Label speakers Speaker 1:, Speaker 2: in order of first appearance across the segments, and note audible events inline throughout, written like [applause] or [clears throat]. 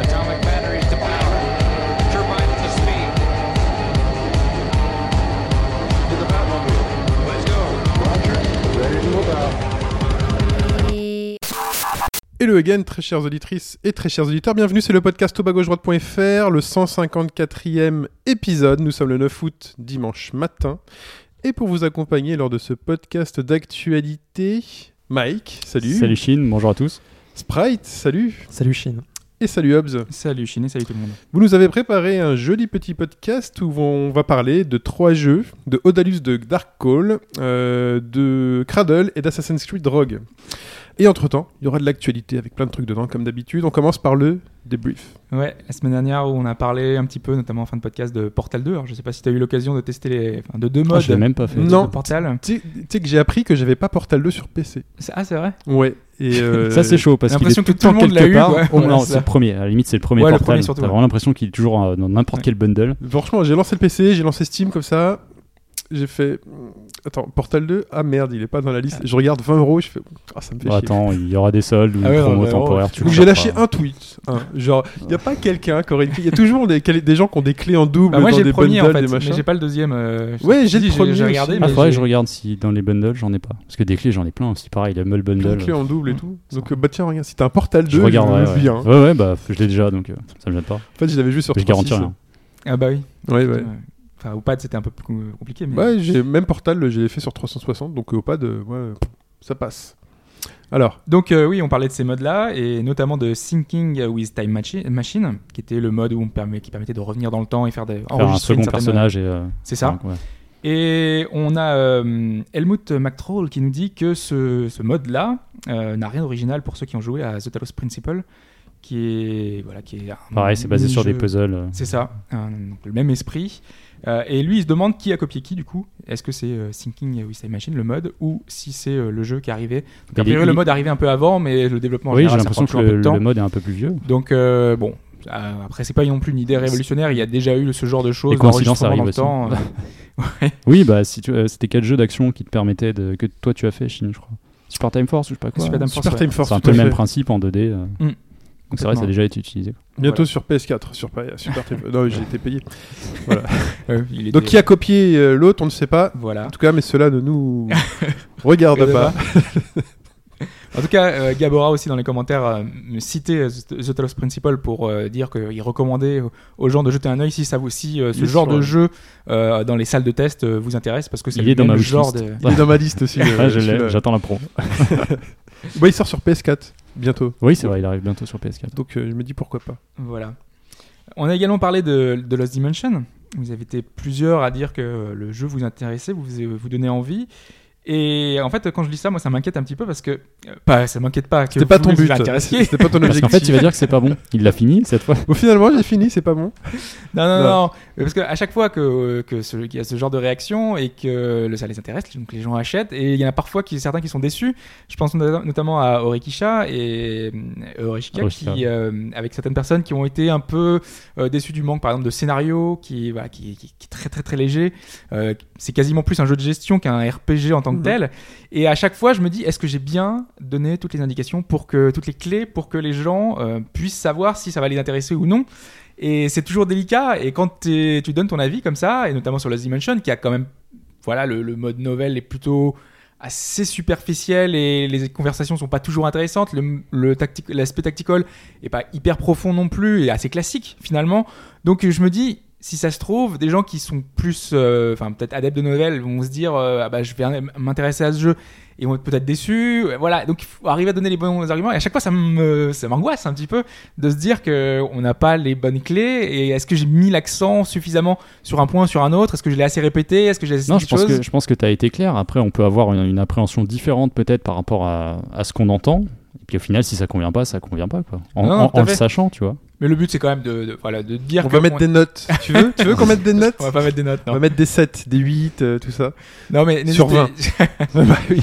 Speaker 1: Atomic batteries to power. Turbines to speed. To the Batmobile. Let's go.
Speaker 2: Hello again, très chères auditrices et très chers auditeurs, bienvenue, c'est le podcast droite.fr, le 154e épisode, nous sommes le 9 août, dimanche matin, et pour vous accompagner lors de ce podcast d'actualité, Mike, salut,
Speaker 3: Salut Chine, bonjour à tous.
Speaker 2: Sprite, salut,
Speaker 4: Salut Chine.
Speaker 2: et salut Hobbs.
Speaker 5: Salut Chine et salut tout le monde.
Speaker 2: Vous nous avez préparé un joli petit podcast où on va parler de trois jeux, de Odalus de Darkcall, euh, de Cradle et d'Assassin's Creed Rogue. Et entre-temps, il y aura de l'actualité avec plein de trucs dedans, comme d'habitude. On commence par le débrief.
Speaker 5: Ouais, la semaine dernière où on a parlé un petit peu, notamment en fin de podcast, de Portal 2. Alors je sais pas si tu as eu l'occasion de tester les enfin, de deux
Speaker 3: Moi,
Speaker 5: modes
Speaker 3: Ah, je l'ai même pas fait.
Speaker 5: de
Speaker 2: Non.
Speaker 5: Portal.
Speaker 2: Tu sais- tu sais que j'ai appris que j'avais pas Portal 2 sur PC.
Speaker 5: C'est- Ah, c'est vrai
Speaker 2: Ouais. Et euh,
Speaker 3: Ça c'est chaud parce
Speaker 5: J'ai
Speaker 3: qu'il est
Speaker 5: l'impression
Speaker 3: tout le
Speaker 5: que tout
Speaker 3: temps
Speaker 5: le monde l'a
Speaker 3: quelque
Speaker 5: eu,
Speaker 3: part.
Speaker 5: ouais.
Speaker 3: Oh,
Speaker 5: Voilà, Bah,
Speaker 3: non,
Speaker 5: c'est
Speaker 3: c'est
Speaker 5: ça.
Speaker 3: le premier. À la limite, c'est le premier
Speaker 5: Ouais, le
Speaker 3: portal.
Speaker 5: premier surtout,
Speaker 3: T'as
Speaker 5: ouais.
Speaker 3: vraiment l'impression qu'il est toujours euh, dans n'importe
Speaker 5: Ouais.
Speaker 3: quel bundle.
Speaker 2: Franchement, j'ai lancé le PC, j'ai lancé Steam comme ça. J'ai fait. Attends, Portal 2 Ah merde, il est pas dans la liste. Je regarde 20 euros, je fais. Ah, ça me fait
Speaker 3: Bon,
Speaker 2: chier.
Speaker 3: attends, il y aura des soldes ou
Speaker 5: Ah
Speaker 3: une
Speaker 5: ouais,
Speaker 3: promo
Speaker 5: ouais, ouais,
Speaker 3: temporaire. tu
Speaker 2: Donc
Speaker 3: le
Speaker 2: j'ai
Speaker 3: feras
Speaker 2: lâché
Speaker 3: pas.
Speaker 2: un tweet. hein. Genre, il n'y a pas quelqu'un qui aurait une clé. Il y a toujours des, des gens qui ont des clés en double
Speaker 5: Bah, Moi
Speaker 2: dans
Speaker 5: j'ai
Speaker 2: des
Speaker 5: le premier en
Speaker 2: bundles,
Speaker 5: fait,
Speaker 2: des
Speaker 5: mais
Speaker 2: machins.
Speaker 5: j'ai pas le deuxième. euh, je-
Speaker 2: Ouais, j'ai le
Speaker 5: si,
Speaker 2: premier
Speaker 5: J'ai
Speaker 2: aussi.
Speaker 5: regardé,
Speaker 2: Ah,
Speaker 3: Ah,
Speaker 5: mais
Speaker 3: faudrait que
Speaker 5: j'ai-
Speaker 3: je regarde si dans les bundles j'en ai pas. Parce que des clés j'en ai plein aussi. Pareil, le Mole
Speaker 2: Plein
Speaker 3: Bundle.
Speaker 2: de clés en double et
Speaker 5: Ouais.
Speaker 2: tout. Donc euh, bah tiens, regarde, si t'as un Portal 2,
Speaker 3: Je regarde.
Speaker 2: le
Speaker 3: Ouais, ouais.
Speaker 2: viens.
Speaker 3: ouais, ouais, bah je l'ai déjà donc euh, ça me gêne pas.
Speaker 2: En fait, je l'avais joué sur
Speaker 3: Je
Speaker 2: 36.
Speaker 3: garantis rien.
Speaker 5: Ah bah oui.
Speaker 2: Ouais, ouais.
Speaker 5: Ouais. Enfin, au pad c'était un peu plus compliqué, mais.
Speaker 2: Ouais, j'ai Mm. même Portal, euh, je l'ai fait sur 360, donc euh, au pad, euh, ouais, euh, ça passe. Alors,
Speaker 5: Donc euh, oui, on parlait de ces modes-là, et notamment de Syncing with Time Machi- Machine, qui était le mode où on permet, qui permettait de revenir dans le temps et faire des
Speaker 3: Faire un
Speaker 5: enregistrer une
Speaker 3: second
Speaker 5: certaine-
Speaker 3: personnage et. euh,
Speaker 5: C'est ça.
Speaker 3: ouais.
Speaker 5: Et on a euh, Helmut McTroll qui nous dit que ce, ce mode-là euh, n'a rien d'original pour ceux qui ont joué à The Talos Principle, qui est voilà, qui est un
Speaker 3: Pareil, c'est basé sur des
Speaker 5: mini-jeu.
Speaker 3: puzzles. euh.
Speaker 5: C'est ça, un- donc le même esprit. Euh, et lui, il se demande qui a copié qui du coup. Est-ce que c'est euh, Thinking with Time Machine, le mode, ou si c'est euh, le jeu qui est arrivé Donc,
Speaker 3: Il est-
Speaker 5: a priori,
Speaker 3: il-
Speaker 5: le mode arrivait un peu avant, mais le développement en
Speaker 3: Oui, j'ai
Speaker 5: général, ça
Speaker 3: l'impression que
Speaker 5: prend toujours un peu
Speaker 3: le
Speaker 5: de temps.
Speaker 3: le mode est un peu plus vieux.
Speaker 5: Donc euh, bon, euh, après c'est pas non plus une idée révolutionnaire. Il y a déjà eu ce genre de choses.
Speaker 3: Les coïncidences
Speaker 5: d'enregistrement
Speaker 3: arrivent
Speaker 5: dans le temps, euh, ouais.
Speaker 3: Oui, bah si tu, euh, c'était quatre jeux d'action qui te permettaient de que toi tu as fait Chine, je crois. Super Time Force ou je sais pas quoi.
Speaker 5: Super Time Force,
Speaker 2: Super
Speaker 5: ouais.
Speaker 2: Time Force,
Speaker 3: C'est un
Speaker 2: tout
Speaker 3: peu le
Speaker 2: à
Speaker 3: même
Speaker 2: fait.
Speaker 3: principe en 2D. euh. Donc [laughs] c'est vrai, ça a
Speaker 5: complètement.
Speaker 3: déjà été utilisé. quoi.
Speaker 2: Bientôt
Speaker 5: Voilà.
Speaker 2: sur PS4, sur pa- Super
Speaker 5: [laughs]
Speaker 2: Time Non, j'ai été payé.
Speaker 5: Ouais, Euh, il
Speaker 2: Donc
Speaker 5: était-
Speaker 2: qui a copié euh, l'autre, on ne sait pas.
Speaker 5: Voilà.
Speaker 2: En tout cas, mais cela ne
Speaker 5: [laughs]
Speaker 2: nous regarde pas.
Speaker 5: En tout cas, euh, Gabora aussi dans les commentaires euh, me citait euh, The The Talos Principle pour euh, dire qu'il recommandait au- aux gens de jeter un œil si ça vous si euh, ce
Speaker 2: Il est
Speaker 5: genre
Speaker 2: sur,
Speaker 5: de
Speaker 2: ouais.
Speaker 5: jeu euh, dans les salles de test euh, vous intéresse parce que c'est
Speaker 3: Il
Speaker 5: le
Speaker 3: est dans
Speaker 5: même
Speaker 3: ma
Speaker 5: genre
Speaker 3: wishlist.
Speaker 5: de
Speaker 2: Il
Speaker 3: [laughs]
Speaker 5: [laughs]
Speaker 2: est dans ma liste aussi. euh,
Speaker 5: Ah,
Speaker 3: Ouais, je l'ai,
Speaker 2: celui-là.
Speaker 3: J'attends la pro.
Speaker 2: Bon, il sort sur PS4 bientôt.
Speaker 3: Oui, c'est vrai, il arrive bientôt sur PS4.
Speaker 2: Donc euh, je me dis pourquoi pas.
Speaker 5: voilà. On a également parlé de, de Lost Dimension. Vous avez été plusieurs à dire que euh, le jeu vous intéressait, vous vous donnait envie. Et en fait, quand je lis ça, moi, ça m'inquiète un petit peu parce que euh, pas, ça m'inquiète pas. que
Speaker 2: C'était pas
Speaker 5: vous
Speaker 2: ton
Speaker 5: vous
Speaker 2: but. [laughs]
Speaker 5: intéressiez.
Speaker 2: C'était pas ton
Speaker 3: Parce
Speaker 2: objectif.
Speaker 3: qu'en fait, il va dire que c'est pas bon. Il l'a fini cette fois.
Speaker 2: Bon, finalement, j'ai fini, c'est pas bon.
Speaker 5: Non, non,
Speaker 2: Non.
Speaker 5: non, non. Mais Parce qu'à chaque fois que, que ce- qu'il y a ce genre de réaction et que le- ça les intéresse, donc les gens achètent. Et il y en a parfois qui, certains qui sont déçus. Je pense no- notamment à Orekisha et euh, Oreshika,
Speaker 3: Oreshika.
Speaker 5: qui, euh, avec certaines personnes qui ont été un peu euh, déçues du manque, par exemple, de scénario qui, voilà, qui, qui- qui est très, très, très léger. Euh, c'est quasiment plus un jeu de gestion qu'un RPG en tant que
Speaker 2: Mhm.
Speaker 5: tel. Et à chaque fois, je me dis, est-ce que j'ai bien donné toutes les indications pour que toutes les clés pour que les gens euh, puissent savoir si ça va les intéresser ou non. Et c'est toujours délicat. Et quand t'es- tu donnes ton avis comme ça, et notamment sur Lost Dimension, qui a quand même, voilà, le, le mode novel est plutôt assez superficiel et les conversations sont pas toujours intéressantes. Le, le tactic- l'aspect tactical est pas hyper profond non plus et assez classique finalement. Donc je me dis. Si ça se trouve, des gens qui sont plus, euh, enfin peut-être adeptes de novel, vont se dire euh, ah bah je vais m'intéresser à ce jeu ils vont être peut-être déçus. euh, Voilà, donc il faut arriver à donner les bons arguments. Et à chaque fois, ça me, ça m'angoisse un petit peu de se dire que on n'a pas les bonnes clés. Et est-ce que j'ai mis l'accent suffisamment sur un point, sur un autre Est-ce que je l'ai assez répété Est-ce que j'ai assez
Speaker 3: Non,
Speaker 5: dit
Speaker 3: je
Speaker 5: des
Speaker 3: pense,
Speaker 5: choses
Speaker 3: que, je pense que tu as été clair. Après, on peut avoir une, une appréhension différente peut-être par rapport à, à ce qu'on entend. Et puis au final, si ça convient pas, ça convient pas. Quoi. En,
Speaker 5: Non, non,
Speaker 3: en-
Speaker 5: tout à
Speaker 3: en le
Speaker 5: fait.
Speaker 3: sachant, tu vois.
Speaker 5: Mais le but, c'est quand même de, de- voilà, de dire
Speaker 2: On
Speaker 5: que
Speaker 2: va mettre des notes. Tu veux Tu veux qu'on mette des notes
Speaker 5: [laughs] on va pas mettre des notes.
Speaker 2: On [laughs]
Speaker 5: Non, [laughs]
Speaker 2: va mettre des 7, des 8, euh, tout ça.
Speaker 5: non mais
Speaker 2: Sur
Speaker 5: n'hésitez-
Speaker 2: Bah oui.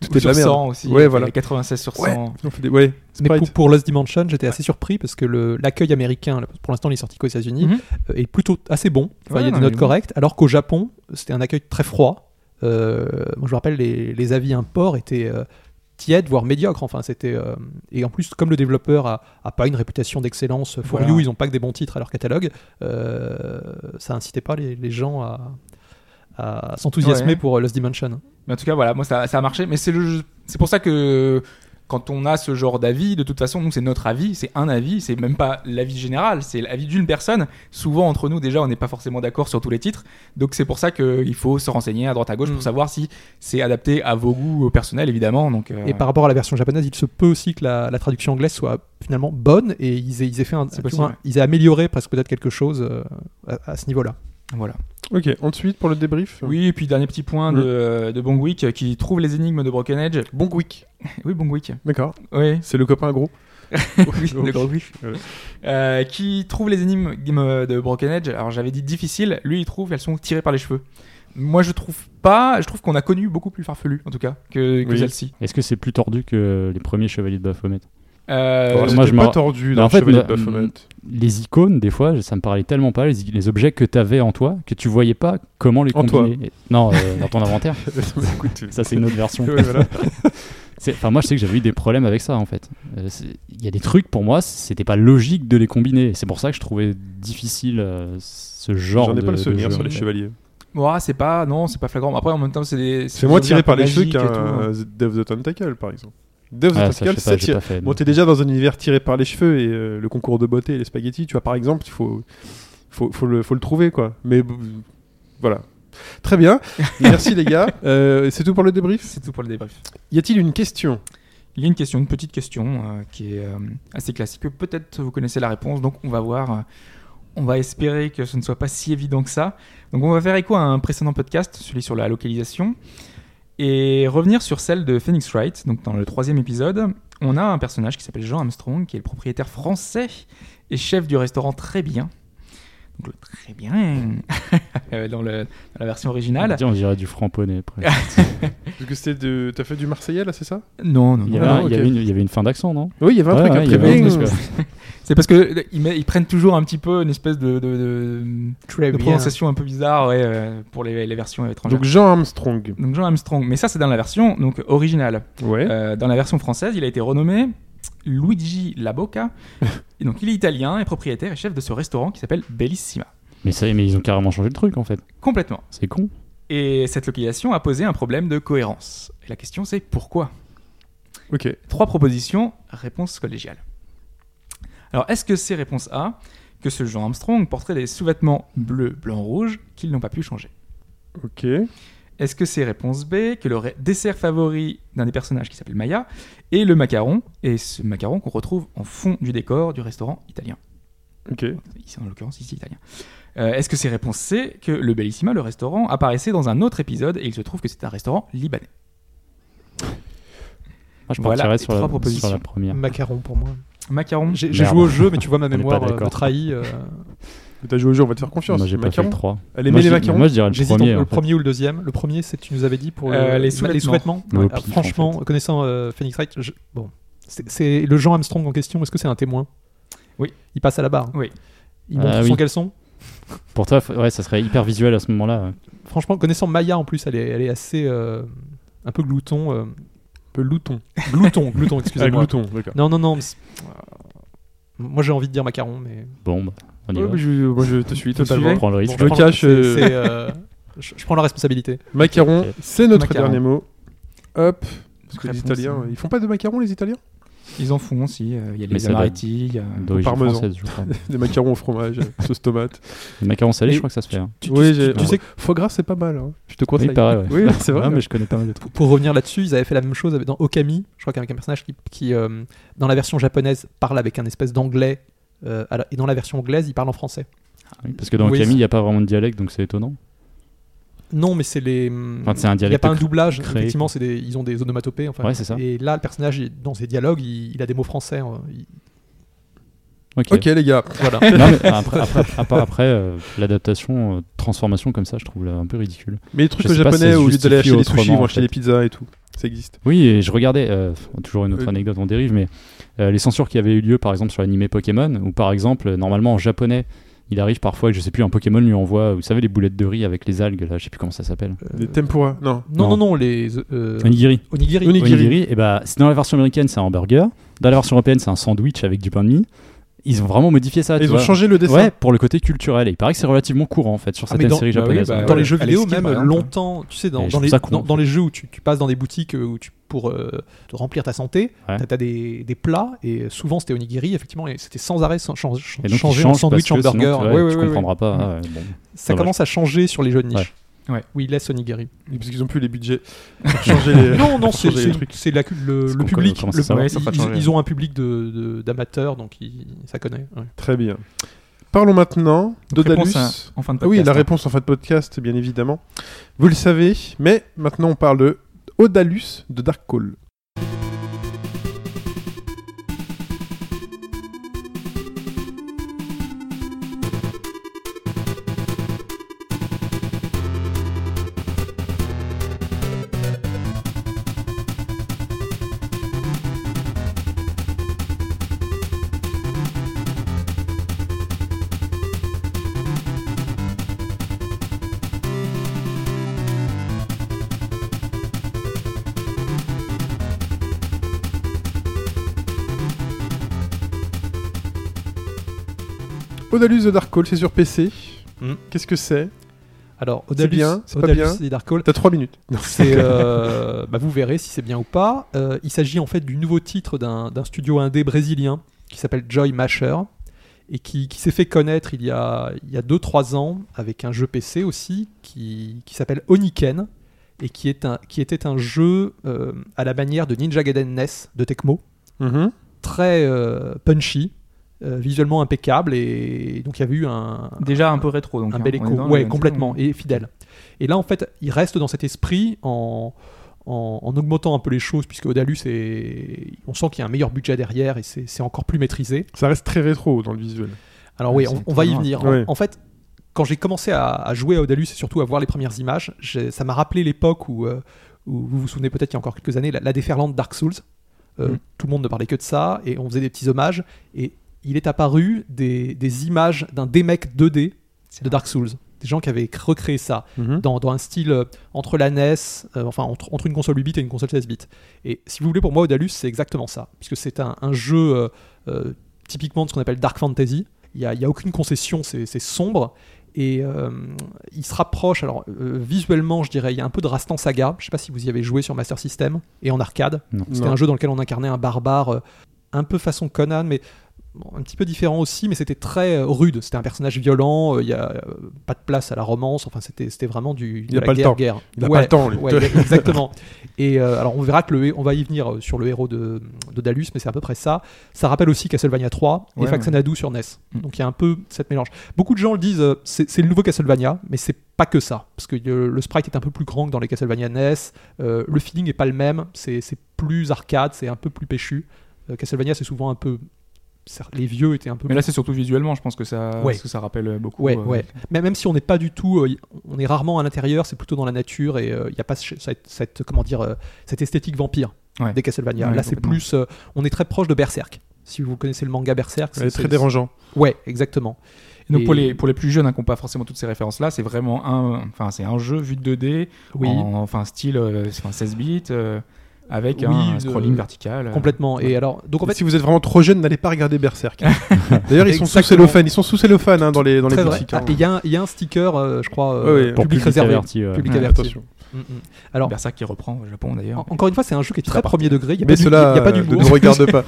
Speaker 2: Tout
Speaker 5: Ou
Speaker 2: est de la
Speaker 5: sur
Speaker 2: merde.
Speaker 5: 100 aussi.
Speaker 2: Ouais,
Speaker 5: avec
Speaker 2: voilà.
Speaker 5: les 96 sur 100.
Speaker 2: Ouais. On fait des- ouais,
Speaker 4: Mais
Speaker 2: Sprite.
Speaker 4: pour, pour Lost Dimension, j'étais assez surpris parce que le- l'accueil américain, là, pour l'instant, il est sorti qu'aux États-Unis,
Speaker 5: Mhm.
Speaker 4: euh, est plutôt assez bon.
Speaker 5: Ouais,
Speaker 4: Enfin, il y a
Speaker 5: non, mais
Speaker 4: des notes
Speaker 5: bon.
Speaker 4: correctes, alors qu'au Japon, c'était un accueil très froid. Euh, moi, je me rappelle, les, les avis import étaient euh, tièdes, voire médiocres. Enfin, c'était euh, et en plus, comme le développeur a, a pas une réputation d'excellence, for
Speaker 5: Voilà.
Speaker 4: you, ils ont pas que des bons titres à leur catalogue. euh, ça incitait pas les, les gens à, à s'enthousiasmer
Speaker 5: Ouais.
Speaker 4: pour euh, Lost Dimension.
Speaker 5: Mais en tout cas, voilà, moi ça, ça a marché. Mais c'est le jeu- c'est pour ça que quand on a ce genre d'avis, de toute façon, nous c'est notre avis, c'est un avis, c'est même pas l'avis général, c'est l'avis d'une personne. Souvent entre nous déjà, on n'est pas forcément d'accord sur tous les titres, donc c'est pour ça qu'il faut se renseigner à droite à gauche
Speaker 4: Mm.
Speaker 5: pour savoir si c'est adapté à vos goûts personnels évidemment. Donc euh,
Speaker 4: Et par rapport à la version japonaise, il se peut aussi que la, la traduction anglaise soit finalement bonne et ils aient, ils aient fait un,
Speaker 5: C'est possible,
Speaker 4: un-
Speaker 5: ouais.
Speaker 4: ils aient amélioré presque peut-être quelque chose euh, à, à ce niveau-là.
Speaker 5: voilà.
Speaker 2: Ok, ensuite pour le débrief.
Speaker 5: Oui, et puis dernier petit point de, de Bongwick qui trouve les énigmes de Broken Edge.
Speaker 2: Bon quick.
Speaker 5: [laughs] Oui, Bongwick.
Speaker 2: D'accord.
Speaker 5: [laughs] Oui.
Speaker 2: C'est le copain
Speaker 3: [laughs]
Speaker 2: gros.
Speaker 5: Oui,
Speaker 2: Ok.
Speaker 5: le gros oui.
Speaker 2: Ouais.
Speaker 5: Euh, qui trouve les énigmes game de Broken Edge. Alors j'avais dit difficile, lui il trouve elles sont tirées par les cheveux. Moi je trouve pas, je trouve qu'on a connu beaucoup plus farfelu en tout cas que, que
Speaker 2: Oui.
Speaker 5: celle-ci.
Speaker 3: Est-ce que c'est plus tordu que les premiers Chevaliers de Baphomet
Speaker 5: Euh,
Speaker 2: Alors,
Speaker 3: moi,
Speaker 2: c'était
Speaker 3: je me
Speaker 2: pas
Speaker 3: ra-
Speaker 2: tordu
Speaker 3: Mais
Speaker 2: dans
Speaker 3: en fait,
Speaker 2: Chevalier
Speaker 3: mais-
Speaker 2: de
Speaker 3: [laughs]
Speaker 2: Baphomet.
Speaker 3: Les icônes, des fois, ça me parlait tellement pas, les, les objets que t'avais en toi, que tu voyais pas comment les
Speaker 2: En toi.
Speaker 3: combiner. Et- Non, euh, dans
Speaker 2: [laughs]
Speaker 3: ton inventaire.
Speaker 2: Écoute,
Speaker 3: euh,
Speaker 2: euh,
Speaker 3: Ça, c'est une autre version.
Speaker 2: ouais, voilà.
Speaker 3: C'est- Enfin, moi, je sais que j'avais eu des problèmes avec ça, en fait. Euh, c'est- Il y a des trucs, pour moi, c'était pas logique de les combiner. C'est pour ça que je trouvais difficile euh, ce [laughs] genre
Speaker 2: J'en ai
Speaker 3: de
Speaker 2: pas le
Speaker 3: de
Speaker 2: souvenir
Speaker 3: jeu,
Speaker 2: sur
Speaker 3: en
Speaker 2: les
Speaker 3: fait.
Speaker 2: chevaliers.
Speaker 5: moi, c'est pas, non, c'est pas flagrant. Après en même temps c'est des.
Speaker 2: C'est moins
Speaker 5: des
Speaker 2: tiré
Speaker 5: objets
Speaker 2: par les cheveux
Speaker 5: magiques et tout, hein.
Speaker 2: qu'un euh, Dev the Tentacle, par exemple. Dev the
Speaker 3: Ah, ça, je
Speaker 2: Tentacle, c'est
Speaker 3: sais pas, j'ai
Speaker 2: tiré.
Speaker 3: pas fait.
Speaker 2: Bon, t'es déjà dans un univers tiré par les cheveux et euh, le concours de beauté et les spaghettis, tu vois, par exemple, il faut, faut, faut le, faut le trouver, quoi. Mais b- voilà. Très
Speaker 3: [laughs]
Speaker 2: bien. Merci, les gars. Euh, c'est tout pour le débrief.
Speaker 5: C'est tout pour le débrief.
Speaker 2: Y a-t-il une question
Speaker 5: Il y a une question, une petite question euh, qui est euh, assez classique. que Peut-être vous connaissez la réponse, donc on va voir. euh, on va espérer que ce ne soit pas si évident que ça. Donc on va faire écho à un précédent podcast, celui sur la localisation, et revenir sur celle de Phoenix Wright. Donc dans le troisième épisode, on a un personnage qui s'appelle Jean Armstrong, qui est le propriétaire français et chef du restaurant Très Bien. Donc le Très Bien [laughs] euh, dans, le- dans la version originale.
Speaker 3: On dirait du framponné. après.
Speaker 2: [laughs] Ah, Parce que c'était de. T'as fait du Marseillais, là, c'est ça
Speaker 5: Non, non,
Speaker 3: Il y
Speaker 5: non.
Speaker 3: avait
Speaker 2: Ah,
Speaker 3: un- il y
Speaker 2: ok.
Speaker 3: avait une- il y avait une fin d'accent, non
Speaker 2: Oui, il y avait un
Speaker 3: Ouais,
Speaker 2: truc
Speaker 3: ouais, il y
Speaker 2: après.
Speaker 3: avait un
Speaker 2: Bing
Speaker 3: truc, euh, quoi.
Speaker 5: C'est parce que euh, ils, met- ils prennent toujours un petit peu une espèce de- de- de
Speaker 4: Très
Speaker 5: de prononciation un peu bizarre ouais, euh, pour les, les versions étrangères.
Speaker 2: Donc
Speaker 5: Donc,
Speaker 2: Jean Armstrong.
Speaker 5: Jean Armstrong, mais ça c'est dans la version donc originale.
Speaker 2: Ouais.
Speaker 5: Euh, dans la version française, il a été renommé Luigi Labocca. et donc il est italien et propriétaire et chef de ce restaurant qui s'appelle Bellissima.
Speaker 3: Mais, ça, mais ils ont carrément changé le truc en fait.
Speaker 5: Complètement.
Speaker 3: C'est con.
Speaker 5: Et cette localisation a posé un problème de cohérence. Et la question c'est pourquoi
Speaker 2: Ok.
Speaker 5: Trois propositions, réponse collégiale. Alors, est-ce que c'est réponse A que ce Jean Armstrong porterait des sous-vêtements bleu, blanc, rouge qu'ils n'ont pas pu changer
Speaker 2: Ok.
Speaker 5: Est-ce que c'est réponse B que le ré- dessert favori d'un des personnages qui s'appelle Maya est le macaron et ce macaron qu'on retrouve en fond du décor du restaurant italien
Speaker 2: Ok.
Speaker 5: Ici en l'occurrence ici italien. Euh, Est-ce que c'est réponse C que le Bellissima le restaurant apparaissait dans un autre épisode et il se trouve que c'est un restaurant libanais
Speaker 3: Moi, je
Speaker 5: Voilà,
Speaker 3: partirais
Speaker 5: les
Speaker 3: sur la,
Speaker 5: trois propositions.
Speaker 3: sur la première.
Speaker 4: Macaron pour moi.
Speaker 5: Macaron
Speaker 4: J'ai j'ai
Speaker 3: Merde.
Speaker 4: joué au jeu, mais
Speaker 3: [laughs]
Speaker 4: tu vois ma
Speaker 3: est
Speaker 4: mémoire
Speaker 3: pas
Speaker 4: euh, me
Speaker 3: d'accord.
Speaker 4: trahit. euh,
Speaker 2: T'as joué au jeu, on va te faire confiance.
Speaker 3: Moi, j'ai pas fait
Speaker 2: Macaron.
Speaker 3: le 3.
Speaker 2: Elle
Speaker 3: moi,
Speaker 2: aimait les
Speaker 3: je-
Speaker 2: macarons.
Speaker 3: Moi, je dirais le
Speaker 4: J'hésite
Speaker 3: premier.
Speaker 4: entre
Speaker 3: en
Speaker 4: le
Speaker 3: fait.
Speaker 4: premier ou le deuxième. Le premier, c'est tu nous avais dit pour le-
Speaker 5: Euh, les
Speaker 4: les
Speaker 5: sous-vêtements.
Speaker 4: sous-vêtements.
Speaker 3: Le
Speaker 4: Ouais,
Speaker 3: pif,
Speaker 4: alors,
Speaker 3: en
Speaker 4: franchement, connaissant euh, Phoenix Wright, je- bon, c'est- c'est le Jean Armstrong en question. Est-ce que c'est un témoin
Speaker 5: Oui.
Speaker 4: Il passe à la barre.
Speaker 5: Oui.
Speaker 4: Il montre
Speaker 3: Ah,
Speaker 4: son
Speaker 3: oui.
Speaker 4: caleçon.
Speaker 3: Pour toi, f- ouais, ça serait hyper visuel à ce moment-là.
Speaker 4: Franchement, connaissant Maya en plus, elle est, elle est assez euh, un peu glouton. euh,
Speaker 2: Un peu louton.
Speaker 4: glouton,
Speaker 3: [laughs]
Speaker 4: glouton,
Speaker 2: Ah,
Speaker 4: excusez-moi.
Speaker 2: glouton, d'accord.
Speaker 4: non, non, non. mais c'est- Moi, j'ai envie de dire macaron, mais
Speaker 3: Bon, bah, on y
Speaker 2: Ouais,
Speaker 3: va.
Speaker 2: mais je- Moi, je te
Speaker 3: [laughs]
Speaker 2: suis totalement.
Speaker 3: On prend le risque.
Speaker 2: je
Speaker 4: prends-
Speaker 2: cache,
Speaker 4: c'est-
Speaker 2: euh,
Speaker 4: c'est, euh, je, je prends la responsabilité.
Speaker 2: Macaron,
Speaker 3: Ok.
Speaker 2: c'est notre
Speaker 5: Macaron.
Speaker 2: dernier mot. Hop. Parce que les
Speaker 5: Réponse,
Speaker 2: Italiens,
Speaker 5: euh,
Speaker 2: ils font pas de macarons, les Italiens
Speaker 5: Ils en font aussi. euh, Il y a
Speaker 3: Mais
Speaker 5: les
Speaker 3: ça date
Speaker 5: amaretti. il y a-
Speaker 3: D'origine
Speaker 2: parmesan.
Speaker 3: française, je crois.
Speaker 2: Des macarons au [laughs] fromage, euh, sauce tomate.
Speaker 3: Les macarons salés,
Speaker 2: Et-
Speaker 3: je crois que ça se fait. hein.
Speaker 4: Tu,
Speaker 2: oui,
Speaker 4: tu-
Speaker 2: j'ai-
Speaker 4: tu sais que
Speaker 2: foie gras, c'est pas mal. hein. Je te conseille.
Speaker 3: Oui, pareil. ouais.
Speaker 2: Oui, c'est vrai.
Speaker 3: Ouais, mais je connais pas mal de trucs.
Speaker 4: pour, pour revenir là-dessus, ils avaient fait la même chose avec- dans Okami. Je crois qu'avec un personnage qui, qui, euh, dans la version japonaise, parle avec un espèce d'anglais. euh, alors- et dans la version anglaise, il parle en français.
Speaker 3: Oui, Parce que dans
Speaker 4: Oui,
Speaker 3: Camille,
Speaker 4: c'est-
Speaker 3: il n'y a pas vraiment de dialecte, donc c'est étonnant.
Speaker 4: Non, mais c'est les.
Speaker 3: Enfin, c'est un
Speaker 4: il n'y a
Speaker 3: dialecte.
Speaker 4: pas un
Speaker 3: cr-
Speaker 4: doublage.
Speaker 3: créé,
Speaker 4: Effectivement, c'est des- ils ont des onomatopées. Enfin,
Speaker 3: Ouais, c'est ça.
Speaker 4: Et là, le personnage, il- dans ses dialogues, il, il a des mots français. hein, il-
Speaker 3: Ok.
Speaker 2: Ok les gars,
Speaker 4: Voilà.
Speaker 3: Non, mais après, après- à part après, euh, l'adaptation, euh, transformation comme ça, je trouve là, un peu ridicule.
Speaker 2: mais les trucs
Speaker 3: Je sais pas si
Speaker 2: japonais
Speaker 3: ça
Speaker 2: au lieu d'aller
Speaker 3: justifie
Speaker 2: acheter des sushis, ils
Speaker 3: autrement,
Speaker 2: vont
Speaker 3: en
Speaker 2: acheter
Speaker 3: fait.
Speaker 2: des pizzas et tout, ça existe.
Speaker 3: Oui, et je regardais, euh, toujours une autre
Speaker 2: Euh,
Speaker 3: anecdote, on dérive, mais euh, les censures qui avaient eu lieu par exemple sur l'animé Pokémon, ou par exemple, euh, normalement en japonais, il arrive parfois, que, je sais plus, un Pokémon lui envoie, vous savez, les boulettes de riz avec les algues, là, je sais plus comment ça s'appelle.
Speaker 4: Euh,
Speaker 2: Des tempura, non.
Speaker 4: Non, non, non, les. euh,
Speaker 3: Onigiri.
Speaker 4: Onigiri.
Speaker 2: Onigiri.
Speaker 3: et bah, c'est dans la version américaine, c'est un hamburger. Dans la version européenne, c'est un sandwich avec du pain de mie. Ils ont vraiment modifié
Speaker 4: Ah,
Speaker 3: ça. tu
Speaker 2: Ils ont
Speaker 3: vois.
Speaker 2: changé le dessin.
Speaker 3: Ouais, pour le côté culturel. Et il paraît que c'est relativement courant en fait sur
Speaker 4: Ah, mais
Speaker 3: certaines
Speaker 4: dans-
Speaker 3: séries
Speaker 5: bah oui,
Speaker 3: japonaises.
Speaker 5: bah,
Speaker 3: hein.
Speaker 4: Dans
Speaker 5: voilà.
Speaker 4: les jeux
Speaker 5: Alex
Speaker 4: vidéo,
Speaker 5: Kidd,
Speaker 4: même
Speaker 5: par exemple.
Speaker 4: longtemps, tu sais,
Speaker 3: Et
Speaker 4: dans,
Speaker 3: je
Speaker 4: dans
Speaker 3: trouve
Speaker 4: les,
Speaker 3: ça con,
Speaker 4: dans,
Speaker 3: en
Speaker 4: dans les jeux où tu, tu passes dans des boutiques euh, où tu, pour euh, te remplir ta santé,
Speaker 3: Ouais.
Speaker 4: t'as- t'as des, des plats, et souvent c'était onigiri, effectivement, et c'était sans arrêt sans, chan- chan-
Speaker 3: Et donc, ils
Speaker 4: changer en
Speaker 3: changent
Speaker 4: sandwich,
Speaker 3: parce que sinon,
Speaker 4: hamburger.
Speaker 3: tu vois,
Speaker 4: Ouais, ouais,
Speaker 3: tu
Speaker 4: ouais, ouais.
Speaker 3: comprendras pas. ah, ouais, bon.
Speaker 4: Ça
Speaker 3: Dommage.
Speaker 4: commence à changer sur les jeux de niche.
Speaker 5: Ouais. Ouais.
Speaker 4: Où ils
Speaker 3: [laughs]
Speaker 4: laissent onigiri.
Speaker 2: Parce qu'ils ont plus les budgets pour changer les.
Speaker 4: [laughs] Non, non,
Speaker 2: changer
Speaker 4: c'est
Speaker 2: les
Speaker 4: c'est-
Speaker 2: trucs.
Speaker 4: c'est la cul- le,
Speaker 3: C'est
Speaker 4: le
Speaker 3: qu'on-
Speaker 4: public.
Speaker 3: comment
Speaker 4: le-
Speaker 3: ça va
Speaker 4: ils-
Speaker 5: Ouais, ça va
Speaker 4: ils,
Speaker 5: changer.
Speaker 4: ils ont un public de- de- d'amateurs, donc ils, ça connaît. ouais.
Speaker 2: Très bien. Parlons maintenant
Speaker 5: Donc,
Speaker 2: d'Odalus.
Speaker 5: réponse à- en fin de
Speaker 2: Ah oui,
Speaker 5: podcast,
Speaker 2: la
Speaker 5: hein.
Speaker 2: réponse en fin de podcast, bien évidemment. Vous le savez, mais maintenant on parle de Odalus de Dark Call. Odalus de Dark Call, c'est sur PC.
Speaker 4: Hmm.
Speaker 2: Qu'est-ce que c'est
Speaker 4: Alors, Odalus,
Speaker 2: bien, c'est pas
Speaker 4: Odalus
Speaker 2: bien.
Speaker 4: et Dark Hole,
Speaker 2: T'as 3 minutes. Non.
Speaker 4: C'est, euh, bah, vous verrez si c'est bien ou pas. Euh, il s'agit en fait du nouveau titre d'un d'un studio indé brésilien qui s'appelle Joy Masher et qui, qui s'est fait connaître il y a 2-3 ans avec un jeu PC aussi qui, qui s'appelle Oniken et qui, est un, qui était un jeu euh, à la manière de Ninja Gaiden NES de Tecmo, Mm-hmm.
Speaker 2: Mhm.
Speaker 4: très euh, punchy, euh, visuellement impeccable et donc il y avait eu un,
Speaker 5: Déjà un peu rétro, donc.
Speaker 4: un
Speaker 5: hein,
Speaker 4: bel
Speaker 5: on est
Speaker 4: écho,
Speaker 5: dans le-
Speaker 4: ouais, complètement, et fidèle. Et là, en fait, il reste dans cet esprit en, en, en augmentant un peu les choses, puisque Odalus, est, on sent qu'il y a un meilleur budget derrière et c'est c'est encore plus maîtrisé.
Speaker 2: Ça reste très rétro dans le visuel.
Speaker 4: Alors
Speaker 5: Ouais,
Speaker 4: oui, on,
Speaker 5: Ah, c'est
Speaker 4: on va y
Speaker 5: étonnant. hein.
Speaker 4: venir. En-
Speaker 2: Ouais.
Speaker 4: En, fait, quand j'ai commencé à, à jouer à Odalus et surtout à voir les premières images, j'ai- ça m'a rappelé l'époque où, euh, où vous vous souvenez peut-être il y a encore quelques années, la, la déferlante Dark Souls. Euh,
Speaker 5: Mm.
Speaker 4: Tout le monde ne parlait que de ça et on faisait des petits hommages. Et il est apparu des, des images d'un démec 2D de Dark Souls. Des gens qui avaient recréé ça
Speaker 2: Mhm.
Speaker 4: dans, dans un style euh, entre la NES, euh, enfin entre, entre une console 8 bits et une console 16 bits. Et si vous voulez, pour moi, Odalus, c'est exactement ça, puisque c'est un, un jeu euh, euh, typiquement de ce qu'on appelle Dark Fantasy. Il n'y a, il y a aucune concession, c'est c'est sombre. Et euh, il se rapproche, alors euh, visuellement, je dirais, il y a un peu de Rastan Saga. Je sais pas si vous y avez joué sur Master System et en arcade. C'était
Speaker 2: Non.
Speaker 4: un jeu dans lequel on incarnait un barbare euh, un peu façon Conan, mais bon, un petit peu différent aussi, mais c'était très euh, rude. C'était un personnage violent, euh, il y a euh, pas de place à la romance, enfin c'était c'était vraiment du,
Speaker 2: Il
Speaker 4: de
Speaker 2: a
Speaker 4: la
Speaker 2: pas le
Speaker 4: guerre,
Speaker 2: temps.
Speaker 4: guerre.
Speaker 2: Il a
Speaker 4: Ouais,
Speaker 2: pas le temps, lui.
Speaker 4: ouais,
Speaker 2: [laughs]
Speaker 5: [laughs]
Speaker 4: exactement. Et euh, alors on verra que le, hé- on va y venir euh, sur le héros de, de Dalus, mais c'est à peu près ça. Ça rappelle aussi Castlevania 3 et
Speaker 5: Ouais,
Speaker 4: Faxanadu sur NES.
Speaker 5: Mm.
Speaker 4: Donc il y a un peu cette mélange. Beaucoup de gens le disent, euh, c'est c'est le nouveau Castlevania, mais c'est pas que ça, parce que euh, le sprite est un peu plus grand que dans les Castlevania NES. Euh, le feeling est pas le même, c'est c'est plus arcade, c'est un peu plus péchu. Euh, Castlevania c'est souvent un peu, cer- les vieux étaient un peu
Speaker 5: Mais là, c'est surtout visuellement, je pense que ça,
Speaker 4: Ouais.
Speaker 5: parce que ça rappelle beaucoup.
Speaker 4: Ouais,
Speaker 5: euh,
Speaker 4: ouais. Mais même si on n'est pas du tout, euh, y- on est rarement à l'intérieur, c'est plutôt dans la nature et il n'y a pas ce- cette, cette- comment dire, euh, cette esthétique vampire
Speaker 5: Ouais.
Speaker 4: des Castlevania.
Speaker 5: Ouais,
Speaker 4: Là, c'est
Speaker 5: complètement.
Speaker 4: plus, euh, on est très proche de Berserk. Si vous connaissez le manga Berserk,
Speaker 2: C'est très dérangeant.
Speaker 4: Ouais, exactement.
Speaker 5: Donc
Speaker 4: Et-
Speaker 5: pour les pour les plus jeunes hein, qui n'ont pas forcément toutes ces références là, c'est vraiment un enfin c'est un jeu vu de 2D
Speaker 4: Oui,
Speaker 5: en- enfin style euh, enfin, 16 bits euh, avec
Speaker 4: Oui,
Speaker 5: un
Speaker 4: euh,
Speaker 5: scrolling vertical. euh.
Speaker 4: complètement. Et alors, donc en
Speaker 2: Mais
Speaker 4: fait,
Speaker 2: si vous êtes vraiment trop jeune, n'allez pas regarder
Speaker 4: [laughs]
Speaker 2: Berserk. D'ailleurs, ils sont sous
Speaker 4: Exactement.
Speaker 2: cellophane. Ils sont sous cellophane hein, dans les, dans les
Speaker 4: très vrai.
Speaker 2: boutiques.
Speaker 4: Ah,
Speaker 2: hein.
Speaker 4: et il y, a un- il y a un sticker, euh, je crois, euh,
Speaker 2: Ouais, ouais.
Speaker 4: public,
Speaker 2: Pour
Speaker 3: public
Speaker 4: réservé.
Speaker 3: averti, ouais.
Speaker 4: Public
Speaker 5: Ouais,
Speaker 4: averti.
Speaker 2: Attention.
Speaker 4: Mm, mm. Alors,
Speaker 5: Berserk qui reprend au Japon d'ailleurs.
Speaker 4: en- encore une fois, c'est un jeu qui est très
Speaker 5: aparté.
Speaker 4: premier degré. Il n'y a,
Speaker 2: Mais
Speaker 4: pas du- il y a
Speaker 2: cela
Speaker 4: pas
Speaker 2: euh,
Speaker 4: d'humour.
Speaker 2: ne [laughs] regarde pas.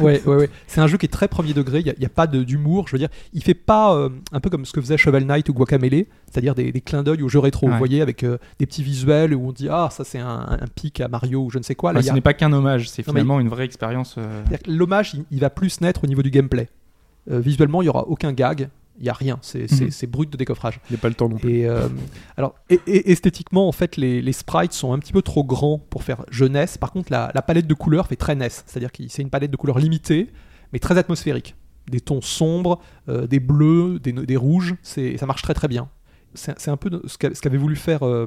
Speaker 4: ouais, ouais, ouais. C'est un jeu qui est très premier degré. Il n'y a, pas de- d'humour. Je veux dire, il fait pas euh, un peu comme ce que faisait Shovel Knight ou Guacamele, c'est-à-dire des, des clins d'œil aux jeux rétro.
Speaker 5: Ouais.
Speaker 4: Vous voyez, avec euh, des petits visuels où on dit ah ça c'est un, un pic à Mario ou je ne sais quoi. Là,
Speaker 5: Ouais,
Speaker 4: il y
Speaker 5: ce
Speaker 4: a-
Speaker 5: n'est pas qu'un hommage, c'est
Speaker 4: Non, mais-
Speaker 5: finalement une vraie expérience. euh,
Speaker 4: c'est-à-dire que l'hommage, il, il va plus naître au niveau du gameplay. Euh, visuellement, il y aura aucun gag. Il y a rien. C'est c'est-
Speaker 5: Mhm.
Speaker 4: c'est brut de décoffrage.
Speaker 2: Il n'y a pas le temps non plus.
Speaker 4: Et euh, alors et- et- esthétiquement, en fait, les, les sprites sont un petit peu trop grands pour faire jeunesse. Par contre, la, la palette de couleurs fait très NES, c'est-à-dire que c'est une palette de couleurs limitée, mais très atmosphérique. des tons sombres, euh, des bleus, des, des rouges. C'est, ça marche très très bien. C'est, c'est un peu de- ce qu'a- ce qu'avait voulu faire euh,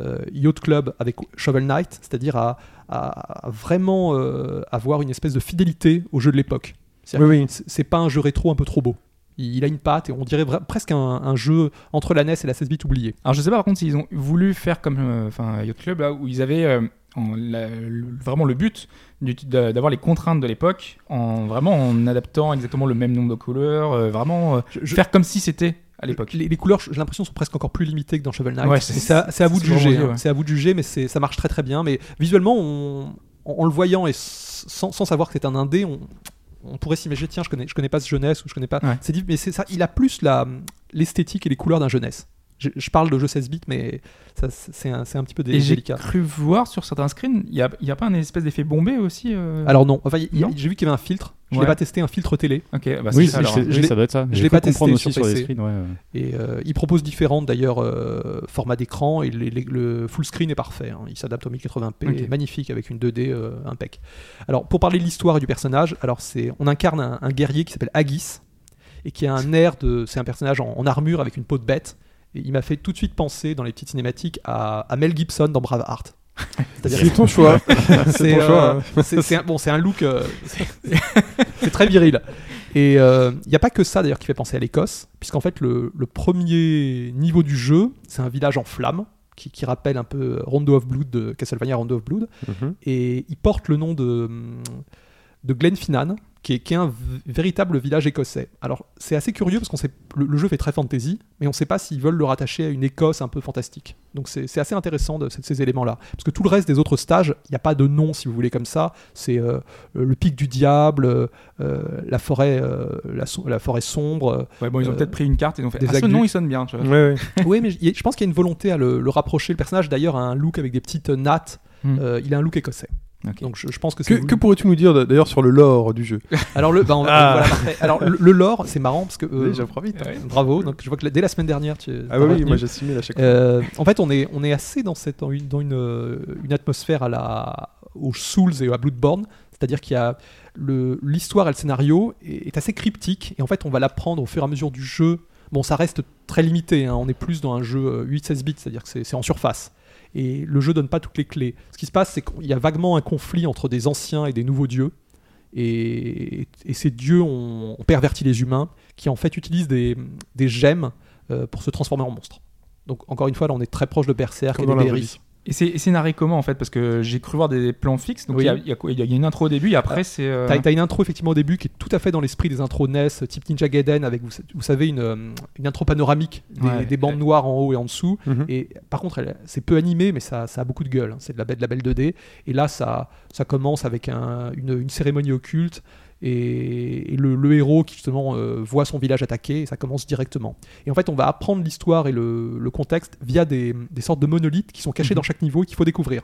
Speaker 4: euh, Yacht Club avec Shovel Knight, c'est-à-dire à, à- à vraiment euh, avoir une espèce de fidélité au jeu de l'époque. C'est-à-dire
Speaker 2: Oui, oui.
Speaker 4: que c'est- C'est pas un jeu rétro un peu trop beau. Il, il a une patte et on dirait vra- presque un, un jeu entre la NES et la 16 bits oublié.
Speaker 5: Alors je sais pas par contre s'ils ont voulu faire comme euh, enfin Yacht Club là où ils avaient euh, en- la- le- vraiment le but du- de- d'avoir les contraintes de l'époque en vraiment en adaptant exactement le même nombre de couleurs, euh, vraiment euh,
Speaker 4: Je- je-
Speaker 5: faire comme si c'était à l'époque.
Speaker 4: Les, les couleurs, j'ai l'impression, sont presque encore plus limitées que dans Shovel Knight.
Speaker 5: Ouais, c'est-
Speaker 4: c'est, c'est à, c'est à vous de
Speaker 5: c'est vraiment
Speaker 4: juger.
Speaker 5: vieux,
Speaker 4: hein.
Speaker 5: ouais.
Speaker 4: C'est à vous de juger, mais c'est, ça marche très très bien. Mais visuellement, on- en, en le voyant et s- sans, sans savoir que c'est un indé, on, on pourrait s'imaginer tiens, je connais, je connais pas ce jeunesse ou je connais pas.
Speaker 5: Ouais.
Speaker 4: C'est dit, mais c'est ça. Il a plus la, l'esthétique et les couleurs d'un jeunesse. Je, je parle de jeu 16 bits, mais ça, c'est, un, c'est un petit peu dé-
Speaker 5: Et j'ai
Speaker 4: délicat.
Speaker 5: cru voir sur certains screens, il y a, il y a pas un espèce d'effet bombé aussi. euh
Speaker 4: Alors non, enfin, il- il-
Speaker 5: Non.
Speaker 4: j'ai vu qu'il y avait un filtre. Je
Speaker 5: Ouais.
Speaker 4: l'ai pas testé, un filtre télé.
Speaker 5: ok, bah, c'est
Speaker 3: Oui,
Speaker 5: ça,
Speaker 3: c'est-
Speaker 5: alors.
Speaker 3: c'est-
Speaker 4: Je
Speaker 3: oui,
Speaker 4: l'ai-
Speaker 3: ça doit être ça.
Speaker 4: je
Speaker 3: J'ai
Speaker 4: l'ai
Speaker 3: cru
Speaker 4: pas testé
Speaker 3: comprendre
Speaker 4: sur
Speaker 3: aussi sur les
Speaker 4: PC.
Speaker 3: screens. ouais, ouais.
Speaker 4: Et euh, il propose différents d'ailleurs euh, formats d'écran et les- les- le full screen est parfait. hein. Il s'adapte au 1080p,
Speaker 5: Ok.
Speaker 4: il est magnifique avec une 2D euh, impec. Alors pour parler de l'histoire et du personnage, alors c'est on incarne un, un guerrier qui s'appelle Agis et qui a un air de c'est un personnage en, en armure avec une peau de bête. Et il m'a fait tout de suite penser dans les petites cinématiques à, à Mel Gibson
Speaker 2: [laughs]
Speaker 4: dans Braveheart. C'est-à-dire-
Speaker 2: C'est ton choix.
Speaker 4: c'est
Speaker 2: ton
Speaker 4: euh,
Speaker 2: choix, hein.
Speaker 4: c'est- c'est un, bon, c'est un
Speaker 2: [laughs]
Speaker 4: look. euh, c'est- c'est très viril. Et il n'y a pas que ça d'ailleurs qui fait penser à l'Écosse, puisqu'en fait le, le premier niveau du jeu, c'est un village en flammes qui, qui rappelle un peu Rondo of Blood de Castlevania Rondo of Blood,
Speaker 2: Mhm.
Speaker 4: et il porte le nom de hum, de Glenfinnan, qui est, qui est un v- véritable village écossais. Alors c'est assez curieux parce qu'on sait le, le jeu fait très fantasy, mais on ne sait pas s'ils veulent le rattacher à une Écosse un peu fantastique. Donc c'est c'est assez intéressant de, ces éléments-là, parce que tout le reste des autres stages, il n'y a pas de nom si vous voulez comme ça. C'est euh, le pic du diable, euh, euh, la forêt, euh, la, so- la forêt sombre.
Speaker 5: Ouais, bon, ils ont
Speaker 4: euh,
Speaker 5: peut-être pris une carte et ils ont fait.
Speaker 4: des
Speaker 5: Ah, ce
Speaker 4: aqueducs. Mm.
Speaker 5: nom, il sonne bien. Tu vois.
Speaker 2: Ouais, ouais.
Speaker 4: oui, mais il y a- je pense qu'il y a une volonté à le, le rapprocher. Le personnage d'ailleurs a un look avec des petites nattes.
Speaker 5: Hmm.
Speaker 4: Euh, il a un look écossais.
Speaker 5: Ok.
Speaker 4: Donc je, je pense que c'est
Speaker 2: Que,
Speaker 4: voulu.
Speaker 2: que pourrais-tu nous dire d'ailleurs sur le lore du jeu
Speaker 4: Alors le, bah, on-
Speaker 2: Ah.
Speaker 4: voilà, parfait. Alors le, le lore, c'est marrant parce que euh,
Speaker 2: J'en profite.
Speaker 5: Ouais.
Speaker 4: bravo. Donc je vois que la- dès la semaine dernière, tu
Speaker 2: Ah
Speaker 4: t'as
Speaker 2: bah oui,
Speaker 4: retenu.
Speaker 2: moi j'assimile à chaque fois.
Speaker 4: Euh, en fait, on est, on est assez dans, cette, dans une, dans une, euh, une atmosphère à la, aux Souls et à Bloodborne. C'est-à-dire qu'il y a le- l'histoire et le scénario est, est assez cryptique. Et en fait, on va l'apprendre au fur et à mesure du jeu. Bon, ça reste très limité. hein. On est plus dans un jeu euh, 8-16 bits, c'est-à-dire que c'est c'est en surface. Et le jeu donne pas toutes les clés. Ce qui se passe, c'est qu'il y a vaguement un conflit entre des anciens et des nouveaux dieux. Et, et ces dieux ont, ont perverti les humains, qui en fait utilisent des, des gemmes euh, pour se transformer en monstres. Donc encore une fois, là, on est très proche de Berserk
Speaker 2: Comme
Speaker 4: et
Speaker 2: dans
Speaker 4: de
Speaker 2: la
Speaker 4: Berry.
Speaker 2: vraie
Speaker 5: Et c'est et c'est narré comment en fait Parce que j'ai cru voir des plans fixes. Donc
Speaker 4: Oui.
Speaker 5: il y a- il y, a quoi Il y a- il y a une intro au début et après c'est. euh,
Speaker 4: T'as t'as une intro effectivement au début qui est tout à fait dans l'esprit des intros NES, euh, type Ninja Gaiden, avec vous, sa- vous savez une, euh, une intro panoramique des,
Speaker 5: Ouais.
Speaker 4: des bandes noires en haut et en dessous.
Speaker 2: Mhm.
Speaker 4: Et par contre, elle- c'est peu animé, mais ça, ça a beaucoup de gueule. hein. C'est de la, belle- de la belle 2D. Et là, ça, ça commence avec un- une, une cérémonie occulte. Et, et le, le héros qui justement euh, voit son village attaqué, et ça commence directement. Et en fait, on va apprendre l'histoire et le, le contexte via des, des sortes de monolithes qui sont cachés
Speaker 5: Mhm.
Speaker 4: dans chaque niveau et qu'il faut découvrir.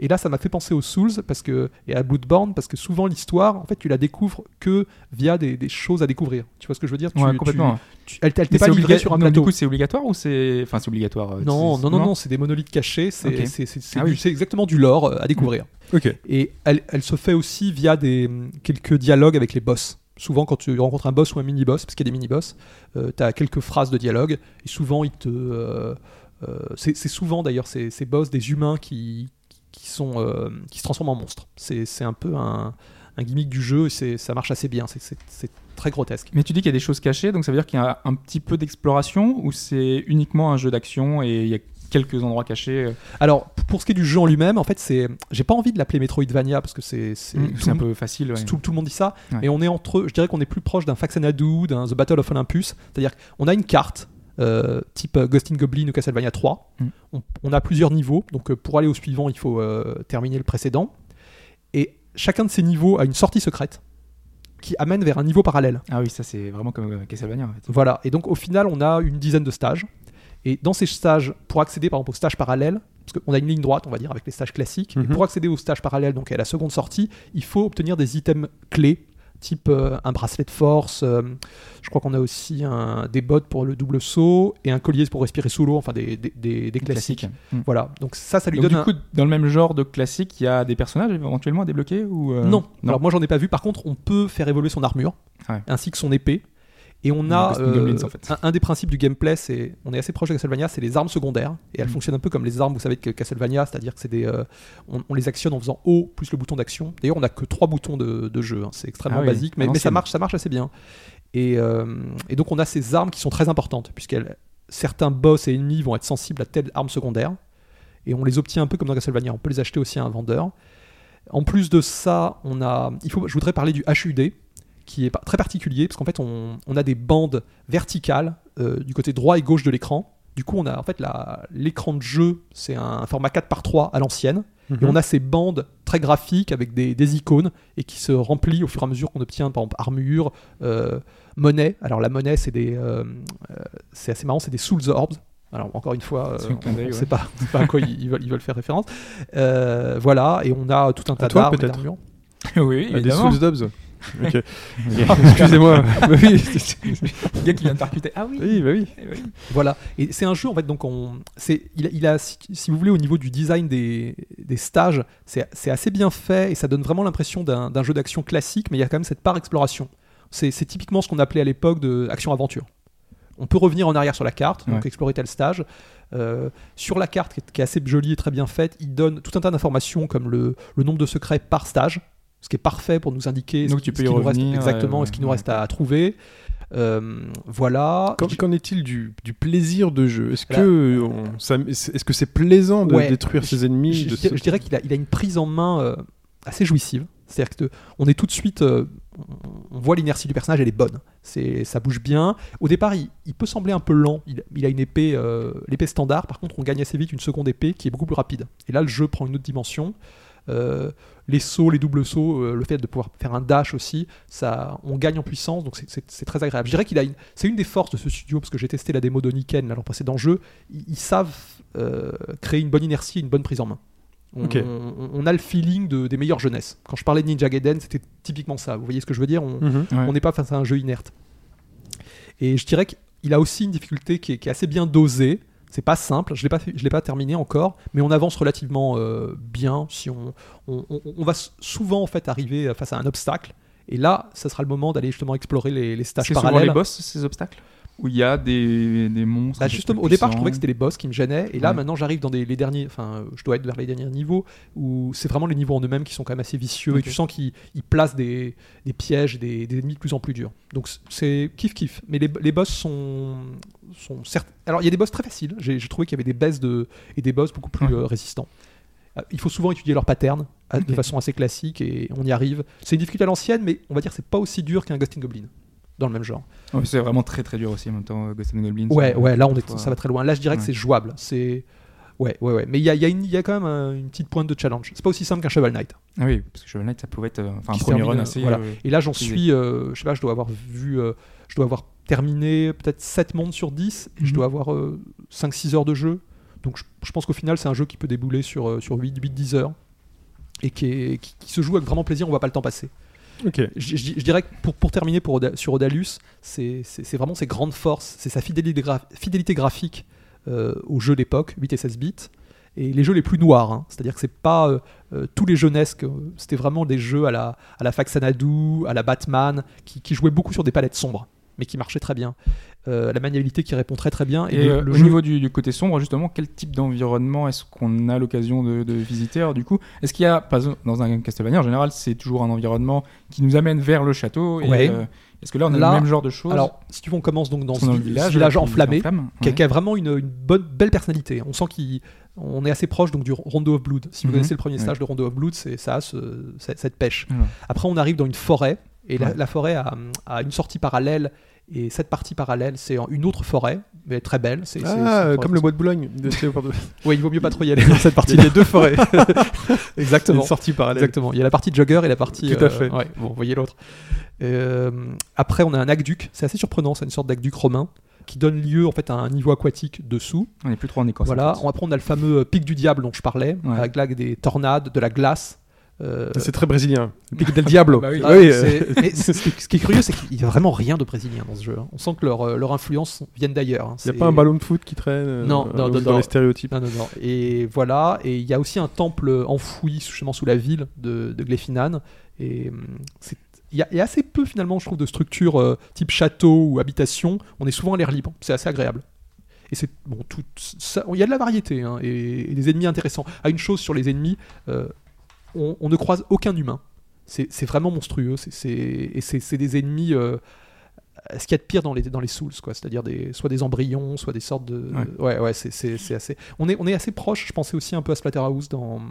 Speaker 4: Et là, ça m'a fait penser aux Souls parce que, et à Bloodborne parce que souvent l'histoire, en fait, tu la découvres que via des, des choses à découvrir. Tu vois ce que je veux dire Tu-
Speaker 5: ouais,
Speaker 4: tu-
Speaker 5: complètement.
Speaker 4: tu- elle t'est
Speaker 5: Mais
Speaker 4: pas
Speaker 5: c'est
Speaker 4: livrée
Speaker 5: obliga-
Speaker 4: sur un
Speaker 5: donc,
Speaker 4: plateau.
Speaker 5: Du coup, c'est obligatoire ou c'est. Enfin, c'est obligatoire. euh,
Speaker 4: Non,
Speaker 5: c'est-
Speaker 4: non, non, non, c'est des monolithes cachés, c'est
Speaker 5: Ok.
Speaker 4: c'est- c'est- c'est
Speaker 5: Ah
Speaker 4: du-
Speaker 5: oui.
Speaker 4: c'est exactement du lore euh, à découvrir.
Speaker 2: Ok.
Speaker 4: Et elle, elle se fait aussi via des, hum, quelques dialogues avec les boss. Souvent, quand tu rencontres un boss ou un mini-boss, parce qu'il y a des mini-boss, tu as quelques phrases de dialogue, et souvent, ils te. euh, euh, c'est c'est souvent d'ailleurs ces, ces boss des humains qui, qui, sont, euh, qui se transforment en monstres. C'est c'est un peu un, un gimmick du jeu, et c'est- ça marche assez bien, c'est- c'est c'est très grotesque.
Speaker 5: Mais tu dis qu'il y a des choses cachées, donc ça veut dire qu'il y a un petit peu d'exploration ou c'est uniquement un jeu d'action et il y a quelques endroits cachés. euh,
Speaker 4: Alors, p- pour ce qui est du jeu en lui-même, en fait, c'est, j'ai pas envie de l'appeler Metroidvania parce que c'est, c'est,
Speaker 5: C'est
Speaker 4: tout,
Speaker 5: un peu facile. ouais.
Speaker 4: tout- tout le monde dit ça,
Speaker 5: Ouais.
Speaker 4: et on est entre, je dirais qu'on est plus proche d'un Faxanadu, d'un The Battle of Olympus, c'est-à-dire qu'on a une carte. euh, type euh, Ghost in Goblin ou Castlevania 3.
Speaker 5: Mm.
Speaker 4: On, on a plusieurs niveaux, donc euh, pour aller au suivant, il faut euh, terminer le précédent. Et chacun de ces niveaux a une sortie secrète qui amène vers un niveau parallèle.
Speaker 5: Ah oui, ça c'est vraiment comme euh, Castlevania en fait.
Speaker 4: Voilà, et donc au final, on a une dizaine de stages. Et dans ces stages, pour accéder par exemple au stage parallèle, parce qu'on a une ligne droite, on va dire, avec les stages classiques, et
Speaker 2: Mhm.
Speaker 4: pour accéder au stage parallèle, donc à la seconde sortie, il faut obtenir des items clés type euh, un bracelet de force. euh, je crois qu'on a aussi un, des bottes pour le double saut et un collier pour respirer sous l'eau. Enfin, des, des, des- des classiques.
Speaker 5: Hmm.
Speaker 4: Voilà. Donc ça, ça lui
Speaker 5: Donc,
Speaker 4: donne.
Speaker 5: du
Speaker 4: un-
Speaker 5: coup, dans le même genre de classique, il y a des personnages éventuellement à débloquer ou euh,
Speaker 4: Non. Alors moi, j'en ai pas vu. Par contre, on peut faire évoluer son armure
Speaker 5: Ouais.
Speaker 4: ainsi que son épée. Et on
Speaker 5: Ouais,
Speaker 4: a euh,
Speaker 5: parce que Goblins, en fait.
Speaker 4: un, un des principes du gameplay, c'est on est assez proche de Castlevania, c'est les armes secondaires et elles
Speaker 5: Mm.
Speaker 4: fonctionnent un peu comme les armes, vous savez que Castlevania, c'est-à-dire que c'est des euh, on, on les actionne en faisant haut plus le bouton d'action. D'ailleurs, on n'a que trois boutons de, de jeu, hein. c'est extrêmement
Speaker 5: Ah oui,
Speaker 4: basique, mais,
Speaker 5: à
Speaker 4: mais ça
Speaker 5: l'ancienne.
Speaker 4: marche, ça marche assez bien. Et, euh, et donc on a ces armes qui sont très importantes puisqu'elles certains boss et ennemis vont être sensibles à telle arme secondaire et on les obtient un peu comme dans Castlevania. On peut les acheter aussi à un vendeur. En plus de ça, on a, il faut, je voudrais parler du HUD qui est pas- très particulier parce qu'en fait on, on a des bandes verticales euh, du côté droit et gauche de l'écran. Du coup, on a en fait la- l'écran de jeu, c'est un format 4 par 3 à l'ancienne. Et
Speaker 2: Mhm.
Speaker 4: on a ces bandes très graphiques avec des, des icônes et qui se remplissent au fur et à mesure qu'on obtient, par exemple, armure, euh, monnaie. Alors la monnaie, c'est des, euh, euh, c'est assez marrant, c'est des Souls Orbs. Alors encore une fois, euh,
Speaker 5: C'est un clin
Speaker 4: on
Speaker 5: d'œil,
Speaker 4: ne
Speaker 5: ouais.
Speaker 4: sait pas, on sait pas à quoi ils, ils veulent, ils veulent faire référence. Euh, voilà, et on a tout un tas
Speaker 2: toi,
Speaker 4: d'armes, et
Speaker 2: peut-être.
Speaker 4: d'armures.
Speaker 5: [laughs] oui,
Speaker 2: Ah, des
Speaker 5: évidemment.
Speaker 2: Souls
Speaker 4: [laughs]
Speaker 2: Dobbs. [laughs] Ok.
Speaker 5: Ah,
Speaker 4: Ah,
Speaker 5: [laughs]
Speaker 2: Excusez-moi. Bah oui, c'est-
Speaker 5: Le gars qui vient de percuter. Ah oui.
Speaker 2: oui, bah oui.
Speaker 5: Eh oui.
Speaker 4: Voilà, et c'est un jeu en fait, donc on, c'est, il, a- il a, si, si vous voulez, au niveau du design des, des stages, c'est, c'est assez bien fait et ça donne vraiment l'impression d'un, d'un jeu d'action classique, mais il y a quand même cette part exploration. C'est, c'est typiquement ce qu'on appelait à l'époque de action-aventure. On peut revenir en arrière sur la carte, donc
Speaker 5: Ouais.
Speaker 4: explorer tel stage. Euh, sur la carte, qui est, qui est assez jolie et très bien faite, il donne tout un tas d'informations comme le, le nombre de secrets par stage, ce qui est parfait pour nous indiquer
Speaker 5: Donc
Speaker 4: ce,
Speaker 5: tu
Speaker 4: ce
Speaker 5: peux y
Speaker 4: qu'il nous reste-
Speaker 5: revenir,
Speaker 4: exactement
Speaker 5: euh,
Speaker 4: ce qu'il nous
Speaker 5: ouais.
Speaker 4: reste à trouver. Euh, voilà.
Speaker 2: Qu'en- Qu'en est-il du, du plaisir de jeu Est-ce
Speaker 4: Là.
Speaker 2: que on- ça- est-ce que c'est plaisant de
Speaker 4: Ouais.
Speaker 2: détruire ses ennemis
Speaker 4: je,
Speaker 2: de
Speaker 4: je-
Speaker 2: se-
Speaker 4: je dirais qu'il a, il a une prise en main euh, assez jouissive. C'est-à-dire que te- on est tout de suite, euh, on on voit l'inertie du personnage, elle est bonne. C'est, ça bouge bien. Au départ, il, il peut sembler un peu lent. Il, il a une épée, euh, l'épée standard. Par contre, on gagne assez vite une seconde épée qui est beaucoup plus rapide. Et là, le jeu prend une autre dimension. Euh, les sauts, les doubles sauts, euh, le fait de pouvoir faire un dash aussi, ça, on gagne en puissance, donc c'est- c'est c'est très agréable. Je dirais qu'il a une, c'est une des forces de ce studio parce que j'ai testé la démo de Niken là, dans le précédent jeu. Ils, ils savent euh, créer une bonne inertie, et une bonne prise en main. On,
Speaker 2: Ok.
Speaker 4: on- on a le feeling de- des meilleures jeunesses. Quand je parlais de Ninja Gaiden, c'était typiquement ça. Vous voyez ce que je veux dire On-
Speaker 2: Mhm.
Speaker 5: Ouais.
Speaker 4: on n'est pas face à un jeu inerte. Et je dirais qu'il a aussi une difficulté qui est, qui est assez bien dosée. C'est pas simple, je l'ai pas, fait- je l'ai pas terminé encore, mais on avance relativement euh, bien. Si on, on, on- on va s- souvent en fait arriver face à un obstacle, et là, ça sera le moment d'aller justement explorer les, les stages
Speaker 5: C'est souvent les
Speaker 4: parallèles.
Speaker 5: boss ces obstacles où il y a des, des monstres.
Speaker 4: Bah,
Speaker 5: un peu
Speaker 4: justement,
Speaker 5: plus
Speaker 4: au départ, je
Speaker 5: puissants.
Speaker 4: trouvais que c'était les boss qui me gênaient, et là,
Speaker 5: Ouais.
Speaker 4: maintenant, j'arrive dans des, les derniers. Enfin, euh, je dois être vers les derniers niveaux où c'est vraiment les niveaux en eux-mêmes qui sont quand même assez vicieux, et
Speaker 5: Ok.
Speaker 4: tu sens qu'ils ils placent des, des pièges, des, des ennemis de plus en plus durs. Donc c- c'est kiff kiff. Mais les, les boss sont sont certes. Alors il y a des boss très faciles. J'ai j'ai trouvé qu'il y avait des baisses de et des boss beaucoup plus
Speaker 5: Ouais.
Speaker 4: euh, résistants. Euh, Il faut souvent étudier leurs patterns à- de
Speaker 5: Ok.
Speaker 4: façon assez classique et on y arrive. C'est une difficulté à l'ancienne, mais on va dire que c'est pas aussi dur qu'un Ghosting Goblin dans le même genre.
Speaker 5: Ouais, c'est vraiment très très dur aussi en même temps. euh, Ghost and Goblins.
Speaker 4: Ouais,
Speaker 5: euh,
Speaker 4: ouais, là on est,
Speaker 5: parfois.
Speaker 4: ça va très loin. Là je dirais que
Speaker 5: Ouais.
Speaker 4: c'est jouable. C'est ouais, ouais, ouais. Mais il y a, il y a une- il y a quand même euh, une petite pointe de challenge. C'est pas aussi simple qu'un Shovel Knight.
Speaker 5: Ah oui, parce que Shovel Knight ça pouvait être euh, enfin un
Speaker 4: Qui se
Speaker 5: premier
Speaker 4: termine,
Speaker 5: run
Speaker 4: euh,
Speaker 5: assez.
Speaker 4: voilà.
Speaker 5: euh,
Speaker 4: Et là j'en
Speaker 5: Excusez.
Speaker 4: suis, euh, je sais pas, je dois avoir vu, euh, je dois avoir terminé peut-être 7 mondes sur 10 et je
Speaker 5: Mhm.
Speaker 4: dois avoir 5-6 heures de jeu. Donc je, je pense qu'au final c'est un jeu qui peut débouler sur, euh, sur 8-10 heures et qui, est- qui- qui se joue avec vraiment plaisir, on va pas le temps passer.
Speaker 2: Ok.
Speaker 4: Je, je- je dirais que pour, pour terminer pour Oda- sur Odalus, c'est c'est- c'est vraiment ses grandes forces, c'est sa fidélité, gra- fidélité graphique euh, aux jeux d'époque, 8 et 16 bits, et les jeux les plus noirs. hein. C'est-à-dire que c'est pas euh, euh, tous les jeunesques, euh, c'était vraiment des jeux à la, à la Faxanadu, à la Batman, qui, qui jouaient beaucoup sur des palettes sombres, mais qui marchaient très bien. Euh, la maniabilité qui répond très très bien. Et,
Speaker 5: Et
Speaker 4: le,
Speaker 5: euh,
Speaker 4: le
Speaker 5: au
Speaker 4: jeu-
Speaker 5: niveau du, du côté sombre, justement, quel type d'environnement est-ce qu'on a l'occasion de, de visiter Alors, Du coup, est-ce qu'il y a, par exemple, dans un Castlevania, en général, c'est toujours un environnement qui nous amène vers le château et,
Speaker 4: Ouais.
Speaker 5: euh, Est-ce que là, on a
Speaker 4: Là,
Speaker 5: le même genre de choses
Speaker 4: Alors, si tu veux, on commence donc dans
Speaker 5: Parce
Speaker 4: ce,
Speaker 5: qu'on est
Speaker 4: vi- ce village
Speaker 5: qui- qui
Speaker 4: enflammé.
Speaker 5: s'enflamme,
Speaker 4: qui, a-
Speaker 5: ouais.
Speaker 4: qui a vraiment une, une bonne, belle personnalité. On sent qu'on est assez proche donc du Rondo of Blood. Si vous
Speaker 5: Mhm.
Speaker 4: connaissez le premier stage de Rondo of Blood, c'est ça, a ce- cette, cette pêche.
Speaker 5: Alors,
Speaker 4: Après, on arrive dans une forêt et la,
Speaker 5: Ouais.
Speaker 4: la forêt a, a une sortie parallèle. Et cette partie parallèle, c'est en- une autre forêt, mais très belle. C'est- c'est-
Speaker 2: Ah,
Speaker 4: c'est-
Speaker 2: comme le bois de
Speaker 4: [laughs]
Speaker 2: Boulogne. De... c'est- pardon.
Speaker 4: Ouais, il vaut mieux pas trop y
Speaker 2: [laughs]
Speaker 4: aller dans cette partie.
Speaker 2: Il y a deux forêts. C'est une
Speaker 4: [laughs] Exactement.
Speaker 2: sortie parallèle.
Speaker 4: Exactement. Il y a la partie jogger et la partie.
Speaker 2: Tout à
Speaker 4: euh,
Speaker 2: fait.
Speaker 4: ouais, bon, vous voyez l'autre. Euh, après, on a un aqueduc. C'est assez surprenant. C'est une sorte d'aqueduc romain qui donne lieu en fait à un niveau aquatique dessous.
Speaker 5: on n'est plus trop en Écosse.
Speaker 4: Voilà,
Speaker 5: en fait.
Speaker 4: on va prendre le fameux euh, pic du diable dont je parlais,
Speaker 5: Ouais.
Speaker 4: avec la- des tornades, de la glace, Euh,
Speaker 2: C'est très brésilien.
Speaker 4: Pic del [laughs] Diablo.
Speaker 5: Bah oui.
Speaker 2: Ah oui, [laughs]
Speaker 4: ce qui est curieux, c'est qu'il n'y a vraiment rien de brésilien dans ce jeu. hein. On sent que leur, euh, leur influence viennent d'ailleurs. hein.
Speaker 2: Il n'y
Speaker 4: C'est-
Speaker 2: a pas un ballon de foot qui traîne euh,
Speaker 4: Non,
Speaker 2: euh,
Speaker 4: non,
Speaker 2: dans,
Speaker 4: non, non.
Speaker 2: les stéréotypes.
Speaker 4: Non, non, non. Et voilà. Et il y a aussi un temple enfoui justement sous la ville de, de Glefinan. Et hum, c'est- il y, a- il y a assez peu finalement, je trouve, de structures euh, type château ou habitation. On est souvent à l'air libre. C'est assez agréable. Et c'est bon, tout ça. Il y a de la variété hein, et, et des ennemis intéressants. À une chose sur les ennemis, euh, on, on ne croise aucun humain. C'est c'est vraiment monstrueux. C'est- c'est- et c'est c'est des ennemis. euh, ce qu'il y a de pire dans les, dans les Souls, quoi. C'est-à-dire des, soit des embryons, soit des sortes de.
Speaker 5: Ouais.
Speaker 4: Ouais, ouais, c'est- c'est c'est assez. On est, on est assez proche, je pensais aussi un peu à Splatterhouse dans. dans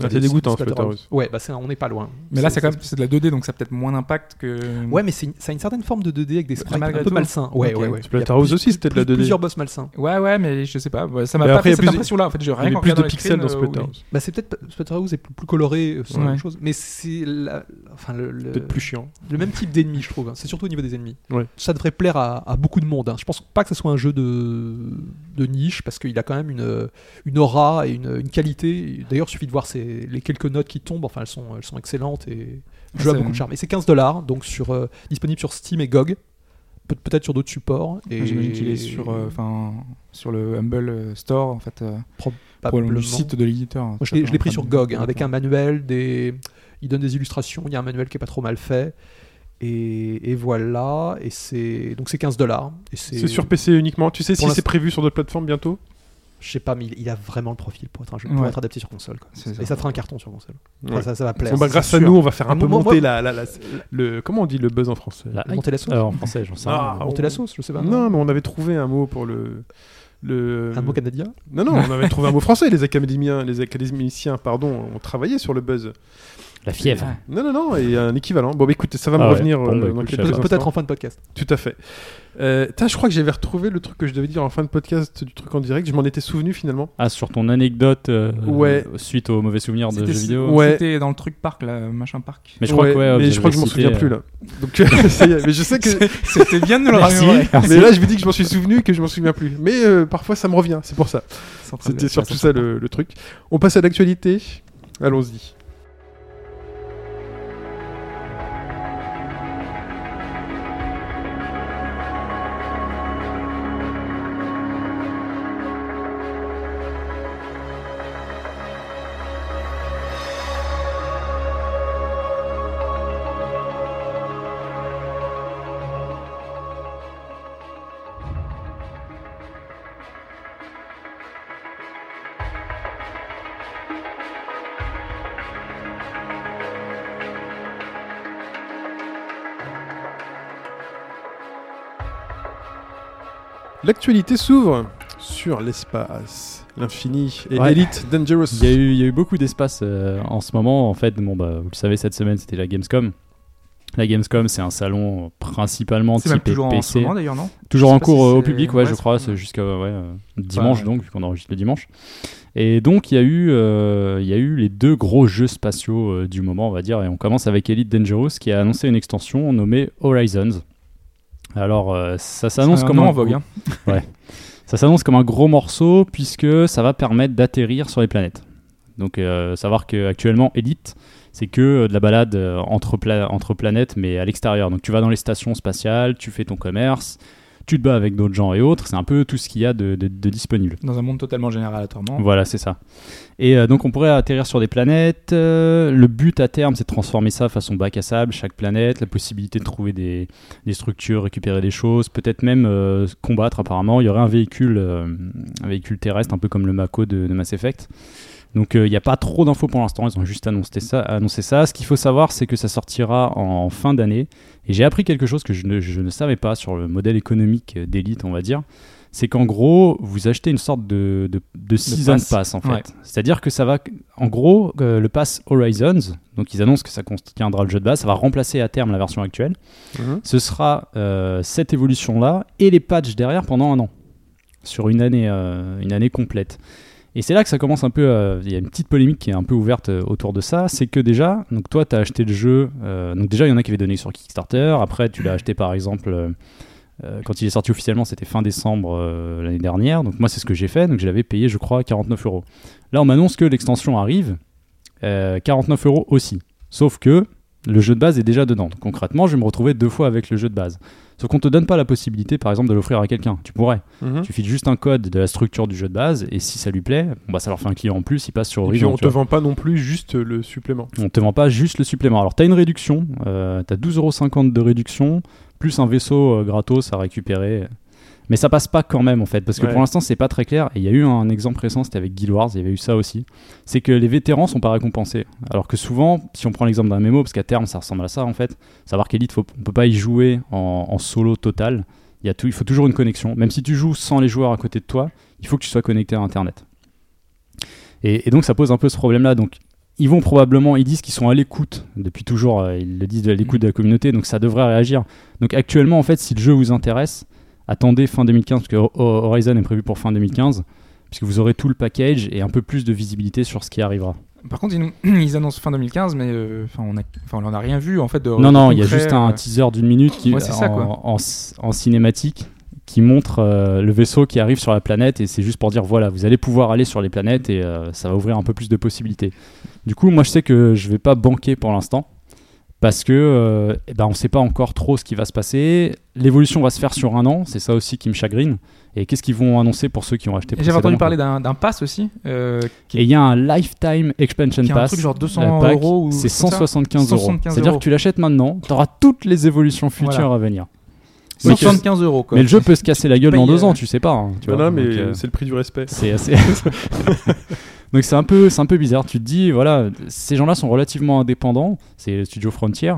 Speaker 2: Ah, c'est
Speaker 4: les-
Speaker 2: dégoûtant, Splatterhouse.
Speaker 4: Ouais, bah c'est un- on n'est pas loin.
Speaker 5: Mais là, c'est quand même c'est de la 2D, donc ça a peut-être moins d'impact que.
Speaker 4: Ouais, mais c'est une- ça a une certaine forme de 2D avec des sprites
Speaker 5: malgré
Speaker 4: un peu
Speaker 5: tout.
Speaker 4: malsains. Ouais,
Speaker 5: Ok.
Speaker 4: ouais, ouais.
Speaker 2: Splatterhouse
Speaker 4: Il y a plus-
Speaker 2: aussi, c'était de la
Speaker 4: plus-
Speaker 2: 2D.
Speaker 4: Plusieurs boss malsains.
Speaker 5: Ouais, ouais, mais je sais pas. ouais, Ça m'a
Speaker 2: Mais
Speaker 5: pas
Speaker 2: après, il y a
Speaker 5: fait cette
Speaker 2: plus-
Speaker 5: impression-là. En fait,
Speaker 2: Il
Speaker 5: j'ai
Speaker 2: y
Speaker 5: rien
Speaker 2: avait
Speaker 5: qu'en
Speaker 2: plus de
Speaker 5: regardant les
Speaker 2: pixels dans
Speaker 5: films,
Speaker 2: hein.
Speaker 5: euh, oui.
Speaker 2: Splatterhouse.
Speaker 4: Bah c'est peut-être Splatterhouse est plus, plus coloré, euh, c'est la
Speaker 5: Ouais.
Speaker 4: même chose. Mais c'est la- enfin le, le-
Speaker 2: Peut-être plus chiant.
Speaker 4: le même type d'ennemi, je trouve. hein. C'est surtout au niveau des ennemis.
Speaker 2: Ouais.
Speaker 4: Ça devrait plaire à, à beaucoup de monde. hein. Je pense pas que ce soit un jeu de, de niche parce qu'il a quand même une, euh, une aura et une, une qualité. D'ailleurs, il suffit de voir ses- les quelques notes qui tombent. Enfin, elles sont, elles sont excellentes et le jeu a
Speaker 5: Ah, c'est-
Speaker 4: beaucoup de charme. Et c'est 15 dollars, donc sur, euh, disponible sur Steam et GOG, peut- peut-être sur d'autres supports. Et
Speaker 5: Ah, J'imagine qu'il est sur, euh, enfin, sur le Humble euh, Store, en fait, euh,
Speaker 4: probablement.
Speaker 5: probablement le site de l'éditeur.
Speaker 4: Moi, je l'ai- je l'ai pris sur GOG, hein, avec un manuel, des... il donne des illustrations, il y a un manuel qui est pas trop mal fait. Et, et voilà, et c'est donc c'est 15 dollars.
Speaker 2: C'est sur PC uniquement. Tu sais si
Speaker 4: l'instant-
Speaker 2: c'est prévu sur d'autres plateformes bientôt
Speaker 4: Je sais pas, mais il, il a vraiment le profil pour être, un jeu, pour
Speaker 5: Ouais.
Speaker 4: être adapté sur console. quoi.
Speaker 5: C'est
Speaker 4: Et ça fera un carton sur console. Enfin,
Speaker 2: Ouais.
Speaker 4: ça, ça va plaire.
Speaker 2: Bon, bah,
Speaker 4: c'est
Speaker 2: Grâce à
Speaker 4: sûr.
Speaker 2: nous, on va faire un peu
Speaker 4: Moi- moi-
Speaker 2: monter la, la- la- le. Comment on dit le buzz en français
Speaker 3: La hype.
Speaker 4: Monter Ah, la sauce.
Speaker 3: Alors, en français, j'en sais
Speaker 2: Ah,
Speaker 3: rien. hein.
Speaker 4: Monter la sauce, je sais pas.
Speaker 2: Non, mais on avait trouvé un mot pour le. le...
Speaker 4: Un mot canadien
Speaker 2: Non, non, on avait trouvé un mot français. Les académiens, les académiciens, pardon, ont travaillé sur le buzz.
Speaker 3: La fièvre.
Speaker 2: Non, non, non, et un équivalent. Bon, bah, écoute, ça va me
Speaker 3: Ah ouais.
Speaker 2: revenir
Speaker 3: Bon,
Speaker 2: euh,
Speaker 3: bah,
Speaker 2: dans
Speaker 3: écoute,
Speaker 2: quelques
Speaker 3: je sais
Speaker 4: Peut-
Speaker 3: pas.
Speaker 2: instants.
Speaker 4: Peut-être en fin de podcast.
Speaker 2: Tout à fait. Euh, tain, je crois que j'avais retrouvé le truc que je devais dire en fin de podcast du truc en direct. Je m'en étais souvenu finalement.
Speaker 3: Ah, sur ton anecdote euh,
Speaker 2: Ouais.
Speaker 3: suite aux mauvais souvenirs de
Speaker 5: C'était
Speaker 3: jeux vidéo.
Speaker 2: Ouais.
Speaker 5: c'était dans le truc parc, là, machin
Speaker 4: [laughs]
Speaker 5: parc.
Speaker 3: Mais je crois que ouais,
Speaker 2: mais
Speaker 3: vous
Speaker 2: je crois que je m'en
Speaker 3: avez cité, euh.
Speaker 2: souviens plus là. Donc euh, [laughs] ça y est, mais je sais que
Speaker 3: [laughs]
Speaker 5: [laughs] C'était bien de nous le
Speaker 3: Merci.
Speaker 4: [laughs]
Speaker 5: rappeler.
Speaker 2: mais là je vous dis que je m'en suis souvenu et que je m'en souviens plus. Mais euh, parfois ça me revient, c'est pour
Speaker 3: Ah,
Speaker 2: ça. C'était
Speaker 3: Bah,
Speaker 2: surtout ça le, le truc. On passe à l'actualité. Allons-y. L'actualité s'ouvre sur l'espace, l'infini et
Speaker 3: Ouais.
Speaker 2: l'élite dangerous.
Speaker 3: euh, Il y, a eu, il y a eu beaucoup d'espace euh, en ce moment. En fait, bon, bah, vous le savez, cette semaine, c'était la Gamescom. La Gamescom, c'est un salon principalement
Speaker 5: C'est même
Speaker 3: type
Speaker 5: toujours en ce
Speaker 3: PC.
Speaker 5: moment d'ailleurs, non
Speaker 3: Toujours
Speaker 5: Je sais
Speaker 3: en
Speaker 5: pas
Speaker 3: cours
Speaker 5: si
Speaker 3: euh, au
Speaker 5: c'est-
Speaker 3: public, ouais,
Speaker 5: ouais,
Speaker 3: je
Speaker 5: c'est-
Speaker 3: crois, c'est jusqu'à ouais, euh, dimanche
Speaker 5: ouais.
Speaker 3: donc, vu qu'on enregistre le dimanche. Et donc il y a eu, euh, il y a eu les deux gros jeux spatiaux euh, du moment, on va dire, et on commence avec Elite Dangerous qui a annoncé une extension nommée Horizons. Alors euh, ça s'annonce
Speaker 5: C'est un
Speaker 3: comme
Speaker 5: nom
Speaker 3: un
Speaker 5: en vogue. hein.
Speaker 3: ça s'annonce comme un gros morceau puisque ça va permettre d'atterrir sur les planètes. Donc euh, savoir qu'actuellement Elite, c'est que euh, de la balade euh, entre, pla- entre planètes mais à l'extérieur. Donc tu vas dans les stations spatiales, tu fais ton commerce, tu te bats avec d'autres gens et autres. C'est un peu tout ce qu'il y a de- de- de disponible.
Speaker 5: Dans un monde totalement général, atoirement.
Speaker 3: Voilà, c'est ça. Et euh, donc on pourrait atterrir sur des planètes. euh, le but à terme, c'est de transformer ça façon bac à sable, chaque planète, la possibilité de trouver des, des structures, récupérer des choses, peut-être même euh, combattre apparemment. Il y aurait un véhicule, euh, un véhicule terrestre, un peu comme le Mako de, de Mass Effect. Donc euh, il n'y a pas trop d'infos pour l'instant, ils ont juste annoncé ça. Annoncé ça. Ce qu'il faut savoir, c'est que ça sortira en fin d'année. Et j'ai appris quelque chose que je ne, je ne savais pas sur le modèle économique euh, d'élite, on va dire. C'est qu'en gros, vous achetez une sorte de, de, de season
Speaker 5: pass.
Speaker 3: pass. en fait.
Speaker 5: Ouais.
Speaker 3: C'est-à-dire que ça va, en gros, euh, le pass Horizons, donc ils annoncent que ça contiendra le jeu de base, ça va remplacer à terme la version actuelle.
Speaker 2: Mhm.
Speaker 3: Ce sera euh, cette évolution-là et les patchs derrière pendant un an, sur une année, euh, une année complète. Et c'est là que ça commence un peu. euh, Il y a une petite polémique qui est un peu ouverte euh, autour de ça. C'est que déjà, donc toi, tu as acheté le jeu. euh, donc déjà, il y en a qui avaient donné sur Kickstarter. Après, tu l'as acheté par exemple. euh, euh, quand il est sorti officiellement, c'était fin décembre euh, l'année dernière. Donc moi, c'est ce que j'ai fait. Donc je l'avais payé, je crois, 49 euros. Là, on m'annonce que l'extension arrive. euh, 49 euros aussi. Sauf que le jeu de base est déjà dedans. Donc, concrètement, je vais me retrouver deux fois avec le jeu de base. Sauf qu'on te donne pas la possibilité, par exemple, de l'offrir à quelqu'un. Tu pourrais.
Speaker 2: Mhm.
Speaker 3: Tu files juste un code de la structure du jeu de base et si ça lui plaît, bon, bah, ça leur fait un client en plus, il passe
Speaker 2: Et
Speaker 3: sur
Speaker 2: puis
Speaker 3: Horizon.
Speaker 2: on
Speaker 3: tu
Speaker 2: te
Speaker 3: vois.
Speaker 2: vend pas non plus juste le supplément.
Speaker 3: On te vend pas juste le supplément. Alors t'as une réduction, euh, t'as 12,50€ de réduction, plus un vaisseau euh, gratos à récupérer. Mais ça passe pas quand même en fait, parce que
Speaker 2: Ouais.
Speaker 3: pour l'instant c'est pas très clair. Et il y a eu un exemple récent, c'était avec Guild Wars, il y avait eu ça aussi. C'est que les vétérans sont pas récompensés. Alors que souvent, si on prend l'exemple d'un MMO, parce qu'à terme ça ressemble à ça en fait, savoir qu'Elite, faut- on peut pas y jouer en, en solo total. Il, y a tout, il faut toujours une connexion. Même si tu joues sans les joueurs à côté de toi, il faut que tu sois connecté à Internet. Et, et donc ça pose un peu ce problème-là. Donc ils vont probablement, ils disent qu'ils sont à l'écoute depuis toujours, euh, ils le disent de l'écoute de la communauté, donc ça devrait réagir. Donc actuellement, en fait, si le jeu vous intéresse, attendez fin 2015, parce que Ho- Ho- Horizon est prévu pour fin 2015, puisque vous aurez tout le package et un peu plus de visibilité sur ce qui arrivera.
Speaker 5: Par contre, ils, nous- [clears throat] ils annoncent fin 2015, mais euh, enfin, on a, enfin, on en a rien vu en fait. De,
Speaker 3: non,
Speaker 5: de
Speaker 3: non, il y a
Speaker 5: concret,
Speaker 3: juste un
Speaker 5: euh,
Speaker 3: teaser d'une minute qui,
Speaker 5: Ouais, c'est ça,
Speaker 3: en,
Speaker 5: quoi.
Speaker 3: en c- en cinématique qui montre euh, le vaisseau qui arrive sur la planète et c'est juste pour dire voilà, vous allez pouvoir aller sur les planètes et euh, ça va ouvrir un peu plus de possibilités. Du coup, moi je sais que je vais pas banquer pour l'instant parce que euh, eh ben, on sait pas encore trop ce qui va se passer. L'évolution va se faire sur un an, c'est ça aussi qui me chagrine. Et qu'est-ce qu'ils vont annoncer pour ceux qui ont acheté
Speaker 5: et J'avais entendu
Speaker 3: précédemment, quoi.
Speaker 5: parler d'un d'un pass aussi, euh, qui,
Speaker 3: Et il y a un lifetime expansion
Speaker 5: qui est un
Speaker 3: pass.
Speaker 5: truc genre 200
Speaker 3: la PAC,
Speaker 5: euros ou
Speaker 3: c'est
Speaker 5: comme ça.
Speaker 3: 175 euros.
Speaker 5: 175
Speaker 3: C'est-à-dire
Speaker 5: euros.
Speaker 3: que tu l'achètes maintenant, tu auras toutes les évolutions futures
Speaker 5: Voilà.
Speaker 3: à venir. Mais, tu-
Speaker 5: 175 euros quoi.
Speaker 3: mais le jeu peut se casser la gueule
Speaker 5: payes,
Speaker 3: dans deux
Speaker 5: euh,
Speaker 3: ans, tu sais pas. hein, tu
Speaker 2: Non,
Speaker 3: vois,
Speaker 2: non, mais
Speaker 3: donc, euh,
Speaker 2: c'est le prix du respect.
Speaker 3: c'est assez. [laughs] donc c'est un peu, c'est un peu bizarre. Tu te dis, voilà, ces gens-là sont relativement indépendants. C'est le studio Frontier.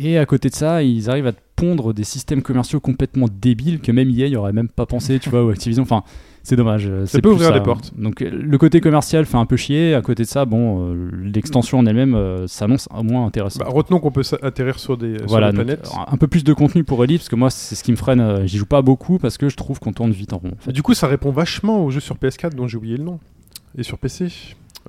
Speaker 3: Et à côté de ça, ils arrivent à te pondre des systèmes commerciaux complètement débiles que même EA n'y aurait même pas pensé, tu vois, ou Activision. Enfin, c'est dommage. euh, c'est
Speaker 2: peut
Speaker 3: plus
Speaker 2: ouvrir des portes.
Speaker 3: Donc euh, le côté commercial fait un peu chier. À côté de ça, bon, euh, l'extension en elle-même euh, s'annonce au moins intéressante.
Speaker 2: Bah, retenons qu'on peut s- atterrir sur des, sur
Speaker 3: voilà,
Speaker 2: des
Speaker 3: donc,
Speaker 2: planètes.
Speaker 3: euh, un peu plus de contenu pour Elite, parce que moi, c'est ce qui me freine. euh, J'y joue pas beaucoup parce que je trouve qu'on tourne vite en rond. en fait.
Speaker 2: Ah, Du coup, ça répond vachement aux jeux sur PS4 dont j'ai oublié le nom. Et sur PC.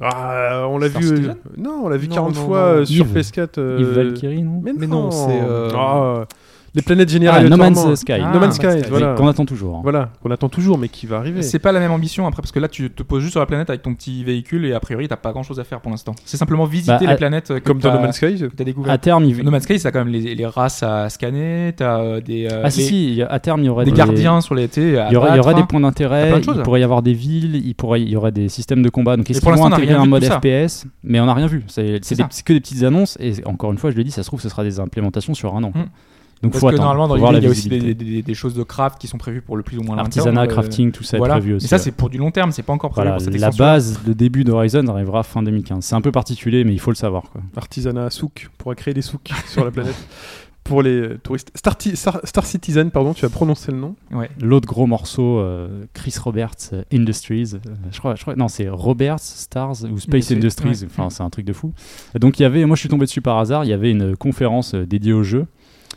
Speaker 2: Ah, on l'a
Speaker 5: Star
Speaker 2: vu. euh,
Speaker 5: Citizen
Speaker 2: Non, on l'a vu
Speaker 4: Non,
Speaker 2: 40
Speaker 4: non,
Speaker 2: fois
Speaker 4: non.
Speaker 2: euh, sur
Speaker 3: Yves.
Speaker 2: PS4. euh,
Speaker 3: Yves Valkyrie, non
Speaker 2: Mais non,
Speaker 4: Mais non, c'est, euh,
Speaker 2: Ah, les planètes
Speaker 3: Ah,
Speaker 2: générales.
Speaker 3: No Man's
Speaker 2: notamment.
Speaker 3: Sky.
Speaker 5: Ah,
Speaker 2: No Man's
Speaker 5: No Man's
Speaker 2: Sky,
Speaker 5: Sky.
Speaker 2: voilà.
Speaker 3: Qu'on attend toujours. hein.
Speaker 2: Voilà, qu'on attend toujours, mais qui va arriver.
Speaker 5: C'est pas la même ambition après, parce que là tu te poses juste sur la planète avec ton petit véhicule et a priori t'as pas grand chose à faire pour l'instant. C'est simplement visiter
Speaker 3: Bah, à-
Speaker 5: les planètes euh, que
Speaker 2: Comme dans
Speaker 5: t'as-
Speaker 2: No Man's Sky.
Speaker 5: que t'as découvert.
Speaker 3: À terme, il...
Speaker 5: No Man's Sky, ça a quand même les, les races à scanner, t'as euh, des, euh,
Speaker 3: ah, si,
Speaker 5: les-
Speaker 3: si, il y a- à terme, il y aurait
Speaker 5: des gardiens sur les. tu sais, à
Speaker 3: Il y, aurait, il y
Speaker 5: battre,
Speaker 3: aurait des points
Speaker 5: hein. y a plein
Speaker 3: d'intérêt,
Speaker 5: de choses.
Speaker 3: il pourrait y avoir des villes, il, pourrait, il y aurait des systèmes de combat. Donc,
Speaker 5: Et
Speaker 3: est-ce
Speaker 5: pour
Speaker 3: qu'ils vont
Speaker 5: l'instant, on
Speaker 3: intégrer
Speaker 5: n'a rien
Speaker 3: un
Speaker 5: vu de
Speaker 3: mode
Speaker 5: tout ça.
Speaker 3: FPS Mais on n'a rien vu. C'est c'est
Speaker 5: C'est
Speaker 3: des-
Speaker 5: ça.
Speaker 3: c'est que des petites annonces. Et encore une fois, je le dis, ça se trouve, ce sera des implémentations sur un an. quoi.
Speaker 5: Mm.
Speaker 3: Donc,
Speaker 5: Parce
Speaker 3: faut
Speaker 5: que
Speaker 3: attendre,
Speaker 5: normalement, dans
Speaker 3: faut
Speaker 5: les
Speaker 3: voir
Speaker 5: jeux,
Speaker 3: la
Speaker 5: il y a aussi des,
Speaker 3: visibilité.
Speaker 5: des- des choses de craft qui sont prévues pour le plus ou moins long
Speaker 3: Artisanat,
Speaker 5: terme, euh,
Speaker 3: crafting, tout ça est
Speaker 5: voilà.
Speaker 3: prévu aussi.
Speaker 5: Et ça,
Speaker 3: ouais.
Speaker 5: c'est pour du long terme, c'est pas encore prévu
Speaker 3: Voilà,
Speaker 5: pour cette
Speaker 3: la
Speaker 5: extension.
Speaker 3: base, le début d'Horizon arrivera fin 2015. C'est un peu particulier, mais il faut le savoir. Quoi.
Speaker 2: Artisanat à souk. On pourra créer des souks [laughs] sur la planète. Pour les euh, touristes. Star, Ti- Star- Star Citizen, pardon, tu as prononcé le nom.
Speaker 5: Ouais.
Speaker 3: L'autre gros morceau, euh, Chris Roberts euh, Industries. euh, je, crois, je crois, non, c'est Roberts Stars ou Space
Speaker 5: Industries,
Speaker 3: Industries.
Speaker 5: ouais.
Speaker 3: Enfin, c'est un truc de fou. Donc, il y avait, moi, je suis tombé dessus par hasard. Il y avait une conférence euh, dédiée au jeu.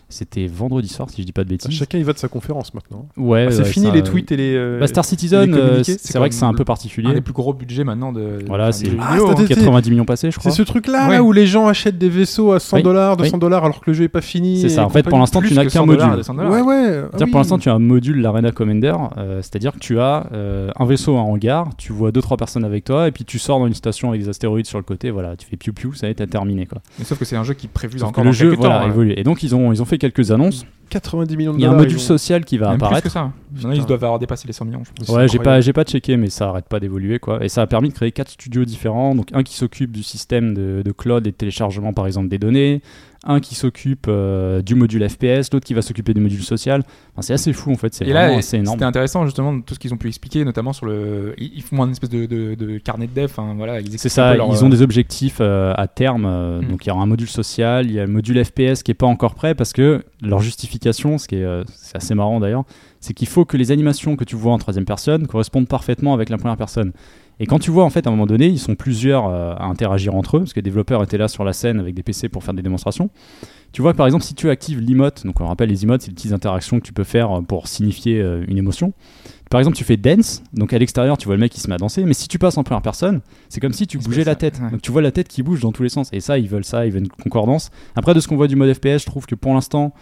Speaker 3: C'était vendredi soir, si je dis pas de bêtises.
Speaker 2: Chacun y va de sa conférence maintenant.
Speaker 3: Ouais,
Speaker 2: Ah, c'est
Speaker 3: Eh ouais,
Speaker 2: fini
Speaker 3: ça-
Speaker 2: les tweets et les. euh,
Speaker 3: Bah, Star Citizen,
Speaker 2: les communiqués,
Speaker 3: euh,
Speaker 2: c'est
Speaker 3: c'est
Speaker 5: quand
Speaker 3: c'est vrai que
Speaker 5: même
Speaker 3: c'est un
Speaker 5: le-
Speaker 3: peu
Speaker 5: Un
Speaker 3: particulier.
Speaker 5: des plus gros budgets maintenant de.
Speaker 3: Voilà,
Speaker 5: enfin, des
Speaker 3: c'est-
Speaker 5: jeux
Speaker 2: Ah,
Speaker 5: vidéo,
Speaker 2: c'était-
Speaker 5: hein.
Speaker 3: 90 millions passés, je
Speaker 2: C'est
Speaker 3: crois.
Speaker 2: ce truc-là
Speaker 5: Ouais.
Speaker 2: là, où les gens achètent des vaisseaux à 100
Speaker 3: Oui.
Speaker 2: dollars,
Speaker 3: Oui.
Speaker 2: 200 dollars alors que le jeu est pas fini.
Speaker 3: C'est ça.
Speaker 2: et
Speaker 3: En fait,
Speaker 2: compagnie.
Speaker 3: pour l'instant,
Speaker 5: Plus
Speaker 3: tu n'as
Speaker 5: que
Speaker 3: qu'un
Speaker 5: 100 dollars,
Speaker 3: module.
Speaker 5: 200 dollars.
Speaker 2: Ouais, ouais. ah
Speaker 3: C'est-à-dire
Speaker 2: oui.
Speaker 3: pour l'instant, tu as un module, l'Arena Commander, euh, c'est-à-dire que tu as euh, un vaisseau à hangar, tu vois deux trois personnes avec toi, et puis tu sors dans une station avec des astéroïdes sur le côté, voilà, tu fais piou piou, ça y est, t'as terminé quoi.
Speaker 5: Mais sauf que c'est un jeu qui est prévu
Speaker 3: Sauf que
Speaker 5: encore
Speaker 3: le
Speaker 5: dans
Speaker 3: jeu
Speaker 5: quelques temps.
Speaker 3: voilà,
Speaker 5: hein.
Speaker 3: évolue. Et donc ils ont, ils ont fait quelques annonces,
Speaker 2: 90 millions de
Speaker 3: il y a
Speaker 2: dollars.
Speaker 3: un module
Speaker 2: ils ont-
Speaker 3: social qui va
Speaker 5: Même plus
Speaker 3: apparaître.
Speaker 5: que ça. Maintenant, ils
Speaker 2: Putain.
Speaker 5: doivent avoir dépassé les 100 millions, je pense.
Speaker 2: C'est
Speaker 3: Ouais, j'ai pas,
Speaker 2: incroyable.
Speaker 3: j'ai pas checké, mais ça arrête pas d'évoluer quoi. Et ça a permis de créer quatre studios différents. Donc un qui s'occupe du système de, de cloud et de téléchargement par exemple des données, un qui s'occupe euh, du module FPS, l'autre qui va s'occuper du module social. Enfin, c'est assez fou en fait, c'est
Speaker 5: Et là,
Speaker 3: vraiment
Speaker 5: et-
Speaker 3: assez énorme.
Speaker 5: c'était intéressant justement tout ce qu'ils ont pu expliquer, notamment sur le. Ils ils font un espèce de, de- de carnet de dev. hein, voilà, ils
Speaker 3: C'est
Speaker 5: expliquent un
Speaker 3: ça,
Speaker 5: peu leur,
Speaker 3: ils ont
Speaker 5: euh,
Speaker 3: des objectifs euh, à terme. euh,
Speaker 5: Hmm.
Speaker 3: Donc il y aura un module social, il y a le module FPS qui est pas encore prêt parce que leur justification, ce qui est, euh, c'est assez marrant d'ailleurs, c'est qu'il faut que les animations que tu vois en troisième personne correspondent parfaitement avec la première personne. Et quand tu vois en fait à un moment donné, ils sont plusieurs euh, à interagir entre eux, parce que les développeurs étaient là sur la scène avec des PC pour faire des démonstrations. Tu vois que par exemple si tu actives l'emote, donc on rappelle les emotes, c'est les petites interactions que tu peux faire euh, pour signifier euh, une émotion. Par exemple tu fais dance, donc à l'extérieur tu vois le mec qui se met à danser, mais si tu passes en première personne, c'est comme si tu
Speaker 5: Il se
Speaker 3: bougeais
Speaker 5: passe
Speaker 3: la
Speaker 5: ça,
Speaker 3: tête.
Speaker 5: ouais.
Speaker 3: Donc tu vois la tête qui bouge dans tous les sens. Et ça ils veulent ça, ils veulent une concordance. Après de ce qu'on voit du mode FPS, je trouve que pour l'instant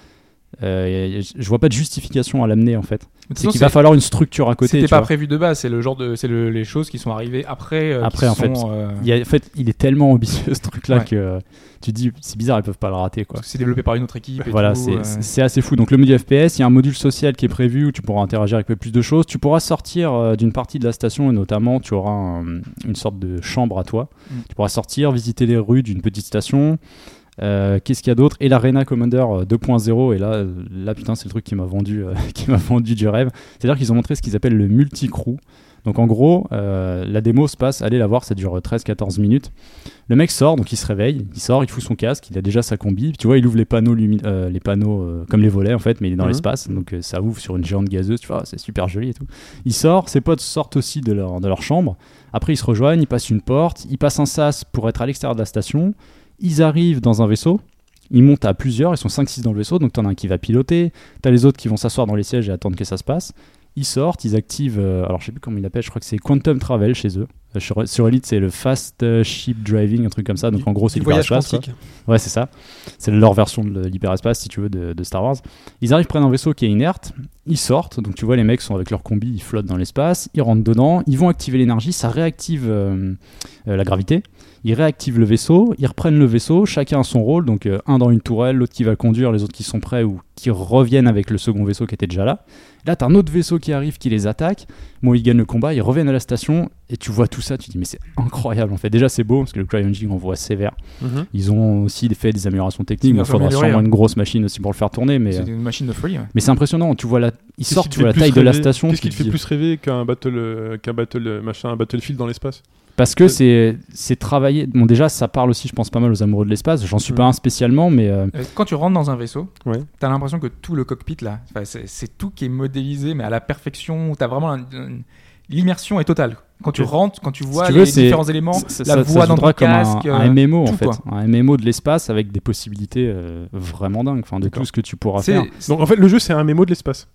Speaker 3: Euh, et- et je- je vois pas de justification à l'amener en fait.
Speaker 5: Mais de toute
Speaker 3: C'est
Speaker 5: façon,
Speaker 3: qu'il va
Speaker 5: c'est-
Speaker 3: falloir une structure à côté.
Speaker 5: C'était
Speaker 3: tu
Speaker 5: pas
Speaker 3: vois.
Speaker 5: prévu de base, c'est le genre de, c'est le- les choses qui sont arrivées après. euh, qui
Speaker 3: Après, en fait,
Speaker 5: sont, euh,
Speaker 3: Il y a- en fait, il est tellement [laughs] ambitieux ce truc-là
Speaker 5: Ouais.
Speaker 3: que euh, tu te dis c'est bizarre, ils peuvent pas le rater quoi.
Speaker 5: parce que c'est développé par une autre équipe. et
Speaker 3: Voilà,
Speaker 5: tout,
Speaker 3: c'est
Speaker 5: euh,
Speaker 3: c'est assez fou. Donc le module FPS, il y a un module social qui est prévu où tu pourras interagir avec plus de choses. Tu pourras sortir euh, d'une partie de la station et notamment tu auras un- une sorte de chambre à toi.
Speaker 5: Mm.
Speaker 3: Tu pourras sortir, visiter les rues d'une petite station. Euh, Qu'est-ce qu'il y a d'autre Et l'Arena Commander euh, 2.0. Et là, euh, là putain, c'est le truc qui m'a vendu, euh, [laughs] qui m'a vendu du rêve. C'est-à-dire qu'ils ont montré ce qu'ils appellent le multi-crew. Donc en gros, euh, la démo se passe, allez la voir, ça dure 13-14 minutes. Le mec sort, donc il se réveille, il sort, il fout son casque, il a déjà sa combi, puis tu vois, il ouvre les panneaux, lumi- euh, les panneaux euh, comme les volets en fait, mais il est dans
Speaker 2: Mhm.
Speaker 3: l'espace, donc euh, ça ouvre sur une géante gazeuse, tu vois, c'est super joli et tout. Il sort, ses potes sortent aussi de leur, de leur chambre, après ils se rejoignent, ils passent une porte, ils passent un sas pour être à l'extérieur de la station, ils arrivent dans un vaisseau, ils montent à plusieurs, ils sont 5-6 dans le vaisseau, donc t'en as un qui va piloter, t'as les autres qui vont s'asseoir dans les sièges et attendre que ça se passe. Ils sortent, ils activent, euh, alors je sais plus comment ils l'appellent, je crois que c'est Quantum Travel chez eux. Euh, Sur, sur Elite, c'est le Fast euh, Ship Driving, un truc comme ça. Ah, Donc en gros, c'est
Speaker 4: du voyage
Speaker 3: l'hyperespace, quoi.
Speaker 4: quantique.
Speaker 3: Ouais, c'est ça. C'est leur version de l'hyperespace, si tu veux, de, de Star Wars. Ils arrivent, prennent un vaisseau qui est inerte, ils sortent. Donc tu vois, les mecs sont avec leur combi, ils flottent dans l'espace, ils rentrent dedans, ils vont activer l'énergie, ça réactive euh, euh, la gravité. Ils réactivent le vaisseau, ils reprennent le vaisseau, chacun a son rôle. Donc euh, un dans une tourelle, l'autre qui va le conduire, les autres qui sont prêts ou qui reviennent avec le second vaisseau qui était déjà là. Là, t'as un autre vaisseau qui arrive, qui les attaque. Bon, ils gagnent le combat, ils reviennent à la station et tu vois tout ça, tu te dis, mais c'est incroyable en fait. Déjà, c'est beau parce que le Cryoning, on voit sévère.
Speaker 2: Mhm.
Speaker 3: Ils ont aussi fait des améliorations techniques.
Speaker 5: C'est
Speaker 3: mais Il
Speaker 5: bien
Speaker 3: faudra
Speaker 5: amélioré,
Speaker 3: sûrement
Speaker 5: hein.
Speaker 3: une grosse machine aussi pour le faire tourner. Mais, euh,
Speaker 5: c'est une machine de folie. ouais.
Speaker 3: mais c'est impressionnant. Tu vois la... Ils
Speaker 2: Qu'est-ce
Speaker 3: sortent,
Speaker 2: qui
Speaker 3: tu
Speaker 2: te
Speaker 3: vois la
Speaker 2: fait
Speaker 3: taille
Speaker 2: plus
Speaker 3: de la
Speaker 2: rêver
Speaker 3: station.
Speaker 2: Qu'est-ce
Speaker 3: tu
Speaker 2: qui te fait
Speaker 3: dis-
Speaker 2: plus rêver qu'un battle, euh, qu'un battle, euh, machin, un battlefield dans l'espace
Speaker 3: Parce que c'est c'est travaillé. Bon, déjà, ça parle aussi, je pense, pas mal aux amoureux de l'espace. J'en suis
Speaker 2: Mm.
Speaker 5: Hmm.
Speaker 3: pas un spécialement, mais euh,
Speaker 5: Euh, Quand tu rentres dans un vaisseau,
Speaker 2: Ouais.
Speaker 5: t'as l'impression que tout le cockpit là, enfin, c'est c'est tout qui est modélisé, mais à la perfection. où T'as vraiment un- un- l'immersion est totale. Quand tu
Speaker 2: Ok.
Speaker 5: rentres, quand tu vois
Speaker 3: tu
Speaker 5: les
Speaker 3: veux, c'est-
Speaker 5: différents éléments,
Speaker 3: ça, ça-
Speaker 5: la
Speaker 3: ça
Speaker 5: voix
Speaker 3: se
Speaker 5: dans
Speaker 3: voudra
Speaker 5: ton
Speaker 3: comme
Speaker 5: casque,
Speaker 3: un,
Speaker 5: euh,
Speaker 3: un MMO en
Speaker 5: tout,
Speaker 3: fait.
Speaker 5: quoi.
Speaker 3: Un MMO de l'espace avec des possibilités euh, vraiment dingues. Enfin, de
Speaker 2: D'accord.
Speaker 3: tout ce que tu pourras
Speaker 5: c'est-
Speaker 3: faire.
Speaker 5: c'est-
Speaker 2: Donc en fait, le jeu, c'est un mémo de l'espace.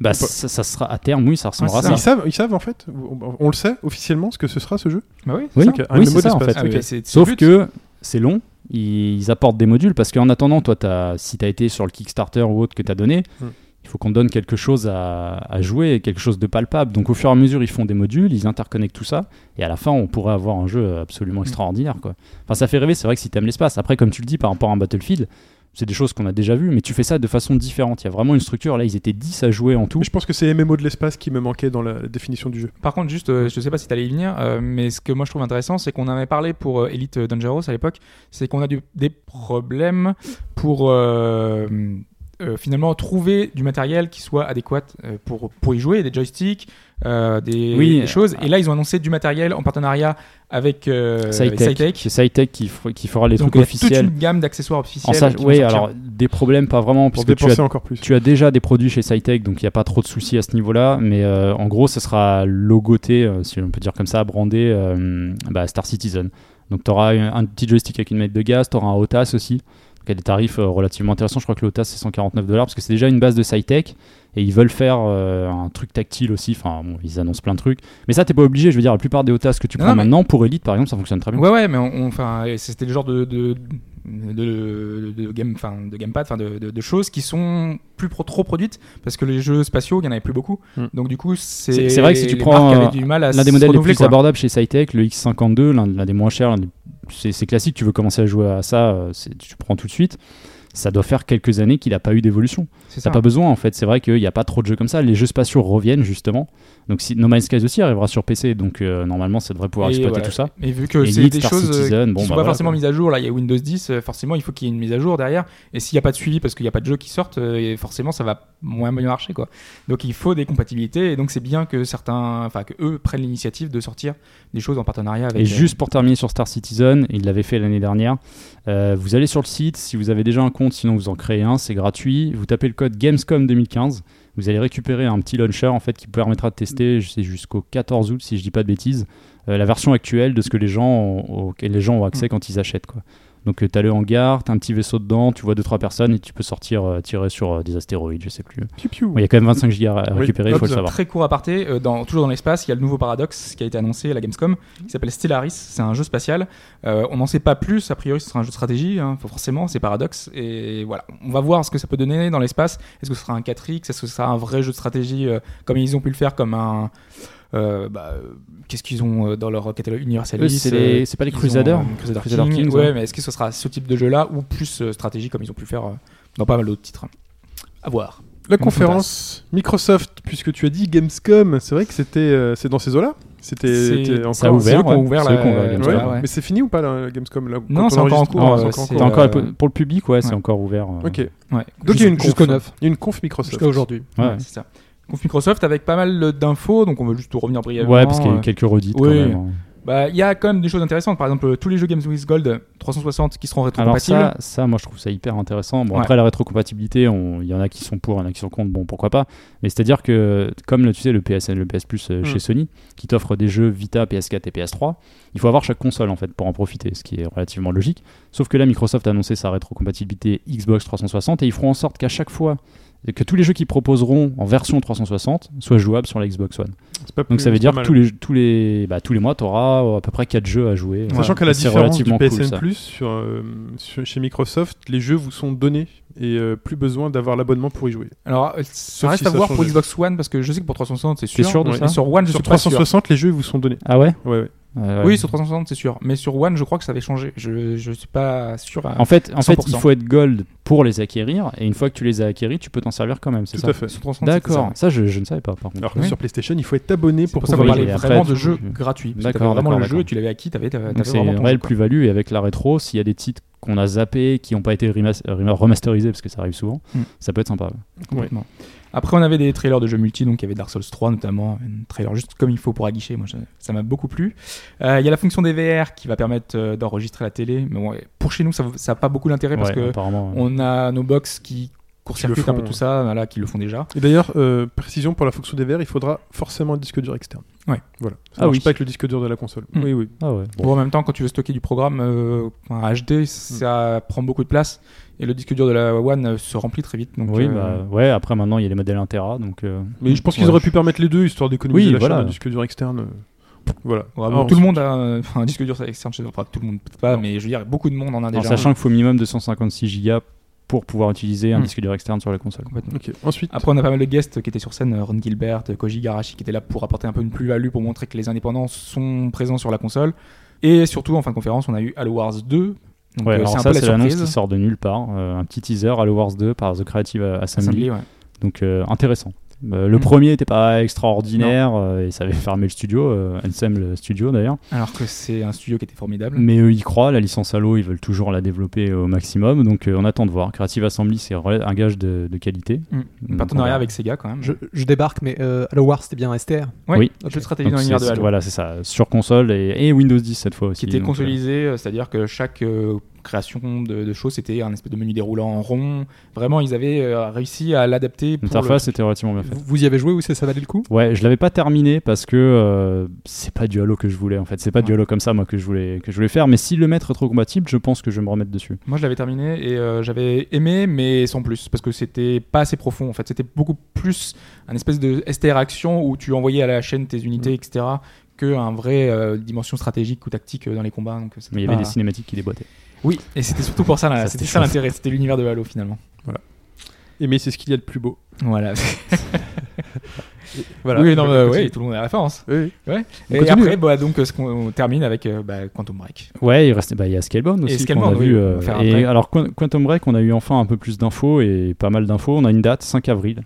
Speaker 3: Bah,
Speaker 2: Pas-
Speaker 3: ça, ça sera à terme, oui, ça ressemblera à
Speaker 5: Ah, c'est
Speaker 3: ça.
Speaker 2: Ils savent, ils savent en fait, on, on le sait officiellement ce que ce sera ce jeu.
Speaker 5: bah oui.
Speaker 3: Oui,
Speaker 2: ça, qu'un
Speaker 3: oui,
Speaker 2: MMO
Speaker 3: c'est ça en
Speaker 2: d'espace.
Speaker 3: fait.
Speaker 5: Ah
Speaker 2: ok.
Speaker 5: oui, c'est- c'est le
Speaker 3: Sauf
Speaker 5: but.
Speaker 3: que c'est long, ils apportent des modules parce qu'en attendant, toi, as, si tu as été sur le Kickstarter ou autre que tu as donné,
Speaker 2: Hmm.
Speaker 3: il faut qu'on te donne quelque chose à, à jouer, quelque chose de palpable. Donc au fur et à mesure, ils font des modules, ils interconnectent tout ça, et à la fin, on pourrait avoir un jeu absolument
Speaker 5: Hmm.
Speaker 3: extraordinaire. Quoi. Enfin, ça fait rêver, c'est vrai que si tu aimes l'espace. Après, comme tu le dis, par rapport à un Battlefield, c'est des choses qu'on a déjà vues, mais tu fais ça de façon différente. Il y a vraiment une structure, là, ils étaient 10 à jouer en tout.
Speaker 2: Mais je pense que c'est MMO de l'espace qui me manquait dans la définition du jeu.
Speaker 5: Par contre, juste, euh, je sais pas si t'allais y venir, euh, mais ce que moi je trouve intéressant, c'est qu'on avait parlé pour euh, Elite Dangerous à l'époque, c'est qu'on a du- des problèmes pour euh, euh, finalement trouver du matériel qui soit adéquat euh, pour, pour y jouer, des joysticks, euh, des,
Speaker 3: Oui,
Speaker 5: des choses.
Speaker 3: euh,
Speaker 5: Et là, ils ont annoncé du matériel en partenariat avec euh,
Speaker 3: Sci-Tech,
Speaker 5: Sci-Tech.
Speaker 3: c'est Sci-Tech qui, f- qui fera les
Speaker 5: Donc,
Speaker 3: trucs
Speaker 5: il y a
Speaker 3: officiels.
Speaker 5: toute une gamme d'accessoires
Speaker 3: En
Speaker 5: officiels.
Speaker 3: ça,
Speaker 5: qui vont
Speaker 3: oui,
Speaker 5: sortir.
Speaker 3: alors des problèmes, pas vraiment,
Speaker 2: Pour
Speaker 3: parce que tu as
Speaker 2: dépenser encore plus.
Speaker 3: Tu as déjà des produits chez SciTech, donc il n'y a pas trop de soucis à ce niveau-là. Mais euh, en gros, ça sera logoté, euh, si on peut dire comme ça, brandé euh, bah, Star Citizen. Donc tu auras un, un petit joystick avec une mètre de gaz, tu auras un OTAS aussi. Donc il y a des tarifs euh, relativement intéressants. Je crois que le OTAS c'est 149 dollars parce que c'est déjà une base de SciTech. Et ils veulent faire euh, un truc tactile aussi. Enfin, bon, ils annoncent plein de trucs. Mais ça, t'es pas obligé. Je veux dire, la plupart des OTAS que tu
Speaker 5: Non,
Speaker 3: prends
Speaker 5: non, mais-
Speaker 3: maintenant, pour Elite par exemple, ça fonctionne très bien.
Speaker 5: Ouais, ouais, mais on, on- enfin, c'était le genre de, de, de, de game, enfin, de gamepad, enfin, de, de- de choses qui sont plus pro- trop produites parce que les jeux spatiaux, il y en avait plus beaucoup.
Speaker 2: Mm.
Speaker 5: Donc du coup, c'est
Speaker 3: Hmm. C'est- c'est vrai que si tu
Speaker 5: les
Speaker 3: prends,
Speaker 5: marques
Speaker 3: euh,
Speaker 5: avaient du mal
Speaker 3: L'un
Speaker 5: à se
Speaker 3: des modèles les
Speaker 5: renouveler,
Speaker 3: plus
Speaker 5: Ah, quoi.
Speaker 3: abordables chez SciTech, le X52, l'un l'un des moins chers, l'un des- c'est c'est classique, tu veux commencer à jouer à ça, euh, c'est- tu prends tout de suite. Ça doit faire quelques années qu'il n'a pas eu d'évolution.
Speaker 5: C'est ça.
Speaker 3: T'as pas besoin en fait, c'est vrai qu'il n'y a pas trop de jeux comme ça. Les jeux spatiaux reviennent justement. Donc si No Man's Sky aussi arrivera sur PC, donc euh, normalement ça devrait pouvoir
Speaker 5: Et
Speaker 3: exploiter
Speaker 5: voilà.
Speaker 3: tout ça.
Speaker 5: Mais vu que
Speaker 3: Elite,
Speaker 5: c'est des
Speaker 3: Star
Speaker 5: choses euh,
Speaker 3: Citizen, bon,
Speaker 5: qui sont
Speaker 3: bah
Speaker 5: pas
Speaker 3: voilà,
Speaker 5: forcément
Speaker 3: quoi.
Speaker 5: mises à jour, là, il y a Windows 10, euh, forcément, il faut qu'il y ait une mise à jour derrière. Et s'il n'y a pas de suivi parce qu'il n'y a pas de jeux qui sortent, euh, et forcément, ça va moins bien marcher, quoi. Donc il faut des compatibilités. Et donc c'est bien que certains, enfin, que eux prennent l'initiative de sortir des choses en partenariat avec.
Speaker 3: Et
Speaker 5: euh,
Speaker 3: juste pour terminer sur Star Citizen, il l'avait fait l'année dernière. euh, vous allez sur le site, si vous avez déjà un compte, sinon vous en créez un, c'est gratuit. Vous tapez le code Gamescom 2015. Vous allez récupérer un petit launcher en fait qui vous permettra de tester, je sais jusqu'au 14 août si je dis pas de bêtises, euh, la version actuelle de ce que les gens ont, auquel les gens ont accès quand ils achètent quoi. Donc tu t'as le hangar, t'as un petit vaisseau dedans, tu vois deux trois personnes et tu peux sortir euh, tirer sur euh, des astéroïdes, je sais plus. Bon,
Speaker 2: Piu, piu.
Speaker 3: Il y a quand même 25 gigas à
Speaker 2: Oui,
Speaker 3: récupérer, il
Speaker 2: hop
Speaker 3: faut le
Speaker 2: là.
Speaker 3: savoir.
Speaker 5: Très court aparté, euh, dans, toujours dans l'espace, il y a le nouveau paradoxe qui a été annoncé à la Gamescom, qui s'appelle Stellaris, c'est un jeu spatial. Euh, on n'en sait pas plus, a priori ce sera un jeu de stratégie, hein, faut forcément, c'est paradoxe. Et voilà, on va voir ce que ça peut donner dans l'espace. Est-ce que ce sera un 4X Est-ce que ce sera un vrai jeu de stratégie euh, comme ils ont pu le faire, comme un... euh, bah, euh, Qu'est-ce qu'ils ont euh, dans leur catalogue Universalis
Speaker 3: Eux, c'est les-
Speaker 5: euh,
Speaker 3: c'est pas les
Speaker 5: ils ont,
Speaker 3: Crusader
Speaker 5: euh, Crusader,
Speaker 3: Crusader
Speaker 5: King,
Speaker 3: Kings,
Speaker 5: ouais,
Speaker 3: ouais.
Speaker 5: mais est-ce que ce sera ce type de jeu-là ou plus euh, stratégie comme ils ont pu le faire euh, dans pas mal d'autres titres À voir.
Speaker 2: La
Speaker 5: Comment on
Speaker 2: conférence Microsoft, puisque tu as dit Gamescom, c'est vrai que c'était euh, c'est dans ces eaux-là
Speaker 5: C'est-
Speaker 2: C'était c'était encore
Speaker 3: Ça a ouvert,
Speaker 5: Ceux qui ont
Speaker 3: ouais.
Speaker 5: ouvert
Speaker 3: Ceux
Speaker 5: la-
Speaker 3: qui ont ouvert la
Speaker 5: la-
Speaker 3: Gamescom,
Speaker 5: ouais, ouais.
Speaker 2: Mais c'est fini ou pas la Gamescom là,
Speaker 5: Non,
Speaker 2: quand
Speaker 5: c'est
Speaker 2: on
Speaker 5: encore en
Speaker 2: enregistre
Speaker 5: cours,
Speaker 2: Ah,
Speaker 5: euh,
Speaker 2: c'est
Speaker 5: c'est-
Speaker 3: T'as
Speaker 2: en cours.
Speaker 3: encore
Speaker 5: euh,
Speaker 3: pour le public, ouais, c'est
Speaker 5: ouais.
Speaker 3: encore ouvert. euh,
Speaker 2: Ok.
Speaker 5: Ouais.
Speaker 2: Donc il y a une conf.
Speaker 4: Jusqu'au 9,
Speaker 2: Il y a une conf Microsoft.
Speaker 4: jusqu'à aujourd'hui.
Speaker 3: Ouais,
Speaker 5: Ouais, c'est ça. Conf Microsoft avec pas mal d'infos, donc on va juste revenir
Speaker 3: ouais.
Speaker 5: brièvement.
Speaker 3: Ouais, parce qu'il y a euh, eu quelques redites quand
Speaker 5: oui.
Speaker 3: même. hein.
Speaker 5: Bah, il y a quand même des choses intéressantes. Par exemple, euh, tous les jeux Games with Gold euh, 360 qui seront
Speaker 3: Alors
Speaker 5: rétrocompatibles.
Speaker 3: ça, ça, moi je trouve ça hyper intéressant. Bon
Speaker 5: Ouais.
Speaker 3: après la rétrocompatibilité, on- il y en a qui sont pour, il y en a qui sont contre. Bon pourquoi pas. Mais c'est à dire que comme le- tu sais le PSN, le PS Plus euh,
Speaker 2: Mm.
Speaker 3: chez Sony, qui t'offre des jeux Vita, PS4 et PS3, il faut avoir chaque console en fait pour en profiter, ce qui est relativement logique. Sauf que là Microsoft a annoncé sa rétrocompatibilité Xbox 360 et ils feront en sorte qu'à chaque fois que tous les jeux qu'ils proposeront en version 360 soient jouables sur la Xbox One.
Speaker 2: C'est pas
Speaker 3: Donc
Speaker 2: plus-
Speaker 3: ça veut
Speaker 2: c'est
Speaker 3: dire
Speaker 2: pas
Speaker 3: que
Speaker 2: mal.
Speaker 3: tous les tous les bah, tous les mois tu auras à peu près 4 jeux à jouer.
Speaker 5: Ouais.
Speaker 2: Sachant qu'à la
Speaker 3: C'est
Speaker 2: différence du
Speaker 3: relativement cool,
Speaker 2: PSN
Speaker 3: ça.
Speaker 2: Plus sur, euh, sur- chez Microsoft, les jeux vous sont donnés et euh, plus besoin d'avoir l'abonnement pour y jouer.
Speaker 5: Alors, euh, ça reste
Speaker 2: si
Speaker 5: à
Speaker 2: ça
Speaker 5: voir
Speaker 2: change.
Speaker 5: pour Xbox One parce que je sais que pour 360 c'est
Speaker 3: T'es
Speaker 5: sûr.
Speaker 3: sûr de
Speaker 2: Ouais.
Speaker 3: ça
Speaker 5: Mais sur One, je
Speaker 2: sur
Speaker 5: suis pas sûr.
Speaker 2: 360, les jeux ils vous sont donnés.
Speaker 3: Ah ouais.
Speaker 2: Ouais, ouais.
Speaker 3: Euh,
Speaker 5: Oui, sur 360 c'est sûr. Mais sur One, je crois que ça avait changé. Je je suis pas sûr. à-
Speaker 3: En fait, en fait,
Speaker 5: 100%.
Speaker 3: il faut être gold pour les acquérir, et une fois que tu les as acquéris, tu peux t'en servir quand même, c'est
Speaker 2: Tout
Speaker 3: ça
Speaker 2: à fait.
Speaker 5: Sur 360, c'était
Speaker 3: D'accord,
Speaker 5: ça.
Speaker 3: ça je, je ne savais pas par contre.
Speaker 2: Alors que
Speaker 5: Ouais.
Speaker 2: sur PlayStation, il faut être abonné
Speaker 5: C'est pour,
Speaker 2: pour
Speaker 5: ça
Speaker 2: pouvoir
Speaker 5: qu'on
Speaker 3: oui,
Speaker 2: y
Speaker 5: parlait
Speaker 2: jouer.
Speaker 3: et après,
Speaker 5: vraiment
Speaker 3: tu-
Speaker 5: de jeux
Speaker 3: tu-
Speaker 5: gratuits. Parce que
Speaker 3: D'accord,
Speaker 5: t'avais vraiment
Speaker 3: d'accord,
Speaker 5: le jeu
Speaker 3: d'accord.
Speaker 5: et tu l'avais acquis, t'avais t'avais
Speaker 3: Donc c'est
Speaker 5: vraiment
Speaker 3: une
Speaker 5: ton
Speaker 3: réelle
Speaker 5: jeu, quoi.
Speaker 3: plus-value, et avec la rétro, s'il y a des titres qu'on a zappés, qui n'ont pas été remas- rem- remasterisés, parce que ça arrive souvent,
Speaker 5: Hmm.
Speaker 3: ça peut être sympa.
Speaker 5: Complètement. Après, on avait des trailers de jeux multi, donc il y avait Dark Souls 3 notamment, un trailer juste comme il faut pour aguicher. Moi, je- ça m'a beaucoup plu. Euh, Il y a la fonction des VR qui va permettre euh, d'enregistrer la télé, mais bon, pour chez nous, ça n'a pas beaucoup d'intérêt parce
Speaker 3: Ouais,
Speaker 5: que
Speaker 3: apparemment, ouais.
Speaker 5: on a nos box qui court-circuitent
Speaker 2: font,
Speaker 5: un peu
Speaker 2: ouais.
Speaker 5: tout ça, voilà, qui le font déjà.
Speaker 2: Et d'ailleurs, euh, précision pour la fonction des verres, il faudra forcément un disque dur externe.
Speaker 5: Ouais.
Speaker 2: Voilà. Ça
Speaker 3: Ah
Speaker 2: marche
Speaker 3: oui.
Speaker 2: pas avec le disque dur de la console.
Speaker 5: Mm.
Speaker 2: Oui, oui.
Speaker 3: Ah ouais.
Speaker 5: Bon, en même temps, quand tu veux stocker du programme euh, en HD, ça
Speaker 3: Mm.
Speaker 5: prend beaucoup de place et le disque dur de la One euh, se remplit très vite. Donc,
Speaker 3: oui,
Speaker 5: euh,
Speaker 3: bah, ouais, après maintenant il y a les modèles Intera, donc. euh,
Speaker 2: Mais je
Speaker 5: Mm.
Speaker 2: pense qu'ils
Speaker 3: ouais,
Speaker 2: auraient pu permettre les deux histoire d'économiser
Speaker 3: Oui,
Speaker 2: l'achat
Speaker 3: voilà.
Speaker 2: d'un disque dur externe. euh, Voilà. Ah,
Speaker 3: ah,
Speaker 5: ouais, bon,
Speaker 2: Alors,
Speaker 5: tout le monde a [laughs] un, un disque dur externe chez Enfin, tout le monde, peut-être pas, mais je veux dire, beaucoup de monde en a
Speaker 3: En
Speaker 5: déjà. un.
Speaker 3: sachant qu'il faut minimum de 156 Go pour pouvoir utiliser un
Speaker 5: Hmm.
Speaker 3: disque dur externe sur la console.
Speaker 5: Complètement.
Speaker 2: Ok. Ensuite,
Speaker 5: Après, on a pas mal de guests qui étaient sur scène, euh, Ron Gilbert, euh, Koji Garashi, qui étaient là pour apporter un peu une plus-value, pour montrer que les indépendants sont présents sur la console. Et surtout, en fin de conférence, on a eu Halo Wars 2. Donc,
Speaker 3: Ouais,
Speaker 5: euh,
Speaker 3: alors
Speaker 5: c'est un
Speaker 3: ça,
Speaker 5: peu la
Speaker 3: c'est l'annonce qui
Speaker 5: surprise.
Speaker 3: sort de nulle part. euh, un petit teaser Halo Wars 2 par The Creative Assembly.
Speaker 5: Assembly, ouais.
Speaker 3: Donc euh, intéressant. Euh, le
Speaker 5: Mm.
Speaker 3: premier n'était pas extraordinaire euh, et ça avait fermé le studio, euh, Ensemble Studio d'ailleurs.
Speaker 5: Alors que c'est un studio qui était formidable.
Speaker 3: Mais eux y croient, la licence Halo, ils veulent toujours la développer au maximum. Donc euh, on attend de voir. Creative Assembly, c'est rela- un gage de, de qualité.
Speaker 5: Mm. Un
Speaker 3: Donc, on
Speaker 5: partenariat
Speaker 3: va-
Speaker 5: avec Sega quand même.
Speaker 4: Je, je débarque, mais euh, Halo Wars, c'était bien un STR.
Speaker 5: Ouais,
Speaker 3: Oui.
Speaker 5: jeu de stratégie
Speaker 3: Donc,
Speaker 5: dans l'univers de
Speaker 3: c'est-
Speaker 5: Halo.
Speaker 3: Voilà, c'est ça. Sur console et, et Windows 10 cette fois aussi.
Speaker 5: Qui était
Speaker 3: Donc,
Speaker 5: consolidé, euh, c'est-à-dire que chaque euh, création de, de choses, c'était un espèce de menu déroulant en rond. Vraiment, ils avaient euh, réussi à l'adapter.
Speaker 3: euh,
Speaker 5: pour le-
Speaker 3: L'interface était relativement bien faite.
Speaker 4: Vous, vous y avez joué ou ça, ça valait le coup
Speaker 3: Ouais, je l'avais pas terminé parce que euh, c'est pas du Halo que je voulais en fait. C'est pas du
Speaker 5: Ouais.
Speaker 3: Halo comme ça moi que je voulais que je voulais faire. Mais si le mettre trop compatible, je pense que je vais me remettre dessus.
Speaker 5: Moi, je l'avais terminé et euh, j'avais aimé, mais sans plus, parce que c'était pas assez profond. En fait, c'était beaucoup plus un espèce de STR action où tu envoyais à la chaîne tes unités,
Speaker 3: Mm.
Speaker 5: etc., qu'un vrai euh, dimension stratégique ou tactique euh, dans les combats. Donc, c'était
Speaker 3: Mais il y avait
Speaker 5: pas-
Speaker 3: des cinématiques qui déboîtaient.
Speaker 5: Oui, et c'était surtout pour ça, là,
Speaker 3: Ça,
Speaker 5: c'était
Speaker 3: c'était
Speaker 5: ça
Speaker 3: chaud.
Speaker 5: l'intérêt, c'était l'univers de Halo finalement.
Speaker 2: et mais c'est ce qu'il y a de plus beau.
Speaker 5: Voilà. [laughs]
Speaker 2: Voilà.
Speaker 5: Oui, non, euh, mais
Speaker 2: Continue.
Speaker 5: ouais, tout le monde a la référence.
Speaker 2: Oui, oui.
Speaker 5: Et
Speaker 2: continue,
Speaker 5: après, bah, donc, ce qu'on on termine avec euh, bah, Quantum Break.
Speaker 3: Ouais, il restait. Bah, il y a Scalebound aussi.
Speaker 5: Scalebound,
Speaker 3: qu'on a
Speaker 5: oui,
Speaker 3: vu,
Speaker 5: on va
Speaker 3: euh,
Speaker 5: faire
Speaker 3: et
Speaker 5: après.
Speaker 3: alors Qu- Quantum Break, on a eu enfin un peu plus d'infos et pas mal d'infos. On a une date, 5 avril. Donc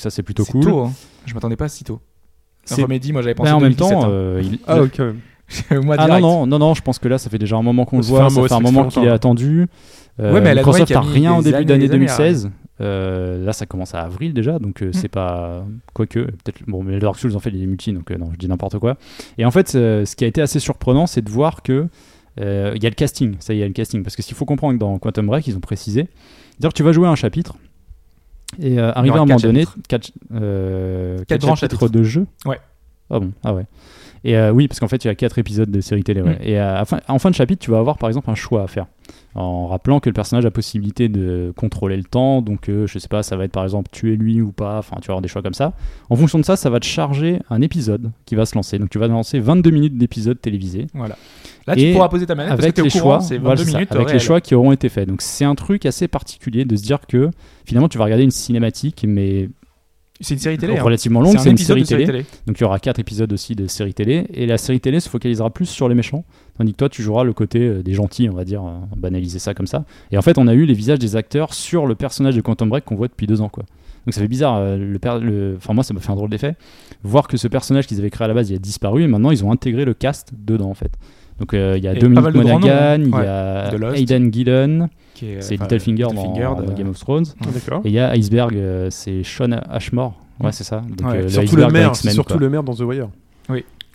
Speaker 3: ça, c'est plutôt
Speaker 5: C'est
Speaker 3: cool.
Speaker 5: tôt, hein. Je m'attendais pas si tôt.
Speaker 3: C'est-
Speaker 5: Remedy, moi j'avais
Speaker 3: Bah,
Speaker 5: pensé
Speaker 3: en même
Speaker 5: 2017,
Speaker 3: temps,
Speaker 5: hein.
Speaker 3: euh, il-
Speaker 2: Ah, ok.
Speaker 5: [laughs] Au mois
Speaker 3: Ah non,
Speaker 5: direct.
Speaker 3: non, non, non, je pense que là, ça fait déjà un moment qu'on le
Speaker 2: Ça fait
Speaker 3: voit,
Speaker 2: un
Speaker 3: ça
Speaker 2: mois,
Speaker 3: fait un
Speaker 2: ça fait
Speaker 3: moment
Speaker 2: longtemps.
Speaker 3: qu'il est attendu. Euh,
Speaker 5: Ouais, mais Alan
Speaker 3: Microsoft
Speaker 5: Wake a
Speaker 3: a
Speaker 5: mis
Speaker 3: rien au
Speaker 5: des
Speaker 3: début
Speaker 5: années,
Speaker 3: de l'année
Speaker 5: des années hein. Hmm. à
Speaker 3: 2016. Euh, là, ça commence à avril déjà, donc euh, c'est pas. Quoique, peut-être. Bon, mais Dark Souls en fait des multi, donc euh, non, je dis n'importe quoi. Et en fait, euh, ce qui a été assez surprenant, c'est de voir que. euh, Il y a le casting, ça y est, il y a le casting. Parce que ce qu'il faut comprendre dans Quantum Break, ils ont précisé. C'est-à-dire que tu vas jouer à un chapitre, et euh, arrivé à un
Speaker 5: aura
Speaker 3: moment
Speaker 5: quatre
Speaker 3: donné, quatre, euh, quatre
Speaker 5: grands
Speaker 3: chapitres
Speaker 5: chapitres.
Speaker 3: de jeu.
Speaker 5: Ouais.
Speaker 3: Ah bon, ah ouais. Et euh, oui, parce qu'en fait, il y a quatre épisodes de série télé. ouais.
Speaker 5: Mm.
Speaker 3: Et euh, à fin- en fin de chapitre, tu vas avoir par exemple un choix à faire. en rappelant que le personnage a possibilité de contrôler le temps, donc euh, je sais pas, ça va être par exemple tuer lui ou pas, enfin tu vas avoir des choix comme ça. En fonction de ça, ça va te charger un épisode qui va se lancer. Donc tu vas lancer 22 minutes d'épisode télévisé
Speaker 5: Voilà. Là, tu
Speaker 3: Et
Speaker 5: pourras poser ta manette
Speaker 3: avec
Speaker 5: parce que
Speaker 3: les
Speaker 5: t'es au courant,
Speaker 3: choix,
Speaker 5: c'est 22
Speaker 3: voilà, c'est ça,
Speaker 5: minutes. euh,
Speaker 3: avec les
Speaker 5: réelles.
Speaker 3: choix qui auront été faits. Donc c'est un truc assez particulier de se dire que finalement tu vas regarder une cinématique mais
Speaker 5: C'est une série télé. hein.
Speaker 3: relativement longue,
Speaker 5: un
Speaker 3: c'est une
Speaker 5: épisode
Speaker 3: série
Speaker 5: de
Speaker 3: télé. Donc il y aura quatre épisodes aussi de série télé et la série télé se focalisera plus sur les méchants tandis que toi tu joueras le côté euh, des gentils, on va dire, euh, on va banaliser ça comme ça. Et en fait, on a eu les visages des acteurs sur le personnage de Quantum Break qu'on voit depuis deux ans quoi. Donc ça fait bizarre, euh, le per- le... enfin moi ça m'a fait un drôle d'effet, voir que ce personnage qu'ils avaient créé à la base il a disparu et maintenant ils ont intégré le cast dedans en fait. Donc euh, il y a
Speaker 5: Et pas
Speaker 3: Dominic
Speaker 5: mal de grands
Speaker 3: Monaghan,
Speaker 5: noms, hein.
Speaker 3: il y
Speaker 5: ouais.
Speaker 3: a
Speaker 5: De Lost.
Speaker 3: Aidan Gillen,
Speaker 5: qui est,
Speaker 3: c'est
Speaker 5: enfin,
Speaker 3: Littlefinger, dans,
Speaker 5: Littlefinger,
Speaker 3: dans
Speaker 5: de-
Speaker 3: Game of Thrones.
Speaker 5: D'accord.
Speaker 3: Et il y a Iceberg, euh, c'est Sean Ashmore. Ouais, c'est ça. Donc,
Speaker 5: Mm. Ouais.
Speaker 3: euh,
Speaker 2: Surtout
Speaker 3: Iceberg
Speaker 2: le
Speaker 3: dans
Speaker 2: maire,
Speaker 3: X-Men,
Speaker 2: c'est surtout
Speaker 3: quoi.
Speaker 2: le maire dans The Wire.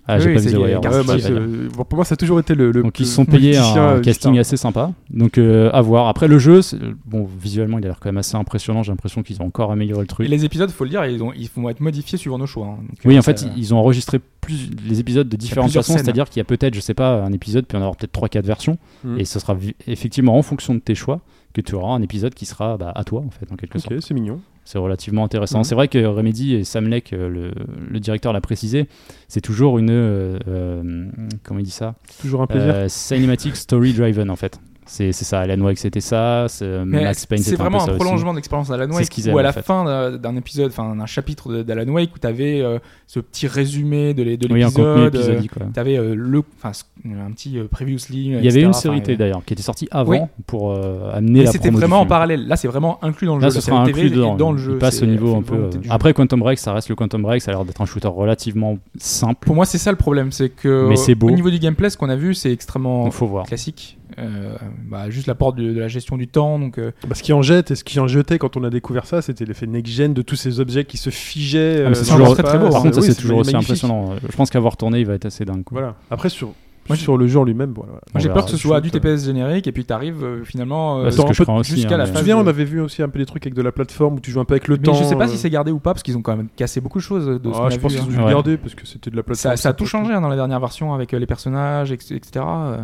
Speaker 3: Ah, j'ai
Speaker 5: Oui,
Speaker 3: pas vu
Speaker 5: c'est
Speaker 3: The Wire.
Speaker 5: Gareth
Speaker 3: je
Speaker 2: Ouais,
Speaker 3: sais
Speaker 2: bah,
Speaker 5: Garcia.
Speaker 3: pas
Speaker 2: c'est-
Speaker 3: dire.
Speaker 2: bon, pour moi, ça a toujours été le. le
Speaker 3: Donc ils
Speaker 2: le
Speaker 3: se sont payés
Speaker 2: politicien,
Speaker 3: un
Speaker 2: euh,
Speaker 3: casting
Speaker 2: star.
Speaker 3: assez sympa. Donc euh, à voir. Après le jeu, c'est- bon visuellement il a l'air quand même assez impressionnant. J'ai l'impression qu'ils ont encore amélioré le
Speaker 5: Et
Speaker 3: truc.
Speaker 5: les épisodes, faut le dire, ils, ont, ils vont être modifiés suivant nos choix. hein. Donc,
Speaker 3: Oui,
Speaker 5: euh,
Speaker 3: en
Speaker 5: ça-
Speaker 3: fait ils- ils ont enregistré plus les épisodes de différentes
Speaker 5: plusieurs
Speaker 3: façons.
Speaker 5: scènes.
Speaker 3: C'est-à-dire qu'il y a peut-être, je sais pas, un épisode puis on aura peut-être trois quatre versions.
Speaker 2: Mm.
Speaker 3: Et ce sera vi- effectivement en fonction de tes choix que tu auras un épisode qui sera bah, à toi en fait en quelque sorte.
Speaker 2: Ok, Mm. c'est mignon.
Speaker 3: C'est relativement intéressant.
Speaker 5: Mhm.
Speaker 3: C'est vrai que Remedy et Sam Lake, euh, le, le directeur l'a précisé, c'est toujours une. euh, euh, comment il dit ça
Speaker 2: Toujours un plaisir.
Speaker 3: Euh, Cinematic Story Driven en fait. C'est c'est ça, Alan Wake c'était ça, c'est-
Speaker 5: Mais
Speaker 3: Max Payne
Speaker 5: c'est
Speaker 3: c'était
Speaker 5: vraiment
Speaker 3: un, peu
Speaker 5: un,
Speaker 3: ça aussi.
Speaker 5: prolongement de l'expérience d'Alan
Speaker 3: C'est ce
Speaker 5: Wake
Speaker 3: qu'ils
Speaker 5: où
Speaker 3: aiment,
Speaker 5: à
Speaker 3: en
Speaker 5: la
Speaker 3: fait.
Speaker 5: fin d'un- d'un épisode, enfin d'un chapitre de- d'Alan Wake où t'avais euh, ce petit résumé de les- de
Speaker 3: Oui, un contenu
Speaker 5: l'épisode, euh,
Speaker 3: épisodique. quoi.
Speaker 5: t'avais euh, le, enfin ce- un petit euh, previously.
Speaker 3: Il y avait une série télé d'ailleurs qui était sortie avant
Speaker 5: Oui.
Speaker 3: pour euh, amener
Speaker 5: Mais
Speaker 3: la
Speaker 5: c'était
Speaker 3: promo du
Speaker 5: vraiment en
Speaker 3: film.
Speaker 5: parallèle. Là, c'est vraiment inclus dans le
Speaker 3: Là,
Speaker 5: jeu.
Speaker 3: ce
Speaker 5: la
Speaker 3: sera
Speaker 5: série
Speaker 3: inclus
Speaker 5: télé est
Speaker 3: dedans.
Speaker 5: dans le jeu.
Speaker 3: Il passe
Speaker 5: C'est-
Speaker 3: au niveau
Speaker 5: c'est
Speaker 3: un
Speaker 5: une
Speaker 3: peu.
Speaker 5: volonté
Speaker 3: euh,
Speaker 5: du jeu.
Speaker 3: Après Quantum Break, ça reste le Quantum Break, ça a l'air d'être un shooter relativement simple.
Speaker 5: pour moi, c'est ça le problème, c'est que
Speaker 3: Mais c'est beau.
Speaker 5: au niveau du gameplay, ce qu'on a vu, c'est extrêmement
Speaker 3: Donc faut voir.
Speaker 5: classique. Euh, bah, juste l'apport de, de la gestion du temps, donc euh,
Speaker 2: Bah, ce qui en jette et ce qui en jetait quand on a découvert ça, c'était l'effet next-gen de tous ces objets qui se figeaient.
Speaker 3: Ah, mais
Speaker 2: euh,
Speaker 3: c'est
Speaker 2: dans
Speaker 3: toujours-
Speaker 2: l'espace.
Speaker 5: très beau,
Speaker 3: Par
Speaker 5: hein.
Speaker 3: contre, ça
Speaker 2: Oui,
Speaker 3: c'est toujours aussi
Speaker 2: magnifique.
Speaker 3: impressionnant. Euh, Je pense qu'avoir retourné, il va être assez dingue. quoi. bah,
Speaker 2: Voilà. Après, sur,
Speaker 5: Moi,
Speaker 2: sur le jeu en lui-même, voilà.
Speaker 5: moi, j'ai
Speaker 3: verra.
Speaker 5: peur que ce soit du
Speaker 2: Shoot,
Speaker 5: TPS générique et puis t'arrives euh, finalement euh,
Speaker 3: Bah, c'est ce
Speaker 2: Attends,
Speaker 3: que je
Speaker 2: un peu-
Speaker 3: prends aussi.
Speaker 5: jusqu'à
Speaker 3: hein,
Speaker 5: la
Speaker 3: mais-
Speaker 2: Tu te souviens, on avait vu aussi un peu des trucs avec de la plateforme où tu joues un peu avec le
Speaker 5: Mais
Speaker 2: temps.
Speaker 5: je sais pas
Speaker 2: euh,
Speaker 5: si c'est gardé ou pas, parce qu'ils ont quand même cassé beaucoup de choses de ce
Speaker 2: ah,
Speaker 5: qu'on a
Speaker 2: je pense
Speaker 5: vu,
Speaker 2: qu'ils ont
Speaker 5: hein.
Speaker 2: dû
Speaker 3: Ouais.
Speaker 2: garder parce que c'était de la plateforme.
Speaker 5: ça, ça a tout
Speaker 2: pas-
Speaker 5: changé hein, dans la dernière version avec euh, les personnages, ex- etc. euh,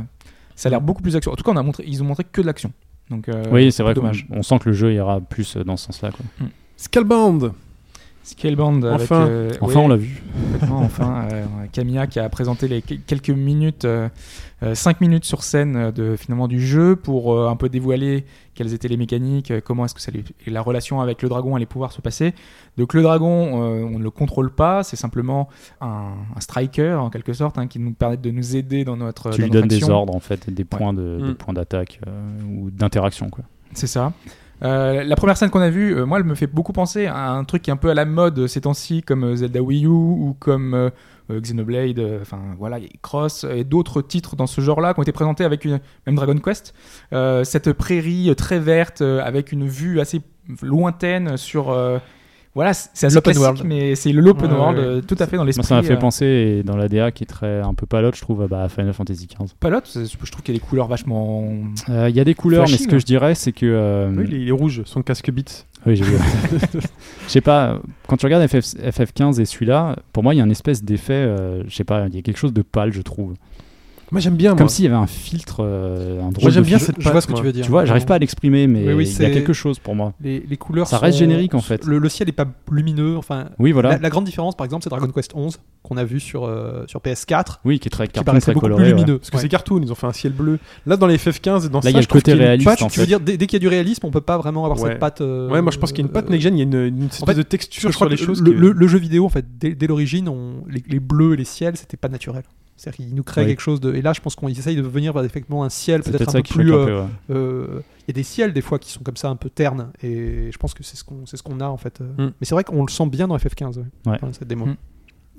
Speaker 5: Ça a l'air beaucoup plus action. En tout cas, on a montré, ils ont montré que de l'action. Donc, euh,
Speaker 3: Oui, c'est vrai.
Speaker 5: dommage.
Speaker 3: qu'on- On sent que le jeu ira plus euh, dans ce sens-là. quoi.
Speaker 2: Scalebound
Speaker 5: Scalebound avec.
Speaker 2: Enfin.
Speaker 5: euh,
Speaker 3: Enfin,
Speaker 5: ouais,
Speaker 3: on l'a vu. [laughs]
Speaker 5: complètement, enfin, euh, Camilla qui a présenté les que- quelques minutes, 5 minutes sur scène euh, de, finalement, du jeu pour euh, un peu dévoiler quelles étaient les mécaniques, euh, comment est-ce que ça allait- et la relation avec le dragon allait pouvoir se passer. Donc le dragon, euh, on ne le contrôle pas, c'est simplement un, un striker en quelque sorte hein, qui nous permet de nous aider dans notre
Speaker 3: Tu
Speaker 5: dans
Speaker 3: lui
Speaker 5: notre
Speaker 3: donnes des
Speaker 5: action.
Speaker 3: ordres en fait, des points de des
Speaker 2: Mm.
Speaker 3: points d'attaque euh, ou d'interaction quoi.
Speaker 5: C'est ça. Euh, la première scène qu'on a vue, euh, moi, elle me fait beaucoup penser à un truc qui est un peu à la mode euh, ces temps-ci, comme euh, Zelda Wii U ou comme euh, euh, Xenoblade, euh, enfin voilà, et Cross et d'autres titres dans ce genre-là qui ont été présentés avec une, même Dragon Quest. Euh, cette prairie euh, très verte euh, avec une vue assez lointaine sur. euh, voilà, c'est c'est assez
Speaker 4: L'open
Speaker 5: classique,
Speaker 4: world.
Speaker 5: mais c'est l'open
Speaker 2: Ouais,
Speaker 5: world
Speaker 2: ouais.
Speaker 5: euh, tout à fait dans
Speaker 3: Moi
Speaker 5: l'esprit.
Speaker 3: ça m'a fait
Speaker 5: euh,
Speaker 3: penser et dans la DA qui est très un peu palote je trouve à bah, Final Fantasy XV.
Speaker 5: Palote, c'est- je trouve qu'il y a des couleurs vachement.
Speaker 3: Euh, Il y a des couleurs mais
Speaker 5: Flashy,
Speaker 3: ce que
Speaker 5: ouais.
Speaker 3: je dirais c'est que euh,
Speaker 2: Oui, il est- il est rouge, son casque Beats.
Speaker 3: oui, j'ai vu. [laughs] Je sais pas quand tu regardes FF, FF15 et celui-là pour moi il y a un espèce d'effet euh, je sais pas il y a quelque chose de pâle je trouve.
Speaker 4: Ah,
Speaker 2: Moi, j'aime bien.
Speaker 3: Comme
Speaker 2: moi.
Speaker 3: s'il y avait un filtre euh, un drôle
Speaker 2: Moi, j'aime
Speaker 3: de
Speaker 2: bien
Speaker 3: filtre.
Speaker 2: cette
Speaker 4: Je vois
Speaker 2: patte,
Speaker 4: ce que
Speaker 2: moi.
Speaker 4: tu veux dire.
Speaker 3: Tu vois, j'arrive pas à l'exprimer mais
Speaker 4: Oui, oui,
Speaker 3: il y a
Speaker 4: c'est-
Speaker 3: quelque chose pour moi.
Speaker 4: Les, les couleurs
Speaker 3: Ça reste
Speaker 4: sont-
Speaker 3: générique, en fait.
Speaker 4: Le, le ciel est pas lumineux. Enfin,
Speaker 3: Oui, voilà.
Speaker 4: la, la grande différence, par exemple, c'est Dragon Quest 11 qu'on a vu sur, euh, sur PS4,
Speaker 3: Oui, qui est très
Speaker 4: qui
Speaker 3: cartoon,
Speaker 4: paraissait
Speaker 3: très
Speaker 4: beaucoup
Speaker 3: coloré.
Speaker 4: plus
Speaker 3: ouais.
Speaker 4: lumineux.
Speaker 2: Parce que c'est cartoon, ils ont fait un ciel bleu. Là, dans les FF15 et dans
Speaker 3: Là, il y
Speaker 2: ça,
Speaker 3: a
Speaker 2: je
Speaker 3: le
Speaker 2: trouve
Speaker 3: côté
Speaker 2: qu'il y a une-
Speaker 4: Tu
Speaker 3: réaliste
Speaker 4: vois, tu,
Speaker 3: en
Speaker 4: tu veux
Speaker 3: fait.
Speaker 4: dire, dès, dès qu'il y a du réalisme, on peut pas vraiment avoir
Speaker 2: Ouais.
Speaker 4: cette patte. euh,
Speaker 2: Ouais, moi, je pense qu'il y a une patte
Speaker 4: euh,
Speaker 2: next-gen, il y a une, une espèce
Speaker 4: fait,
Speaker 2: de
Speaker 4: Je
Speaker 2: texture sur
Speaker 4: crois
Speaker 2: les
Speaker 4: que
Speaker 2: choses.
Speaker 4: le,
Speaker 2: qui est-
Speaker 4: le- le jeu vidéo, en fait, dès, dès l'origine, on- les, les bleus et les ciels, c'était pas naturel. C'est-à-dire qu'ils nous créent
Speaker 3: Oui.
Speaker 4: quelque chose de. Et là, je pense qu'on essaye de venir vers effectivement un ciel
Speaker 3: C'est
Speaker 4: peut-être un
Speaker 3: ça
Speaker 4: peu
Speaker 3: qui choque
Speaker 4: plus.
Speaker 3: un
Speaker 4: euh,
Speaker 3: peu. ouais.
Speaker 4: euh, Il y a des ciels des fois qui sont comme ça un peu ternes. Et je pense que c'est ce qu'on c'est ce qu'on a en fait. euh.
Speaker 2: Mm.
Speaker 4: Mais c'est vrai qu'on le sent bien dans FF15, ouais,
Speaker 3: Ouais.
Speaker 4: dans cette
Speaker 2: Hmm.
Speaker 4: démo.
Speaker 5: Mm.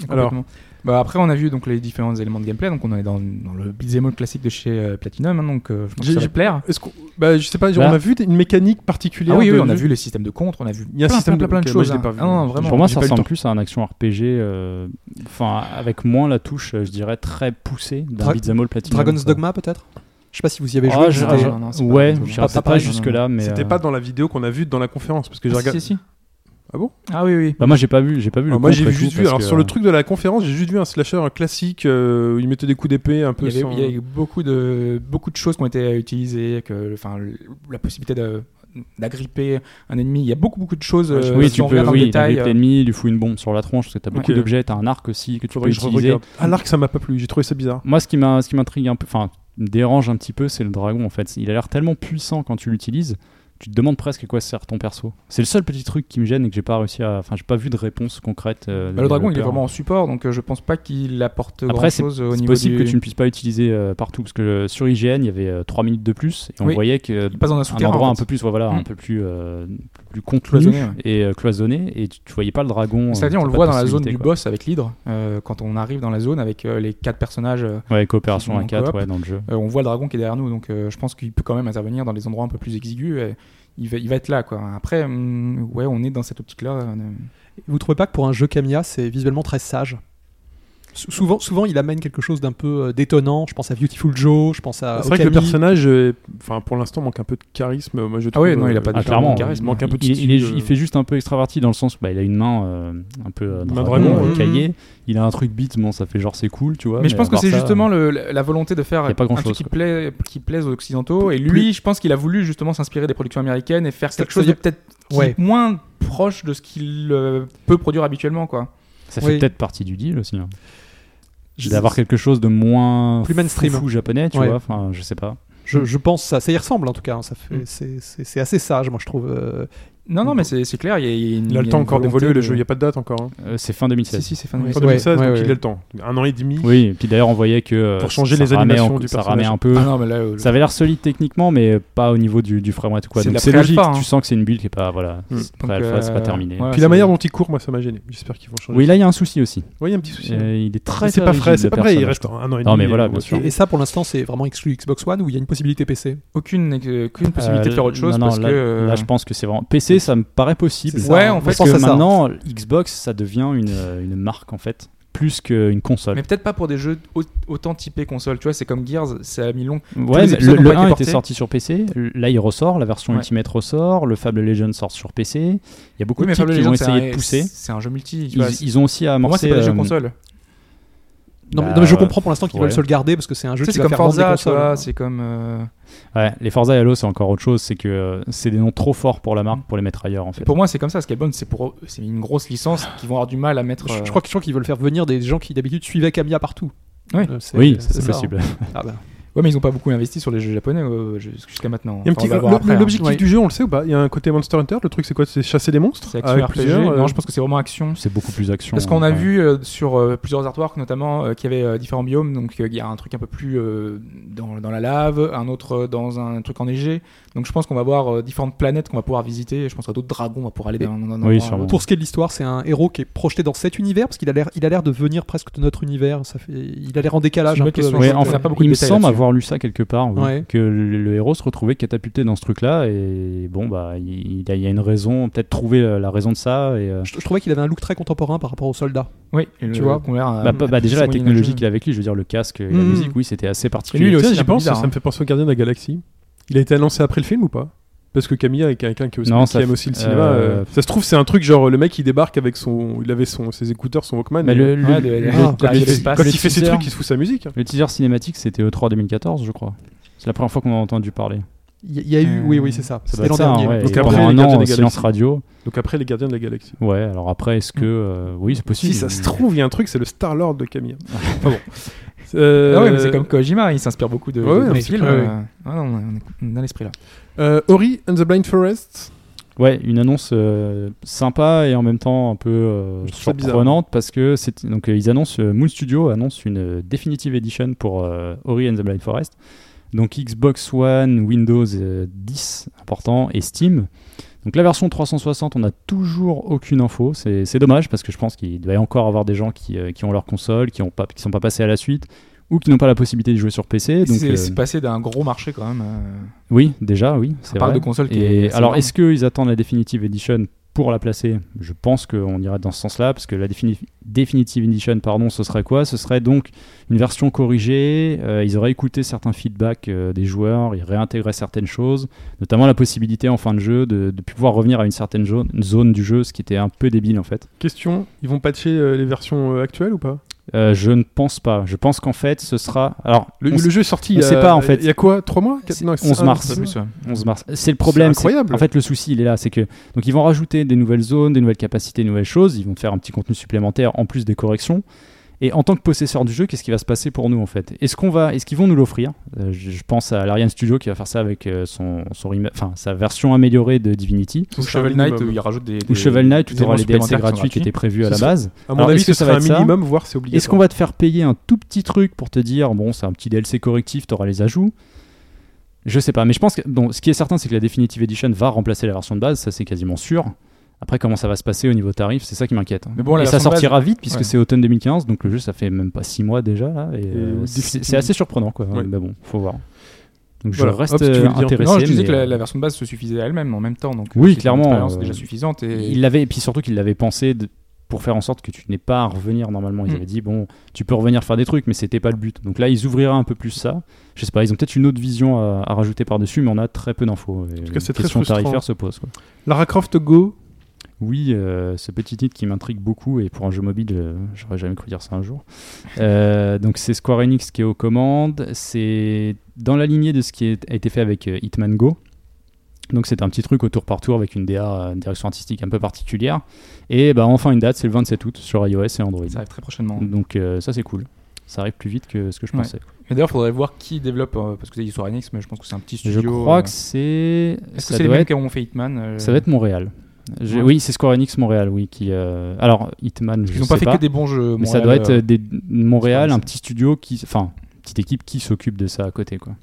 Speaker 2: Alors.
Speaker 5: Alors, bah après, on a vu donc les différents éléments de gameplay. Donc, on est dans, dans le beat'em all classique de chez euh, Platinum. hein, donc, euh, je pense que
Speaker 2: J'ai-
Speaker 5: ça va plaire.
Speaker 2: Est-ce qu'on- bah, je sais pas,
Speaker 3: Là.
Speaker 2: on a vu des- une mécanique particulière.
Speaker 5: Ah oui, oui,
Speaker 2: de-
Speaker 5: on a vu les systèmes de contre, on a vu
Speaker 2: Il y a un
Speaker 5: plein,
Speaker 2: système
Speaker 5: plein,
Speaker 2: de-
Speaker 5: plein,
Speaker 2: ok,
Speaker 5: de
Speaker 2: moi,
Speaker 5: choses.
Speaker 2: je l'ai
Speaker 5: hein.
Speaker 2: pas vu.
Speaker 5: Ah, non, vraiment.
Speaker 3: Pour moi,
Speaker 2: j'ai
Speaker 3: ça
Speaker 2: pas eu le
Speaker 3: ressemble
Speaker 2: temps.
Speaker 3: plus à un action RPG, euh, enfin avec moins la touche, euh, je dirais très poussée d'un
Speaker 4: Dra-
Speaker 3: beat'em all platinum.
Speaker 4: Dragon's
Speaker 3: quoi.
Speaker 4: Dogma, peut-être Je sais pas si vous y avez
Speaker 3: Ah,
Speaker 4: joué.
Speaker 3: je-
Speaker 4: mais c'était-
Speaker 5: non, non, c'est pas
Speaker 3: ouais,
Speaker 5: Dragon's
Speaker 3: je
Speaker 5: Dogma.
Speaker 3: sais pas,
Speaker 5: Pas pareil,
Speaker 3: jusque là, mais
Speaker 2: C'était
Speaker 3: euh,
Speaker 2: pas dans la vidéo qu'on a vue dans la conférence. Parce que j'ai
Speaker 5: Ah, si,
Speaker 2: regardé.
Speaker 5: si, si.
Speaker 2: Ah bon
Speaker 5: Ah oui, oui.
Speaker 3: Bah moi j'ai pas vu, j'ai pas vu le
Speaker 2: Alors, Ah, Moi j'ai
Speaker 3: contre et
Speaker 2: juste
Speaker 3: tout,
Speaker 2: vu,
Speaker 3: parce
Speaker 2: alors
Speaker 3: que,
Speaker 5: euh,
Speaker 2: sur le truc de la conférence, j'ai juste vu un slasher un classique euh, où il mettait des coups d'épée un peu
Speaker 5: Il y, avait,
Speaker 2: sans-
Speaker 5: il y avait beaucoup de beaucoup de choses qui ont été utilisées, que enfin le- la possibilité de d'agripper un ennemi. Il y a beaucoup beaucoup de choses.
Speaker 2: Ouais, je-
Speaker 5: euh,
Speaker 3: Ah, Oui,
Speaker 5: si
Speaker 3: tu
Speaker 5: on
Speaker 3: peux,
Speaker 5: regarde dans le
Speaker 3: oui,
Speaker 5: détail,
Speaker 3: t'as l'ennemi, il lui fout une bombe sur la tronche, parce que t'as beaucoup
Speaker 2: Ok.
Speaker 3: d'objets, t'as un arc aussi que tu
Speaker 2: Faudrait
Speaker 3: peux
Speaker 2: que je
Speaker 3: utiliser.
Speaker 2: regarde. Ah l'arc ça m'a pas plu, j'ai trouvé ça bizarre.
Speaker 3: Moi, ce qui m'a- ce qui m'intrigue un peu, enfin, me dérange un petit peu, c'est le dragon en fait. Il a l'air tellement puissant quand tu l'utilises, tu te demandes presque à quoi sert ton perso. C'est le seul petit truc qui me gêne et que j'ai pas réussi à. Enfin, j'ai pas vu de réponse concrète. euh,
Speaker 5: euh,
Speaker 3: des
Speaker 5: bah, le dragon, il est
Speaker 3: développeurs.
Speaker 5: vraiment en support, donc euh, je pense pas qu'il apporte
Speaker 3: Après,
Speaker 5: grand chose au
Speaker 3: C'est
Speaker 5: niveau.
Speaker 3: possible
Speaker 5: du-
Speaker 3: que tu ne puisses pas utiliser euh, partout, parce que euh, sur IGN, il y avait 3 minutes de plus, et on
Speaker 5: Oui.
Speaker 3: voyait que euh,
Speaker 5: Il passe dans un
Speaker 3: un
Speaker 5: souterrain.
Speaker 3: endroit
Speaker 5: en
Speaker 3: un
Speaker 5: fait.
Speaker 3: peu plus, voilà, un
Speaker 5: Mm.
Speaker 3: peu plus, euh, plus contenu
Speaker 5: Cloisonné, ouais.
Speaker 3: et euh, cloisonné, et tu, tu voyais pas le dragon.
Speaker 5: C'est-à-dire,
Speaker 3: euh,
Speaker 5: on le
Speaker 3: t'as
Speaker 5: voit
Speaker 3: pas
Speaker 5: dans
Speaker 3: de
Speaker 5: la zone
Speaker 3: possibilité,
Speaker 5: du
Speaker 3: quoi.
Speaker 5: boss avec l'hydre. euh, quand on arrive dans la zone avec euh, les quatre personnages, euh,
Speaker 3: Ouais, coopération à
Speaker 5: En
Speaker 3: 4
Speaker 5: coop.
Speaker 3: ouais, dans le jeu.
Speaker 5: euh, on voit le dragon qui est derrière nous. Donc, euh, je pense qu'il peut quand même intervenir dans les endroits un peu plus exigus. et il, va, il va être là, quoi. Après, hum, ouais, on est dans cette optique-là. euh,
Speaker 4: Vous trouvez pas que pour un jeu Camia, c'est visuellement très sage Sou- Souvent, souvent, il amène quelque chose d'un peu euh, détonnant. Je pense à Beautiful Joe, je pense à
Speaker 5: Ah,
Speaker 2: c'est vrai que le
Speaker 4: Okami.
Speaker 2: personnage, euh, enfin pour l'instant manque un peu de charisme. Moi je trouve.
Speaker 5: ouais, non, il a
Speaker 2: euh,
Speaker 5: pas de
Speaker 3: Ah, clairement.
Speaker 2: charisme. Il manque un peu de
Speaker 3: il,
Speaker 2: style.
Speaker 3: il est ju-
Speaker 2: euh.
Speaker 3: il fait juste un peu extraverti dans le sens bah, il a une main euh, un peu euh,
Speaker 2: Main
Speaker 3: dragon,
Speaker 2: dragon,
Speaker 3: euh,
Speaker 4: ouais.
Speaker 3: caillée. il a un truc beat bon ça fait genre c'est cool tu vois
Speaker 5: mais je pense
Speaker 3: à
Speaker 5: que
Speaker 3: part
Speaker 5: c'est
Speaker 3: ça, euh,
Speaker 5: justement le- la la volonté de faire
Speaker 3: y a pas
Speaker 5: un
Speaker 3: grand-chose,
Speaker 5: truc qui, plaît, qui plaise aux Occidentaux. Et lui, je pense qu'il a voulu justement s'inspirer des productions américaines et faire
Speaker 4: Ça-
Speaker 5: quelque chose de
Speaker 4: ça-
Speaker 5: peut-être qui
Speaker 4: Ouais.
Speaker 5: est moins proche de ce qu'il euh, peut produire habituellement, quoi.
Speaker 3: ça fait
Speaker 4: oui.
Speaker 3: peut-être partie du deal aussi hein.
Speaker 4: Je-
Speaker 3: d'avoir quelque chose de moins
Speaker 4: Plus mainstream.
Speaker 3: fou japonais tu
Speaker 4: Ouais.
Speaker 3: vois enfin je sais pas
Speaker 4: Je, je pense ça, ça y ressemble en tout cas. hein, ça fait,
Speaker 5: Mm.
Speaker 4: c'est- c'est c'est assez sage, moi je trouve. euh,
Speaker 5: Non, non, mais c'est c'est clair. Il, y a- il y a une-
Speaker 2: Il a
Speaker 5: il y
Speaker 2: le
Speaker 5: a
Speaker 2: temps
Speaker 5: une
Speaker 2: encore
Speaker 5: volonté
Speaker 2: d'évoluer le
Speaker 5: de-
Speaker 2: jeu, il n'y a pas de date encore. hein.
Speaker 3: Euh, c'est fin
Speaker 5: Si,
Speaker 3: 2016
Speaker 5: si, c'est fin de
Speaker 2: Fin
Speaker 4: Ouais,
Speaker 2: 2016, donc
Speaker 4: ouais,
Speaker 2: il
Speaker 4: ouais.
Speaker 2: a le temps. Un an et demi.
Speaker 3: oui et puis d'ailleurs on voyait que euh,
Speaker 2: Pour changer
Speaker 3: ça
Speaker 2: les
Speaker 3: ramait
Speaker 2: animations
Speaker 3: en-
Speaker 2: du
Speaker 3: ça ramait
Speaker 2: personnage.
Speaker 3: un peu
Speaker 5: Ah non, mais là, euh,
Speaker 3: ça avait l'air solide techniquement mais pas au niveau du, du framework ou quoi
Speaker 5: C'est
Speaker 3: donc
Speaker 5: de la
Speaker 3: c'est logique
Speaker 5: pré-alpha, hein.
Speaker 3: tu sens que c'est une build qui est pas voilà
Speaker 2: Mm.
Speaker 3: c'est
Speaker 5: Donc,
Speaker 3: pré-alpha, Ah, c'est pas
Speaker 5: euh,
Speaker 3: terminé
Speaker 5: ouais.
Speaker 2: Puis la manière dont il court, moi ça m'a gêné. J'espère qu'ils vont changer.
Speaker 3: oui là il y a un souci aussi
Speaker 2: Oui, il y a un petit souci.
Speaker 3: Euh, il est très
Speaker 2: c'est
Speaker 3: très
Speaker 2: pas frais,
Speaker 3: rigide,
Speaker 2: c'est
Speaker 3: le
Speaker 2: pas vrai. Il
Speaker 3: personnage.
Speaker 2: reste un an et demi.
Speaker 3: Non, mais voilà,
Speaker 2: euh,
Speaker 3: bien sûr.
Speaker 4: et, et ça pour l'instant, c'est vraiment exclu Xbox One où il y a une possibilité PC.
Speaker 5: aucune, euh, aucune possibilité de faire autre
Speaker 3: Euh,
Speaker 5: chose
Speaker 3: non, non,
Speaker 5: parce
Speaker 3: là,
Speaker 5: que. euh,
Speaker 3: là, je pense que c'est vraiment PC ça me paraît possible
Speaker 4: C'est ça,
Speaker 5: Ouais,
Speaker 4: hein.
Speaker 5: en
Speaker 4: Moi,
Speaker 5: fait,
Speaker 4: je
Speaker 3: parce
Speaker 4: pense
Speaker 3: que
Speaker 4: à ça.
Speaker 3: maintenant Xbox ça devient une, euh, une marque en fait plus qu'une console
Speaker 5: Mais peut-être pas pour des jeux au- autant typés console, tu vois, c'est comme Gears, ça a mis long.
Speaker 3: ouais,
Speaker 5: les
Speaker 3: mais
Speaker 5: épisodes
Speaker 3: le, le
Speaker 5: n'ont pas été
Speaker 3: 1 était
Speaker 5: portés.
Speaker 3: sorti sur PC là il ressort la version
Speaker 5: Ouais.
Speaker 3: Ultimate ressort le Fable Legends sort sur PC il y a beaucoup
Speaker 5: Oui, mais
Speaker 3: de titres
Speaker 5: Fable
Speaker 3: qui ont
Speaker 5: Legends, c'est
Speaker 3: essayé
Speaker 5: un-
Speaker 3: de pousser
Speaker 5: C'est un jeu multi,
Speaker 3: ils,
Speaker 5: tu vois.
Speaker 3: ils ont aussi
Speaker 5: Pour moi,
Speaker 3: amorcé
Speaker 5: c'est pas des jeux
Speaker 3: euh,
Speaker 5: console.
Speaker 4: Non, mais-
Speaker 3: Bah,
Speaker 4: non, mais je
Speaker 3: ouais.
Speaker 4: comprends pour l'instant qu'ils
Speaker 3: Ouais.
Speaker 4: veulent se le garder parce que c'est un jeu
Speaker 5: Tu sais,
Speaker 4: qui
Speaker 5: c'est
Speaker 4: va
Speaker 5: comme
Speaker 4: faire vendre des
Speaker 5: Forza, tu
Speaker 4: consoles. hein.
Speaker 3: hein.
Speaker 5: vois, c'est comme. euh,
Speaker 3: ouais, les Forza et Halo c'est encore autre chose c'est que euh, c'est des noms trop forts pour la marque pour les mettre ailleurs en fait
Speaker 5: Pour moi, c'est comme ça. Scalebound, c'est pour c'est une grosse licence qui vont avoir du mal à mettre.
Speaker 4: Je,
Speaker 5: euh,
Speaker 4: je crois que- je crois qu'ils veulent faire venir des gens qui d'habitude suivaient Camia partout.
Speaker 5: Ouais.
Speaker 4: Euh, c'est-
Speaker 3: oui
Speaker 4: c'est
Speaker 3: c'est
Speaker 4: ça,
Speaker 3: possible
Speaker 4: hein. Ah bah.
Speaker 5: Ouais, mais ils ont pas beaucoup investi sur les jeux japonais euh, jus- jusqu'à maintenant.
Speaker 2: Il y a un
Speaker 5: Enfin,
Speaker 2: petit-
Speaker 5: on va voir
Speaker 2: le-
Speaker 5: après, hein.
Speaker 2: L'objectif
Speaker 4: Ouais.
Speaker 2: du jeu, on le sait ou pas Il y a un côté Monster Hunter. Le truc, c'est quoi C'est chasser des monstres
Speaker 5: C'est
Speaker 2: avec
Speaker 5: action RPG.
Speaker 2: plusieurs, euh,
Speaker 5: Non, je pense que c'est vraiment action.
Speaker 3: c'est beaucoup plus action
Speaker 5: Parce qu'on a
Speaker 3: ouais.
Speaker 5: vu euh, sur euh, plusieurs artworks notamment euh, qu'il y avait euh, différents biomes, donc euh, il y a un truc un peu plus euh, dans, dans la lave, un autre euh, dans un truc enneigé. Donc je pense qu'on va voir euh, différentes planètes qu'on va pouvoir visiter. Et je pense à d'autres dragons, on va pouvoir aller dans, dans, dans
Speaker 3: Oui,
Speaker 5: dans-
Speaker 3: sûrement.
Speaker 4: Pour ce qui est de l'histoire, c'est un héros qui est projeté dans cet univers parce qu'il a l'air, il a l'air de venir presque de notre univers. Ça fait, il a l'air en décalage
Speaker 5: C'est une
Speaker 4: un
Speaker 5: bonne
Speaker 4: peu.
Speaker 5: question.
Speaker 4: avec-
Speaker 3: Ouais,
Speaker 5: On
Speaker 3: enfin,
Speaker 5: a pas beaucoup
Speaker 3: il
Speaker 5: de
Speaker 3: me
Speaker 5: détails
Speaker 3: semble
Speaker 5: là-dessus.
Speaker 3: avoir lu ça quelque part, oui,
Speaker 4: Ouais.
Speaker 3: que le, le héros se retrouvait catapulté dans ce truc-là et bon bah il, il a- il y a une raison, peut-être trouver la, la raison de ça et euh,
Speaker 4: Je, je trouvais qu'il avait un look très contemporain par rapport aux soldats.
Speaker 5: Oui, et
Speaker 4: Tu
Speaker 5: le-
Speaker 4: vois.
Speaker 5: qu'on a l'air, euh,
Speaker 3: bah, bah, bah, déjà
Speaker 5: c'est
Speaker 3: la
Speaker 5: moyen
Speaker 3: technologie
Speaker 5: âge.
Speaker 3: qu'il a avec lui, je veux dire le casque et la
Speaker 4: Mhm.
Speaker 3: musique, oui c'était assez particulier.
Speaker 5: Et lui, il est
Speaker 2: Tiens,
Speaker 5: aussi
Speaker 2: j'y
Speaker 5: un peu
Speaker 2: pense.
Speaker 5: bizarre,
Speaker 3: hein.
Speaker 2: Ça me fait penser au Gardien de la Galaxie. Il a été annoncé après le film ou pas Parce que Camilla est quelqu'un qui, est aussi-
Speaker 3: Non,
Speaker 2: qui
Speaker 3: ça
Speaker 2: aime
Speaker 3: fait-
Speaker 2: aussi le cinéma. euh,
Speaker 3: euh,
Speaker 2: Ça se trouve, c'est un truc genre le mec il débarque avec son, il avait son, ses écouteurs, son Walkman.
Speaker 3: Mais
Speaker 2: et-
Speaker 3: le, le-
Speaker 5: Ouais, de-
Speaker 3: le- le-
Speaker 5: ah, quand
Speaker 3: le-
Speaker 5: il
Speaker 3: le-
Speaker 5: fait pas-
Speaker 2: quand
Speaker 3: le
Speaker 2: il fait ses
Speaker 3: teaser-
Speaker 2: trucs, il se fout sa musique. hein.
Speaker 3: le teaser cinématique c'était E E3 2014 je crois. C'est la première fois qu'on en a entendu parler.
Speaker 4: Il y, il y a eu,
Speaker 5: Euh,
Speaker 4: oui, oui, c'est ça.
Speaker 3: Ça doit
Speaker 4: C'était l'an
Speaker 3: être ça,
Speaker 4: dernier.
Speaker 3: hein, ouais.
Speaker 2: Donc
Speaker 3: Et
Speaker 2: après,
Speaker 3: pendant
Speaker 2: les
Speaker 3: un
Speaker 2: Gardiens
Speaker 3: an,
Speaker 2: des
Speaker 3: euh, silence
Speaker 2: Galaxies.
Speaker 3: radio.
Speaker 2: Donc après, les Gardiens de la Galaxie.
Speaker 3: Ouais, alors après, est-ce que. euh, oui, c'est possible.
Speaker 2: Si ça se trouve, il y a un truc, c'est le Star Lord de
Speaker 3: [laughs]
Speaker 2: Camilla. Enfin bon.
Speaker 5: Ah
Speaker 2: Euh,
Speaker 5: ouais, mais c'est comme Kojima, il s'inspire beaucoup de,
Speaker 2: Ouais,
Speaker 5: de- de
Speaker 2: ouais,
Speaker 5: films.
Speaker 2: c'est clair,
Speaker 5: euh, ouais, non, on est- on est dans l'esprit là.
Speaker 2: euh, Ori and the Blind Forest.
Speaker 3: Ouais, une annonce euh, sympa et en même temps un peu euh,
Speaker 2: Je trouve ça bizarre.
Speaker 3: surprenante parce que c'est donc euh, ils annoncent euh, Moon Studio annonce une euh, definitive edition pour euh, Ori and the Blind Forest. Donc Xbox One, Windows euh, 10 important et Steam. Donc la version 360, on n'a toujours aucune info. C'est c'est dommage parce que je pense qu'il doit y encore avoir des gens qui, euh, qui ont leur console, qui ont pas, qui sont pas passés à la suite ou qui n'ont pas la possibilité de jouer sur PC. Donc
Speaker 5: C'est
Speaker 3: euh,
Speaker 5: c'est passé d'un gros marché quand même. euh,
Speaker 3: oui, déjà oui, c'est
Speaker 5: parle
Speaker 3: vrai.
Speaker 5: de console qui
Speaker 3: Et
Speaker 5: est- c'est
Speaker 3: alors,
Speaker 5: énorme.
Speaker 3: est-ce qu'ils attendent la Definitive Edition pour la placer, je pense qu'on ira dans ce sens-là, parce que la défini- Definitive Edition, pardon, ce serait quoi Ce serait donc une version corrigée, euh, ils auraient écouté certains feedbacks euh, des joueurs, ils réintégraient certaines choses, notamment la possibilité en fin de jeu de, de pouvoir revenir à une certaine jo- zone du jeu, ce qui était un peu débile en fait.
Speaker 2: Question, ils vont patcher euh, les versions euh, actuelles ou pas
Speaker 3: Euh, je ne pense pas, je pense qu'en fait ce sera... Alors,
Speaker 2: le,
Speaker 3: on-
Speaker 2: le jeu est sorti
Speaker 3: on
Speaker 2: il y a-
Speaker 3: sait pas, en fait.
Speaker 2: Il y a quoi 3 mois Quatre-
Speaker 3: C'est
Speaker 2: non, c'est
Speaker 3: 11
Speaker 2: un an,
Speaker 3: mars.
Speaker 2: ça.
Speaker 5: Plus, ouais.
Speaker 3: 11 mars. C'est le problème.
Speaker 2: C'est incroyable.
Speaker 3: En fait, le souci, il est là, c'est que donc ils vont rajouter des nouvelles zones, des nouvelles capacités, des nouvelles choses. Ils vont faire un petit contenu supplémentaire en plus des corrections. Et en tant que possesseur du jeu, qu'est-ce qui va se passer pour nous en fait Est-ce qu'on va, est-ce qu'ils vont nous l'offrir Euh, je, je pense à l'Ariane Studio qui va faire ça avec euh, son, son rema- enfin sa version améliorée de Divinity
Speaker 2: Ou
Speaker 5: Ou
Speaker 2: Shovel
Speaker 5: Shovel Knight,
Speaker 2: Minimum.
Speaker 3: euh,
Speaker 5: où il rajoute des. des-
Speaker 3: ou Shovel Knight,
Speaker 5: des
Speaker 3: tout aura
Speaker 5: éléments
Speaker 3: les DLC
Speaker 5: supplémentaires qui sont
Speaker 3: gratuits qui
Speaker 5: gratuits.
Speaker 3: étaient prévus à la
Speaker 2: Ce sera-
Speaker 3: base.
Speaker 2: À mon
Speaker 3: Alors,
Speaker 2: avis,
Speaker 3: est-ce
Speaker 2: ce
Speaker 3: que ça
Speaker 2: serait
Speaker 3: va
Speaker 2: un
Speaker 3: être ça
Speaker 2: minimum, voire c'est obligatoire.
Speaker 3: Est-ce qu'on va te faire payer un tout petit truc pour te dire, bon, c'est un petit DLC correctif, t'auras les ajouts Je sais pas, mais je pense que bon, ce qui est certain, c'est que la Definitive Edition va remplacer la version de base, ça c'est quasiment sûr. Après, comment ça va se passer au niveau tarif, c'est ça qui m'inquiète. hein.
Speaker 5: Mais bon, la
Speaker 3: et ça
Speaker 5: version de
Speaker 3: sortira vite, puisque
Speaker 5: ouais.
Speaker 3: c'est automne 2015, donc le jeu ça fait même pas 6 mois déjà. là, et, euh,
Speaker 2: oui,
Speaker 3: c'est
Speaker 2: définitivement.
Speaker 3: c'est assez surprenant quoi,
Speaker 2: Ouais.
Speaker 3: mais bon, faut voir. Donc je
Speaker 2: Voilà.
Speaker 3: reste
Speaker 2: Hop, tu veux
Speaker 3: euh,
Speaker 2: le dire.
Speaker 3: intéressé.
Speaker 5: Non, je disais
Speaker 3: mais,
Speaker 5: que la,
Speaker 3: euh,
Speaker 5: la version de base se suffisait à elle-même en même temps. Donc,
Speaker 3: Oui,
Speaker 5: c'est une
Speaker 3: clairement,
Speaker 5: expérience
Speaker 3: euh,
Speaker 5: déjà suffisante. Et...
Speaker 3: Il l'avait, et puis surtout qu'il l'avait pensé de- pour faire en sorte que tu n'aies pas à revenir normalement. Ils
Speaker 5: Mm.
Speaker 3: avaient dit, bon, tu peux revenir faire des trucs, mais c'était pas le but. Donc là, ils ouvriraient un peu plus ça. Je sais pas, ils ont peut-être une autre vision à, à rajouter par-dessus, mais on a très peu d'infos. En
Speaker 2: tout cas, c'est très
Speaker 3: question
Speaker 2: frustrant.
Speaker 3: tarifaire se pose. quoi.
Speaker 2: Lara Croft Go
Speaker 3: Oui, euh, ce petit titre qui m'intrigue beaucoup, et pour un jeu mobile, euh, j'aurais jamais cru dire ça un
Speaker 5: [laughs]
Speaker 3: jour. Euh, donc c'est Square Enix qui est aux commandes, c'est dans la lignée de ce qui est- a été fait avec euh, Hitman Go. Donc c'est un petit truc au tour par tour avec une DA, euh, une direction artistique un peu particulière. Et bah, enfin une date, c'est le 27 août sur iOS et Android.
Speaker 5: Ça arrive très prochainement.
Speaker 3: Donc euh, ça c'est cool. Ça arrive plus vite que ce que je
Speaker 5: Ouais.
Speaker 3: pensais.
Speaker 5: Mais d'ailleurs, faudrait voir qui développe, euh, parce que c'est Square Enix, mais je pense que c'est un petit
Speaker 3: Je
Speaker 5: studio.
Speaker 3: crois
Speaker 5: euh,
Speaker 3: que c'est...
Speaker 5: Est-ce que
Speaker 3: ça
Speaker 5: c'est les
Speaker 3: doit
Speaker 5: mêmes
Speaker 3: être-
Speaker 5: qui ont fait Hitman euh,
Speaker 3: ça doit être Montréal. Je-
Speaker 5: Ouais.
Speaker 3: Oui, c'est Square Enix Montréal, oui. Qui, euh, Alors, Hitman, je
Speaker 5: Ils n'ont
Speaker 3: sais
Speaker 5: pas fait
Speaker 3: pas.
Speaker 5: que des bons jeux.
Speaker 3: Mais ça doit
Speaker 5: Montréal,
Speaker 3: être
Speaker 5: euh,
Speaker 3: euh, des... Montréal,
Speaker 5: c'est-
Speaker 3: un petit studio qui. Enfin, petite équipe qui s'occupe de ça à côté, quoi.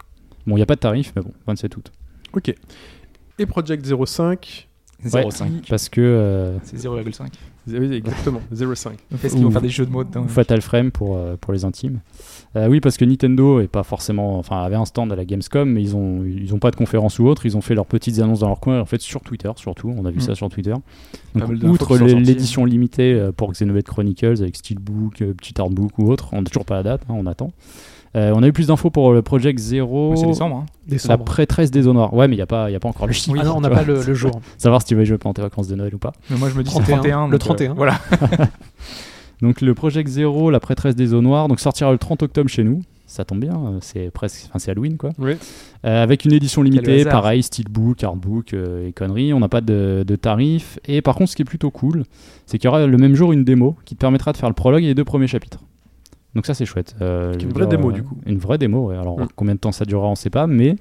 Speaker 3: Bon, il n'y a pas de tarif, mais bon, 27 août.
Speaker 2: Ok. Et Project 05
Speaker 3: Ouais,
Speaker 5: 0,5.
Speaker 3: Parce que euh,
Speaker 5: C'est 0,5.
Speaker 2: Oui,
Speaker 3: [laughs]
Speaker 2: exactement, 05.
Speaker 5: Est-ce qu'ils vont
Speaker 3: Ou-
Speaker 5: faire des jeux de mots dedans
Speaker 3: Fatal Frame pour, euh, pour les intimes. Euh, oui, parce que Nintendo est pas forcément, enfin, avait un stand à la Gamescom, mais ils ont, ils ont pas de conférence ou autre. Ils ont fait leurs petites annonces dans leur coin, en fait, sur Twitter surtout. On a vu
Speaker 5: Mm.
Speaker 3: ça sur Twitter.
Speaker 5: Pas
Speaker 3: Donc,
Speaker 5: mal d'infos
Speaker 3: outre
Speaker 5: qui sont
Speaker 3: les-
Speaker 5: sorties.
Speaker 3: l'édition limitée euh, pour Xenoblade Chronicles avec Steelbook, euh, petit artbook ou autre, on n'a toujours pas la date, hein, on attend. Euh, on a eu plus d'infos pour le Project Zero.
Speaker 5: Mais C'est décembre. hein.
Speaker 3: La
Speaker 4: Décembre.
Speaker 3: prêtresse des honneurs. Ouais, mais il n'y a, pas- y a pas encore le chiffre.
Speaker 4: Ah non, on n'a
Speaker 3: tu vois.
Speaker 4: pas le, le jour.
Speaker 3: Savoir si tu vas y jouer pendant tes vacances de Noël ou pas.
Speaker 5: Mais moi, je me dis c'est 31.
Speaker 4: 31, le
Speaker 5: donc, euh,
Speaker 4: 31.
Speaker 5: Voilà. [laughs]
Speaker 3: Donc le Project Zero, la prêtresse des eaux noires, donc sortira le 30 octobre chez nous. Ça tombe bien, euh, c'est presque, enfin c'est Halloween quoi.
Speaker 2: Oui.
Speaker 3: Euh, avec une édition limitée,
Speaker 5: hasard.
Speaker 3: pareil, steelbook, artbook euh, et conneries. On n'a pas de, de tarif. Et par contre, ce qui est plutôt cool, c'est qu'il y aura le même jour une démo qui te permettra de faire le prologue et les deux premiers chapitres. Donc ça c'est chouette. Euh, je
Speaker 2: une
Speaker 3: veux
Speaker 2: vraie
Speaker 3: dire,
Speaker 2: démo,
Speaker 3: euh,
Speaker 2: du coup.
Speaker 3: Une vraie démo. ouais. Alors
Speaker 2: Mm.
Speaker 3: combien de temps ça durera, on sait pas, mais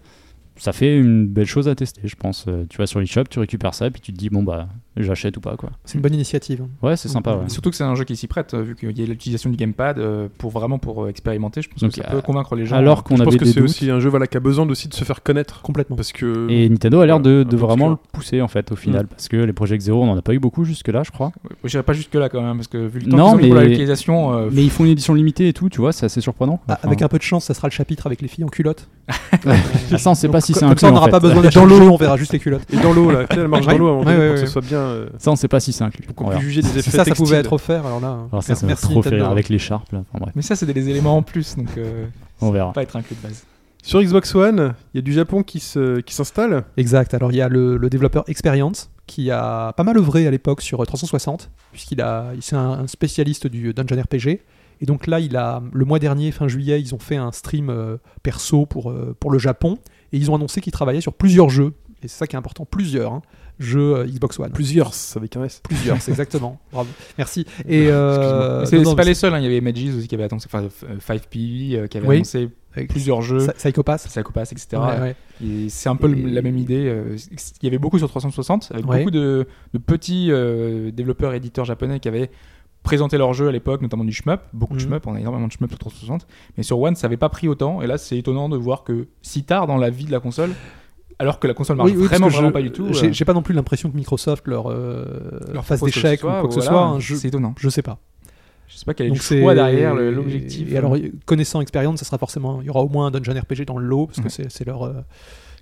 Speaker 3: ça fait une belle chose à tester, je pense. Euh, tu vas sur l'eShop, tu récupères ça, puis tu te dis bon bah j'achète ou pas quoi.
Speaker 4: C'est une bonne initiative. hein,
Speaker 3: Ouais,
Speaker 2: Hum.
Speaker 3: c'est sympa. ouais.
Speaker 5: Et Surtout que c'est un jeu qui s'y prête, euh, vu qu'il y a l'utilisation du gamepad euh, pour vraiment pour euh, expérimenter. Je pense
Speaker 3: Donc,
Speaker 5: que ça
Speaker 3: euh,
Speaker 5: peut convaincre les gens. hein.
Speaker 3: Alors qu'on
Speaker 2: Je pense
Speaker 3: avait
Speaker 2: que
Speaker 3: des
Speaker 2: c'est
Speaker 3: doutes.
Speaker 2: aussi un jeu voilà, qui a besoin aussi de se faire connaître.
Speaker 4: Complètement.
Speaker 2: Parce que.
Speaker 3: Et Nintendo a l'air de,
Speaker 2: Voilà,
Speaker 3: de
Speaker 2: un peu
Speaker 3: vraiment le
Speaker 2: obscur.
Speaker 3: pousser en
Speaker 4: Mm.
Speaker 3: fait au final parce que les Project Zero on n'en a pas eu beaucoup jusque là je crois.
Speaker 5: Ouais, J'irai pas jusque là quand même, parce que vu le temps
Speaker 3: Non,
Speaker 5: qu'ils ont mis pour
Speaker 3: mais-
Speaker 5: la localisation, euh,
Speaker 3: Mais ils font une édition limitée et tout tu vois c'est assez
Speaker 4: [laughs]
Speaker 3: surprenant. quoi.
Speaker 4: Ah, avec un peu de chance, ça sera le chapitre avec les filles
Speaker 3: [laughs]
Speaker 4: en culotte.
Speaker 3: Enfin, ça on sait pas si c'est
Speaker 4: Comme
Speaker 3: inclus
Speaker 4: ça, on
Speaker 3: en
Speaker 4: n'aura
Speaker 3: fait.
Speaker 4: pas besoin
Speaker 3: [laughs]
Speaker 4: d'être dans l'eau, on verra juste les culottes.
Speaker 2: Et dans l'eau, là. Tu sais, elle marche dans l'eau avant
Speaker 4: Ouais, ouais,
Speaker 2: pour que
Speaker 4: ouais.
Speaker 2: ce soit bien. euh,
Speaker 3: Ça on sait pas si c'est inclus. On
Speaker 2: qu'on puisse
Speaker 3: verra.
Speaker 2: juger des effets.
Speaker 4: Si ça, ça
Speaker 2: textiles.
Speaker 4: pouvait être offert, alors là. hein.
Speaker 3: Alors ça, ça me
Speaker 4: merci
Speaker 3: trop fait
Speaker 4: Nintendo.
Speaker 3: rire avec l'écharpe là. Enfin, bref,
Speaker 5: mais ça, c'est des éléments en plus, donc euh,
Speaker 3: on verra.
Speaker 5: faut pas être inclus de base.
Speaker 2: Sur Xbox One, il y a du Japon qui se- qui s'installe.
Speaker 4: Exact. Alors il y a le, le développeur Experience qui a pas mal œuvré à l'époque sur euh, 360, puisqu'il a, il- c'est un, un spécialiste du euh, dungeon RPG. Et donc là, il a, le mois dernier, fin juillet, ils ont fait un stream euh, perso pour, euh, pour le Japon et ils ont annoncé qu'ils travaillaient sur plusieurs jeux. Et c'est ça qui est important, plusieurs hein, jeux euh, Xbox One.
Speaker 2: Plusieurs, avec un S.
Speaker 5: [laughs]
Speaker 4: Plusieurs, c'est exactement. Bravo. Merci. Et
Speaker 5: Excuse-moi.
Speaker 4: euh,
Speaker 5: Mais c'est
Speaker 4: non,
Speaker 5: c'est
Speaker 4: non,
Speaker 5: pas
Speaker 4: mais
Speaker 5: les seuls, hein, il y avait Magis aussi qui avait annoncé, enfin, F- euh, 5PV euh, qui avait
Speaker 4: Oui.
Speaker 5: annoncé
Speaker 4: c'est-
Speaker 5: plusieurs jeux,
Speaker 4: Psy- Psychopass.
Speaker 5: Psychopass, etc.
Speaker 4: Ouais, ouais.
Speaker 5: Et c'est un peu le-
Speaker 4: Et-
Speaker 5: la même idée. euh, Il y avait beaucoup sur 360, avec
Speaker 4: Ouais.
Speaker 5: beaucoup de, de petits euh, développeurs, éditeurs japonais qui avaient présenté leurs jeux à l'époque, notamment du shmup, beaucoup de
Speaker 4: Mhm.
Speaker 5: shmup, on a énormément de shmup sur 360, mais sur One ça n'avait pas pris autant, et là c'est étonnant de voir que si tard dans la vie de la console, alors que la console marche
Speaker 4: Oui, oui, parce
Speaker 5: vraiment,
Speaker 4: que je-
Speaker 5: vraiment pas du tout,
Speaker 4: J'ai
Speaker 5: euh,
Speaker 4: j'ai pas non plus l'impression que Microsoft leur, euh,
Speaker 5: leur
Speaker 4: fasse
Speaker 5: propose
Speaker 4: des
Speaker 5: que ce
Speaker 4: chèques ou
Speaker 5: soit,
Speaker 4: quoi que ce
Speaker 5: voilà,
Speaker 4: soit. hein, je,
Speaker 5: C'est étonnant.
Speaker 4: je sais pas.
Speaker 5: Je sais pas quel est
Speaker 4: Donc
Speaker 5: le
Speaker 4: c'est
Speaker 5: choix derrière, le- l'objectif. euh
Speaker 4: Et alors, connaissant Experience, ça sera forcément, il y aura au moins un dungeon RPG dans le lot parce que
Speaker 5: Ouais.
Speaker 4: c'est- c'est leur euh,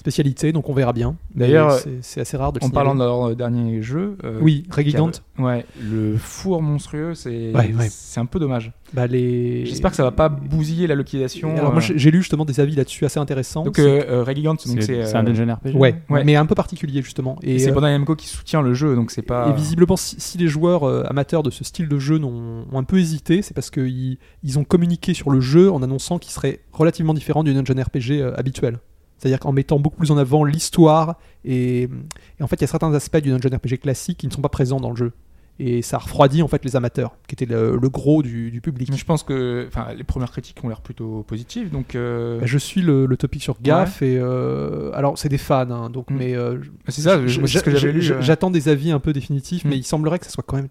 Speaker 4: spécialité, donc on verra bien.
Speaker 5: D'ailleurs,
Speaker 4: Mais c'est- c'est assez rare de le
Speaker 5: En parlant de
Speaker 4: signaler.
Speaker 5: leur euh, dernier jeu, euh,
Speaker 4: Oui, Regigant.
Speaker 5: ouais, le four monstrueux, c'est
Speaker 4: Ouais, ouais.
Speaker 5: c'est un peu dommage.
Speaker 4: Bah, les...
Speaker 5: J'espère que ça va pas bousiller la localisation.
Speaker 4: Alors,
Speaker 5: euh,
Speaker 4: moi, j'ai j'ai lu justement des avis là-dessus assez intéressants.
Speaker 5: donc
Speaker 4: C'est-
Speaker 5: euh, euh, Regigant, donc c'est
Speaker 3: C'est
Speaker 5: euh,
Speaker 3: un dungeon RPG
Speaker 4: ouais,
Speaker 5: ouais.
Speaker 4: mais un peu particulier justement.
Speaker 5: et
Speaker 4: Et,
Speaker 5: c'est
Speaker 4: euh,
Speaker 5: Bandai Namco qui soutient le jeu, donc c'est pas.
Speaker 4: Et visiblement, si, si les joueurs euh, amateurs de ce style de jeu n'ont- ont un peu hésité, c'est parce qu'ils ils ont communiqué sur le jeu en annonçant qu'il serait relativement différent du dungeon RPG euh, habituel. C'est-à-dire qu'en mettant beaucoup plus en avant l'histoire, et, et en fait, il y a certains aspects du dungeon RPG classique qui ne sont pas présents dans le jeu. Et ça refroidit en fait les amateurs, qui étaient le, le gros du, du public.
Speaker 5: Mais je pense que, enfin, les premières critiques ont l'air plutôt positives, donc euh,
Speaker 4: Bah, je suis le, le topic sur GAF, et euh, alors c'est des fans, hein, donc,
Speaker 5: Mm.
Speaker 4: mais euh,
Speaker 5: c'est ça.
Speaker 4: Je-
Speaker 5: moi, c'est ce que
Speaker 4: je-
Speaker 5: j'avais lu.
Speaker 4: je-
Speaker 5: euh.
Speaker 4: J'attends des avis un peu définitifs,
Speaker 5: Mm.
Speaker 4: mais il semblerait que ça soit quand même.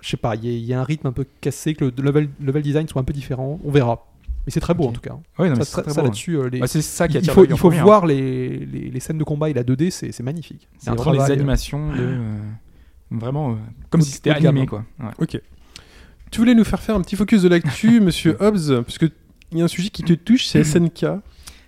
Speaker 4: Je sais pas, il y, a- il y a un rythme un peu cassé, que le level, level design soit un peu différent. On verra. Mais c'est très beau
Speaker 5: Ok.
Speaker 4: en tout cas.
Speaker 5: Ouais, non, mais
Speaker 4: ça,
Speaker 5: c'est
Speaker 4: ça-
Speaker 5: très
Speaker 4: ça
Speaker 5: beau,
Speaker 4: là-dessus, euh, les-
Speaker 5: hein. Ouais, c'est ça qui
Speaker 4: il
Speaker 5: attire
Speaker 4: faut,
Speaker 5: l'œil en
Speaker 4: il faut
Speaker 5: premier, hein.
Speaker 4: voir les, les, les scènes de combat et la 2D, c'est c'est magnifique.
Speaker 5: C'est
Speaker 4: un
Speaker 5: entre les
Speaker 4: travail, euh,
Speaker 5: animations de. euh, Vraiment, euh, comme
Speaker 4: Haut-
Speaker 5: si c'était
Speaker 4: haut de gamme,
Speaker 5: animé,
Speaker 4: hein.
Speaker 5: quoi. Ouais.
Speaker 2: Ok. Tu voulais nous faire faire un petit focus de
Speaker 5: [laughs]
Speaker 2: l'actu, monsieur Hobbs, parce que il y a un sujet qui te touche, c'est SNK,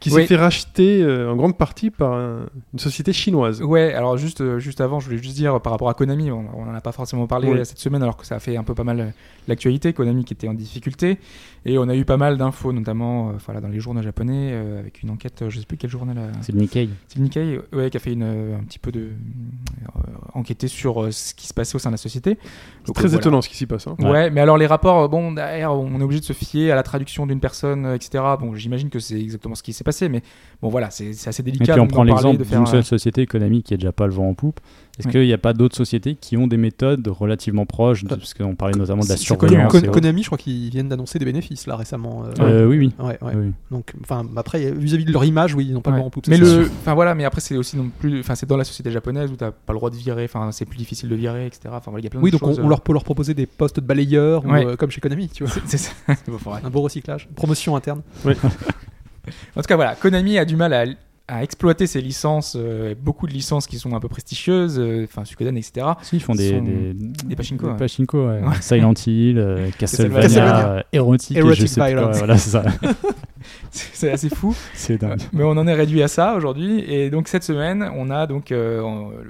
Speaker 2: qui
Speaker 5: Oui.
Speaker 2: s'est fait racheter euh, en grande partie par un- une société chinoise.
Speaker 5: Ouais, alors juste, euh, juste avant, je voulais juste dire euh, par rapport à Konami, on on en a pas forcément parlé
Speaker 2: Oui.
Speaker 5: euh, cette semaine alors que ça a fait un peu pas mal euh, l'actualité, Konami qui était en difficulté, et on a eu pas mal d'infos, notamment euh, voilà, dans les journaux japonais, euh, avec une enquête, euh, je sais plus quel journal, euh,
Speaker 3: C'est le Nikkei.
Speaker 5: c'est le Nikkei, ouais, qui a fait une, euh, un petit peu de... euh, enquêter sur euh, ce qui se passait au sein de la société.
Speaker 2: C'est
Speaker 5: Donc,
Speaker 2: très
Speaker 5: euh, voilà.
Speaker 2: étonnant ce qui s'y passe. hein.
Speaker 5: Ouais. mais alors les rapports, euh, bon, derrière, on est obligé de se fier à la traduction d'une personne, euh, etc. Bon, j'imagine que c'est exactement ce qui s'est passé, mais bon, voilà, c'est c'est assez
Speaker 3: Et
Speaker 5: délicat.
Speaker 3: puis on
Speaker 5: d'en
Speaker 3: prend
Speaker 5: parler,
Speaker 3: l'exemple
Speaker 5: de faire
Speaker 3: d'une
Speaker 5: un-
Speaker 3: seule société économique qui a déjà pas le vent en poupe. Est-ce
Speaker 5: Ouais.
Speaker 3: qu'il n'y a pas d'autres sociétés qui ont des méthodes relativement proches de- Parce qu'on parlait notamment de la
Speaker 4: c'est- c'est connu.
Speaker 3: surveillance.
Speaker 4: Kon-
Speaker 3: et autres.
Speaker 4: Konami, je crois qu'ils viennent d'annoncer des bénéfices là récemment. euh,
Speaker 3: Euh, oui, oui.
Speaker 4: ouais, ouais.
Speaker 3: oui.
Speaker 4: Donc, enfin, après, euh, vis-à-vis de leur image, oui, ils n'ont pas
Speaker 5: Ouais.
Speaker 4: le vent en poupe.
Speaker 5: mais
Speaker 4: ça, c'est
Speaker 5: le
Speaker 4: sûr.
Speaker 5: enfin voilà mais après c'est aussi non plus enfin c'est dans la société japonaise où t'as pas le droit de virer enfin c'est plus difficile de virer etc enfin voilà, il y a plein
Speaker 4: Oui,
Speaker 5: de
Speaker 4: donc on,
Speaker 5: choses
Speaker 4: on leur peut leur proposer des postes de balayeurs, ou,
Speaker 5: Ouais.
Speaker 4: euh, comme chez Konami, tu vois.
Speaker 5: [laughs] C'est- c'est ça. C'est pas vrai.
Speaker 4: Un beau recyclage, promotion interne.
Speaker 5: en tout cas voilà Konami a du mal à à exploiter ses licences, euh, beaucoup de licences qui sont un peu prestigieuses, euh, enfin Suikoden, etc.
Speaker 3: Si, ils font des,
Speaker 5: Sont-
Speaker 3: des,
Speaker 5: des pachinko, ouais.
Speaker 3: pachinko, ouais.
Speaker 5: Ouais.
Speaker 3: Silent Hill, euh, Castlevania,
Speaker 4: Castlevania.
Speaker 3: euh, érotique, et je
Speaker 4: Erotic
Speaker 3: sais plus quoi,
Speaker 4: violence.
Speaker 3: voilà, c'est ça.
Speaker 5: [laughs] C'est assez fou.
Speaker 3: C'est dingue.
Speaker 5: Mais on en est réduit à ça aujourd'hui. Et donc cette semaine, on a donc euh,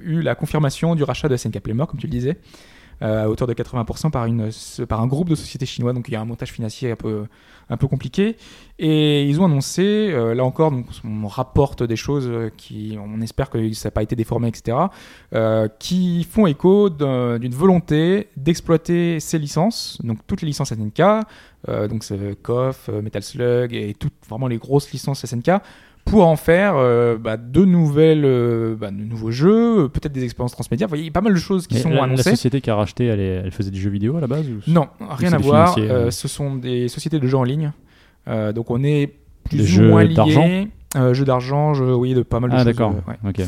Speaker 5: eu la confirmation du rachat de SNK Playmore, comme tu le disais, euh, à hauteur de 80% par, une, ce- par un groupe de sociétés chinoises. Donc il y a un montage financier un peu, un peu compliqué. Et ils ont annoncé, euh, là encore, donc, on rapporte des choses euh, qui, on espère que ça n'a pas été déformé, etc., euh, qui font écho d'un- d'une volonté d'exploiter ces licences, donc toutes les licences SNK, euh, donc c'est KOF, euh, Metal Slug et toutes vraiment les grosses licences SNK, pour en faire euh, bah, de nouvelles, euh, bah, de nouveaux jeux, euh, peut-être des expériences transmédia. Vous voyez, il y a pas mal de choses qui
Speaker 3: Mais
Speaker 5: sont
Speaker 3: la, la
Speaker 5: annoncées.
Speaker 3: société qui a racheté, elle, est- elle faisait du jeu vidéo à la base ou-
Speaker 5: Non, rien
Speaker 3: c'est
Speaker 5: à
Speaker 3: des
Speaker 5: voir.
Speaker 3: financiers,
Speaker 5: Euh,
Speaker 3: euh.
Speaker 5: ce sont des sociétés de jeux en ligne. Euh, donc on est plus
Speaker 3: Des
Speaker 5: ou
Speaker 3: jeux
Speaker 5: moins liés.
Speaker 3: d'argent
Speaker 5: Euh, jeux d'argent, jeux, oui, de pas mal de
Speaker 3: Ah
Speaker 5: choses.
Speaker 3: d'accord,
Speaker 5: euh, ouais.
Speaker 3: ok.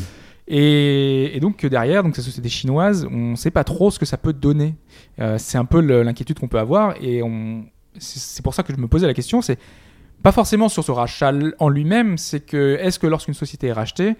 Speaker 5: Et, et donc euh, derrière, donc ces sociétés chinoises, on ne sait pas trop ce que ça peut donner. Euh, c'est un peu le- l'inquiétude qu'on peut avoir, et on- c'est c'est pour ça que je me posais la question. C'est pas forcément sur ce rachat l- en lui-même, c'est que est-ce que lorsqu'une société est rachetée,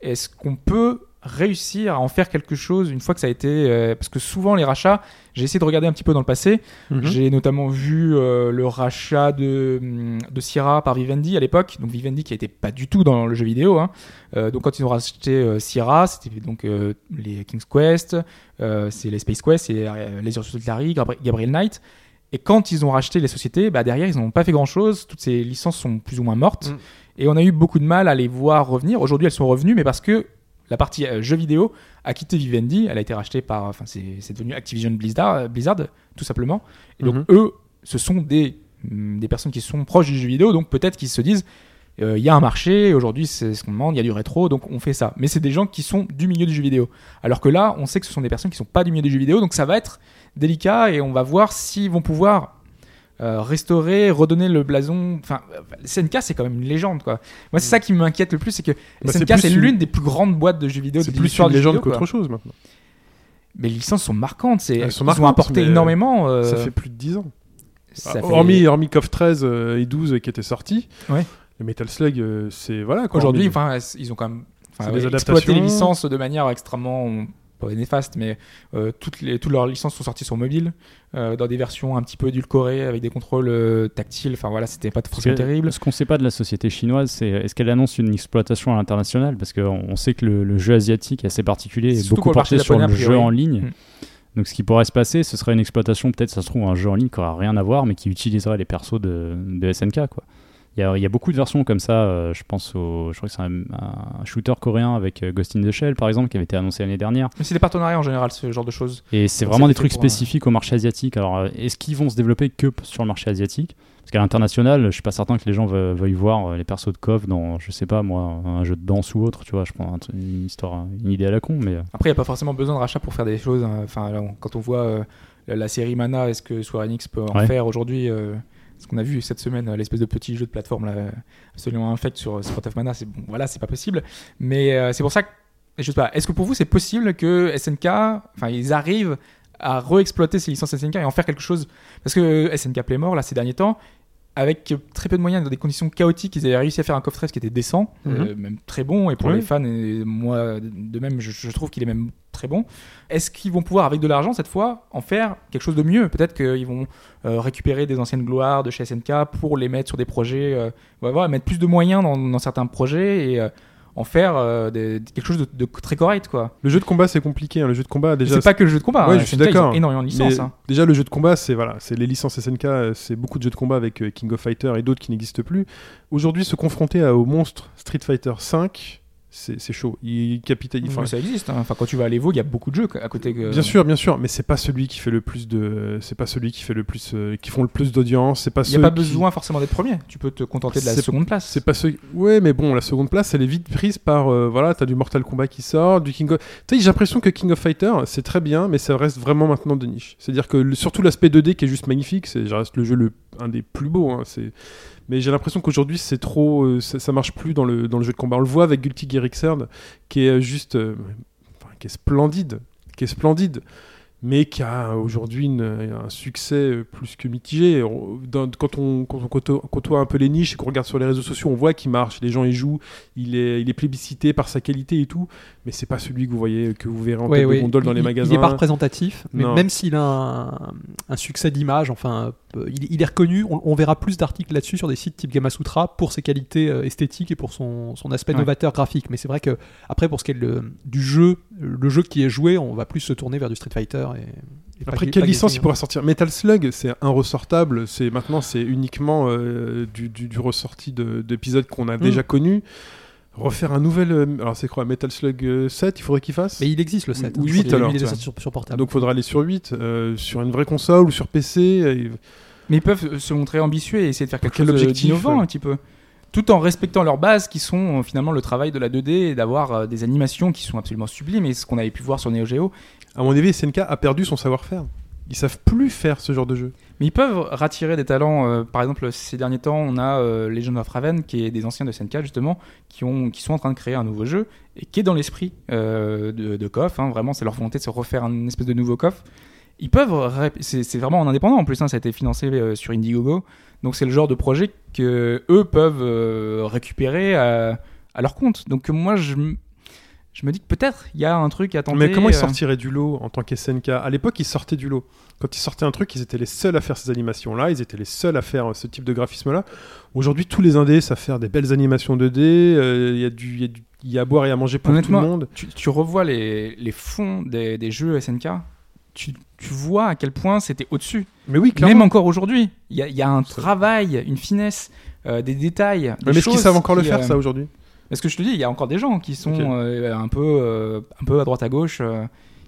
Speaker 5: est-ce qu'on peut réussir à en faire quelque chose une fois que ça a été euh, parce que souvent les rachats j'ai essayé de regarder un petit peu dans le passé
Speaker 2: Mhm.
Speaker 5: j'ai notamment vu euh, le rachat de, hum, de Sierra par Vivendi à l'époque. Donc Vivendi qui n'était pas du tout dans le jeu vidéo. hein. Euh, donc quand ils ont racheté euh, Sierra, c'était donc euh, les King's Quest, euh, c'est les Space Quest, c'est euh, les Ursus de Larry, Gabri- Gabriel Knight. Et quand ils ont racheté les sociétés, bah derrière ils n'ont pas fait grand chose. Toutes ces licences sont plus ou moins mortes.
Speaker 4: Mm.
Speaker 5: Et on a eu beaucoup de mal à les voir revenir. Aujourd'hui elles sont revenues, mais parce que la partie euh, jeux vidéo a quitté Vivendi. Elle a été rachetée par, enfin c'est c'est devenu Activision Blizzard, euh, Blizzard tout simplement. Et donc
Speaker 2: Mhm.
Speaker 5: eux, ce sont des, mm, des personnes qui sont proches du jeu vidéo, donc peut-être qu'ils se disent, euh, il y a un marché, aujourd'hui c'est ce qu'on demande, il y a du rétro, donc on fait ça. Mais c'est des gens qui sont du milieu du jeu vidéo. Alors que là, on sait que ce sont des personnes qui sont pas du milieu du jeu vidéo, donc ça va être délicat et on va voir s'ils vont pouvoir... euh, restaurer, redonner le blason. Enfin, euh, SNK, c'est quand même une légende, quoi. Moi, c'est ça qui m'inquiète le plus, c'est que
Speaker 2: Bah, c'est
Speaker 5: SNK, c'est
Speaker 2: plus une-
Speaker 5: l'une des plus grandes boîtes de jeux vidéo de
Speaker 2: C'est plus
Speaker 5: l'histoire
Speaker 2: une
Speaker 5: du jeu
Speaker 2: légende
Speaker 5: vidéo,
Speaker 2: qu'autre
Speaker 5: quoi.
Speaker 2: chose maintenant.
Speaker 5: Mais les licences sont marquantes, c'est
Speaker 2: Elles sont
Speaker 5: ils ont
Speaker 2: marquantes,
Speaker 5: apporté
Speaker 2: mais, euh,
Speaker 5: énormément. euh,
Speaker 2: Ça fait plus de 10 ans.
Speaker 5: ça
Speaker 2: Ah,
Speaker 5: fait-
Speaker 2: Hormis, hormis KOF 13 euh, et 12 qui étaient sortis,
Speaker 5: Ouais.
Speaker 2: le Metal Slug, euh, c'est. Voilà quoi.
Speaker 5: Aujourd'hui,
Speaker 2: hormis-
Speaker 5: enfin, ils ont quand même enfin,
Speaker 2: C'est des
Speaker 5: exploité les
Speaker 2: adaptations.
Speaker 5: licences de manière extrêmement pas néfaste, mais euh, toutes, les, toutes leurs licences sont sorties sur mobile, euh, dans des versions un petit peu édulcorées, avec des contrôles euh, tactiles. Enfin voilà, c'était pas
Speaker 3: Parce
Speaker 5: forcément
Speaker 3: que
Speaker 5: terrible.
Speaker 3: Ce qu'on ne sait pas de la société chinoise, c'est est-ce qu'elle annonce une exploitation à l'international Parce qu'on on sait que le, le jeu asiatique est assez particulier et
Speaker 5: Surtout pour
Speaker 3: beaucoup
Speaker 5: le marché
Speaker 3: porté sur
Speaker 5: japonais,
Speaker 3: le
Speaker 5: a priori.
Speaker 3: jeu en ligne.
Speaker 5: Mm.
Speaker 3: Donc ce qui pourrait se passer, ce serait une exploitation, peut-être ça se trouve un jeu en ligne qui n'aura rien à voir, mais qui utiliserait les persos de, de SNK. Quoi. Il, y a, il y a beaucoup de versions comme ça, euh, je pense au, je crois que c'est un, un shooter coréen avec euh, Ghost in the Shell par exemple, qui avait été annoncé l'année dernière.
Speaker 5: Mais c'est des partenariats en général, ce genre de choses.
Speaker 3: Et c'est
Speaker 5: Donc,
Speaker 3: vraiment
Speaker 5: c'est
Speaker 3: des
Speaker 5: fait
Speaker 3: trucs
Speaker 5: pour, euh,
Speaker 3: spécifiques au marché asiatique. Alors, euh, est-ce qu'ils vont se développer que p- sur le marché asiatique Parce qu'à l'international, je suis pas certain que les gens veu- veuillent voir euh, les persos de KOF dans, je sais pas moi, un jeu de danse ou autre. Tu vois, je prends un tru- une histoire, une idée à la con, mais
Speaker 5: [laughs]
Speaker 3: euh,
Speaker 5: Après, il n'y a pas forcément besoin de rachat pour faire des choses. hein. Enfin, là, on- quand on voit euh, la, la série Mana, est-ce que Square Enix peut en
Speaker 3: Ouais.
Speaker 5: faire aujourd'hui euh, Ce qu'on a vu cette semaine, euh, l'espèce de petit jeu de plateforme là, euh, absolument infect sur euh, Sport of Mana, c'est bon, voilà, c'est pas possible. Mais euh, c'est pour ça que, je sais pas, est-ce que pour vous c'est possible que SNK, enfin, ils arrivent à re-exploiter ces licences SNK et en faire quelque chose Parce que euh, SNK Playmore, là, ces derniers temps, avec euh, très peu de moyens, dans des conditions chaotiques, ils avaient réussi à faire un coffre 13 qui était décent,
Speaker 2: Mhm.
Speaker 5: euh, même très bon, et pour
Speaker 2: Oui.
Speaker 5: les fans, et moi de même, je, je trouve qu'il est même très bon. Est-ce qu'ils vont pouvoir, avec de l'argent cette fois, en faire quelque chose de mieux Peut-être qu'ils vont euh, récupérer des anciennes gloires de chez SNK pour les mettre sur des projets, euh, on va voir, mettre plus de moyens dans, dans certains projets et euh, en faire euh, des- quelque chose de, de très correct, quoi.
Speaker 2: Le jeu de combat, c'est compliqué. hein. Le jeu de combat, déjà,
Speaker 5: C'est pas que le jeu de combat,
Speaker 2: Ouais,
Speaker 5: hein,
Speaker 2: je suis
Speaker 5: SNK, ils ont
Speaker 2: d'accord.
Speaker 5: énormément de licences.
Speaker 2: Mais
Speaker 5: hein.
Speaker 2: Déjà, le jeu de combat, c'est voilà, c'est les licences SNK, euh, c'est beaucoup de jeux de combat avec euh, King of Fighter et d'autres qui n'existent plus. Aujourd'hui, se confronter à, au monstre Street Fighter 5, c'est c'est chaud. Il capitalise.
Speaker 5: Enfin, ça existe. hein. Enfin, quand tu vas à l'Evo, il y a beaucoup de jeux à côté. Que...
Speaker 2: Bien sûr, bien sûr, mais c'est pas celui qui fait le plus de, c'est pas celui qui fait le plus, euh, qui font le plus d'audience. C'est pas
Speaker 5: Il n'y a
Speaker 2: ceux
Speaker 5: pas
Speaker 2: qui-
Speaker 5: besoin forcément d'être premier. Tu peux te contenter de la
Speaker 2: C'est-
Speaker 5: seconde place.
Speaker 2: C'est pas ceux. Ouais, mais bon, la seconde place, elle est vite prise par euh, voilà, t'as du Mortal Kombat qui sort, du King of. Tu sais, j'ai l'impression que King of Fighter, c'est très bien, mais ça reste vraiment maintenant de niche. C'est-à-dire que le- surtout l'aspect 2D qui est juste magnifique, c'est ça reste le jeu le un des plus beaux. hein, c'est. Mais j'ai l'impression qu'aujourd'hui, c'est trop, euh, ça, ça marche plus dans le dans le jeu de combat. On le voit avec Guilty Gear Xrd, qui est euh, juste, euh, enfin, qui est splendide, qui est splendide. Mais qui a aujourd'hui une- un succès euh, plus que mitigé. On- dans- quand, on, quand on côto- côtoie un peu les niches et qu'on regarde sur les réseaux sociaux, on voit qu'il marche, les gens y jouent, il est, il est plébiscité par sa qualité et tout. Mais c'est pas celui que vous voyez, que vous verrez en
Speaker 4: Ouais,
Speaker 2: tête
Speaker 4: ouais.
Speaker 2: de gondole dans
Speaker 4: Il-
Speaker 2: les
Speaker 4: il-
Speaker 2: magasins.
Speaker 4: Il n'est pas représentatif, mais
Speaker 2: Non.
Speaker 4: même s'il a un, un succès d'image, enfin, euh, il, il est reconnu. On, on verra plus d'articles là-dessus sur des sites type Gamasutra pour ses qualités euh, esthétiques et pour son, son aspect
Speaker 5: Ouais.
Speaker 4: novateur graphique. Mais c'est vrai que après, pour ce qui est de- du jeu, le jeu qui est joué, on va plus se tourner vers du Street Fighter. Et, et pas
Speaker 2: Après,
Speaker 4: du-
Speaker 2: quelle
Speaker 4: pas hein. du
Speaker 2: licence il
Speaker 4: Tekken.
Speaker 2: pourra sortir Metal Slug, c'est inressortable. C'est maintenant, c'est uniquement euh, du, du- du ressorti de- d'épisodes qu'on a
Speaker 4: Hmm.
Speaker 2: déjà connus. Refaire un nouvel, euh, alors c'est quoi, Metal Slug euh, 7 Il faudrait qu'il fasse.
Speaker 4: Mais il existe le 7.
Speaker 2: Ou huit,
Speaker 4: je crois qu'il est
Speaker 2: alors,
Speaker 4: mis
Speaker 2: tu
Speaker 4: déjà
Speaker 5: vois.
Speaker 4: sur, sur portable.
Speaker 2: Donc faudra aller sur 8, euh, sur une vraie console ou sur PC. euh,
Speaker 5: Mais ils peuvent se montrer ambitieux et essayer de faire quelque
Speaker 2: Quel
Speaker 5: chose
Speaker 2: objectif,
Speaker 5: d'innovant
Speaker 2: ouais.
Speaker 5: un petit peu. Tout en respectant leurs bases qui sont euh, finalement le travail de la 2D et d'avoir euh, des animations qui sont absolument sublimes et ce qu'on avait pu voir sur Neo Geo.
Speaker 2: À mon avis, SNK a perdu son savoir-faire. Ils savent plus faire ce genre de jeu.
Speaker 5: Mais ils peuvent rattirer des talents. euh, par exemple, ces derniers temps, on a euh, Legend of Raven, qui est des anciens de SNK justement, qui, ont, qui sont en train de créer un nouveau jeu et qui est dans l'esprit euh, de, de KOF. hein. vraiment, c'est leur volonté de se refaire un espèce de nouveau KOF. Ils peuvent. ré- C'est c'est vraiment en indépendant en plus, hein, ça a été financé euh, sur Indiegogo. Donc c'est le genre de projet que eux peuvent euh, récupérer à, à leur compte. Donc moi, je, m- je me dis que peut-être il y a un truc à tenter.
Speaker 2: Mais comment ils
Speaker 5: euh,
Speaker 2: sortiraient du lot en tant qu'SNK À l'époque, ils sortaient du lot. Quand ils sortaient un truc, ils étaient les seuls à faire ces animations-là, ils étaient les seuls à faire euh, ce type de graphisme-là. Aujourd'hui, tous les indés savent faire des belles animations 2D, euh, il y, a du- il y a du- il y a à boire et à manger pour tout le
Speaker 5: Honnêtement,
Speaker 2: monde.
Speaker 5: tu, tu revois les, les fonds des, des jeux SNK, tu, tu vois à quel point c'était au-dessus.
Speaker 2: Mais oui,
Speaker 5: Même
Speaker 2: clairement.
Speaker 5: encore aujourd'hui, il y, a- il y a un travail, une finesse, euh, des détails. des
Speaker 2: Mais est-ce qu'ils
Speaker 5: choses
Speaker 2: savent encore le
Speaker 5: qui,
Speaker 2: faire,
Speaker 5: euh,
Speaker 2: ça, aujourd'hui
Speaker 5: Parce que je te dis, il y a encore des gens qui sont
Speaker 2: Ok.
Speaker 5: euh, un, peu, euh, un peu à droite à gauche, euh,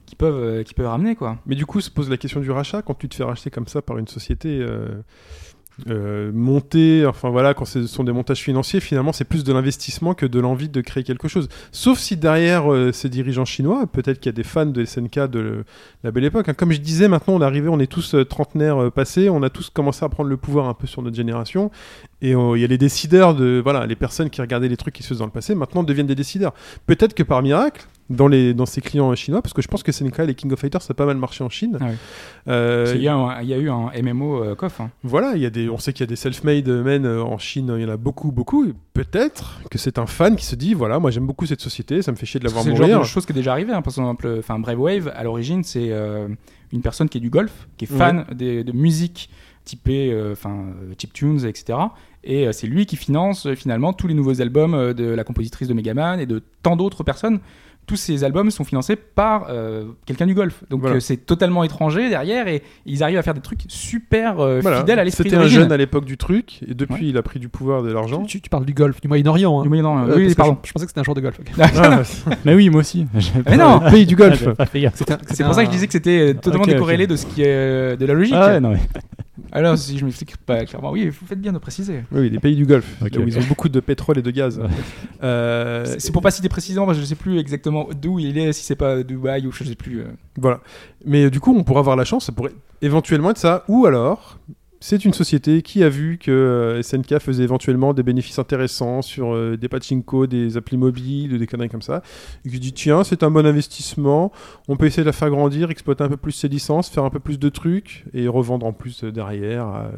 Speaker 5: qui, peuvent, euh, qui peuvent ramener quoi.
Speaker 2: Mais du coup, se pose la question du rachat. Quand tu te fais racheter comme ça par une société euh, euh, montée, enfin voilà, quand ce sont des montages financiers, finalement, c'est plus de l'investissement que de l'envie de créer quelque chose. Sauf si derrière euh, ces dirigeants chinois, peut-être qu'il y a des fans de SNK de le- la belle époque. hein. Comme je disais, maintenant, on est arrivé, on est tous euh, trentenaires euh, passés, on a tous commencé à prendre le pouvoir un peu sur notre génération. Et euh, il y a les décideurs de, voilà, les personnes qui regardaient les trucs qui se faisaient dans le passé, maintenant deviennent des décideurs. Peut-être que par miracle, dans, les, dans ses clients euh, chinois, parce que je pense que SNK, les King of Fighters, ça a pas mal marché en Chine.
Speaker 5: Ah oui.
Speaker 2: Euh,
Speaker 5: Parce qu'il y a un- Il y, a eu un MMO euh, KOF. hein.
Speaker 2: voilà, il y a des, on sait qu'il y a des self-made men euh, en Chine, il y en a beaucoup, beaucoup. et Peut-être que c'est un fan qui se dit voilà, moi j'aime beaucoup cette société, ça me fait chier de la voir
Speaker 5: Parce que C'est le genre
Speaker 2: mourir.
Speaker 5: de chose qui est déjà arrivée. hein. Par exemple, enfin, Brave Wave, à l'origine, c'est euh, une personne qui est du golf, qui est fan des- de musique typée, euh, enfin, chip tunes, etc. Et euh, c'est lui qui finance euh, finalement tous les nouveaux albums euh, de la compositrice de Megaman et de tant d'autres personnes. Tous ces albums sont financés par euh, quelqu'un du golf. Donc
Speaker 2: Voilà.
Speaker 5: euh, c'est totalement étranger derrière et ils arrivent à faire des trucs super euh,
Speaker 2: Voilà,
Speaker 5: fidèles à l'esprit
Speaker 2: C'était un
Speaker 5: d'origine.
Speaker 2: jeune à l'époque du truc, et depuis
Speaker 5: Ouais.
Speaker 2: il a pris du pouvoir et de
Speaker 5: [laughs]
Speaker 2: l'argent.
Speaker 4: Tu, tu parles du golf, du Moyen-Orient. hein.
Speaker 5: Du Moyen-Orient,
Speaker 4: Euh,
Speaker 5: oui,
Speaker 4: parce que
Speaker 5: pardon.
Speaker 4: Je, je pensais que c'était un genre de golf. ok.
Speaker 2: Ah,
Speaker 3: Mais oui, moi aussi. [laughs]
Speaker 5: Mais non
Speaker 2: [laughs] pays du golf
Speaker 3: Ah, Pas fait gaffe.
Speaker 4: C'est un-
Speaker 5: C'est pour ça que je disais que c'était euh, totalement
Speaker 3: Ok, ok.
Speaker 5: décorrélé de ce qui est euh, de la logique.
Speaker 3: Ah ouais, non, mais-
Speaker 5: Alors, si je m'explique pas clairement, oui, vous faites bien de préciser.
Speaker 2: Oui, les pays du golf,
Speaker 3: Ok,
Speaker 2: là où ils ont beaucoup de pétrole et de gaz.
Speaker 3: Ouais.
Speaker 2: Euh,
Speaker 5: C'est c'est pour pas citer précisément, parce que je sais plus exactement d'où il est, si c'est pas Dubaï ou je sais plus. euh.
Speaker 2: Voilà. Mais euh, du coup, on pourrait avoir la chance, ça pourrait éventuellement être ça. Ou alors, c'est une société qui a vu que euh, SNK faisait éventuellement des bénéfices intéressants sur euh, des pachinko, des applis mobiles, des conneries comme ça. Et qui se dit, tiens, c'est un bon investissement, on peut essayer de la faire grandir, exploiter un peu plus ses licences, faire un peu plus de trucs, et revendre en plus euh, derrière à,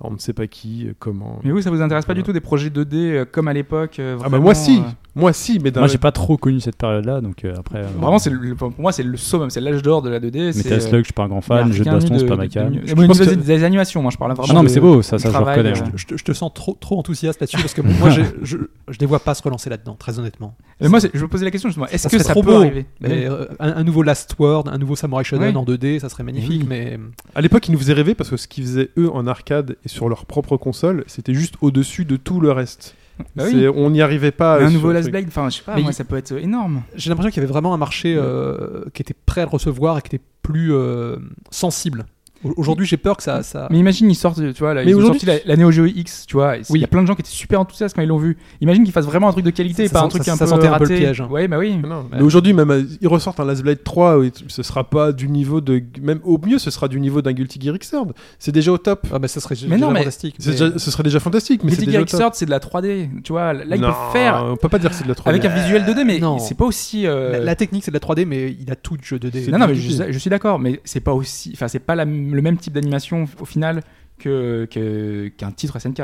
Speaker 2: on ne sait pas qui, euh, comment.
Speaker 5: Mais vous, ça vous intéresse pas
Speaker 2: Voilà.
Speaker 5: du tout des projets 2D euh, comme à l'époque euh,
Speaker 2: Ah bah
Speaker 5: vraiment,
Speaker 2: moi si,
Speaker 5: euh,
Speaker 2: moi si, mais d'un-
Speaker 3: Moi, j'ai pas trop connu cette période-là, donc euh, après. euh,
Speaker 5: Vraiment, c'est le- pour moi, c'est le summum, c'est l'âge d'or de la 2D. c'est,
Speaker 3: Metal
Speaker 5: euh,
Speaker 3: Slug, je suis pas un grand fan.
Speaker 5: il y a
Speaker 3: Jeu de
Speaker 5: rien
Speaker 3: baston,
Speaker 5: eu
Speaker 3: c'est pas
Speaker 5: de-
Speaker 3: ma
Speaker 5: de-
Speaker 3: cam.
Speaker 5: de-
Speaker 2: Je
Speaker 5: Moi,
Speaker 2: pense
Speaker 5: je faisais
Speaker 2: que-
Speaker 5: des animations, moi, je parle vraiment.
Speaker 3: Ah non, mais
Speaker 5: de-
Speaker 3: c'est beau, ça, ça je le
Speaker 5: travail,
Speaker 3: reconnais.
Speaker 5: euh,
Speaker 3: ouais.
Speaker 4: Je, te- je te sens trop, trop enthousiaste là-dessus parce que [laughs] moi, je, je, je les vois pas se relancer là-dedans, très honnêtement.
Speaker 5: Mais moi, c'est- je me posais la question justement, est-ce
Speaker 4: Ça
Speaker 5: que
Speaker 4: serait
Speaker 5: ça
Speaker 4: trop
Speaker 5: peut
Speaker 4: beau.
Speaker 5: arriver
Speaker 4: Mais, euh, un, un nouveau Last Word, un nouveau Samurai Shodown
Speaker 5: Oui.
Speaker 4: en 2D, ça serait magnifique, mais euh,
Speaker 2: À l'époque, ils nous faisaient rêver parce que ce qu'ils faisaient eux en arcade et sur leur propre console, c'était juste au-dessus de tout le reste.
Speaker 5: Bah oui.
Speaker 2: C'est- On n'y arrivait pas. euh,
Speaker 5: Un
Speaker 2: sur
Speaker 5: nouveau
Speaker 2: le
Speaker 5: Last
Speaker 2: truc.
Speaker 5: Blade, enfin, je sais pas,
Speaker 4: Mais
Speaker 5: moi,
Speaker 4: il-
Speaker 5: ça peut être euh, énorme.
Speaker 4: j'ai l'impression qu'il y avait vraiment un marché euh, qui était prêt à le recevoir et qui était plus euh, sensible. Au- Aujourd'hui, j'ai peur que ça. ça...
Speaker 5: Mais imagine, ils sortent, tu vois, là,
Speaker 2: Mais
Speaker 5: ils ont
Speaker 2: aujourd'hui-
Speaker 5: sorti la, la Neo Geo X, tu vois. et c'est- Il
Speaker 4: Oui.
Speaker 5: y a plein de gens qui étaient super enthousiastes quand ils l'ont vu. Imagine qu'ils fassent vraiment un truc de qualité et
Speaker 4: Ça
Speaker 5: pas un
Speaker 4: sent-
Speaker 5: truc
Speaker 4: ça-
Speaker 5: un
Speaker 4: ça
Speaker 5: peu
Speaker 4: sentait
Speaker 5: raté.
Speaker 4: un peu le piège, hein.
Speaker 5: Ouais, bah oui.
Speaker 2: Non, mais
Speaker 4: Ouais.
Speaker 2: aujourd'hui, même, euh, ils ressortent un Last Blade 3, oui, ce sera pas du niveau de. Même au mieux, ce sera du niveau d'un Guilty Gear Xrd. C'est déjà au top.
Speaker 4: Ah, bah, ça serait
Speaker 5: Mais
Speaker 4: déjà
Speaker 5: non, mais-
Speaker 4: fantastique.
Speaker 2: C'est
Speaker 4: mais- euh,
Speaker 2: déjà- ce serait déjà fantastique, mais c'est
Speaker 5: Guilty
Speaker 2: déjà
Speaker 5: Gear
Speaker 2: au top.
Speaker 5: Xrd, c'est de la 3D, tu vois. Là, ils
Speaker 2: Non,
Speaker 5: peuvent faire
Speaker 2: On peut pas dire que c'est de la 3D.
Speaker 5: avec un visuel 2D, mais
Speaker 4: non.
Speaker 5: c'est pas aussi. euh,
Speaker 4: La, la technique, c'est de la 3D, mais il a tout de jeu 2D.
Speaker 2: c'est
Speaker 5: Non, non, mais
Speaker 2: compliqué.
Speaker 5: je, je suis d'accord, mais c'est pas aussi. Enfin, c'est pas la- le même type d'animation au final que que- qu'un titre SNK.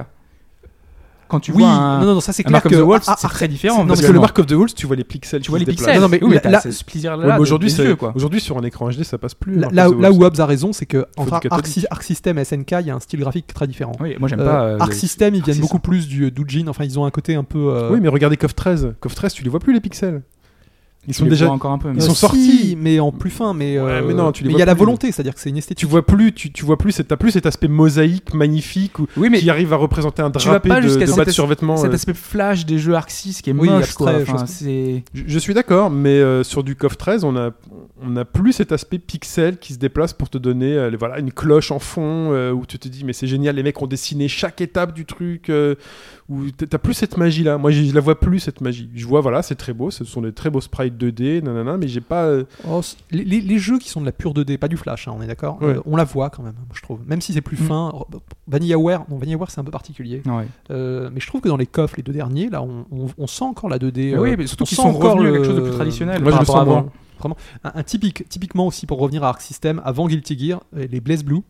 Speaker 5: Quand tu
Speaker 4: oui,
Speaker 5: vois un,
Speaker 4: non, non, ça c'est
Speaker 5: un
Speaker 4: clair
Speaker 5: Mark of
Speaker 4: que
Speaker 5: the Wolf,
Speaker 4: ah,
Speaker 5: c'est
Speaker 4: ah,
Speaker 5: très différent.
Speaker 4: non,
Speaker 2: parce que le
Speaker 5: visuellement.
Speaker 2: Mark of the Wolves, tu vois les pixels.
Speaker 5: tu vois
Speaker 2: qui
Speaker 5: les
Speaker 2: se déplacent.
Speaker 5: pixels.
Speaker 4: Non, non, mais
Speaker 5: oui, mais
Speaker 4: là-
Speaker 5: t'as
Speaker 4: là-
Speaker 5: ce plaisir
Speaker 2: Ouais, mais
Speaker 5: là.
Speaker 2: aujourd'hui, c'est-
Speaker 5: c'est quoi.
Speaker 2: aujourd'hui, sur un écran HD, ça passe plus.
Speaker 4: Là,
Speaker 2: Mark
Speaker 4: là
Speaker 2: of
Speaker 4: où-
Speaker 2: the
Speaker 4: là
Speaker 2: Wolves.
Speaker 4: où Hobbes a raison, c'est que entre
Speaker 2: du
Speaker 4: Arc,
Speaker 2: catholique.
Speaker 4: Arc System et SNK, il y a un style graphique très différent.
Speaker 5: Oui, moi j'aime
Speaker 4: Euh,
Speaker 5: pas. euh,
Speaker 4: Arc
Speaker 5: les-
Speaker 4: System, ils viennent
Speaker 5: System.
Speaker 4: beaucoup plus du Doujin. Enfin, ils ont un côté un peu. euh,
Speaker 2: Oui, mais regardez KOF 13. KOF 13, tu les vois plus les pixels. Ils
Speaker 5: tu
Speaker 2: sont
Speaker 5: les
Speaker 2: déjà.
Speaker 5: vois encore un peu. mais-
Speaker 2: Ils sont
Speaker 4: si,
Speaker 2: sortis.
Speaker 4: mais en plus fin. Mais,
Speaker 2: Ouais,
Speaker 4: euh,
Speaker 2: mais non, tu les
Speaker 4: mais
Speaker 2: vois
Speaker 4: il y a la
Speaker 2: plus.
Speaker 4: volonté, c'est-à-dire que c'est une
Speaker 2: tu
Speaker 4: esthétique.
Speaker 2: vois plus, tu, tu vois plus, c'est- t'as plus cet aspect mosaïque, magnifique, ou,
Speaker 5: Oui, mais
Speaker 2: qui arrive à représenter un
Speaker 5: tu vas
Speaker 2: drapé
Speaker 5: pas
Speaker 2: de,
Speaker 5: jusqu'à
Speaker 2: de
Speaker 5: cet
Speaker 2: bas de
Speaker 5: as-
Speaker 2: survêtement.
Speaker 5: cet
Speaker 2: euh.
Speaker 5: aspect flash des jeux Arc 6 qui est
Speaker 4: Oui,
Speaker 5: moche
Speaker 4: abstrait,
Speaker 5: quoi.
Speaker 4: chose
Speaker 5: Enfin,
Speaker 4: comme-
Speaker 5: c'est
Speaker 2: Je, je suis d'accord, mais euh, sur du CoF 13, on a, on a plus cet aspect pixel qui se déplace pour te donner euh, les- voilà, une cloche en fond euh, où tu te dis, mais c'est génial, les mecs ont dessiné chaque étape du truc, euh, où t- t'as plus cette magie-là. Moi, je je la vois plus, cette magie. Je vois, voilà, c'est très beau, ce sont des très beaux sprites 2D, nanana, mais j'ai pas. euh,
Speaker 4: Oh, c- les, les- les jeux qui sont de la pure 2D, pas du flash, hein, on est d'accord
Speaker 2: Ouais.
Speaker 4: Euh, On la voit quand même, je trouve. Même si c'est plus
Speaker 5: Mm.
Speaker 4: fin. re- VanillaWare, non, VanillaWare c'est un peu particulier.
Speaker 5: ouais.
Speaker 4: Euh, mais je trouve que dans les coffres, les deux derniers, là, on, on- on sent encore la 2D.
Speaker 5: Mais oui,
Speaker 4: euh,
Speaker 5: mais surtout
Speaker 4: on
Speaker 5: qu'ils
Speaker 4: sent
Speaker 5: sont
Speaker 4: encore
Speaker 5: revenus à
Speaker 4: le-
Speaker 5: quelque chose de plus traditionnel
Speaker 2: Moi,
Speaker 5: par
Speaker 2: je le
Speaker 5: rapport à
Speaker 2: sens, moi.
Speaker 5: avant.
Speaker 4: Un, un typique, typiquement aussi pour revenir à Arc System, avant Guilty Gear, euh, les Blaze Blue,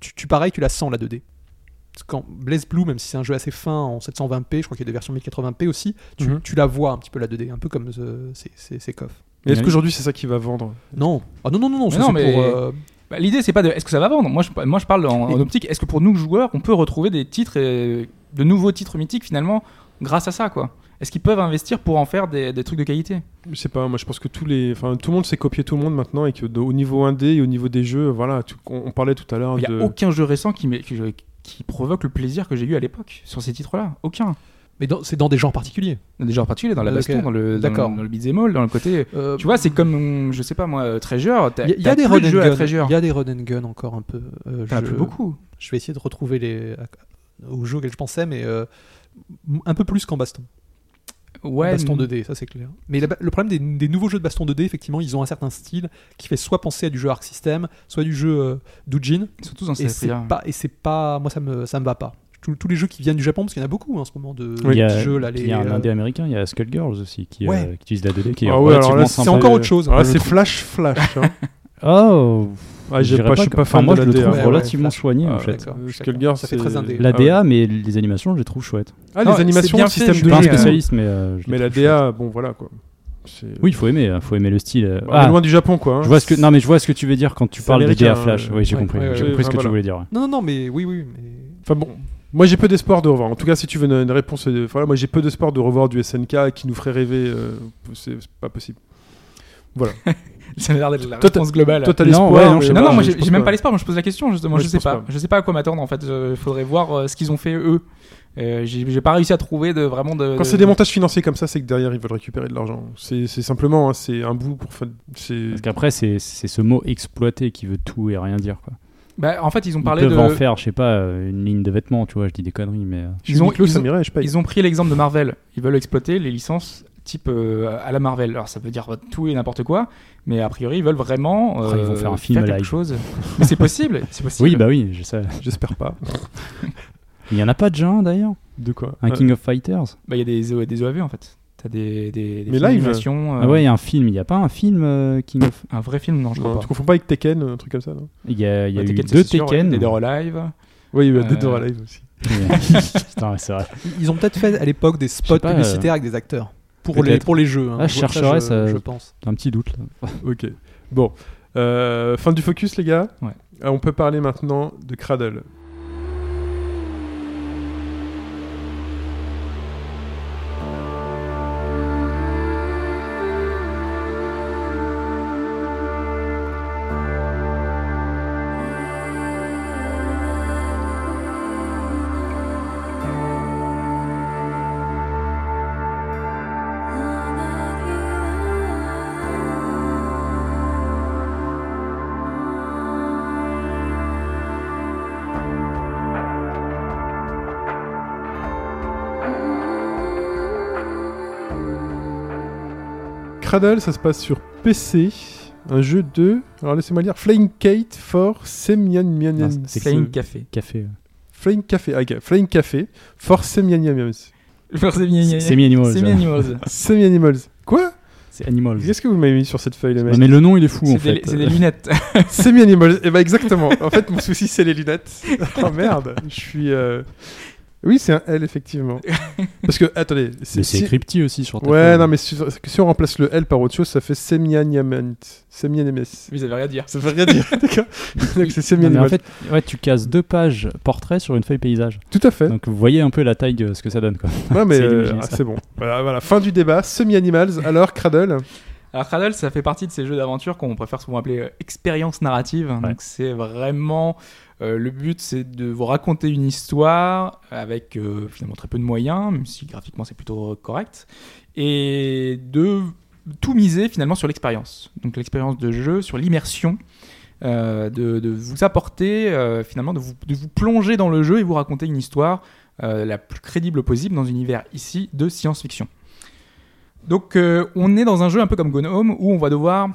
Speaker 4: tu, tu pareil, tu la sens la 2D. Parce que Quand Blaze Blue, même si c'est un jeu assez fin en 720p, je crois qu'il y a des versions 1080p aussi, tu,
Speaker 2: Mhm.
Speaker 4: tu la vois un petit peu la 2D, un peu comme euh, ces- ces ces coffres.
Speaker 2: mais Est-ce
Speaker 3: Oui.
Speaker 2: qu'aujourd'hui, c'est ça qui va vendre
Speaker 4: Non, ah non non non non,
Speaker 5: Mais
Speaker 4: ça,
Speaker 5: non,
Speaker 4: c'est
Speaker 5: mais-
Speaker 4: pour euh,
Speaker 5: Bah, L'idée, c'est pas de. Est-ce que ça va vendre Moi, je, moi, je parle en, en optique. Est-ce que pour nous joueurs, on peut retrouver des titres, euh, de nouveaux titres mythiques finalement, grâce à ça, quoi Est-ce qu'ils peuvent investir pour en faire des, des trucs de qualité
Speaker 2: Je sais pas, moi je pense que tous les, enfin tout le monde s'est copié tout le monde maintenant et que de- au niveau 1D et au niveau des jeux, voilà, tu- on, on parlait tout à
Speaker 4: Oh,
Speaker 2: l'heure
Speaker 5: Il y
Speaker 2: de.
Speaker 5: a aucun jeu récent qui, m'est- qui, qui provoque le plaisir que j'ai eu à l'époque sur ces titres-là. Aucun.
Speaker 4: mais dans- c'est dans des genres particuliers.
Speaker 5: Des genres particuliers, dans la
Speaker 4: Ok.
Speaker 5: baston, dans le, dans,
Speaker 4: D'accord.
Speaker 5: le- dans le beat'em all, dans le côté.
Speaker 4: Euh,
Speaker 5: Tu vois, c'est comme, je sais pas moi, euh, Treasure. t'as-
Speaker 4: il y a- il y,
Speaker 5: t'as
Speaker 4: a des
Speaker 5: plus
Speaker 4: run
Speaker 5: de
Speaker 4: and
Speaker 5: jeux à
Speaker 4: gun,
Speaker 5: Treasure.
Speaker 4: il y a des run and gun encore un peu. euh,
Speaker 5: T'en as
Speaker 4: je-
Speaker 5: plus beaucoup.
Speaker 4: Je vais essayer de retrouver les au jeu auquel je pensais, mais euh, m- un peu plus qu'en baston.
Speaker 5: Ouais. mm.
Speaker 4: baston
Speaker 5: mais-
Speaker 4: 2D, ça c'est clair. Mais la ba- le problème des, des nouveaux jeux de baston 2D, effectivement, ils ont un certain style qui fait soit penser à du jeu Arc System, soit du jeu euh, Doujin,
Speaker 5: Surtout dans
Speaker 4: et
Speaker 5: ces
Speaker 4: c'est
Speaker 5: prix-là.
Speaker 4: pas, et c'est pas, moi ça me, ça me va pas. Je- tous- tous les jeux qui viennent du Japon, parce qu'il y en a beaucoup hein, en ce moment de,
Speaker 3: Il y
Speaker 4: de
Speaker 3: a,
Speaker 4: petits jeux. Là,
Speaker 3: puis
Speaker 4: les,
Speaker 3: il y a un
Speaker 4: euh,
Speaker 3: indé américain, il y a Skullgirls aussi qui, euh,
Speaker 4: Ouais.
Speaker 3: qui utilise la 2D qui est
Speaker 2: Ah ouais, alors là,
Speaker 3: relativement
Speaker 2: c'est
Speaker 4: c'est
Speaker 3: sympa.
Speaker 4: encore autre chose.
Speaker 3: Ah,
Speaker 4: hein,
Speaker 2: Alors là,
Speaker 4: Je
Speaker 2: Ah, c'est
Speaker 4: trouve.
Speaker 2: flash, flash.
Speaker 3: [laughs]
Speaker 2: hein.
Speaker 3: Oh,
Speaker 2: Ah, j'ai
Speaker 3: je dirais
Speaker 2: pas, je suis
Speaker 3: que-
Speaker 2: pas
Speaker 3: enfin,
Speaker 2: fan
Speaker 3: moi,
Speaker 2: de
Speaker 3: je
Speaker 2: la
Speaker 3: le
Speaker 2: DA.
Speaker 3: trouve
Speaker 4: ouais,
Speaker 3: relativement
Speaker 4: ouais,
Speaker 3: soigné
Speaker 4: Ah,
Speaker 3: en
Speaker 4: ouais,
Speaker 3: fait.
Speaker 4: d'accord, je suis
Speaker 2: Skullgirls,
Speaker 4: d'accord. ça fait
Speaker 2: c'est-
Speaker 4: très indé.
Speaker 3: La
Speaker 2: Ah ouais.
Speaker 3: DA, mais les animations, je les trouve chouettes.
Speaker 2: Ah,
Speaker 5: Non,
Speaker 2: les
Speaker 5: c'est
Speaker 2: animations,
Speaker 5: bien
Speaker 2: le
Speaker 5: fait,
Speaker 2: système
Speaker 5: je
Speaker 3: Je
Speaker 2: de
Speaker 3: suis pas un
Speaker 5: pense
Speaker 2: jeu.
Speaker 5: que
Speaker 2: euh,
Speaker 5: ça-
Speaker 3: spécialiste, mais. euh, je les
Speaker 2: Mais la
Speaker 3: trouve chouettes.
Speaker 2: DA, bon, voilà quoi. C'est-
Speaker 3: Oui, il faut aimer, euh, faut aimer le style. euh.
Speaker 2: On est
Speaker 3: Ah,
Speaker 2: loin du Japon quoi. hein.
Speaker 3: je vois ce que. Non, mais je vois ce que tu veux dire quand tu
Speaker 2: C'est
Speaker 3: parles de
Speaker 2: américain,
Speaker 3: DA Flash.
Speaker 2: euh,
Speaker 3: Oui, j'ai
Speaker 4: ouais,
Speaker 3: compris.
Speaker 4: ouais,
Speaker 3: J'ai
Speaker 2: ouais,
Speaker 3: compris ce que
Speaker 2: voilà.
Speaker 3: tu voulais dire. ouais.
Speaker 4: Non, non, non, mais oui, oui. Mais...
Speaker 2: Enfin bon, moi j'ai peu d'espoir de revoir. En tout cas, si tu veux une, une réponse, de... voilà, moi j'ai peu d'espoir de revoir du SNK qui nous ferait rêver. euh, c'est c'est pas possible.
Speaker 5: Ça a l'air d'être la
Speaker 2: Toi, t'as-
Speaker 5: réponse globale.
Speaker 2: Toi, t'as
Speaker 3: Non,
Speaker 2: l'espoir.
Speaker 3: ouais, non,
Speaker 2: mais
Speaker 3: je sais
Speaker 5: non,
Speaker 3: pas,
Speaker 5: non, moi
Speaker 2: euh, je
Speaker 5: j'ai
Speaker 2: pense
Speaker 5: j'ai même pas l'espoir, moi je pose la question justement,
Speaker 2: Moi,
Speaker 5: je,
Speaker 2: je
Speaker 5: sais
Speaker 2: pense
Speaker 5: pas.
Speaker 2: pas.
Speaker 5: Je sais pas à quoi m'attendre en fait, il faudrait voir euh, ce qu'ils ont fait eux. Euh, j'ai j'ai pas réussi à trouver de vraiment de.
Speaker 2: Quand
Speaker 5: de-
Speaker 2: c'est des montages financiers comme ça, c'est que derrière ils veulent récupérer de l'argent. C'est c'est simplement, hein, c'est un bout pour. fa- C'est
Speaker 3: Parce qu'après, c'est c'est ce mot exploité qui veut tout et rien dire. Quoi.
Speaker 5: Bah, en fait, ils ont
Speaker 3: Ils
Speaker 5: parlé
Speaker 3: peuvent
Speaker 5: de.
Speaker 3: en faire, je sais pas, euh, une ligne de vêtements, tu vois, je dis des conneries, mais. euh,
Speaker 2: Ils
Speaker 5: Ils ont, ils,
Speaker 2: ça
Speaker 5: ont,
Speaker 2: m'irait, je paye.
Speaker 5: ils ont pris l'exemple de Marvel. Ils veulent exploiter les licences type euh, à la Marvel. Alors ça veut dire tout et n'importe quoi, mais a priori ils veulent vraiment. euh,
Speaker 3: Après, ils vont faire un film
Speaker 5: quelque
Speaker 3: live. [laughs]
Speaker 5: chose. mais c'est possible, c'est possible.
Speaker 3: Oui, bah oui, je sais.
Speaker 2: J'espère
Speaker 5: [laughs]
Speaker 2: pas.
Speaker 3: Il y en a pas déjà un d'ailleurs
Speaker 2: De quoi
Speaker 3: Un
Speaker 2: Euh,
Speaker 3: King of Fighters
Speaker 5: Bah, il y a des, O- des OAV en fait. T'as des,
Speaker 2: Mais
Speaker 5: des, des films
Speaker 2: live.
Speaker 5: d'animation, euh,
Speaker 3: Ah ouais, il y a un film, il y a pas un film euh, King of.
Speaker 5: Un vrai film, non, je crois
Speaker 2: non,
Speaker 5: pas.
Speaker 2: Tu confonds pas avec Tekken, un truc comme ça non
Speaker 3: Il y a, il y a
Speaker 2: Bah,
Speaker 5: Ouais,
Speaker 3: eu
Speaker 5: Tekken,
Speaker 3: deux
Speaker 5: c'est sûr,
Speaker 3: Tekken. [laughs]
Speaker 5: ouais, Dead or Alive.
Speaker 2: Oui, bah,
Speaker 5: Euh,
Speaker 2: Dead or Alive aussi.
Speaker 3: Putain, ouais, c'est vrai.
Speaker 4: Ils ont peut-être fait à l'époque des spots
Speaker 3: pas, euh,
Speaker 4: publicitaires avec des acteurs pour
Speaker 3: Peut-être.
Speaker 4: les, pour les jeux. hein.
Speaker 3: Ah, je
Speaker 4: Voilà,
Speaker 3: chercherais ça.
Speaker 4: Je pense.
Speaker 3: T'as un petit doute là.
Speaker 2: Ok. Bon. Euh, fin du focus, les gars.
Speaker 5: Ouais.
Speaker 2: Ah, on peut parler maintenant de Cradle. Cradle, ça se passe sur PC. Un jeu de. Alors laissez-moi lire. Flying Kate for Semyon
Speaker 3: Non, c'est
Speaker 5: Flying Café. [laughs]
Speaker 3: Café. euh.
Speaker 2: Flying Café. Ah, ok. Flying Café for Semyon
Speaker 3: C'est mis Animals.
Speaker 5: C'est Animals.
Speaker 2: Semi-Animals. Quoi
Speaker 3: C'est Animals.
Speaker 2: Qu'est-ce que vous m'avez mis sur cette feuille, les
Speaker 3: Non,
Speaker 2: mecs
Speaker 3: mais le nom, il est [laughs] fou en
Speaker 5: C'est
Speaker 3: fait.
Speaker 5: des, c'est
Speaker 3: [laughs]
Speaker 5: des lunettes.
Speaker 2: Semi-Animals. Et eh ben exactement. En fait, mon souci, c'est les lunettes. Oh merde. Je suis. euh, Oui, c'est un L, effectivement. Parce que, attendez.
Speaker 3: Mais c'est
Speaker 2: si-
Speaker 3: écrit petit aussi sur ta
Speaker 2: Ouais,
Speaker 3: feuille.
Speaker 2: non, mais si, si on remplace le L par autre chose, ça fait Semi-Animals. Semi-Animals.
Speaker 5: Vous avez rien à dire.
Speaker 2: Ça veut rien dire, [laughs] d'accord Donc c'est
Speaker 3: Non, mais en
Speaker 2: Semi-Animals.
Speaker 3: fait, ouais, tu cases deux pages portrait sur une feuille paysage.
Speaker 2: Tout à fait.
Speaker 3: Donc vous voyez un peu la taille de ce que ça donne. Quoi.
Speaker 2: Non, mais
Speaker 3: C'est
Speaker 2: euh,
Speaker 3: illuminé,
Speaker 2: ah,
Speaker 3: ça.
Speaker 2: c'est bon. Voilà, voilà, fin du débat. Semi-animals. Alors, Cradle.
Speaker 5: Alors Cradle, ça fait partie de ces jeux d'aventure qu'on préfère souvent appeler euh, expérience narrative.
Speaker 3: Ouais.
Speaker 5: Donc c'est vraiment euh, le but, c'est de vous raconter une histoire avec euh, finalement très peu de moyens, même si graphiquement c'est plutôt euh, correct, et de tout miser finalement sur l'expérience. Donc l'expérience de jeu, sur l'immersion. euh, de, de vous apporter euh, finalement de vous, de vous plonger dans le jeu et vous raconter une histoire euh, la plus crédible possible dans un univers ici de science-fiction. Donc euh, on est dans un jeu un peu comme Gone Home où on va devoir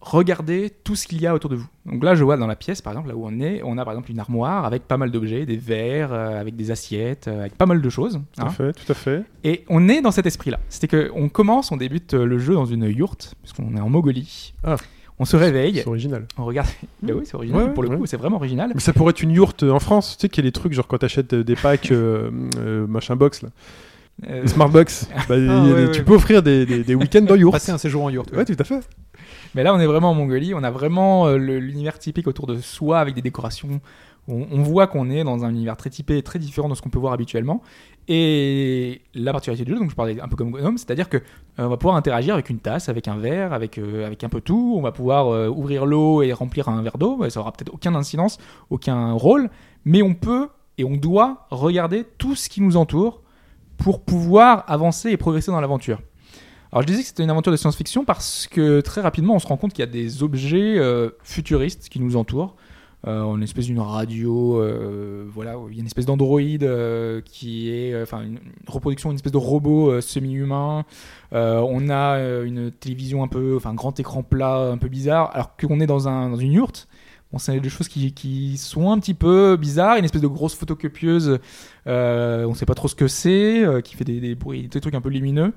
Speaker 5: regarder tout ce qu'il y a autour de vous. Donc là je vois dans la pièce par exemple là où on est, on a par exemple une armoire avec pas mal d'objets, des verres, euh, avec des assiettes, euh, avec pas mal de choses.
Speaker 2: Tout à
Speaker 5: hein.
Speaker 2: fait, tout à fait.
Speaker 5: Et on est dans cet esprit-là. C'était que on commence, on débute euh, le jeu dans une yourte puisqu'on est en Mongolie.
Speaker 2: Ah.
Speaker 5: On se réveille,
Speaker 2: C'est original.
Speaker 5: on regarde. [laughs] Bah oui c'est original
Speaker 2: Ouais,
Speaker 5: pour le
Speaker 2: ouais.
Speaker 5: coup, c'est vraiment original.
Speaker 2: Mais ça pourrait être une yourte euh, en France. Tu sais qu'il y a des trucs, genre quand t'achètes euh, des packs euh, euh, machin box, là.
Speaker 5: Euh,
Speaker 2: Des smart box. Bah, il y a
Speaker 5: ouais,
Speaker 2: des-
Speaker 5: ouais.
Speaker 2: Tu peux offrir des, des- des week-ends dans yourte.
Speaker 4: Passer un séjour en yurt.
Speaker 2: Ouais, tout à fait.
Speaker 5: Mais là, on est vraiment en Mongolie. On a vraiment euh, le- l'univers typique autour de soi avec des décorations. On, on voit qu'on est dans un univers très typé, très différent de ce qu'on peut voir habituellement. Et la particularité du jeu, donc je parlais un peu comme Gnome, c'est-à-dire que euh, on va pouvoir interagir avec une tasse, avec un verre, avec euh, avec un peu tout. On va pouvoir euh, ouvrir l'eau et remplir un verre d'eau. Ça aura peut-être aucun incidence, aucun rôle, mais on peut et on doit regarder tout ce qui nous entoure pour pouvoir avancer et progresser dans l'aventure. Alors je disais que c'était une aventure de science-fiction parce que très rapidement on se rend compte qu'il y a des objets euh, futuristes qui nous entourent. Euh, on a une espèce d'une radio, euh, voilà, où il y a une espèce d'androïde euh, qui est, euh, enfin, une une reproduction, une espèce de robot euh, semi-humain. Euh, on a euh, une télévision un peu, enfin, un grand écran plat, un peu bizarre, alors qu'on est dans, un, dans une yourte. Bon, c'est des choses qui, qui sont un petit peu bizarres. Une espèce de grosse photocopieuse, euh, on ne sait pas trop ce que c'est, euh, qui fait des, des bruits, des trucs un peu lumineux.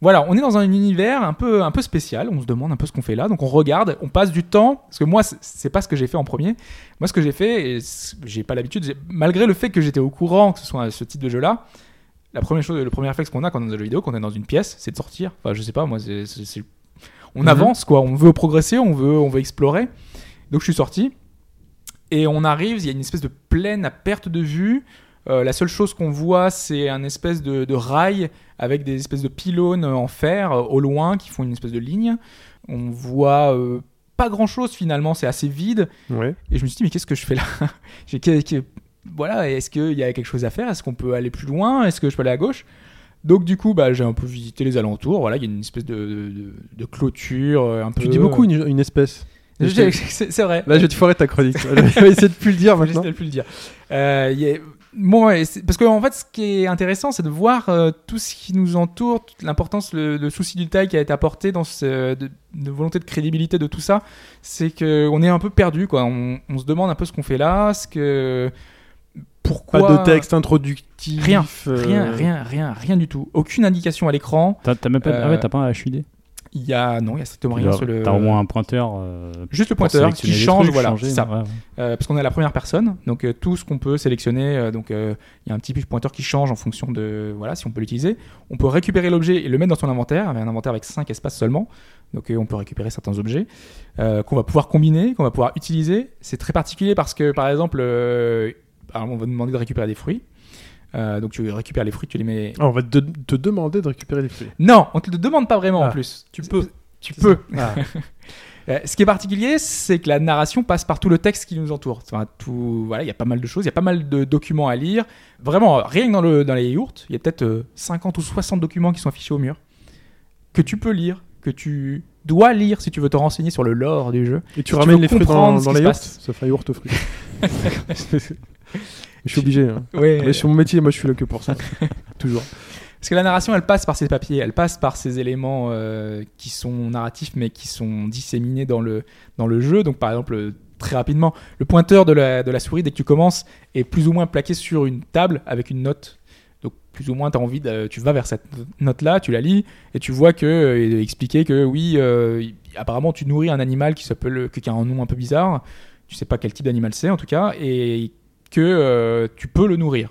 Speaker 5: Voilà, on est dans un univers un peu, un peu spécial. On se demande un peu ce qu'on fait là. Donc on regarde, on passe du temps. Parce que moi, c'est- c'est pas ce que j'ai fait en premier. Moi, ce que j'ai fait, et c- j'ai pas l'habitude. j'ai- Malgré le fait que j'étais au courant que ce soit ce type de jeu-là, la première chose, le premier réflexe qu'on a quand on est dans un jeu vidéo, quand on est dans une pièce, c'est de sortir. Enfin, je sais pas, moi, c'est, c'est- c'est- on
Speaker 3: Mhm.
Speaker 5: avance quoi. On veut progresser, on veut, on veut explorer. Donc je suis sorti et on arrive. Il y a une espèce de plaine à perte de vue. Euh, la seule chose qu'on voit, c'est un espèce de, de rail avec des espèces de pylônes en fer euh, au loin qui font une espèce de ligne. On voit euh, pas grand chose finalement, c'est assez vide.
Speaker 2: Ouais.
Speaker 5: Et je me suis dit, mais qu'est-ce que je fais là [laughs] J'ai- qu'est- qu'est- Voilà, est-ce qu'il y a quelque chose à faire Est-ce qu'on peut aller plus loin Est-ce que je peux aller à gauche Donc du coup, bah, j'ai un peu visité les alentours. Voilà, il y a une espèce de, de- de clôture euh, un peu.
Speaker 2: Tu dis beaucoup une, une espèce. Bah,
Speaker 5: Je- je- C'est c'est vrai.
Speaker 2: Là, je vais te foirer ta chronique. je [laughs] vais essayer de plus le dire
Speaker 5: Faut juste
Speaker 2: maintenant.
Speaker 5: ne plus le dire. Euh, il y a- Bon, ouais, c'est- parce que en fait, ce qui est intéressant, c'est de voir euh, tout ce qui nous entoure, toute l'importance, le, le souci du taille qui a été apporté dans ce de, de volonté de crédibilité de tout ça, c'est que on est un peu perdu, quoi. On, on se demande un peu ce qu'on fait là, ce que pourquoi.
Speaker 2: Pas de texte introductif.
Speaker 5: Rien,
Speaker 2: euh,
Speaker 5: Rien, rien, rien, rien du tout. Aucune indication à l'écran.
Speaker 3: T'as t'as même pas. Ah
Speaker 5: Euh,
Speaker 3: ouais, t'as pas un HUD.
Speaker 5: Il y a non, il y a strictement rien sur le.
Speaker 3: T'as au moins un pointeur. euh,
Speaker 5: Juste le
Speaker 3: pour
Speaker 5: pointeur qui
Speaker 3: sélectionner les
Speaker 5: change,
Speaker 3: trucs,
Speaker 5: voilà.
Speaker 3: changer,
Speaker 5: c'est ça.
Speaker 3: ouais, ouais.
Speaker 5: Euh, parce qu'on est à la première personne, donc euh, tout ce qu'on peut sélectionner, euh, donc euh, il y a un petit pointeur qui change en fonction de voilà si on peut l'utiliser. On peut récupérer l'objet et le mettre dans son inventaire, avec un inventaire avec 5 espaces seulement, donc euh, on peut récupérer certains objets euh, qu'on va pouvoir combiner, qu'on va pouvoir utiliser. C'est très particulier parce que par exemple, euh, alors, on va demander de récupérer des fruits, Euh, donc tu récupères les fruits, tu les mets.
Speaker 2: Ah, on va te, te demander de récupérer les fruits.
Speaker 5: Non, on te le demande pas vraiment en
Speaker 2: Ah,
Speaker 5: plus.
Speaker 2: tu peux.
Speaker 5: Tu peux. Euh, ce qui est particulier, c'est que la narration passe par tout le texte qui nous entoure. Enfin, tout, voilà, il y a pas mal de choses, il y a pas mal de documents à lire. Vraiment, euh, rien que dans, le, dans les yurts, il y a peut-être euh, 50 ou 60 documents qui sont affichés au mur, que tu peux lire, que tu dois lire si tu veux te renseigner sur le lore du jeu.
Speaker 2: Et tu
Speaker 5: tu
Speaker 2: ramènes
Speaker 5: veux
Speaker 2: les fruits dans,
Speaker 5: comprendre ce
Speaker 2: dans les
Speaker 5: qui se
Speaker 2: yourtes
Speaker 5: passe.
Speaker 2: Ça fera yourte aux fruits.
Speaker 5: [laughs]
Speaker 2: je suis obligé. Hein.
Speaker 5: Ouais,
Speaker 2: Mais sur mon métier, moi, je suis là que pour
Speaker 5: [laughs]
Speaker 2: ça. Toujours.
Speaker 5: Parce que la narration, elle passe par ces papiers, elle passe par ces éléments euh, qui sont narratifs mais qui sont disséminés dans le, dans le jeu. Donc par exemple, euh, très rapidement, le pointeur de la, de la souris dès que tu commences est plus ou moins plaqué sur une table avec une note. Donc plus ou moins, as envie de, tu vas vers cette note-là, tu la lis et tu vois que euh, il est expliqué que oui, euh, il- apparemment tu nourris un animal qui s'appelle euh, qui a un nom un peu bizarre. Tu sais pas quel type d'animal c'est en tout cas et que euh, tu peux le nourrir.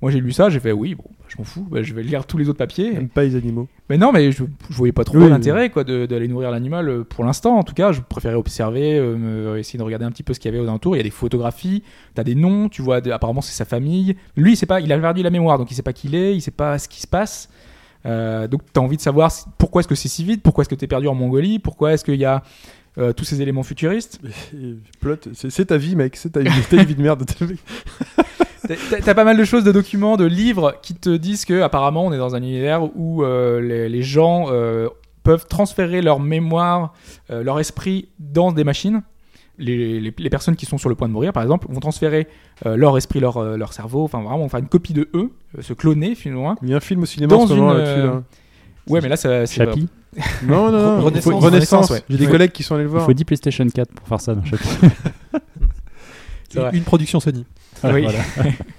Speaker 5: Moi j'ai lu ça, j'ai fait oui, bon, bah, je m'en fous, bah, je vais lire tous les autres papiers.
Speaker 2: J'aime pas les animaux.
Speaker 5: Mais non, mais je, je voyais pas trop
Speaker 2: Oui,
Speaker 5: l'intérêt quoi de- d'aller nourrir l'animal euh, pour l'instant. En tout cas, je préférais observer, euh, me- essayer de regarder un petit peu ce qu'il y avait autour. Il y a des photographies, t'as des noms, tu vois. de- apparemment, c'est sa famille. Lui, il sait pas, il a perdu la mémoire, donc il sait pas qui il est, il sait pas ce qui se passe. Euh, donc, t'as envie de savoir si- pourquoi est-ce que c'est si vite, pourquoi est-ce que t'es perdu en Mongolie, pourquoi est-ce qu'il y a euh, tous ces éléments futuristes.
Speaker 2: Et Plot, c'est c'est ta vie, mec. C'est ta vie. C'est ta vie de merde.
Speaker 5: T'as- T'as t'as pas mal de choses, de documents, de livres qui te disent que apparemment on est dans un univers où euh, les, les gens euh, peuvent transférer leur mémoire, euh, leur esprit dans des machines. Les, les- les personnes qui sont sur le point de mourir, par exemple, vont transférer euh, leur esprit, leur, euh, leur cerveau, enfin vraiment faire une copie de eux, euh, se cloner finalement.
Speaker 2: Il y a un film au cinéma
Speaker 5: Dans
Speaker 2: en ce moment
Speaker 5: une,
Speaker 2: là-dessus.
Speaker 5: euh,
Speaker 2: là.
Speaker 5: Ouais, mais là, ça- c'est
Speaker 3: Chapi.
Speaker 2: Non, non, non.
Speaker 4: Renaissance,
Speaker 2: Faut-
Speaker 5: Renaissance, ouais.
Speaker 2: J'ai des
Speaker 5: Ouais.
Speaker 2: collègues qui sont allés le
Speaker 3: Il
Speaker 2: voir.
Speaker 3: faut 10 PlayStation 4 pour faire ça
Speaker 2: [laughs]
Speaker 3: dans Chapi.
Speaker 5: c'est vrai.
Speaker 4: Une production Sony.
Speaker 3: [laughs]
Speaker 5: Oui.
Speaker 3: Voilà.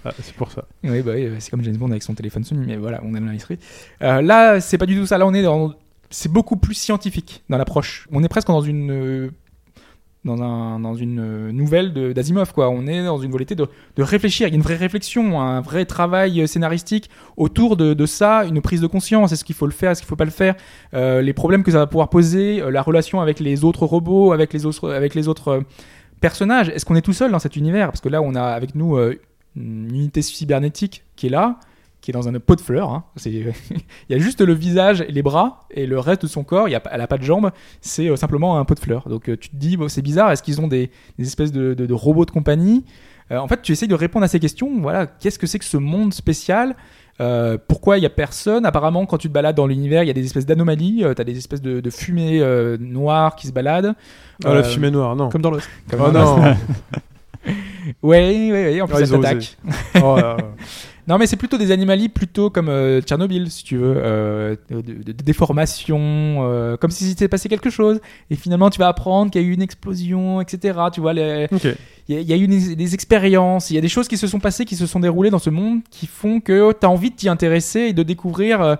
Speaker 2: Ah, c'est pour ça.
Speaker 5: Oui, bah oui, euh, c'est comme James Bond avec son téléphone Sony, mais voilà, on est dans l'industrie. Euh, là, c'est pas du tout ça. Là, on est dans. C'est beaucoup plus scientifique dans l'approche. On est presque dans une. euh, Dans, un, dans une euh, nouvelle de- d'Asimov, quoi. On est dans une volonté de, de réfléchir. Il y a une vraie réflexion, un vrai travail euh, scénaristique autour de, de ça, une prise de conscience. Est-ce qu'il faut le faire, est-ce qu'il faut pas le faire Euh, Les problèmes que ça va pouvoir poser, euh, la relation avec les autres robots, avec les autres, avec les autres euh, personnages. Est-ce qu'on est tout seul dans cet univers Parce que là, on a avec nous euh, une unité cybernétique qui est là, qui est dans un pot de fleurs. hein. C'est- [laughs] il y a juste le visage, et les bras et le reste de son corps. Il y a, pas- elle n'a pas de jambes. C'est euh, simplement un pot de fleurs. Donc euh, tu te dis, bon, c'est bizarre. Est-ce qu'ils ont des, des espèces de, de- de robots de compagnie Euh, En fait, tu essayes de répondre à ces questions. Voilà, qu'est-ce que c'est que ce monde spécial Euh, pourquoi il y a personne Apparemment, quand tu te balades dans l'univers, il y a des espèces d'anomalies. tu as des espèces de, de fumée euh, noire qui se baladent.
Speaker 2: Ah, la
Speaker 5: Euh,
Speaker 2: fumée noire, non.
Speaker 4: Comme dans le.
Speaker 5: comme
Speaker 2: Oh
Speaker 5: un-
Speaker 2: non.
Speaker 5: Ouais, ouais, ouais, en plus,
Speaker 2: Ah,
Speaker 5: elle
Speaker 2: ils ont
Speaker 5: [laughs] t'attaque.
Speaker 2: osé. Oh, là, là.
Speaker 5: Non, mais c'est plutôt des animalies plutôt comme euh, Tchernobyl, si tu veux, euh, de, de- de déformations, euh, comme si s'était passé quelque chose. Et finalement, tu vas apprendre qu'il y a eu une explosion, etc. Tu vois, les-
Speaker 2: Ok.
Speaker 5: il y, a- il y a eu des, des expériences, il y a des choses qui se sont passées, qui se sont déroulées dans ce monde, qui font que tu as envie de t'y intéresser et de découvrir euh,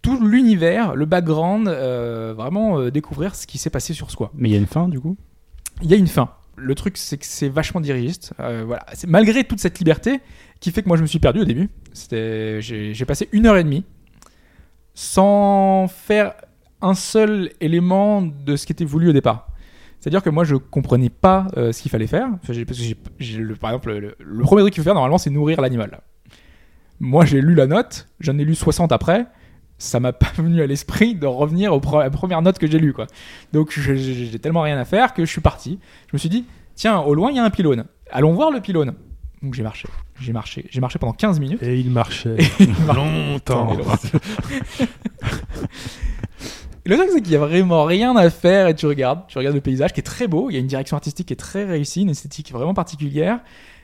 Speaker 5: tout l'univers, le background, euh, vraiment euh, découvrir ce qui s'est passé sur soi
Speaker 3: Mais il y a une fin, du coup
Speaker 5: il y a une fin. Le truc, c'est que c'est vachement dirigiste. Euh, voilà. C'est malgré toute cette liberté qui fait que moi, je me suis perdu au début. C'était, j'ai j'ai passé une heure et demie sans faire un seul élément de ce qui était voulu au départ. C'est-à-dire que moi, je comprenais pas euh, ce qu'il fallait faire. Enfin, j'ai- parce que j'ai- j'ai le- par exemple, le, le premier truc qu'il faut faire normalement, c'est nourrir l'animal. Moi, j'ai lu la note. J'en ai lu 60 après. Ça m'a [laughs] pas venu à l'esprit de revenir aux pre- à la première note que j'ai lue, quoi. Donc je- je- j'ai tellement rien à faire que je suis parti. Je me suis dit, tiens, au loin, il y a un pylône. Allons voir le pylône. Donc j'ai marché, j'ai marché, j'ai marché pendant 15 minutes.
Speaker 2: Et il
Speaker 5: [laughs]
Speaker 2: marchait longtemps.
Speaker 5: Et [laughs] le truc, c'est qu'il y a vraiment rien à faire et tu regardes. Tu regardes le paysage qui est très beau. Il y a une direction artistique qui est très réussie, une esthétique vraiment particulière.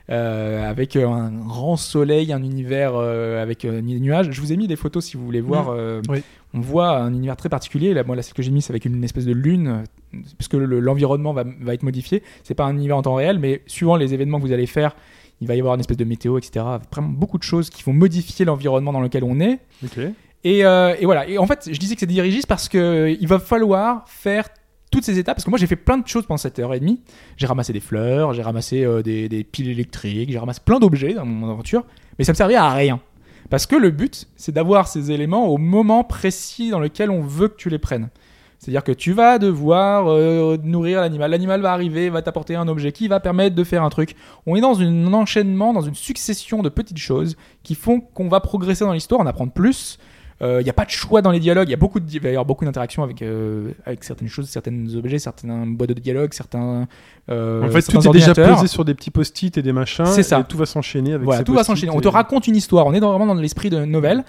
Speaker 5: euh, avec euh, un grand soleil, un univers euh, avec euh, des nuages. Je vous ai mis des photos si vous voulez voir. euh,
Speaker 4: Oui.
Speaker 5: On voit un univers très particulier. Là, moi, la celle que j'ai mise, c'est avec une espèce de lune, euh, parce que le- l'environnement va, va être modifié. C'est pas un univers en temps réel, mais suivant les événements que vous allez faire, il va y avoir une espèce de météo, etc. Vraiment beaucoup de choses qui vont modifier l'environnement dans lequel on est.
Speaker 2: Ok.
Speaker 5: Et, euh, et voilà. Et en fait, je disais que c'est dirigiste parce que euh, il va falloir faire toutes ces étapes. Parce que moi, j'ai fait plein de choses pendant cette heure et demie. J'ai ramassé des fleurs, j'ai ramassé euh, des, des piles électriques, j'ai ramassé plein d'objets dans mon aventure, mais ça me servait à rien. Parce que le but, c'est d'avoir ces éléments au moment précis dans lequel on veut que tu les prennes. C'est-à-dire que tu vas devoir euh, nourrir l'animal. L'animal va arriver, va t'apporter un objet qui va permettre de faire un truc. On est dans un enchaînement, dans une succession de petites choses qui font qu'on va progresser dans l'histoire, en apprendre plus, il n'y a pas de choix dans les dialogues. Il y a beaucoup de, il va y avoir beaucoup d'interactions avec, euh, avec certaines choses, certains objets, certains boîtes de dialogue, certains. euh,
Speaker 2: en fait, tout
Speaker 5: certains
Speaker 2: est déjà
Speaker 5: ordinateurs.
Speaker 2: posé sur des petits post-it et des machins.
Speaker 5: C'est ça.
Speaker 2: et tout va s'enchaîner avec
Speaker 5: Voilà,
Speaker 2: ces
Speaker 5: tout va
Speaker 2: post-it
Speaker 5: s'enchaîner.
Speaker 2: et-
Speaker 5: On te raconte une histoire. On est dans- vraiment dans l'esprit de nouvelle.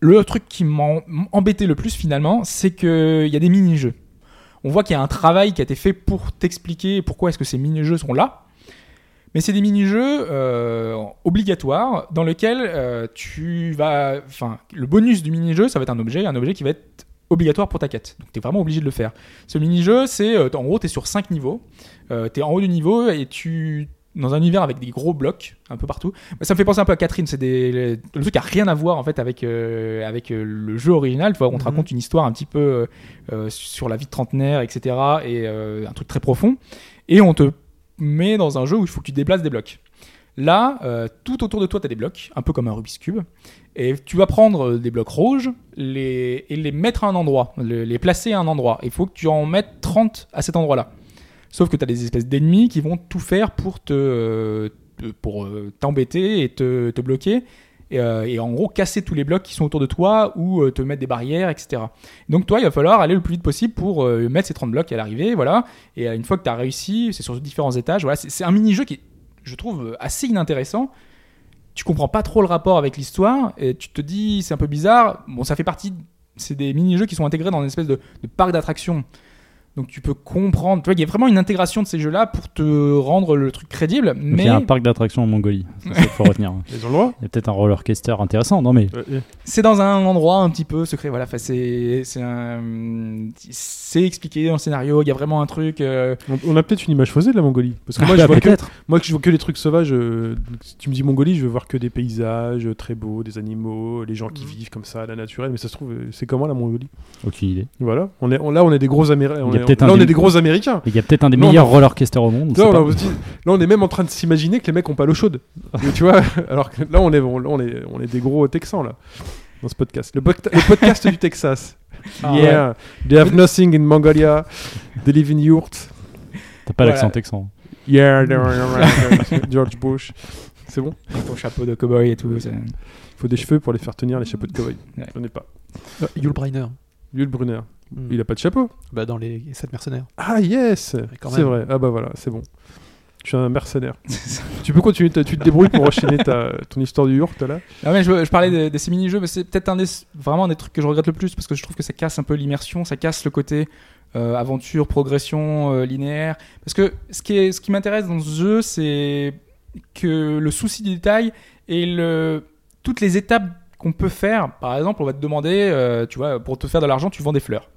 Speaker 5: Le truc qui m'en- m'embêtait le plus finalement, c'est qu'il y a des mini-jeux. On voit qu'il y a un travail qui a été fait pour t'expliquer pourquoi est-ce que ces mini-jeux sont là. Mais c'est des mini-jeux euh, obligatoires dans lesquels euh, tu vas. Enfin, le bonus du mini-jeu, ça va être un objet, un objet qui va être obligatoire pour ta quête. Donc tu es vraiment obligé de le faire. Ce mini-jeu, c'est. euh, en gros, tu es sur 5 niveaux. tu es en haut du niveau et tu. Dans un univers avec des gros blocs un peu partout. Ça me fait penser un peu à Catherine. C'est des, le, le truc a rien à voir en fait avec euh, avec euh, le jeu original. Tu vois, on te
Speaker 4: Mhm.
Speaker 5: raconte une histoire un petit peu euh, euh, sur la vie de trentenaire, etc. Et euh, un truc très profond. Et on te met dans un jeu où il faut que tu déplaces des blocs. Là, euh, tout autour de toi, tu as des blocs, un peu comme un Rubik's Cube. Et tu vas prendre euh, des blocs rouges les, et les mettre à un endroit, le- les placer à un endroit. Il faut que tu en mettes 30 à cet endroit-là. Sauf que tu as des espèces d'ennemis qui vont tout faire pour te, euh, te- pour euh, t'embêter et te, te bloquer. Et, euh, et en gros, casser tous les blocs qui sont autour de toi ou euh, te mettre des barrières, etc. Donc, toi, il va falloir aller le plus vite possible pour euh, mettre ces 30 blocs à l'arrivée. Voilà. Et euh, une fois que tu as réussi, c'est sur différents étages. Voilà, c'est c'est un mini-jeu qui est, je trouve, euh, assez inintéressant. Tu comprends pas trop le rapport avec l'histoire et tu te dis, c'est un peu bizarre. Bon, ça fait partie. C'est des mini-jeux qui sont intégrés dans une espèce de, de parc d'attractions. Donc tu peux comprendre. Tu vois, il y a vraiment une intégration de ces jeux-là pour te rendre le truc crédible.
Speaker 3: Donc,
Speaker 5: Mais
Speaker 3: Il y a un parc d'attractions en Mongolie. C'est ça qu'il faut retenir. hein.
Speaker 2: Ils ont le droit
Speaker 3: Il y a peut-être un roller coaster intéressant. Non, mais
Speaker 2: Euh, eh.
Speaker 5: c'est dans un endroit un petit peu secret. Voilà, Enfin, c'est c'est un- c'est expliqué dans le scénario. Il y a vraiment un truc. euh,
Speaker 2: On- On a peut-être une image faussée de la Mongolie. Parce que
Speaker 5: Ah,
Speaker 2: moi,
Speaker 3: Bah, [laughs]
Speaker 2: je vois que, [laughs]
Speaker 3: peut-être.
Speaker 2: moi, que je vois que les trucs sauvages. euh, si tu me dis Mongolie, je vais voir que des paysages euh, très beaux, des animaux, les gens qui
Speaker 5: Mhm.
Speaker 2: vivent comme ça, la nature. Mais ça se trouve, euh, c'est comment la Mongolie
Speaker 3: Aucune idée.
Speaker 2: Voilà. On est, on- là, on est des gros Américains.
Speaker 3: Il y a peut-être
Speaker 2: Là,
Speaker 3: un
Speaker 2: on est
Speaker 3: des-
Speaker 2: des gros Américains.
Speaker 3: Il y a peut-être un des
Speaker 2: Non,
Speaker 3: meilleurs
Speaker 2: non.
Speaker 3: roller coaster au
Speaker 2: Là
Speaker 3: monde. on sait
Speaker 2: on,
Speaker 3: pas.
Speaker 2: a- on se dit- là, on est même en train de s'imaginer que les mecs ont pas l'eau
Speaker 5: [laughs]
Speaker 2: chaude. Mais tu vois, alors que là, on est, on, on est, on est des gros Texans, là, dans ce podcast. Le, podca- le podcast du Texas.
Speaker 5: Ah,
Speaker 2: yeah. They have nothing in Mongolia. They live in yurts.
Speaker 3: T'as pas l'accent
Speaker 5: Voilà.
Speaker 3: texan.
Speaker 2: Yeah. they're around George Bush. C'est bon
Speaker 5: avec ton chapeau de cowboy et tout. c'est-
Speaker 2: Faut des cheveux pour les faire tenir, les chapeaux de cowboy.
Speaker 5: Ouais.
Speaker 2: J'en ai pas.
Speaker 4: Euh, Yul Brynner.
Speaker 2: Yul Brunner.
Speaker 4: Hmm.
Speaker 2: Il a pas de chapeau.
Speaker 4: Bah, dans les 7 mercenaires.
Speaker 2: Ah yes
Speaker 4: quand
Speaker 2: C'est
Speaker 4: même.
Speaker 2: vrai. Ah bah voilà, c'est bon. Je suis un mercenaire.
Speaker 5: [laughs] c'est ça.
Speaker 2: tu peux continuer, ta- tu te débrouilles pour enchaîner ta, ton histoire du yurt là
Speaker 5: Non Ah, mais je, je parlais de, de ces mini-jeux, mais c'est peut-être un des, vraiment un des trucs que je regrette le plus parce que je trouve que ça casse un peu l'immersion, ça casse le côté euh, aventure, progression euh, linéaire. Parce que ce qui, est- ce qui m'intéresse dans ce jeu, c'est que le souci du détail et le, toutes les étapes qu'on peut faire. Par exemple, on va te demander, euh, tu vois, pour te faire de l'argent, tu vends des fleurs.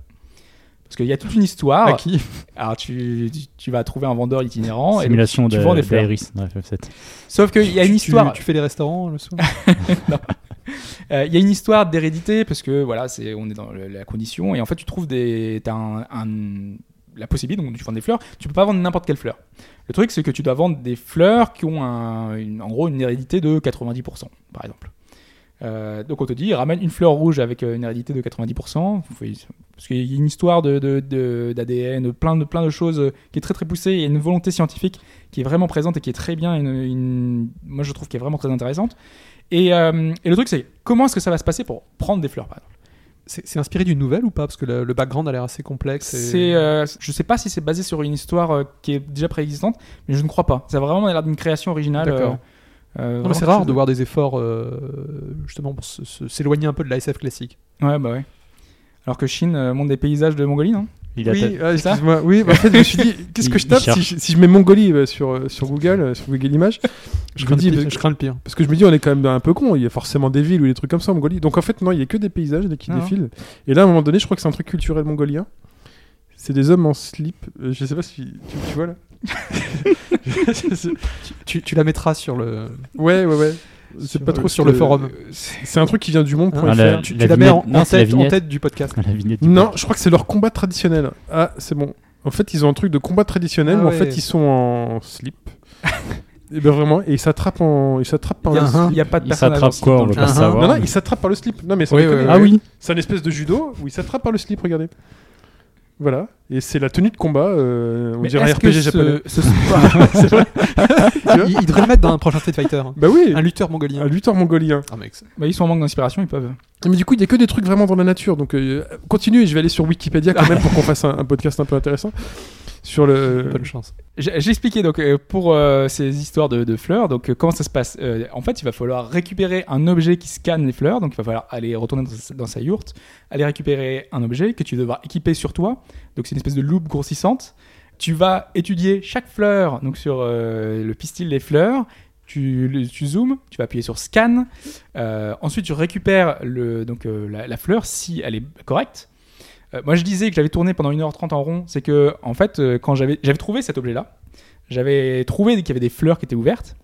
Speaker 5: Parce qu'il y a toute une histoire.
Speaker 4: À qui
Speaker 5: Alors tu, tu- tu vas trouver un vendeur itinérant. et donc,
Speaker 3: Simulation
Speaker 5: tu
Speaker 3: de-
Speaker 5: vends des fleurs.
Speaker 3: d'Iris dans FF7.
Speaker 5: Sauf qu'il y a une
Speaker 4: Tu-
Speaker 5: histoire.
Speaker 4: Tu, tu fais les restaurants le soir
Speaker 5: Euh, Il y a une histoire d'hérédité parce que voilà, c'est on est dans le- la condition et en fait tu trouves des t'as un, un- la possibilité donc tu vends des fleurs, tu peux pas vendre n'importe quelle fleur. Le truc c'est que tu dois vendre des fleurs qui ont un- une- en gros une hérédité de 90% par exemple. Euh, donc on te dit ramène une fleur rouge avec euh, une hérédité de 90%. Vous pouvez- Parce qu'il y a une histoire de, de- de- d'ADN, plein de, plein de choses euh, qui est très très poussée. Il y a une volonté scientifique qui est vraiment présente et qui est très bien. Une, une- Moi je trouve qui est vraiment très intéressante. Et, euh, et le truc, c'est comment est-ce que ça va se passer pour prendre des fleurs, par exemple
Speaker 4: C'est c'est inspiré d'une nouvelle ou pas Parce que le, le background a l'air assez complexe. et-
Speaker 5: C'est, euh, Je sais pas si c'est basé sur une histoire euh, qui est déjà préexistante, mais je ne crois pas. Ça a vraiment l'air d'une création originale.
Speaker 4: D'accord.
Speaker 5: euh, euh,
Speaker 4: Non, mais c'est
Speaker 5: vraiment
Speaker 4: rare de
Speaker 5: quelque
Speaker 4: voir des efforts euh, justement pour se- se- s'éloigner un peu de la SF classique.
Speaker 5: chose- Ouais, bah ouais. Alors que Chine euh, montre des paysages de Mongolie, non
Speaker 3: Il a
Speaker 2: Oui,
Speaker 3: ta-
Speaker 2: ah,
Speaker 5: c'est ça
Speaker 2: excuse-moi. Oui, bah, en fait, je me suis dit, qu'est-ce que je tape
Speaker 3: Il cherche.
Speaker 2: si je, si je mets Mongolie bah, sur, euh, sur Google, euh, sur Google Images Je me
Speaker 4: le
Speaker 2: dis,
Speaker 4: pire,
Speaker 2: parce que-
Speaker 4: je crains le pire.
Speaker 2: parce que je me dis, on est quand même un peu con. Il y a forcément des villes ou des trucs comme ça en Mongolie. Donc en fait, non, il y a que des paysages de- qui
Speaker 5: Ah.
Speaker 2: défilent. Et là, à un moment donné, je crois que c'est un truc culturel mongolien. C'est des hommes en slip. Euh, je sais pas si tu, tu vois là.
Speaker 4: Tu, tu la mettras sur le.
Speaker 2: Ouais, ouais, ouais. C'est Euh,
Speaker 4: Sur-
Speaker 2: pas trop
Speaker 4: sur
Speaker 2: ce
Speaker 4: le
Speaker 2: que-
Speaker 4: forum. Hein
Speaker 2: C'est un truc qui vient du monde.fr.
Speaker 3: Ah, la-
Speaker 4: tu
Speaker 3: la
Speaker 4: tu la mets en,
Speaker 3: vignette. Non,
Speaker 4: en
Speaker 3: c'est la
Speaker 4: tête, en
Speaker 3: vignette. Ah,
Speaker 4: tête du podcast.
Speaker 3: la vignette du
Speaker 2: Non, je crois que c'est leur combat traditionnel. Ah, c'est bon. En fait, ils ont un truc de combat traditionnel
Speaker 4: Ah
Speaker 2: où en
Speaker 4: ouais.
Speaker 2: fait ils sont en slip.
Speaker 4: [laughs]
Speaker 2: et ben vraiment, et ils s'attrapent en, ils s'attrapent par
Speaker 4: Il y
Speaker 2: le.
Speaker 4: a un-
Speaker 5: Il n'y a pas de
Speaker 3: Il
Speaker 5: personnage.
Speaker 3: s'attrape
Speaker 5: dans ce-
Speaker 3: quoi,
Speaker 5: dans
Speaker 3: on
Speaker 5: le
Speaker 3: va
Speaker 5: jeu.
Speaker 3: pas
Speaker 4: Ah,
Speaker 3: savoir.
Speaker 2: Non, non, ils s'attrapent par le slip. Non, mais sans
Speaker 4: Oui,
Speaker 2: déconner.
Speaker 4: oui,
Speaker 3: Ah oui,
Speaker 2: c'est une espèce de judo où ils s'attrapent par le slip. Regardez. Voilà. Et c'est la tenue de combat. euh, on
Speaker 5: Mais
Speaker 2: dirait
Speaker 5: est-ce que
Speaker 2: RPG
Speaker 5: ce-
Speaker 2: japonais. [laughs]
Speaker 4: euh,
Speaker 5: ce sport-
Speaker 4: [laughs]
Speaker 2: C'est vrai.
Speaker 4: il, il devrait le mettre dans un prochain Street Fighter.
Speaker 2: bah oui.
Speaker 4: Un lutteur
Speaker 2: Un
Speaker 4: mongolien.
Speaker 2: lutteur mongolien.
Speaker 4: Ah, mec, c'est-
Speaker 5: Bah, ils sont en manque d'inspiration, ils peuvent.
Speaker 2: Mais du coup, il n'y a que des trucs vraiment dans la nature. Donc, euh, continue. et Je vais aller sur Wikipédia quand même pour qu'on fasse un, un podcast un peu intéressant sur le.
Speaker 4: bonne chance.
Speaker 5: J'ai j'ai expliqué donc euh, pour euh, ces histoires de, de fleurs. Donc euh, comment ça se passe Euh, En fait, il va falloir récupérer un objet qui scanne les fleurs. Donc il va falloir aller retourner dans sa, dans sa yourte, aller récupérer un objet que tu devras équiper sur toi. Donc c'est une espèce de loupe grossissante. Tu vas étudier chaque fleur. Donc sur euh, le pistil des fleurs, tu, le- tu zoomes, tu vas appuyer sur scan. Euh, ensuite, tu récupères le, donc euh, la, la fleur si elle est correcte. Euh, moi, je disais que j'avais tourné pendant 1h30 en rond. C'est que, en fait, euh, quand j'avais j'avais trouvé cet objet-là, j'avais trouvé qu'il y avait des fleurs qui étaient ouvertes.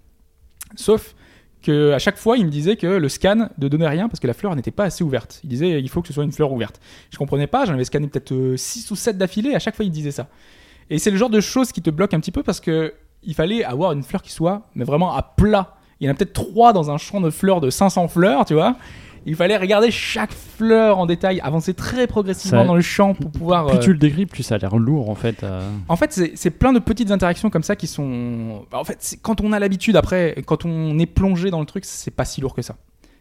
Speaker 5: Sauf que à chaque fois, il me disait que le scan ne donnait rien parce que la fleur n'était pas assez ouverte. Il disait il faut que ce soit une fleur ouverte. Je comprenais pas, j'en avais scanné peut-être 6 ou 7 d'affilée. À chaque fois, il disait ça. Et c'est le genre de choses qui te bloque un petit peu parce que il fallait avoir une fleur qui soit mais vraiment à plat. Il y en a peut-être trois dans un champ de fleurs de 500 fleurs, tu vois. Il fallait regarder chaque fleur en détail, avancer très progressivement
Speaker 3: Ça-
Speaker 5: dans le champ pour pouvoir.
Speaker 3: Plus
Speaker 5: euh,
Speaker 3: tu le décris, plus ça a l'air lourd en fait. euh.
Speaker 5: en fait, c'est c'est plein de petites interactions comme ça qui sont. bah, En fait, c'est- quand on a l'habitude, après, quand on est plongé dans le truc, c'est pas si lourd que ça.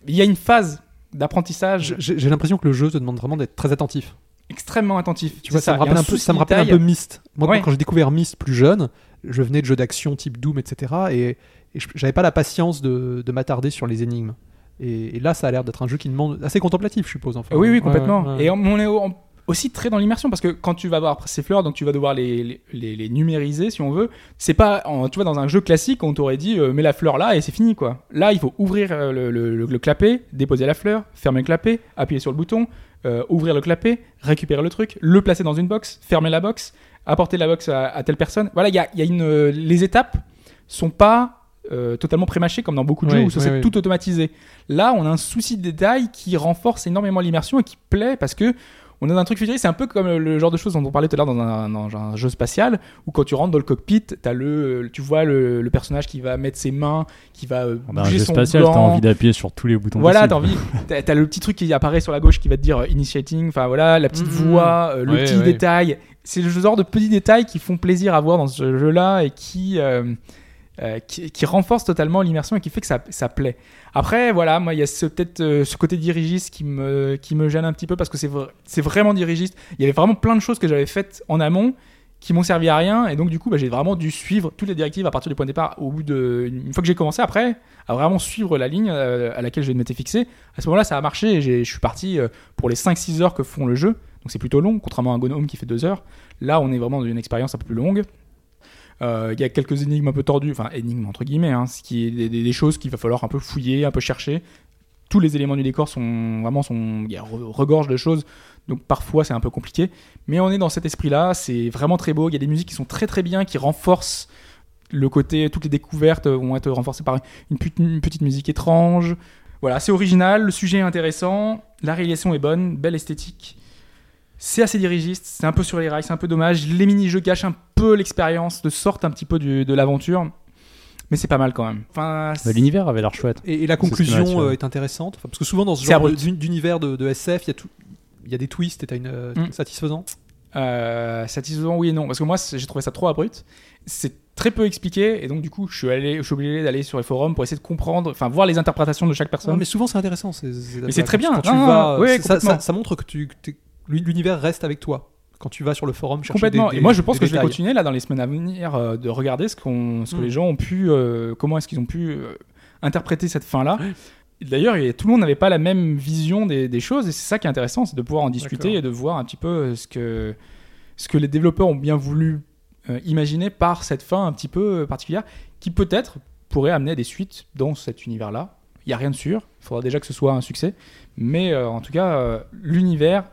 Speaker 5: Il y a une phase d'apprentissage
Speaker 4: J'ai- J'ai j'ai l'impression que le jeu te demande vraiment d'être très attentif.
Speaker 5: extrêmement attentif.
Speaker 4: Tu vois, ça,
Speaker 5: Il y
Speaker 4: me
Speaker 5: a
Speaker 4: rappelle un peu,
Speaker 5: souci
Speaker 4: ça me
Speaker 5: de
Speaker 4: rappelle
Speaker 5: détail.
Speaker 4: un peu Myst. Moi,
Speaker 5: Ouais.
Speaker 4: quand j'ai découvert Myst plus jeune, je venais de jeux d'action type Doom, etc. Et, et je- j'avais pas la patience de, de m'attarder sur les énigmes. Et, et là, ça a l'air d'être un jeu qui demande assez contemplatif, je suppose. Enfin,
Speaker 5: Ah Oui, oui,
Speaker 4: Ouais,
Speaker 5: complètement.
Speaker 4: ouais, ouais.
Speaker 5: Et on on est au- on- aussi très dans l'immersion parce que quand tu vas voir ces fleurs, donc tu vas devoir les, les, les- les numériser si on veut. C'est pas, en- tu vois, dans un jeu classique, on t'aurait dit euh, mets la fleur là et c'est fini quoi. Là, il faut ouvrir euh, le, le- le- le clapet, déposer la fleur, fermer le clapet, appuyer sur le bouton, euh, ouvrir le clapet, récupérer le truc, le placer dans une box, fermer la box, apporter la box à, à telle personne. Voilà, il y a, il y a une, euh, les étapes sont pas euh, totalement prémâchées comme dans beaucoup de
Speaker 4: Oui,
Speaker 5: jeux où ça,
Speaker 4: oui,
Speaker 5: c'est
Speaker 4: oui.
Speaker 5: tout automatisé. Là, on a un souci de détail qui renforce énormément l'immersion et qui plaît parce que on est dans un truc futuriste. C'est un peu comme le genre de choses dont on parlait tout à l'heure dans un, dans un jeu spatial où quand tu rentres dans le cockpit, as le, tu vois le, le personnage qui va mettre ses mains, qui va euh,
Speaker 3: Dans un
Speaker 5: bouger
Speaker 3: jeu
Speaker 5: son
Speaker 3: spatial, t'as
Speaker 5: gland.
Speaker 3: envie d'appuyer sur tous les boutons.
Speaker 5: Voilà,
Speaker 3: possibles.
Speaker 5: t'as envie. T'as t'as le petit truc qui apparaît sur la gauche qui va te dire euh, initiating, enfin voilà, la petite
Speaker 4: Mhm.
Speaker 5: voix, euh, le
Speaker 4: Ouais,
Speaker 5: petit
Speaker 4: ouais.
Speaker 5: détail. C'est le genre de petits détails qui font plaisir à voir dans ce jeu-là et qui, euh, euh, qui, qui renforce totalement l'immersion et qui fait que ça, ça plaît. Après, voilà, moi, il y a ce- peut-être euh, ce côté dirigiste qui me, qui me gêne un petit peu parce que c'est vra- c'est vraiment dirigiste. Il y avait vraiment plein de choses que j'avais faites en amont qui m'ont servi à rien et donc du coup bah, j'ai vraiment dû suivre toutes les directives à partir du point de départ au bout de une fois que j'ai commencé après à vraiment suivre la ligne euh, à laquelle je m'étais fixé à ce moment-là ça a marché et j'ai- je suis parti euh, pour les 5-6 heures que font le jeu donc c'est plutôt long contrairement à un Gone Home qui fait 2 heures là on est vraiment dans une expérience un peu plus longue Euh, Il y a quelques énigmes un peu tordues, enfin énigmes entre guillemets, hein, ce qui est des, des- des choses qu'il va falloir un peu fouiller, un peu chercher. Tous les éléments du décor sont vraiment sont, il y a re- regorge de choses, donc parfois c'est un peu compliqué. Mais on est dans cet esprit-là, c'est vraiment très beau. Il y a des musiques qui sont très très bien, qui renforcent le côté, toutes les découvertes vont être renforcées par une, put- une petite musique étrange. Voilà, c'est original, le sujet est intéressant, la réalisation est bonne, belle esthétique. C'est assez dirigiste, c'est un peu sur les rails, c'est un peu dommage. Les mini-jeux gâchent un peu l'expérience, de sorte un petit peu du- de l'aventure. Mais c'est pas mal quand même. Enfin,
Speaker 3: Bah,
Speaker 5: c'est-
Speaker 3: L'univers avait l'air chouette.
Speaker 4: Et, et
Speaker 3: C'est
Speaker 4: la
Speaker 3: ce qui m'a
Speaker 4: conclusion
Speaker 3: attiré.
Speaker 4: euh, est intéressante, Enfin, parce que souvent dans ce
Speaker 5: C'est
Speaker 4: genre de-
Speaker 5: abrupt.
Speaker 4: d'uni- d'univers de, de SF, il y a tout- il y a des twists et t'as une euh,
Speaker 5: Mm.
Speaker 4: satisfaisant.
Speaker 5: Euh, satisfaisant oui et non parce que moi c'est- j'ai trouvé ça trop abrupt c'est très peu expliqué et donc du coup je suis allé je suis obligé d'aller sur les forums pour essayer de comprendre enfin voir les interprétations de chaque personne
Speaker 4: Non, mais souvent c'est intéressant. c'est-
Speaker 5: Mais c'est très bien.
Speaker 4: Quand tu
Speaker 5: Non, non,
Speaker 4: vas,
Speaker 5: non.
Speaker 4: euh,
Speaker 5: Oui,
Speaker 4: c'est- ça,
Speaker 5: complètement.
Speaker 4: ça- ça montre que tu- que t'es- l'univers reste avec toi quand tu vas sur le forum. chercher
Speaker 5: complètement
Speaker 4: des-
Speaker 5: et moi je
Speaker 4: des-
Speaker 5: pense
Speaker 4: des
Speaker 5: que je vais
Speaker 4: détails.
Speaker 5: continuer là dans les semaines à venir euh, de regarder ce qu'on ce que
Speaker 4: Mm.
Speaker 5: les gens ont pu euh, comment est-ce qu'ils ont pu euh, interpréter cette fin là D'ailleurs, il y a- tout le monde n'avait pas la même vision des, des choses, et c'est ça qui est intéressant, c'est de pouvoir en discuter
Speaker 4: D'accord.
Speaker 5: et de voir un petit peu euh, ce que, ce que les développeurs ont bien voulu euh, imaginer par cette fin un petit peu euh, particulière, qui peut-être pourrait amener à des suites dans cet univers-là. Il n'y a rien de sûr, il faudra déjà que ce soit un succès, mais euh, en tout cas, euh, l'univers,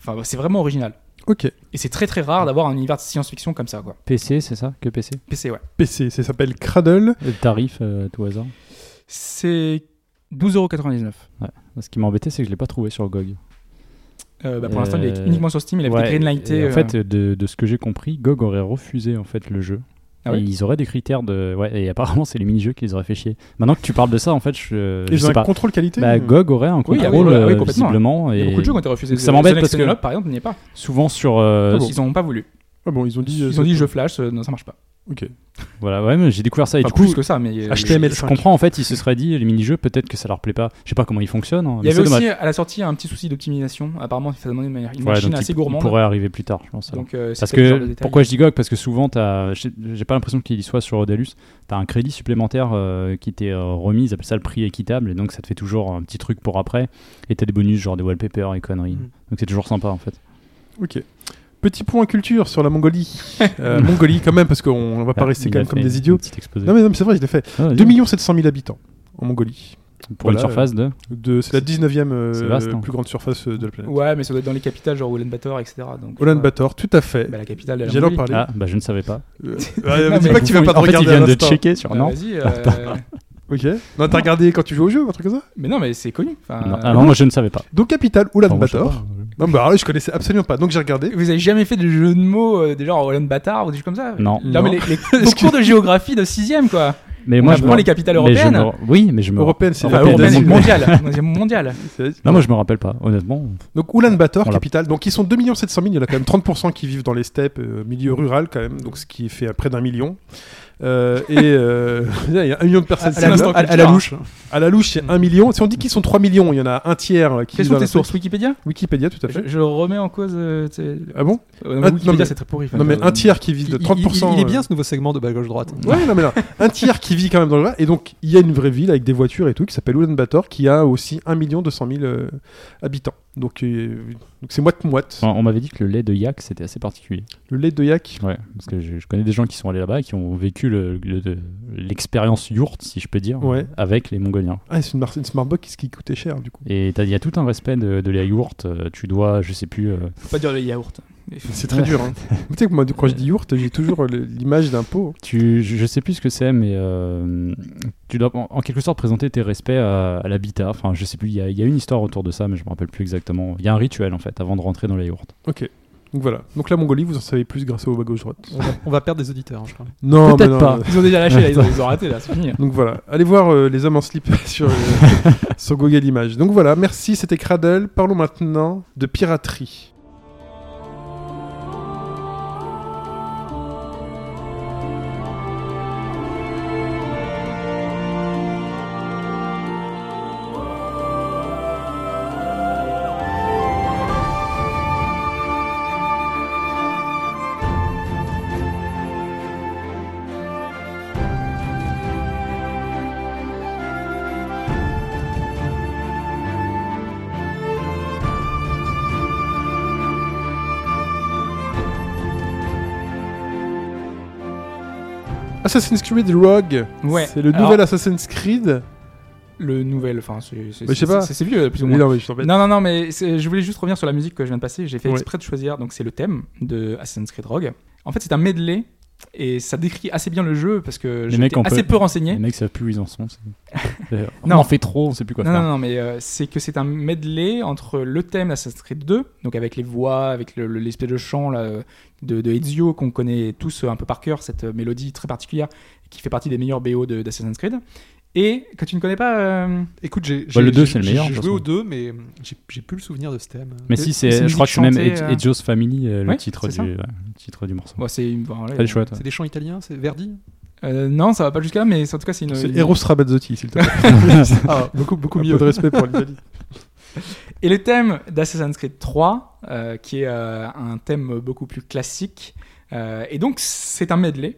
Speaker 5: enfin, bah, c'est vraiment original.
Speaker 2: Ok.
Speaker 5: Et c'est très très rare d'avoir un univers de science-fiction comme ça, quoi.
Speaker 3: PC, c'est ça Que PC
Speaker 5: PC, ouais.
Speaker 2: PC, ça s'appelle Cradle.
Speaker 3: Le tarif, euh, à tout hasard.
Speaker 5: C'est 12,99€.
Speaker 3: Ce qui m'a embêté, c'est que je l'ai pas trouvé sur GOG.
Speaker 5: Euh, bah, pour l'instant, il est
Speaker 3: Euh,
Speaker 5: uniquement sur Steam, il avait
Speaker 3: Ouais,
Speaker 5: été greenlighté.
Speaker 3: et
Speaker 5: euh,
Speaker 3: En fait, de, de ce que j'ai compris, GOG aurait refusé en fait le jeu.
Speaker 5: Ah ouais
Speaker 3: Et ils auraient des critères de. Ouais, et apparemment, c'est les mini-jeux qui les auraient fait chier. Maintenant que tu parles de ça, en fait, je, je
Speaker 2: Ils ont
Speaker 3: sais
Speaker 2: un
Speaker 3: pas.
Speaker 2: contrôle qualité.
Speaker 3: Bah,
Speaker 2: mais-
Speaker 3: GOG aurait un
Speaker 5: Oui,
Speaker 3: contrôle,
Speaker 5: ah oui, oui, oui,
Speaker 3: euh,
Speaker 5: complètement.
Speaker 3: visiblement.
Speaker 5: Il y a
Speaker 3: et
Speaker 5: beaucoup de jeux qui ont été refusés.
Speaker 3: Donc ça m'embête
Speaker 5: Sonic
Speaker 3: parce que-
Speaker 5: Scandal, par exemple, n'y est pas.
Speaker 3: Souvent sur. euh,
Speaker 5: ils n'ont pas voulu.
Speaker 2: Ah bon, ils ont dit.
Speaker 5: Ils
Speaker 2: euh,
Speaker 5: ont dit je flash, euh, non ça marche pas.
Speaker 2: Ok.
Speaker 3: Voilà, ouais, mais j'ai découvert ça. Et
Speaker 5: Pas
Speaker 3: du coup,
Speaker 5: plus que ça, mais euh,
Speaker 2: HTML5.
Speaker 3: je comprends en fait, ils se seraient dit, les mini-jeux, peut-être que ça leur plaît pas. Je sais pas comment ils fonctionnent. hein,
Speaker 5: Il y
Speaker 3: mais
Speaker 5: avait
Speaker 3: c'est
Speaker 5: aussi
Speaker 3: dommage.
Speaker 5: à la sortie un petit souci d'optimisation. Apparemment, ça demandait une, manière- une
Speaker 3: Ouais,
Speaker 5: machine
Speaker 3: donc
Speaker 5: assez
Speaker 3: ils- ils
Speaker 5: gourmande.
Speaker 3: pourraient arriver plus tard, je pense. alors.
Speaker 5: Donc, euh, c'est
Speaker 3: Parce
Speaker 5: peut-être le genre de
Speaker 3: que
Speaker 5: détail.
Speaker 3: pourquoi je dis GOG Parce que souvent, t'as- j'ai j'ai pas l'impression qu'il y soit sur Odalus. T'as un crédit supplémentaire euh, qui t'est euh, remis, ils appellent ça le prix équitable, et donc ça te fait toujours un petit truc pour après. Et t'as des bonus, genre des wallpapers et conneries.
Speaker 2: Hmm.
Speaker 4: Mm.
Speaker 3: Donc c'est toujours sympa en fait.
Speaker 2: Ok. Petit point culture sur la
Speaker 3: [laughs]
Speaker 2: Mongolie. Euh, Mongolie quand même, parce qu'on va pas
Speaker 3: Ah,
Speaker 2: rester
Speaker 3: il
Speaker 2: quand
Speaker 3: a
Speaker 2: même comme
Speaker 3: fait
Speaker 2: des
Speaker 3: un
Speaker 2: idiots.
Speaker 3: petit exposé.
Speaker 2: Non mais, non, mais c'est vrai, je l'ai fait.
Speaker 3: Ah, vas-y.
Speaker 2: 2 700 000 habitants en Mongolie.
Speaker 3: Pour une
Speaker 2: Voilà,
Speaker 3: surface de.
Speaker 2: De- C'est la 19e euh,
Speaker 3: C'est vaste, hein.
Speaker 2: plus grande surface euh, de la planète.
Speaker 5: Ouais, mais ça doit être dans les capitales, genre Ulaanbaatar, etc. Donc,
Speaker 2: Olan
Speaker 5: euh,
Speaker 2: Bator, tout à fait.
Speaker 5: bah, la capitale de la
Speaker 2: J'allais en
Speaker 5: Mongolie.
Speaker 2: parler.
Speaker 3: Ah, bah je ne savais pas.
Speaker 2: Euh,
Speaker 5: Non,
Speaker 2: euh, dis
Speaker 5: mais-
Speaker 2: pas que tu vas pas te
Speaker 3: en fait, ils
Speaker 2: regarder à
Speaker 3: viennent de
Speaker 2: l'instant.
Speaker 3: checker sur.
Speaker 5: Bah,
Speaker 3: non
Speaker 5: vas-y,
Speaker 3: [laughs]
Speaker 5: euh,
Speaker 2: Ok. [laughs] Non, t'as regardé quand tu joues au jeu, un truc comme ça
Speaker 5: Mais non, mais c'est connu. Enfin,
Speaker 3: Non, ah non, moi je ne savais pas.
Speaker 2: Donc capitale, Oulan
Speaker 3: Enfin, je sais
Speaker 2: Ah, Bator.
Speaker 3: pas.
Speaker 2: Non, bah alors là, je connaissais absolument pas. Donc j'ai regardé.
Speaker 5: Vous avez jamais fait de jeu de mots euh, des genres Ulaanbaatar ou des choses comme ça
Speaker 3: Non.
Speaker 5: Non, mais
Speaker 2: Non.
Speaker 5: les, [laughs] les- vos cours de géographie de 6ème, quoi.
Speaker 3: Mais
Speaker 5: On
Speaker 2: Ah,
Speaker 3: moi je
Speaker 5: apprend
Speaker 3: me-
Speaker 5: les capitales
Speaker 3: mais je me-
Speaker 5: européennes.
Speaker 3: Oui, mais je me.
Speaker 2: Européenne, c'est
Speaker 3: Enfin,
Speaker 2: la
Speaker 5: Enfin,
Speaker 3: Européenne,
Speaker 5: européenne et
Speaker 3: c'est-
Speaker 5: [laughs] mondiale. Mondiale. mondiale.
Speaker 3: Non, moi je me rappelle pas, honnêtement.
Speaker 2: Donc Oulan Bator,
Speaker 3: On l'a-
Speaker 2: capitale. Donc ils sont 2 700 000, il y en a quand même 30% qui vivent dans les steppes, euh, milieu rural quand même, donc ce qui fait euh, près d'un million. Euh, et euh, [laughs] il y a un million de personnes.
Speaker 4: Ah, À la-
Speaker 2: là-bas.
Speaker 4: à- à la louche.
Speaker 2: À la louche, il y a un million. Si on dit qu'ils sont 3 millions, il y en a un tiers euh, qui
Speaker 5: Quelles
Speaker 2: vivent
Speaker 5: sont
Speaker 2: dans
Speaker 5: tes
Speaker 2: la-
Speaker 5: sources Wikipédia
Speaker 2: Wikipédia, tout à fait.
Speaker 5: je, je remets en cause. euh, tu sais,
Speaker 2: Ah bon
Speaker 5: euh, non,
Speaker 2: Ah,
Speaker 5: mais Wikipédia,
Speaker 2: non, mais-
Speaker 5: c'est très pourri. enfin,
Speaker 2: Non mais
Speaker 5: euh,
Speaker 2: un tiers qui vit
Speaker 4: Il,
Speaker 2: de
Speaker 4: il-
Speaker 2: 30%.
Speaker 4: il- il est bien
Speaker 2: euh,
Speaker 4: ce nouveau segment de bas gauche droite.
Speaker 2: Ouais, non mais là, un tiers qui vit quand même dans le rural. Et donc il y a une vraie ville avec des voitures et tout qui s'appelle Ulaanbaatar qui a aussi 1 million 200 000 euh, habitants. Donc euh, donc c'est moite moite.
Speaker 3: Enfin, on m'avait dit que le lait de yak c'était assez particulier.
Speaker 2: Le lait de yak.
Speaker 3: Ouais, parce que je, je connais des gens qui sont allés là-bas et qui ont vécu le- le- l'expérience yourte, si je peux dire,
Speaker 2: Ouais.
Speaker 3: avec les Mongoliens.
Speaker 2: Ah c'est une, mar- une smartbox qui coûtait cher du coup.
Speaker 3: Et t'as- il y a tout un respect de, de la yourte. euh, Tu dois, je sais plus. euh,
Speaker 5: Faut pas dire le yaourt.
Speaker 2: C'est très dur. hein. [laughs] tu sais que moi quand je dis yourte j'ai toujours le- l'image d'un pot.
Speaker 3: tu, je je sais plus ce que c'est, mais euh, tu dois en, en quelque sorte présenter tes respects à, à l'habitat. Enfin, je sais plus. Il y, a- il y a une histoire autour de ça, mais je me rappelle plus exactement. Il y a un rituel en fait avant de rentrer dans la yourte.
Speaker 2: Donc voilà. Donc la Mongolie vous en savez plus grâce au bas gauche droite.
Speaker 4: On va, on va perdre des auditeurs, je crois.
Speaker 2: Non
Speaker 3: Peut-être
Speaker 2: mais non,
Speaker 3: pas.
Speaker 2: non.
Speaker 5: Ils ont déjà lâché, là, ils ont, ils ont raté, là, c'est fini.
Speaker 2: Donc voilà, allez voir euh, les hommes en slip [laughs] sur,
Speaker 3: [laughs]
Speaker 2: euh, sur Google Images. Donc voilà, merci, c'était Cradle. Parlons maintenant de piraterie. Assassin's Creed Rogue.
Speaker 5: Ouais.
Speaker 2: C'est le
Speaker 5: Alors-
Speaker 2: nouvel Assassin's Creed.
Speaker 5: Le nouvel, enfin, c'est- c'est
Speaker 2: Mais je sais pas.
Speaker 5: c'est- c'est vieux, plus ou
Speaker 2: Oui,
Speaker 5: moins.
Speaker 2: non, mais je t'embête.
Speaker 5: Non, non, non, mais c'est- je voulais juste revenir sur la musique que je viens de passer. J'ai fait
Speaker 2: Ouais.
Speaker 5: exprès de choisir, donc c'est le thème de Assassin's Creed Rogue. En fait, c'est un medley et ça décrit assez bien le jeu parce que
Speaker 3: Les mecs,
Speaker 5: j'étais
Speaker 3: on
Speaker 5: assez
Speaker 3: peut-
Speaker 5: peu
Speaker 3: Les
Speaker 5: renseigné.
Speaker 3: mecs savent plus où ils en sont.
Speaker 5: [laughs]
Speaker 3: c'est- Euh, on
Speaker 5: Non.
Speaker 3: en fait trop, on sait plus quoi
Speaker 5: Non,
Speaker 3: faire.
Speaker 5: non, non, mais euh, c'est que c'est un medley entre le thème d'Assassin's Creed 2, donc avec les voix, avec le- le- l'espèce de chant là, de, de Ezio qu'on connaît tous un peu par cœur, cette euh, mélodie très particulière qui fait partie des meilleurs BO de- d'Assassin's Creed, et que tu ne connais pas. euh,
Speaker 4: Écoute, j'ai
Speaker 3: Bah, le
Speaker 4: j'ai-
Speaker 3: deux, c'est le
Speaker 4: j'ai-
Speaker 3: meilleur,
Speaker 4: J'ai
Speaker 3: de toute
Speaker 4: joué au
Speaker 3: façon.
Speaker 4: 2, mais mm, j'ai j'ai plus le souvenir de ce thème.
Speaker 3: Mais
Speaker 5: C'est-
Speaker 3: si,
Speaker 5: c'est
Speaker 3: c'est,
Speaker 5: une
Speaker 3: je crois que c'est
Speaker 5: musique
Speaker 3: même Ed-
Speaker 5: chantée, euh.
Speaker 3: Edgeo's Family, euh,
Speaker 5: Ouais,
Speaker 3: le, titre
Speaker 5: c'est
Speaker 3: du,
Speaker 5: ça.
Speaker 3: ouais, le titre du morceau.
Speaker 5: bon, c'est une- bon, ouais,
Speaker 3: Très chouette.
Speaker 4: C'est des chants italiens, c'est Verdi
Speaker 5: Euh, non, ça va pas jusqu'à là, mais c'est- en tout cas, c'est une.
Speaker 2: C'est
Speaker 5: une-
Speaker 2: Eros Ramazzotti, s'il te
Speaker 5: [laughs]
Speaker 2: plaît.
Speaker 3: [laughs]
Speaker 4: Ah, beaucoup, beaucoup
Speaker 2: Un
Speaker 4: mieux.
Speaker 2: peu de respect pour l'Italie.
Speaker 5: Et le thème d'Assassin's Creed 3, euh, qui est euh, un thème beaucoup plus classique, euh, et donc c'est un medley.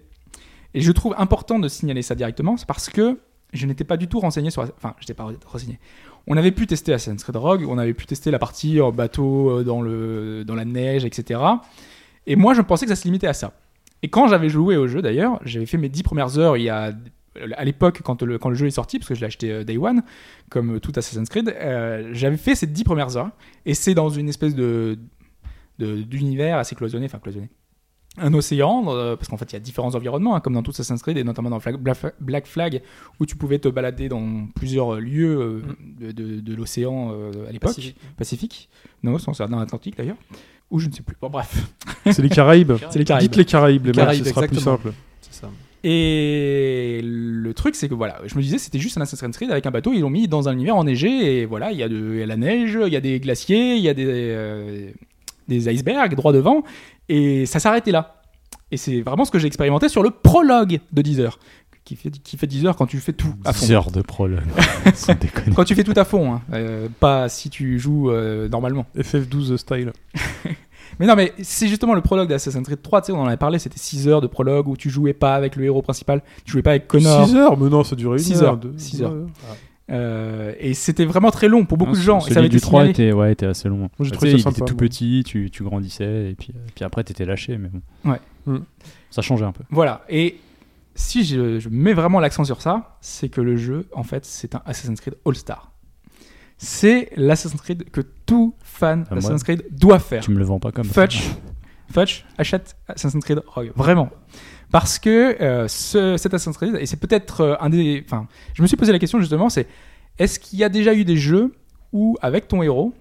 Speaker 5: Et je trouve important de signaler ça directement, c'est parce que je n'étais pas du tout renseigné sur... Enfin, je n'étais pas renseigné. On avait pu tester Assassin's Creed Rogue, on avait pu tester la partie en bateau, euh, dans, le, dans la neige, etc. Et moi, je pensais que ça se limitait à ça. Et quand j'avais joué au jeu, d'ailleurs, j'avais fait mes 10 premières heures il y a... À l'époque, quand le, quand le jeu est sorti, parce que je l'ai acheté euh, Day One, comme tout Assassin's Creed, euh, j'avais fait ces dix premières heures, et c'est dans une espèce de de- d'univers assez cloisonné, enfin cloisonné. Un océan, euh, parce qu'en fait il y a différents environnements, hein, comme dans tout Assassin's Creed, et notamment dans Flag- Bla- Black, Flag, où tu pouvais te balader dans plusieurs euh, lieux euh, de, de- de l'océan euh, à l'époque, Pacifique.
Speaker 4: Pacifique.
Speaker 5: Non, sans ça, dans l'Atlantique d'ailleurs, ou je ne sais plus. Bon, bref.
Speaker 2: C'est les Caraïbes.
Speaker 5: C'est les Caraïbes.
Speaker 2: Dites les Caraïbes, les
Speaker 4: Les
Speaker 2: mecs, ce
Speaker 4: Caraïbes,
Speaker 2: sera plus
Speaker 4: exactement.
Speaker 2: simple.
Speaker 4: C'est ça.
Speaker 5: Et le truc, c'est que voilà, je me disais, c'était juste un Assassin's Creed avec un bateau, ils l'ont mis dans un univers enneigé, et voilà, il y, a de il y a la neige, il y a des glaciers, il y a des, euh, des icebergs droit devant, et ça s'arrêtait là. Et c'est vraiment ce que j'ai expérimenté sur le prologue de 10 heures, qui fait, qui fait 10 heures quand tu fais tout à fond.
Speaker 3: 10 heures de
Speaker 5: [laughs]
Speaker 3: prologue. Sans déconner.
Speaker 5: Quand tu fais tout à fond, hein, euh, pas si tu joues euh, normalement.
Speaker 2: FF12 style.
Speaker 5: Mais non, mais c'est justement le prologue d'Assassin's Creed 3, tu sais, on en avait parlé, c'était 6 heures de prologue où tu jouais pas avec le héros principal, tu jouais pas avec Connor.
Speaker 2: 6 heures, mais non, ça durait une
Speaker 5: Six
Speaker 2: heure.
Speaker 5: heures.
Speaker 2: deux-
Speaker 5: Six heures. Ah,
Speaker 2: ouais, Ah, ouais.
Speaker 5: Euh, et c'était vraiment très long pour beaucoup de
Speaker 3: Ah,
Speaker 5: gens. Et
Speaker 3: Celui
Speaker 5: ça avait
Speaker 3: du
Speaker 5: été
Speaker 3: 3
Speaker 5: signalé.
Speaker 3: était, ouais, était assez long. hein.
Speaker 2: j'ai
Speaker 3: Tu
Speaker 2: trouvé
Speaker 3: sais,
Speaker 2: ça
Speaker 3: il était
Speaker 2: sympa,
Speaker 3: tout
Speaker 2: moi.
Speaker 3: petit, tu, tu grandissais, et puis, euh, puis après t'étais lâché, mais bon.
Speaker 5: Ouais.
Speaker 2: Mm.
Speaker 3: Ça changeait un peu.
Speaker 5: Voilà. Et si je, je mets vraiment l'accent sur ça, c'est que le jeu, en fait, c'est un Assassin's Creed All-Star. C'est l'Assassin's Creed que tout fan
Speaker 3: Ah, moi-
Speaker 5: d'Assassin's Creed doit faire.
Speaker 3: Tu me le vends pas comme ça.
Speaker 5: Fudge, Fudge, achète Assassin's Creed Rogue, vraiment. Parce que euh, ce, cet Assassin's Creed, et c'est peut-être euh, un des. Enfin, je me suis posé la question justement c'est est-ce qu'il y a déjà eu des jeux où, avec ton héros,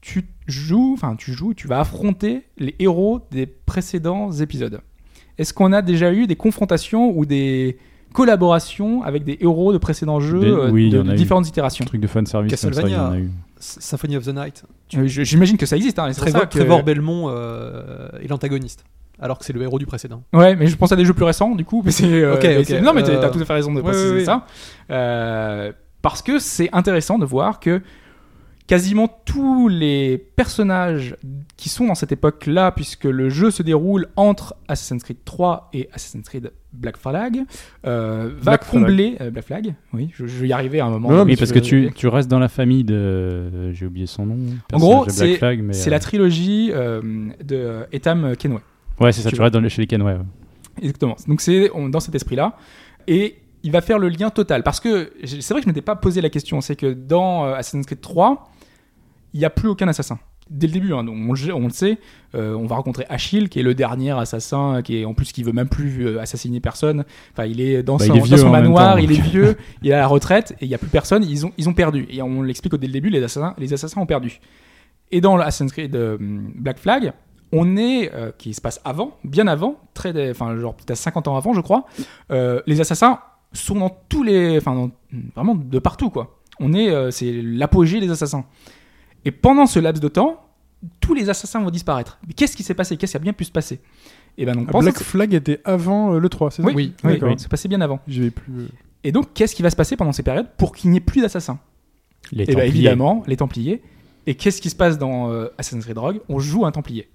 Speaker 5: tu joues, enfin, tu joues, tu vas affronter les héros des précédents épisodes Est-ce qu'on a déjà eu des confrontations ou des collaborations avec des héros de précédents jeux
Speaker 3: Des-
Speaker 5: euh,
Speaker 3: oui, il y
Speaker 5: de,
Speaker 3: en a
Speaker 5: de
Speaker 3: eu.
Speaker 5: différentes
Speaker 3: Un
Speaker 5: itérations
Speaker 3: truc de fan service comme ça, il y en a eu.
Speaker 5: Ah,
Speaker 4: S- Symphony of the Night.
Speaker 5: Euh, je- J'imagine que ça existe. Hein, et c'est pour
Speaker 4: Trevor,
Speaker 5: ça que-
Speaker 4: Trevor Belmont euh, est l'antagoniste, alors que c'est le héros du précédent.
Speaker 5: Ouais, mais je pense à des jeux plus récents, du coup. Mais c'est, euh,
Speaker 4: Ok,
Speaker 5: mais
Speaker 4: ok.
Speaker 5: c'est- Non, mais t'as
Speaker 4: Euh,
Speaker 5: t'as tout à fait raison de
Speaker 4: ouais,
Speaker 5: préciser
Speaker 4: ouais, ouais.
Speaker 5: ça. Euh, parce que c'est intéressant de voir que quasiment tous les personnages qui sont dans cette époque-là, puisque le jeu se déroule entre Assassin's Creed 3 et Assassin's Creed Black Flag, euh, va
Speaker 2: Black Flag.
Speaker 5: combler euh, Black Flag. Oui, je, je vais y arriver à un moment.
Speaker 2: Non, non, mais
Speaker 3: Oui, parce que tu, tu restes dans la famille de. euh, J'ai oublié son nom. personnage
Speaker 5: gros,
Speaker 3: de Black
Speaker 5: c'est-
Speaker 3: Flag, mais, euh,
Speaker 5: C'est la trilogie euh, de Etam Kenway.
Speaker 3: Ouais, c'est ça,
Speaker 5: tu
Speaker 3: tu
Speaker 5: vois.
Speaker 3: restes dans le, chez les Kenway. ouais.
Speaker 5: Exactement. Donc c'est on- dans cet esprit-là. Et il va faire le lien total. Parce que j'ai- c'est vrai que je m'étais pas posé la question. C'est que dans euh, Assassin's Creed 3, il n'y a plus aucun assassin. Dès le début, hein, donc on, le- on le sait, euh, on va rencontrer Achille, qui est le dernier assassin, qui est en plus qui veut même plus euh, assassiner personne. Enfin, il est dans
Speaker 3: Bah,
Speaker 5: son,
Speaker 3: il est
Speaker 5: dans
Speaker 3: vieux
Speaker 5: son
Speaker 3: en même
Speaker 5: manoir,
Speaker 3: temps,
Speaker 5: il est
Speaker 3: donc. [laughs]
Speaker 5: vieux, il est à la retraite, et il n'y a plus personne. Ils ont, ils ont perdu. Et on l'explique dès le début, les assassins, les assassins ont perdu. Et dans le Assassin's Creed euh, Black Flag, on est, euh, qui se passe avant, bien avant, très, dé- enfin, genre peut-être à 50 ans avant, je crois, euh, les assassins sont dans tous les, enfin, dans- vraiment de partout, quoi. On est, euh, c'est l'apogée des assassins. Et pendant ce laps de temps, tous les assassins vont disparaître. Mais qu'est-ce qui s'est passé Qu'est-ce qui a bien pu se passer Et ben, on
Speaker 2: Ah,
Speaker 5: pense
Speaker 2: Black
Speaker 5: que c'est-
Speaker 2: Flag était avant euh, le 3, c'est ça
Speaker 5: Oui, oui, oui,
Speaker 2: d'accord.
Speaker 5: c'est passé bien avant.
Speaker 2: J'avais plus. euh,
Speaker 5: Et donc, qu'est-ce qui va se passer pendant ces périodes pour qu'il n'y ait plus d'assassins
Speaker 3: Les
Speaker 5: Eh ben,
Speaker 3: Templiers.
Speaker 5: évidemment, les Templiers. Et qu'est-ce qui se passe dans euh, Assassin's Creed Rogue On joue un Templier.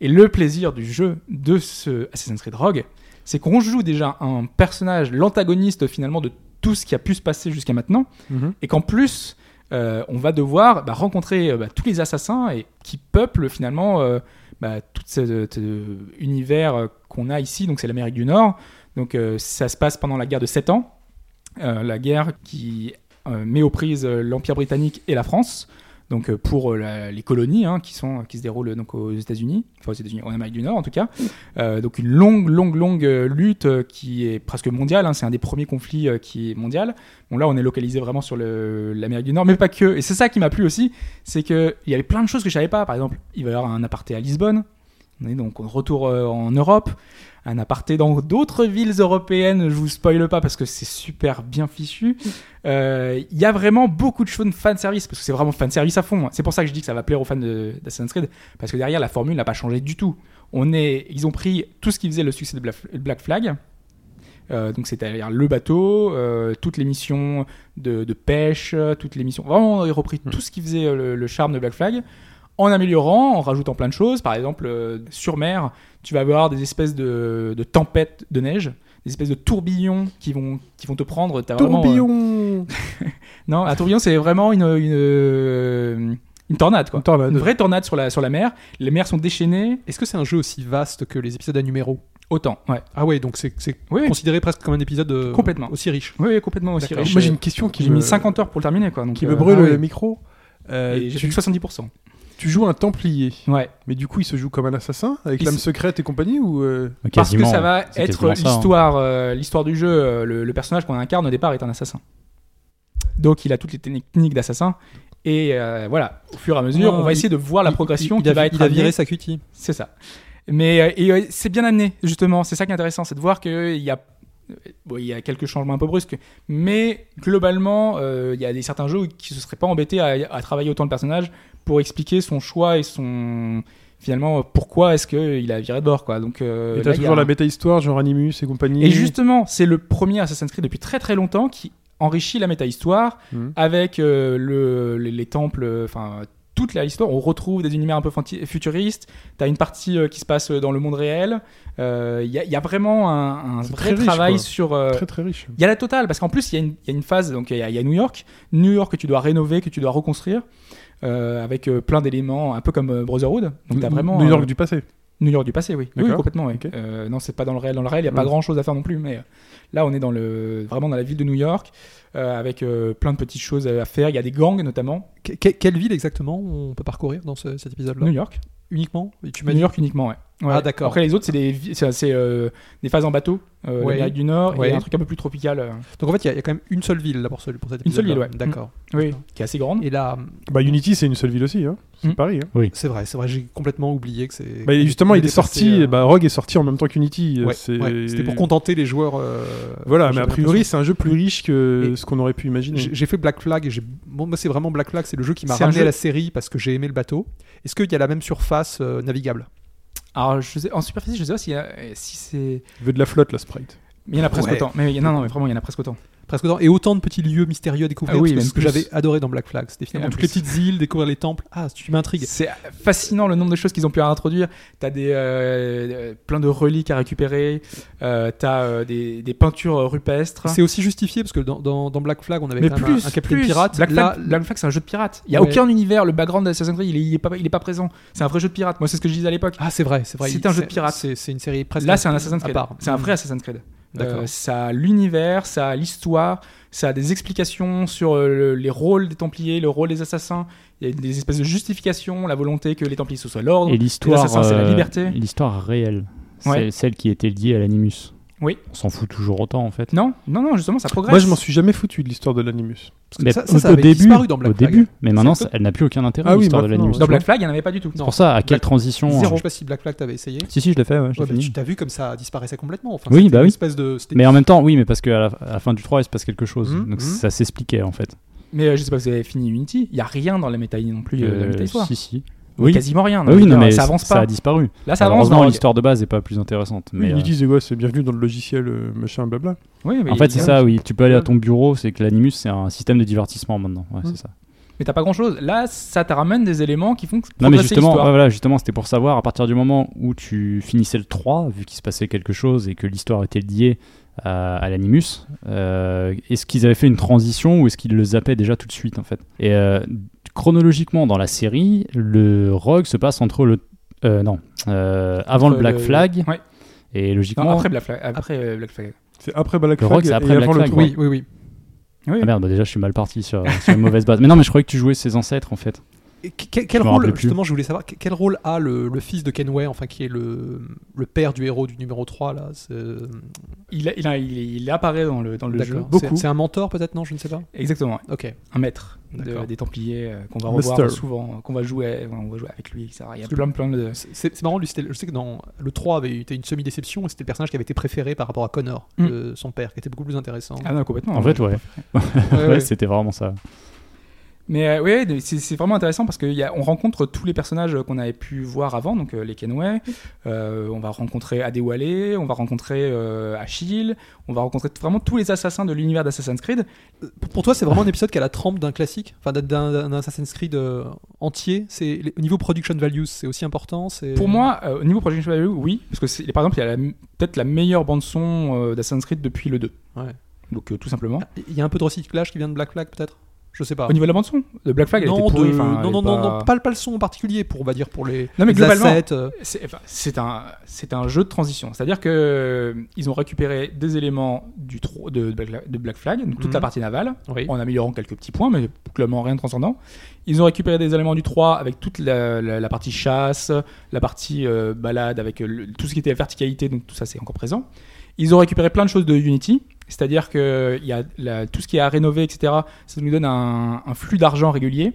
Speaker 5: Et le plaisir du jeu de ce Assassin's Creed Rogue, c'est qu'on joue déjà un personnage, l'antagoniste finalement de tout ce qui a pu se passer jusqu'à maintenant,
Speaker 2: mhm.
Speaker 5: et qu'en plus, euh, on va devoir bah, rencontrer euh, bah, tous les assassins et qui peuplent finalement euh, bah, tout cet euh, t- euh, univers euh, qu'on a ici. Donc c'est l'Amérique du Nord, Donc euh, ça se passe pendant la guerre de 7 ans, euh, la guerre qui euh, met aux prises euh, l'Empire britannique et la France, donc euh, pour euh, la- les colonies hein, qui, sont, qui se déroulent euh, donc, aux États-Unis, enfin aux États-Unis, en Amérique du Nord en tout cas. Euh, donc une longue, longue, longue euh, lutte euh, qui est presque mondiale, hein, c'est un des premiers conflits euh, qui est mondial. Bon là on est localisé vraiment sur le- l'Amérique du Nord, mais pas que. Et c'est ça qui m'a plu aussi, c'est qu'il y avait plein de choses que je savais pas. Par exemple, il va y avoir un aparté à Lisbonne, on est donc au retour euh, en Europe un aparté dans d'autres villes européennes. Je vous spoile pas parce que c'est super bien fichu. Euh, Il y a vraiment beaucoup de choses de fan service parce que c'est vraiment fan service à fond. hein. C'est pour ça que je dis que ça va plaire aux fans de- d'Assassin's Creed parce que derrière la formule n'a pas changé du tout. On est, ils ont pris tout ce qui faisait le succès de Bla- Black Flag. Euh, donc c'est-à-dire le bateau, euh, toutes les missions de, de pêche, euh, toutes les missions. Vraiment, ils ont repris tout ce qui faisait euh, le, le charme de Black Flag en améliorant, en rajoutant plein de choses. Par exemple, euh, sur mer, tu vas avoir des espèces de, de tempêtes de neige, des espèces de tourbillons qui vont, qui vont te prendre. T'as vraiment, euh,
Speaker 2: Tourbillon
Speaker 5: non, un tourbillon, c'est vraiment une, une, euh, une tornade, quoi.
Speaker 2: Une tornade.
Speaker 5: Une vraie tornade sur la, sur la mer. Les mers sont déchaînées,
Speaker 4: Est-ce que c'est un jeu aussi vaste que les épisodes à numéro
Speaker 5: autant. Ouais.
Speaker 4: Ah ouais, donc c'est c'est
Speaker 5: Oui, oui.
Speaker 4: considéré presque comme un épisode euh,
Speaker 5: Complètement.
Speaker 4: aussi riche.
Speaker 5: Oui, oui, complètement aussi
Speaker 4: D'accord.
Speaker 5: riche.
Speaker 2: Moi j'ai une question qui
Speaker 5: J'ai
Speaker 2: me...
Speaker 5: mis 50 heures pour le terminer, quoi. Donc,
Speaker 2: qui me
Speaker 5: euh,
Speaker 2: brûle
Speaker 5: ah
Speaker 2: le
Speaker 5: ouais.
Speaker 2: micro. Euh,
Speaker 5: Et J'ai
Speaker 2: tu,
Speaker 5: fait 70%.
Speaker 2: tu joues un templier,
Speaker 5: Ouais.
Speaker 2: mais du coup il se joue comme un assassin avec
Speaker 5: Il
Speaker 2: l'âme
Speaker 5: se-
Speaker 2: secrète et compagnie ou euh,
Speaker 5: Parce que
Speaker 3: Quasiment,
Speaker 5: ça va
Speaker 3: c'est
Speaker 5: être
Speaker 3: quasiment ça, hein.
Speaker 5: l'histoire euh, l'histoire du jeu. euh, Le, le personnage qu'on incarne au départ est un assassin. Donc il a toutes les techniques d'assassin. Et euh, voilà, au fur et à mesure,
Speaker 4: Ah,
Speaker 5: on va
Speaker 4: il-
Speaker 5: essayer de voir la progression
Speaker 4: il, il
Speaker 5: qui
Speaker 4: a,
Speaker 5: va être
Speaker 4: il a viré
Speaker 5: amenée.
Speaker 4: sa cutie.
Speaker 5: C'est ça. Mais euh, et, euh, c'est bien amené, justement. C'est ça qui est intéressant, c'est de voir qu'il y a. Bon, il y a quelques changements un peu brusques, mais globalement, euh, il y a des, certains jeux qui se seraient pas embêtés à, à travailler autant le personnage pour expliquer son choix et son finalement pourquoi est-ce qu'il a viré de bord quoi. Donc euh,
Speaker 2: et t'as
Speaker 5: là, il y a
Speaker 2: toujours la
Speaker 5: un-
Speaker 2: méta-histoire genre Animus et compagnie
Speaker 5: et justement, c'est le premier Assassin's Creed depuis très très longtemps qui enrichit la méta-histoire
Speaker 2: Mhm.
Speaker 5: avec euh, le, les, les temples, euh, enfin toute la histoire. On retrouve des univers un peu fanti- futuristes. T'as une partie euh, qui se passe dans le monde réel. Euh, Il y, a- il y a vraiment un, un
Speaker 2: C'est
Speaker 5: vrai
Speaker 2: très riche,
Speaker 5: travail
Speaker 2: quoi.
Speaker 5: sur. euh,
Speaker 2: Très très riche.
Speaker 5: il y a la totale, parce qu'en plus, il y, a une- il y a une phase, donc il y, a- il y a New York, New York que tu dois rénover, que tu dois reconstruire, euh, avec euh, plein d'éléments, un peu comme euh, Brotherhood. Donc t'as vraiment.
Speaker 2: New
Speaker 5: euh,
Speaker 2: York du passé.
Speaker 5: New York du passé, oui. Oui,
Speaker 2: D'accord.
Speaker 5: complètement. oui.
Speaker 2: Ok.
Speaker 5: Euh, non, c'est pas dans le réel. Dans le réel, il n'y a pas
Speaker 2: Ouais.
Speaker 5: grand chose à faire non plus. Mais euh, là, on est dans le, vraiment dans la ville de New York, euh, avec euh, plein de petites choses à faire. Il y a des gangs, notamment.
Speaker 4: Que- que- quelle ville exactement on peut parcourir dans ce- cet épisode-là
Speaker 5: New York.
Speaker 4: Uniquement Et Tu m'as
Speaker 5: New
Speaker 4: dit
Speaker 5: York uniquement, ouais. Ouais.
Speaker 4: Ah, d'accord.
Speaker 5: Après, les autres, c'est des, vi- c'est- c'est, euh, des phases en bateau, euh,
Speaker 4: Ouais.
Speaker 5: l'Amérique du Nord,
Speaker 4: Ouais.
Speaker 5: et un truc un peu plus tropical, euh,
Speaker 4: Donc en fait, il y, a- il y a quand même une seule ville là pour, ce, pour cet
Speaker 5: Une seule
Speaker 4: épisode.
Speaker 5: ville, ouais. Mm.
Speaker 4: D'accord.
Speaker 5: oui, qui est assez grande.
Speaker 4: Et là,
Speaker 2: Bah Unity c'est une seule ville aussi, hein. c'est
Speaker 5: Mm.
Speaker 2: pareil. hein.
Speaker 4: c'est vrai, c'est vrai, j'ai complètement oublié que c'est.
Speaker 2: Bah, justement
Speaker 4: qu'on
Speaker 2: il est
Speaker 4: était
Speaker 2: sorti,
Speaker 4: passé, euh,
Speaker 2: bah, Rogue est sorti en même temps qu'Unity. euh,
Speaker 4: ouais,
Speaker 2: c'est-
Speaker 4: ouais, C'était pour contenter les joueurs. euh,
Speaker 2: Voilà,
Speaker 4: j'ai
Speaker 2: mais a
Speaker 4: l'impression.
Speaker 2: priori c'est un jeu plus riche que
Speaker 4: Et-
Speaker 2: ce qu'on aurait pu imaginer.
Speaker 4: J'ai j'ai fait Black Flag et j'ai. Bon, moi, c'est vraiment Black Flag, c'est le jeu qui m'a
Speaker 5: Mm. C'est un
Speaker 4: ramené
Speaker 5: jeu-
Speaker 4: à la série parce que j'ai aimé le bateau. Est-ce qu'il y a la même surface euh, navigable
Speaker 5: Alors, je sais- en superficie, je sais pas s'il y a- euh, si c'est.
Speaker 2: Il veut de la flotte la sprite.
Speaker 5: Mais il y en a presque
Speaker 4: Ouais.
Speaker 5: autant. Mais, il y en a- non, non, mais vraiment, il y en a presque autant.
Speaker 4: Presque autant. Et autant de petits lieux mystérieux à découvrir.
Speaker 5: Ah oui,
Speaker 4: parce que
Speaker 5: même
Speaker 4: c'est ce que
Speaker 5: plus.
Speaker 4: j'avais adoré dans Black Flag, c'était finalement
Speaker 5: Et en
Speaker 4: toutes les
Speaker 5: plus.
Speaker 4: petites îles, découvrir les temples. Ah, tu m'intrigues.
Speaker 5: C'est fascinant le nombre de choses qu'ils ont pu introduire. T'as des euh, euh, plein de reliques à récupérer. euh, T'as euh, des, des peintures rupestres.
Speaker 4: C'est aussi justifié parce que dans, dans- dans Black Flag, on avait
Speaker 5: Mais
Speaker 4: quand même un-
Speaker 5: plus,
Speaker 4: un, capitaine
Speaker 5: plus.
Speaker 4: pirate.
Speaker 5: Black
Speaker 4: Là,
Speaker 5: Flag, Black Flag, c'est un jeu de pirate. Il y a
Speaker 4: Ouais.
Speaker 5: aucun univers. Le background d'Assassin's Creed, il est, il est pas, il est pas présent. C'est un vrai jeu de pirate. Moi, c'est ce que je disais à l'époque.
Speaker 4: Ah, c'est vrai, c'est vrai.
Speaker 5: C'est
Speaker 4: Il-
Speaker 5: un jeu de pirate.
Speaker 4: C'est c'est une série presque.
Speaker 5: Là, c'est un Assassin's Creed.
Speaker 4: À part. Mm.
Speaker 5: C'est un vrai Assassin's Creed.
Speaker 4: D'accord.
Speaker 5: Euh, ça a l'univers, ça a l'histoire, ça a des explications sur euh, le- les rôles des Templiers, le rôle des assassins. Il y a des espèces de justifications, la volonté que les Templiers se soient l'ordre.
Speaker 3: Et l'histoire,
Speaker 5: assassins, c'est la
Speaker 3: euh,
Speaker 5: liberté.
Speaker 3: l'histoire réelle, c'est
Speaker 5: Ouais.
Speaker 3: celle qui était liée à l'animus.
Speaker 5: Oui.
Speaker 3: On s'en fout toujours autant en fait.
Speaker 5: Non, non, non, justement, ça progresse.
Speaker 2: Moi je m'en suis jamais foutu de l'histoire de l'animus.
Speaker 4: Parce que
Speaker 3: Mais
Speaker 4: ça, ça, ça
Speaker 3: au
Speaker 4: avait
Speaker 3: début,
Speaker 4: disparu dans Black
Speaker 3: au début,
Speaker 4: Flag.
Speaker 3: mais maintenant,
Speaker 4: C'est un peu-
Speaker 3: ça- elle n'a plus aucun intérêt
Speaker 2: Ah oui,
Speaker 3: l'histoire de
Speaker 2: maintenant,
Speaker 3: l'animus.
Speaker 2: ouais.
Speaker 5: Dans Black Flag, il n'y en avait pas du tout.
Speaker 3: C'est pour ça, à quelle
Speaker 5: Black-
Speaker 3: transition hein.
Speaker 4: Je
Speaker 5: Zéro. bah,
Speaker 4: sais pas si Black Flag t'avais essayé.
Speaker 3: Si, si, je l'ai fait, ouais, je l'ai
Speaker 4: Ouais, mais
Speaker 3: fini.
Speaker 4: tu t'as vu comme ça disparaissait complètement. Enfin,
Speaker 3: Oui,
Speaker 4: c'était
Speaker 3: bah
Speaker 4: une
Speaker 3: oui.
Speaker 4: espèce de. c'était-
Speaker 3: Mais en même temps, oui, mais parce qu'à la, à la fin du 3, il se passe quelque chose.
Speaker 5: Hum,
Speaker 2: Mhm,
Speaker 3: donc
Speaker 2: mhm.
Speaker 3: ça s'expliquait en fait.
Speaker 5: Mais euh, je sais pas, vous avez fini Unity. Il n'y a rien dans la méta non plus, euh, de la
Speaker 3: Euh,
Speaker 5: méta histoire.
Speaker 3: si, si. Oui,
Speaker 5: Quasiment rien.
Speaker 3: Ah oui, non,
Speaker 5: Euh,
Speaker 3: mais
Speaker 5: ça avance
Speaker 3: Ça
Speaker 5: pas.
Speaker 3: a disparu.
Speaker 5: Là, ça avance.
Speaker 3: Heureusement,
Speaker 5: dans-
Speaker 3: l'histoire de base n'est pas plus intéressante. Mais, euh,
Speaker 2: Unity c'est quoi C'est bienvenu dans le logiciel euh, machin blabla.
Speaker 5: Oui, mais
Speaker 3: en
Speaker 5: il- Hum.
Speaker 3: fait, c'est
Speaker 5: il-
Speaker 3: ça, oui. Tu peux aller à ton bureau, c'est que l'animus, c'est un système de divertissement maintenant. Ouais,
Speaker 5: Hum.
Speaker 3: c'est ça.
Speaker 5: Mais t'as pas grand chose. Là, ça te ramène des éléments qui font que
Speaker 3: Non, mais
Speaker 5: progresser
Speaker 3: justement, euh, ouais,
Speaker 5: l'histoire.
Speaker 3: voilà, justement, c'était pour savoir, à partir du moment où tu finissais le 3, vu qu'il se passait quelque chose et que l'histoire était liée à, à l'animus, euh, est-ce qu'ils avaient fait une transition ou est-ce qu'ils le zappaient déjà tout de suite, en fait Et euh, chronologiquement, dans la série, le Rogue se passe entre le. euh, non, euh, avant
Speaker 5: Entre
Speaker 3: le Black
Speaker 5: le-
Speaker 3: Flag
Speaker 5: ouais.
Speaker 3: Et logiquement.
Speaker 5: Non, après Black Flag. Après euh, Black Flag.
Speaker 2: C'est après Black
Speaker 3: Le
Speaker 2: Flag
Speaker 3: rock, c'est
Speaker 2: et
Speaker 3: après
Speaker 2: avant le
Speaker 3: Black Flag,
Speaker 2: trois.
Speaker 3: ouais.
Speaker 4: Oui, oui, oui.
Speaker 5: Oui.
Speaker 3: Ah merde, bah déjà je suis mal parti sur, sur une mauvaise base. Mais non, mais je croyais que tu jouais ses ancêtres en fait.
Speaker 4: Et que- quel, quel
Speaker 3: Je me rappelais
Speaker 4: rôle,
Speaker 3: plus.
Speaker 4: justement, je voulais savoir, que- quel rôle a le, le fils de Kenway, enfin, qui est le, le père du héros du numéro 3, là c'est-
Speaker 5: Il, a- il, a- il, il apparaît dans le, dans le jeu
Speaker 4: D'accord.
Speaker 5: beaucoup. Euh,
Speaker 4: C'est- C'est un mentor, peut-être, non Je ne sais pas.
Speaker 5: Exactement. ouais.
Speaker 4: Ok.
Speaker 5: Un maître de-
Speaker 4: D'accord.
Speaker 5: des Templiers euh, qu'on va
Speaker 2: Mister.
Speaker 5: revoir souvent, euh, qu'on va jouer, on va jouer avec lui, etc. Il y a
Speaker 4: Parce que-
Speaker 5: plein plein de.
Speaker 4: C'est- C'est c'est marrant, lui, c'était- je sais que dans le 3 avait été une semi-déception, et c'était le personnage qui avait été préféré par rapport à Connor,
Speaker 5: Mm.
Speaker 4: euh, son père, qui était beaucoup plus intéressant.
Speaker 5: Ah non, complètement.
Speaker 3: En fait, ouais.
Speaker 5: Ouais,
Speaker 3: [laughs] Ouais,
Speaker 5: ouais.
Speaker 3: c'était vraiment ça.
Speaker 5: Mais euh, ouais, de- c'est c'est vraiment intéressant parce qu'on rencontre tous les personnages euh, qu'on avait pu voir avant, donc euh, les Kenway, euh, on va rencontrer Adewale, on va rencontrer euh, Achille, on va rencontrer t- vraiment tous les assassins de l'univers d'Assassin's Creed.
Speaker 4: Euh, Pour, pour toi, c'est vraiment un épisode qui a la trempe d'un classique, enfin d'un- d'un d'un Assassin's Creed euh, entier. C'est les- au niveau production values, c'est aussi important. c'est-
Speaker 5: Pour moi, euh, au niveau production value, oui, parce que c'est- par exemple, il y a la- peut-être la meilleure bande-son euh, d'Assassin's Creed depuis le 2.
Speaker 4: Ouais.
Speaker 5: Donc euh, tout simplement.
Speaker 4: il y a un peu de recyclage qui vient de Black Flag, peut-être. Je sais pas.
Speaker 5: Au niveau de la bande-son, de Black Flag, elle
Speaker 4: Ah. non,
Speaker 5: était pourrie,
Speaker 4: de-
Speaker 5: enfin, elle
Speaker 4: non,
Speaker 5: est
Speaker 4: non, non,
Speaker 5: pas-
Speaker 4: non, pas, pas le son en particulier pour, on va dire, pour les,
Speaker 5: Non, mais
Speaker 4: les
Speaker 5: globalement,
Speaker 4: assets, euh,
Speaker 5: C'est enfin, c'est un, c'est un jeu de transition. C'est-à-dire que euh, ils ont récupéré des éléments du tro- de, de Black, de Black Flag, donc toute
Speaker 4: Mhm.
Speaker 5: la partie navale,
Speaker 4: oui.
Speaker 5: en améliorant quelques petits points, mais clairement rien de transcendant. Ils ont récupéré des éléments du 3 avec toute la, la- la partie chasse, la partie euh, balade, avec euh, le- tout ce qui était verticalité, donc tout ça c'est encore présent. Ils ont récupéré plein de choses de Unity, c'est-à-dire que il y a la- tout ce qui est à rénover, etc., ça nous donne un, un flux d'argent régulier.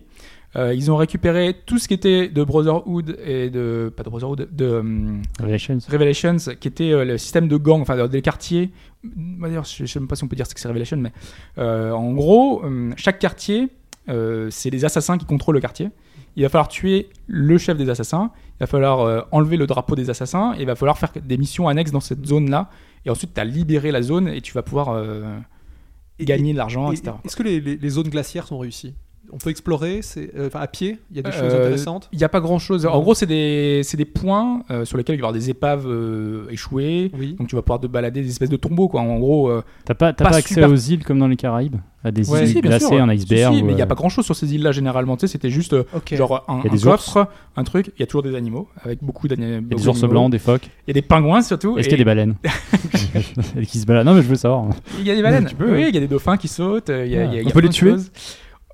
Speaker 5: Euh, ils ont récupéré tout ce qui était de Brotherhood et de. Pas de Brotherhood, de. hum,
Speaker 3: Revelations.
Speaker 5: Revelations, qui était euh, le système de gang, enfin euh, des quartiers. Moi, D'ailleurs, je ne sais même pas si on peut dire que c'est Revelation, mais euh, en gros, euh, chaque quartier, euh, c'est les assassins qui contrôlent le quartier. Il va falloir tuer le chef des assassins, il va falloir euh, enlever le drapeau des assassins, et il va falloir faire des missions annexes dans cette zone-là. Et ensuite, tu as libéré la zone et tu vas pouvoir euh, gagner de l'argent,
Speaker 4: Et-
Speaker 5: etc.
Speaker 4: Est-ce que les, les- les zones glaciaires sont réussies On peut explorer, c'est euh, enfin, à pied, il y a des choses
Speaker 5: Euh,
Speaker 4: intéressantes.
Speaker 5: Il n'y a pas grand-chose. En
Speaker 4: Non.
Speaker 5: gros, c'est des, c'est des points euh, sur lesquels il va y avoir des épaves euh, échouées.
Speaker 4: Oui.
Speaker 5: Donc tu vas pouvoir te balader des espèces de tombeaux, quoi. En gros, euh,
Speaker 3: T'as pas, t'as
Speaker 5: Pas
Speaker 3: pas accès
Speaker 5: super-
Speaker 3: aux îles comme dans les Caraïbes À des
Speaker 4: Ouais.
Speaker 3: îles
Speaker 4: Si,
Speaker 5: bien
Speaker 3: glacées
Speaker 5: sûr.
Speaker 3: en iceberg
Speaker 5: Si, si, mais
Speaker 3: ou,
Speaker 5: il n'y a
Speaker 3: euh,
Speaker 5: pas grand chose sur ces îles-là généralement. Tu sais, c'était juste euh,
Speaker 4: Ok.
Speaker 5: genre un,
Speaker 3: Il y a
Speaker 5: un
Speaker 3: des
Speaker 5: coffre, un truc. Il y a toujours des animaux avec beaucoup d'animaux.
Speaker 3: il y a des ours blancs, des phoques.
Speaker 5: Il y a des pingouins surtout.
Speaker 3: Est-ce qu'il
Speaker 5: et
Speaker 3: y a des
Speaker 5: [laughs]
Speaker 3: baleines [laughs] Qui se baladent Non, mais je veux savoir.
Speaker 5: Il y a des baleines.
Speaker 2: Tu peux,
Speaker 5: oui,
Speaker 2: ouais.
Speaker 5: il y a des dauphins qui sautent. euh, Il y a,
Speaker 3: Ouais.
Speaker 5: il y a- il y
Speaker 2: On
Speaker 5: a
Speaker 2: peut les
Speaker 5: plein de
Speaker 2: tuer
Speaker 5: choses.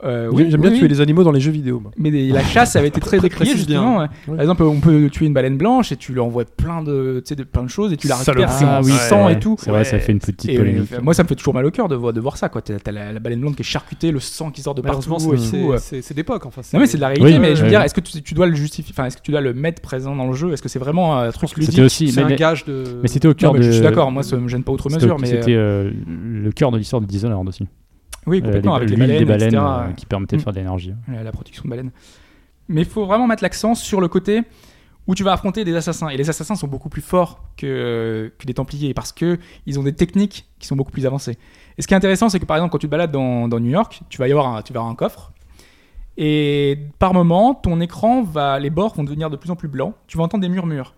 Speaker 5: Euh, oui,
Speaker 2: J'aime j'aime bien
Speaker 5: oui,
Speaker 2: tuer
Speaker 5: oui.
Speaker 2: les animaux dans les jeux vidéo. moi.
Speaker 5: Mais des- la chasse avait
Speaker 3: [laughs]
Speaker 5: été très
Speaker 4: Pré-
Speaker 5: décriée
Speaker 4: précise bien.
Speaker 5: justement. ouais. Par exemple, on peut tuer une baleine blanche et tu lui envoies plein de, tu sais, de plein de choses et tu la récupères
Speaker 2: Salope.
Speaker 5: sans
Speaker 2: Ah oui,
Speaker 5: sang et tout.
Speaker 3: C'est vrai, ça fait une petite
Speaker 5: Et, euh,
Speaker 3: polémique.
Speaker 5: moi, ça me fait toujours mal au cœur de, voir- de voir ça. quoi. T'as t'as la, la baleine blonde qui est charcutée, le sang qui sort de partout.
Speaker 4: Malheureusement,
Speaker 5: et
Speaker 4: c'est-
Speaker 5: tout, euh.
Speaker 4: c'est c'est- c'est d'époque. Enfin,
Speaker 5: Non mais c'est de la réalité,
Speaker 3: Oui,
Speaker 5: mais je veux
Speaker 3: oui.
Speaker 5: dire, est-ce que tu, tu dois le justifier, enfin est-ce que tu dois le mettre présent dans le jeu Est-ce que c'est vraiment un truc ludique
Speaker 3: C'était aussi.
Speaker 4: c'est
Speaker 3: Mais,
Speaker 4: un
Speaker 3: mais-
Speaker 4: gage de.
Speaker 3: mais c'était au
Speaker 5: Non,
Speaker 3: cœur
Speaker 5: mais
Speaker 3: de.
Speaker 5: je suis d'accord, moi ça me gêne pas outre
Speaker 3: C'était
Speaker 5: mesure,
Speaker 3: au-
Speaker 5: mais
Speaker 3: c'était euh, le cœur de l'histoire de Dishonored aussi.
Speaker 5: euh, oui complètement
Speaker 3: Euh,
Speaker 5: avec les
Speaker 3: l'huile
Speaker 5: baleines,
Speaker 3: des
Speaker 5: Mm.
Speaker 3: baleines
Speaker 5: etc.
Speaker 3: euh, qui permettait de faire de l'énergie.
Speaker 5: la, la production de baleines. Mais il faut vraiment mettre l'accent sur le côté où tu vas affronter des assassins. Et les assassins sont beaucoup plus forts que, que les Templiers parce que ils ont des techniques qui sont beaucoup plus avancées. Et ce qui est intéressant, c'est que par exemple, quand tu te balades dans, dans New York, tu vas y avoir un, tu vas avoir un coffre. Et par moment, ton écran va, les bords vont devenir de plus en plus blancs. Tu vas entendre des murmures.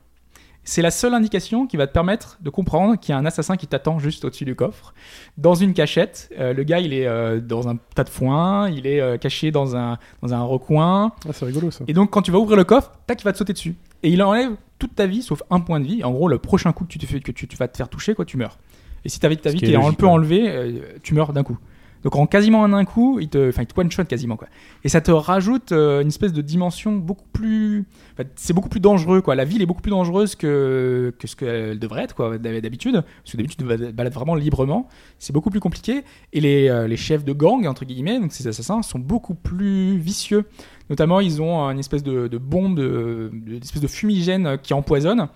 Speaker 5: C'est la seule indication qui va te permettre de comprendre qu'il y a un assassin qui t'attend juste au-dessus du coffre dans une cachette. Euh, le gars, il est euh, dans un tas de foin, il est euh, caché dans un, dans un recoin.
Speaker 2: Ah, c'est rigolo ça.
Speaker 5: Et donc, quand tu vas ouvrir le coffre, tac, il va te sauter dessus. Et il enlève toute ta vie, sauf un point de vie. En gros, le prochain coup que tu, te fais, que tu, tu vas te faire toucher, quoi, tu meurs. Et si ta vie, ta
Speaker 3: Ce
Speaker 5: vie
Speaker 3: qui
Speaker 5: qui est
Speaker 3: est
Speaker 5: un
Speaker 3: logique,
Speaker 5: peu
Speaker 3: ouais.
Speaker 5: enlevée, euh, tu meurs d'un coup. Donc en quasiment en un coup, il te, enfin, il te one shot quasiment quoi. Et ça te rajoute euh, une espèce de dimension beaucoup plus, enfin, c'est beaucoup plus dangereux quoi. La ville est beaucoup plus dangereuse que que ce qu'elle devrait être quoi d'hab- d'habitude. Parce que d'habitude tu te balades vraiment librement. C'est beaucoup plus compliqué. Et les, euh, les chefs de gang entre guillemets, donc ces assassins, sont beaucoup plus vicieux. Notamment, ils ont une espèce de, de bombe, de, de- une espèce de fumigène qui empoisonne.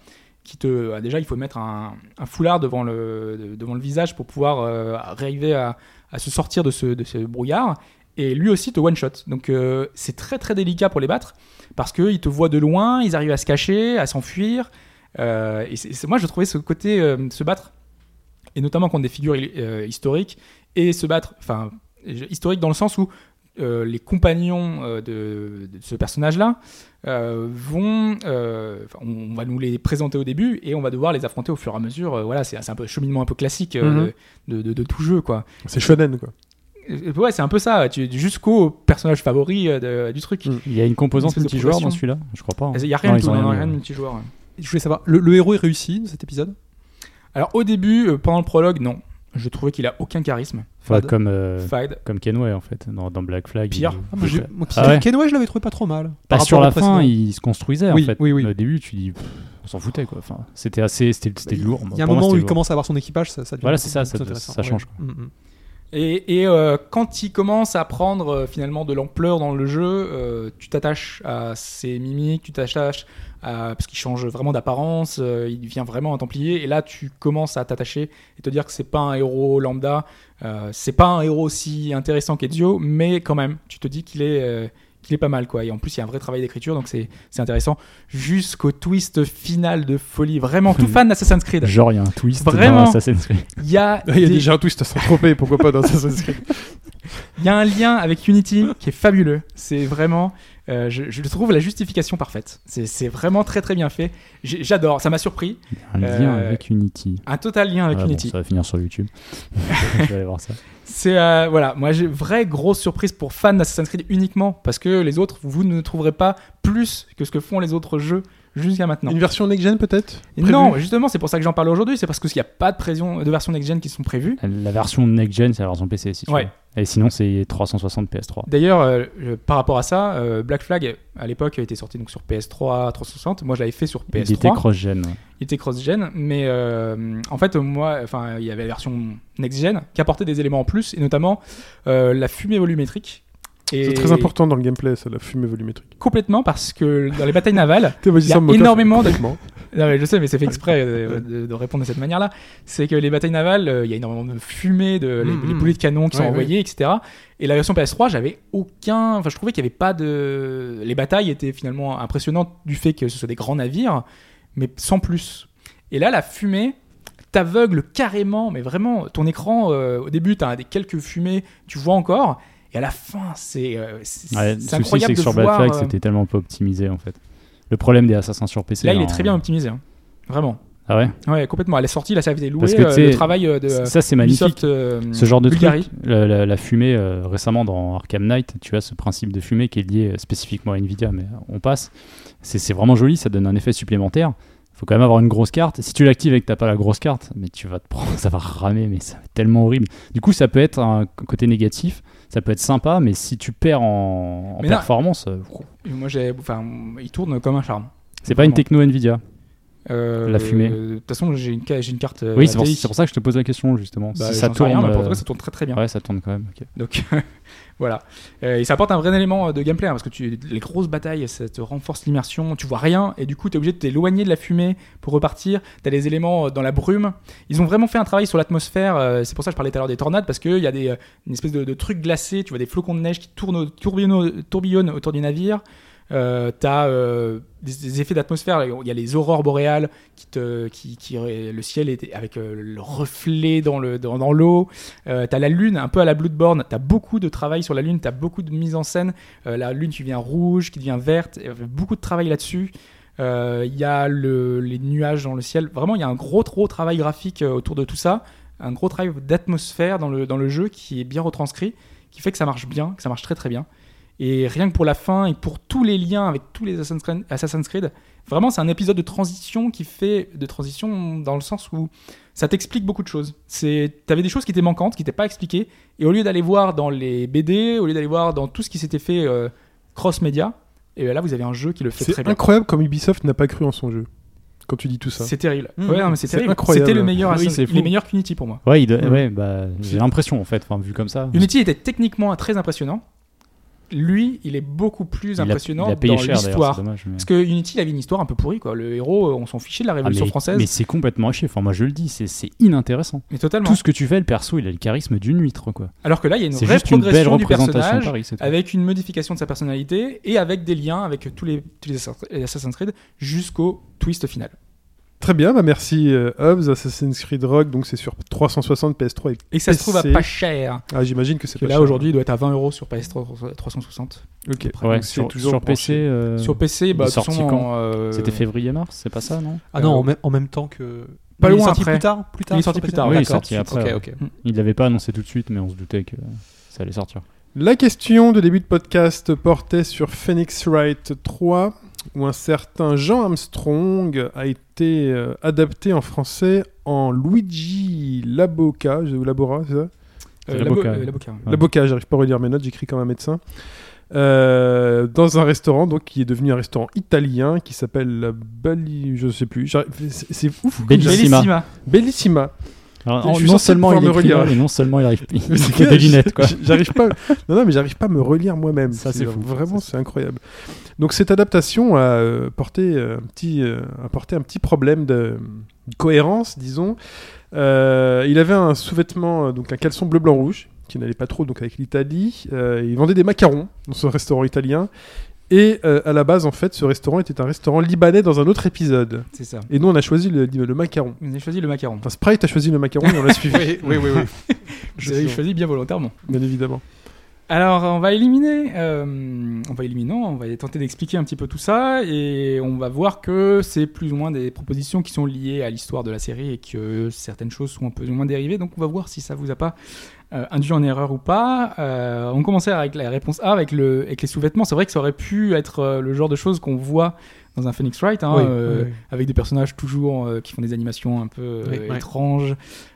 Speaker 5: Qui te, ah, déjà, il faut mettre un, un foulard devant le, de- devant le visage pour pouvoir euh, arriver à, à se sortir de ce, de ce brouillard. Et lui aussi te one-shot. Donc euh, c'est très très délicat pour les battre parce qu'ils te voient de loin, ils arrivent à se cacher, à s'enfuir. Euh, et c'est- c'est- moi, je trouvais ce côté euh, se battre, et notamment contre des figures euh, historiques, et se battre, enfin, je- historique dans le sens où euh, les compagnons euh, de, de ce personnage-là euh, vont, euh, enfin, on va nous les présenter au début et on va devoir les affronter au fur et à mesure. Euh, voilà, c'est c'est un peu un cheminement un peu classique euh,
Speaker 2: Mhm.
Speaker 5: de, de- de tout jeu, quoi.
Speaker 2: C'est shonen quoi. [laughs]
Speaker 5: Euh, Ouais, c'est un peu ça, tu- jusqu'au personnage favori euh, de- du truc.
Speaker 2: Mm.
Speaker 3: Il y a une composante
Speaker 5: Une espèce de
Speaker 3: multijoueur dans
Speaker 5: progression.
Speaker 3: celui-là Je crois pas. hein.
Speaker 5: Il n'y a rien
Speaker 3: Non,
Speaker 5: du
Speaker 3: ils
Speaker 5: tout,
Speaker 3: ont
Speaker 5: non,
Speaker 3: rien
Speaker 5: rien de
Speaker 3: mis.
Speaker 5: multijoueur.
Speaker 4: Je voulais savoir, le, le héros est réussi dans cet épisode
Speaker 5: Alors au début, euh, pendant le prologue, non. Je trouvais qu'il a aucun charisme.
Speaker 3: Enfin,
Speaker 4: Fad.
Speaker 3: comme, euh,
Speaker 5: Fade.
Speaker 3: comme Kenway, en fait, dans, dans Black Flag.
Speaker 5: Pire.
Speaker 3: il-
Speaker 4: Ah, moi, j'ai-
Speaker 3: Bah,
Speaker 4: moi,
Speaker 3: Ah ouais.
Speaker 4: Kenway, je l'avais trouvé pas trop mal. par
Speaker 3: Bah, sur
Speaker 4: rapport au
Speaker 3: la fin,
Speaker 4: précédent.
Speaker 3: il se construisait,
Speaker 4: Oui,
Speaker 3: en fait.
Speaker 4: oui, oui.
Speaker 3: Au début, tu dis, pff, on s'en foutait, quoi. Enfin, c'était assez, c'était c'était lourd.
Speaker 4: Bah, Il y a un
Speaker 3: Pour moi,
Speaker 4: moment où
Speaker 3: c'était
Speaker 4: il
Speaker 3: lourd.
Speaker 4: commence à avoir son équipage, ça, ça devient
Speaker 3: Voilà, c'est
Speaker 4: beaucoup
Speaker 3: ça,
Speaker 4: plus
Speaker 3: ça-
Speaker 4: intéressant,
Speaker 3: ça change,
Speaker 4: ouais. Mm, mm.
Speaker 5: Et, et, euh, quand il commence à prendre euh, finalement de l'ampleur dans le jeu, euh, tu t'attaches à ses mimiques, tu t'attaches à... Parce qu'il change vraiment d'apparence, euh, il devient vraiment un templier, et là tu commences à t'attacher et te dire que c'est pas un héros lambda, euh, c'est pas un héros aussi intéressant qu'Ezio, mais quand même, tu te dis qu'il est... euh, qu'il est pas mal quoi et en plus il y a un vrai travail d'écriture donc c'est c'est intéressant jusqu'au twist final de folie
Speaker 2: [laughs]
Speaker 5: vraiment tout fan d'Assassin's Creed
Speaker 3: Genre, il y a un twist
Speaker 5: Vraiment.
Speaker 3: dans Assassin's Creed.
Speaker 5: il y a,
Speaker 2: [laughs] Il y a
Speaker 5: des-
Speaker 2: déjà un twist à Saint-Tropez, pourquoi pas dans Assassin's Creed
Speaker 5: Il y a un lien avec Unity qui est fabuleux. C'est vraiment, euh, je, je le trouve la justification parfaite. C'est c'est vraiment très très bien fait. J'ai- J'adore, ça m'a surpris.
Speaker 3: Un
Speaker 5: Euh,
Speaker 3: lien avec Unity.
Speaker 5: Un total lien avec
Speaker 3: Ah, bon,
Speaker 5: Unity.
Speaker 3: ça va finir sur
Speaker 5: [laughs]
Speaker 3: YouTube. Je vais aller voir ça.
Speaker 5: C'est euh, voilà, moi j'ai vraie grosse surprise pour fans d'Assassin's Creed uniquement parce que les autres, vous ne trouverez pas plus que ce que font les autres jeux jusqu'à maintenant.
Speaker 2: Une version next-gen peut-être Prévue
Speaker 5: Non, justement, c'est pour ça que j'en parle aujourd'hui. C'est parce qu'il n'y a pas de, présion- de version next-gen qui sont prévues.
Speaker 3: La version next-gen, c'est la version PC, si tu
Speaker 5: Ouais.
Speaker 3: veux. Et sinon, c'est 360 PS3.
Speaker 5: D'ailleurs, euh, je- par rapport à ça, euh, Black Flag à l'époque était sorti donc sur PS3 360. Moi, je l'avais fait sur PS3.
Speaker 3: Il était cross-gen. ouais.
Speaker 5: il était cross-gen, mais euh, en fait, moi, enfin, il y avait la version next-gen qui apportait des éléments en plus, et notamment euh, la fumée volumétrique. Et
Speaker 2: C'est très important dans le gameplay, ça, la fumée volumétrique.
Speaker 5: Complètement, parce que dans les batailles navales,
Speaker 2: T'es
Speaker 5: il y a énormément de. Non, mais je sais, mais c'est fait exprès euh, de, de répondre de cette manière-là. C'est que les batailles navales, euh, il y a énormément de fumée, de, les,
Speaker 3: Mm,
Speaker 4: Mhm.
Speaker 5: les boulets de canon qui sont
Speaker 4: Ouais,
Speaker 5: envoyées, etc. Et la version PS3, j'avais aucun. Enfin, je trouvais qu'il n'y avait pas de. Les batailles étaient finalement impressionnantes du fait que ce soit des grands navires, mais sans plus. Et là, la fumée t'aveugle carrément, mais vraiment, ton écran, euh, au début, t'as des quelques fumées, tu vois encore, et à la fin, c'est euh, c'est-
Speaker 3: Ouais, le
Speaker 5: c'est
Speaker 3: souci,
Speaker 5: incroyable
Speaker 3: c'est
Speaker 5: de
Speaker 3: que sur Black
Speaker 5: voir.
Speaker 3: Flag,
Speaker 5: euh,
Speaker 3: c'était tellement pas optimisé, en fait. Le problème des assassins sur PC.
Speaker 5: Là, il est
Speaker 3: hein,
Speaker 5: très bien optimisé, hein. vraiment.
Speaker 3: Ah ouais
Speaker 5: Ouais, complètement. À la sortie, là, ça a été loué.
Speaker 3: Parce que,
Speaker 5: euh,
Speaker 3: tu sais,
Speaker 5: le travail euh, de euh,
Speaker 3: Ça, c'est magnifique.
Speaker 5: Ubisoft, euh,
Speaker 3: ce genre de
Speaker 5: Bulgarie.
Speaker 3: truc, la, la- la fumée euh, récemment dans Arkham Knight, tu as ce principe de fumée qui est lié euh, spécifiquement à Nvidia, mais euh, on passe. C'est c'est vraiment joli, ça donne un effet supplémentaire. Faut quand même avoir une grosse carte. Si tu l'actives et que t'as pas la grosse carte, mais tu vas te prendre, [laughs] ça va ramer, mais ça va être tellement horrible. Du coup, ça peut être un côté négatif, ça peut être sympa, mais si tu perds en, en
Speaker 5: Mais non.
Speaker 3: performance, euh,
Speaker 5: Moi, j'ai, enfin, il tourne comme un charme.
Speaker 3: c'est pas une techno Nvidia.
Speaker 5: Euh,
Speaker 3: La fumée.
Speaker 5: euh, De toute façon, j'ai une, ca- j'ai une carte. euh,
Speaker 3: oui, c'est pour,
Speaker 5: ATX.
Speaker 3: c'est pour ça que je te pose la question justement.
Speaker 5: Bah,
Speaker 3: si ça
Speaker 5: j'en sais rien,
Speaker 3: tourne,
Speaker 5: mais pour
Speaker 3: euh,
Speaker 5: toi, ça tourne très très bien.
Speaker 3: ouais, ça tourne quand même. ok.
Speaker 5: [laughs] Donc voilà. Euh, et ça apporte un vrai élément euh, de gameplay hein, parce que tu, les grosses batailles, ça te renforce l'immersion, tu vois rien et du coup tu es obligé de t'éloigner de la fumée pour repartir. Tu as des éléments euh, dans la brume. Ils ont vraiment fait un travail sur l'atmosphère. euh, c'est pour ça que je parlais tout à l'heure des tornades parce qu'il y a des, euh, une espèce de, de truc glacé, tu vois des flocons de neige qui tournent, au- tourbillonnent, tourbillonnent autour du navire. Euh, t'as euh, des, des effets d'atmosphère, il y a les aurores boréales qui te, qui, qui- le ciel est avec euh, le reflet dans le dans, dans l'eau. Euh, t'as la lune, un peu à la Bloodborne, t'as beaucoup de travail sur la lune, t'as beaucoup de mise en scène. Euh, la lune qui devient rouge, qui devient verte, euh, beaucoup de travail là-dessus. Euh, Il y a le- les nuages dans le ciel. Vraiment, il y a un gros, gros travail graphique euh, autour de tout ça. Un gros travail d'atmosphère dans le, dans le jeu qui est bien retranscrit, qui fait que ça marche bien, que ça marche très très bien. Et rien que pour la fin et pour tous les liens avec tous les Assassin's Creed, Assassin's Creed, vraiment c'est un épisode de transition qui fait de transition dans le sens où ça t'explique beaucoup de choses. C'est, t'avais des choses qui étaient manquantes, qui n'étaient pas expliquées, et au lieu d'aller voir dans les BD, au lieu d'aller voir dans tout ce qui s'était fait euh, cross-média, et ben là vous avez un jeu qui le fait très
Speaker 2: C'est
Speaker 5: bien.
Speaker 2: incroyable comme Ubisoft n'a pas cru en son jeu. Quand tu dis tout ça.
Speaker 5: C'est terrible.
Speaker 2: Mmh.
Speaker 5: Ouais, non, mais c'est
Speaker 2: C'est
Speaker 5: terrible.
Speaker 2: incroyable.
Speaker 5: C'était le meilleur,
Speaker 3: Oui,
Speaker 5: Assassin's-
Speaker 3: c'est
Speaker 5: il est
Speaker 3: fou.
Speaker 5: meilleur qu'Unity pour moi.
Speaker 3: Ouais, il doit-
Speaker 2: Ouais.
Speaker 3: ouais, bah, j'ai l'impression en fait, enfin, vu comme
Speaker 2: Mmh.
Speaker 3: ça.
Speaker 5: Unity était techniquement très impressionnant. Lui, il est beaucoup plus
Speaker 3: Il a-
Speaker 5: impressionnant
Speaker 3: il a payé
Speaker 5: dans
Speaker 3: cher d'ailleurs, c'est
Speaker 5: l'histoire.
Speaker 3: dommage. mais-
Speaker 5: Parce que Unity, il avait une histoire un peu pourrie, quoi. Le héros, euh, on s'en fichait de la
Speaker 3: Ah,
Speaker 5: Révolution
Speaker 3: mais,
Speaker 5: française.
Speaker 3: mais
Speaker 5: Mais,
Speaker 3: c'est complètement à chier. Enfin, moi je le dis, c'est- c'est inintéressant.
Speaker 5: totalement.
Speaker 3: Tout ce que tu fais, le perso, il a le charisme d'une huître, quoi.
Speaker 5: Alors que là, il y a une
Speaker 3: C'est
Speaker 5: vraie
Speaker 3: juste une belle
Speaker 5: progression du
Speaker 3: représentation de
Speaker 5: personnage,
Speaker 3: Paris, c'est tout.
Speaker 5: avec une modification de sa personnalité et avec des liens avec tous les, tous les Assassin's Creed jusqu'au twist final.
Speaker 2: Très bien, bah merci euh, Hobbs, Assassin's Creed Rock, donc c'est sur 360, PS3 et...
Speaker 5: Et que ça se trouve à
Speaker 2: PC.
Speaker 5: pas cher.
Speaker 2: Ah, j'imagine que c'est
Speaker 5: Parce que
Speaker 2: pas
Speaker 5: là,
Speaker 2: cher.
Speaker 5: aujourd'hui, il doit être à 20 euros sur PS3 360.
Speaker 2: Ok.
Speaker 3: Ouais,
Speaker 2: Donc, c'est
Speaker 3: sur,
Speaker 2: toujours
Speaker 3: sur
Speaker 2: branché.
Speaker 3: PC, euh,
Speaker 5: Sur PC, bah, de toute
Speaker 3: sorti
Speaker 5: façon,
Speaker 3: quand
Speaker 5: euh,
Speaker 3: c'était février-mars, c'est pas ça, non
Speaker 4: Ah non,
Speaker 5: Euh,
Speaker 4: en, même, en même temps que.
Speaker 5: pas
Speaker 4: Il est
Speaker 5: loin
Speaker 4: sorti
Speaker 5: après.
Speaker 4: Plus tard, plus tard
Speaker 5: Il est
Speaker 4: sur
Speaker 5: sorti plus
Speaker 4: PC?
Speaker 5: tard,
Speaker 3: Oui, il est
Speaker 4: D'accord,
Speaker 3: sorti
Speaker 4: tout de
Speaker 3: après,
Speaker 4: suite. Ok,
Speaker 5: Euh,
Speaker 4: ok.
Speaker 3: Il l'avait pas annoncé tout de suite, mais on se doutait que ça allait sortir.
Speaker 2: La question de début de podcast portait sur Phoenix Wright 3. où un certain Jean Armstrong a été euh, adapté en français en Luigi Laboca, ou Labora, c'est ça
Speaker 3: C'est la Boca.
Speaker 5: Bo- euh, la Boca, ouais.
Speaker 3: Ouais.
Speaker 2: Laboca, j'arrive pas à relire mes notes, j'écris comme un médecin. Euh, dans un restaurant donc qui est devenu un restaurant italien qui s'appelle la Bali, je sais plus, j'arrive- c'est c'est ouf. comme j'arrive-
Speaker 3: Bellissima.
Speaker 5: Bellissima.
Speaker 2: Bellissima.
Speaker 3: Alors,
Speaker 2: Je
Speaker 3: en-
Speaker 2: suis
Speaker 3: non
Speaker 2: censé
Speaker 3: seulement il
Speaker 2: pouvoir me
Speaker 3: écrit
Speaker 2: relire.
Speaker 3: mal, et non seulement il
Speaker 5: [laughs]
Speaker 3: arrive, il
Speaker 2: Mais c'est
Speaker 3: fait
Speaker 2: que
Speaker 3: des lunettes quoi.
Speaker 2: j- J'arrive pas. Non, non, mais j'arrive pas à me relire moi-même.
Speaker 3: Ça, c'est fou.
Speaker 2: Vraiment, c'est incroyable. Donc cette adaptation a euh, porté euh, un petit, euh, a porté un petit problème de, de cohérence, disons. Euh, il avait un sous-vêtement, euh, donc un caleçon bleu blanc rouge, qui n'allait pas trop donc avec l'Italie. Euh, il vendait des macarons dans ce restaurant italien. Et euh, à la base, en fait, ce restaurant était un restaurant libanais dans un autre épisode.
Speaker 5: C'est ça.
Speaker 2: Et nous, on a choisi le, le macaron.
Speaker 5: Vous avez choisi
Speaker 2: [laughs]
Speaker 5: le macaron.
Speaker 2: Enfin, Sprite a choisi le macaron et on l'a
Speaker 3: [laughs]
Speaker 2: suivi,
Speaker 4: Oui, oui, oui. oui.
Speaker 5: Vous avez choisi bien volontairement.
Speaker 2: bien évidemment.
Speaker 5: Alors, on va éliminer, euh, on va éliminer, non, on va tenter d'expliquer un petit peu tout ça et on va voir que c'est plus ou moins des propositions qui sont liées à l'histoire de la série et que certaines choses sont un peu moins dérivées. Donc, on va voir si ça vous a pas euh, induit en erreur ou pas. Euh, on commençait avec la réponse A, avec, le, avec les sous-vêtements. C'est vrai que ça aurait pu être euh, le genre de choses qu'on voit dans un Phoenix Wright, hein,
Speaker 4: Oui,
Speaker 5: euh,
Speaker 4: oui, oui.
Speaker 5: avec des personnages toujours euh, qui font des animations un peu euh,
Speaker 4: Oui, oui.
Speaker 5: étranges.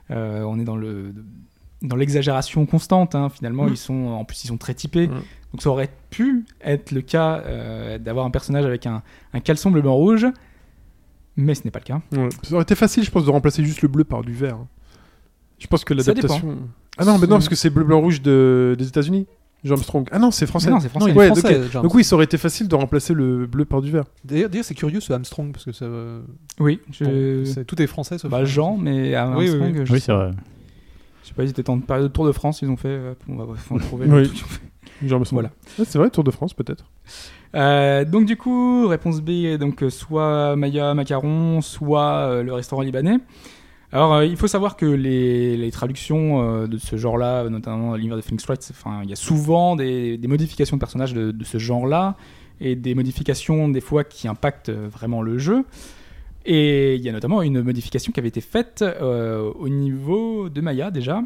Speaker 5: Euh, on est dans le dans l'exagération constante. hein, finalement,
Speaker 4: Mm.
Speaker 5: ils sont en plus ils sont très typés.
Speaker 2: Mm.
Speaker 5: Donc ça aurait pu être le cas euh, d'avoir un personnage avec un, un caleçon bleu blanc rouge, mais ce n'est pas le cas.
Speaker 2: Ouais. Ça aurait été facile, je pense, de remplacer juste le bleu par du vert. hein. Je pense que
Speaker 5: Ça
Speaker 2: l'adaptation. Ah non, mais non, parce que c'est bleu, blanc, rouge de... des États-Unis. Jean Armstrong. Ah non, c'est français.
Speaker 5: Mais non, c'est
Speaker 4: Non,
Speaker 5: français.
Speaker 4: il
Speaker 2: Ouais,
Speaker 4: est français, Jean.
Speaker 2: Donc oui, ça aurait été facile de remplacer le bleu par du vert.
Speaker 4: D'ailleurs, d'ailleurs, c'est curieux ce Armstrong, parce que ça, euh,
Speaker 5: Oui,
Speaker 4: bon,
Speaker 5: je...
Speaker 4: c'est- tout est français, sauf
Speaker 5: bah, Jean, mais à
Speaker 4: Oui, oui,
Speaker 5: Armstrong, je
Speaker 3: Oui, c'est vrai.
Speaker 5: Je sais pas, ils étaient en période de Tour de France, ils ont fait. euh, on va on va trouver.
Speaker 2: Oui.
Speaker 5: le
Speaker 2: Jean Armstrong.
Speaker 5: Voilà.
Speaker 2: Ouais, c'est vrai, Tour de France peut-être.
Speaker 5: Euh, donc du coup, réponse B, est donc euh, soit Maya Macaron, soit euh, le restaurant libanais. Alors euh, il faut savoir que les, les traductions euh, de ce genre-là, notamment l'univers de Phoenix Wright, c'est- enfin il y a souvent des, des modifications de personnages de, de ce genre-là et des modifications des fois qui impactent euh, vraiment le jeu. Et il y a notamment une modification qui avait été faite euh, au niveau de Maya déjà,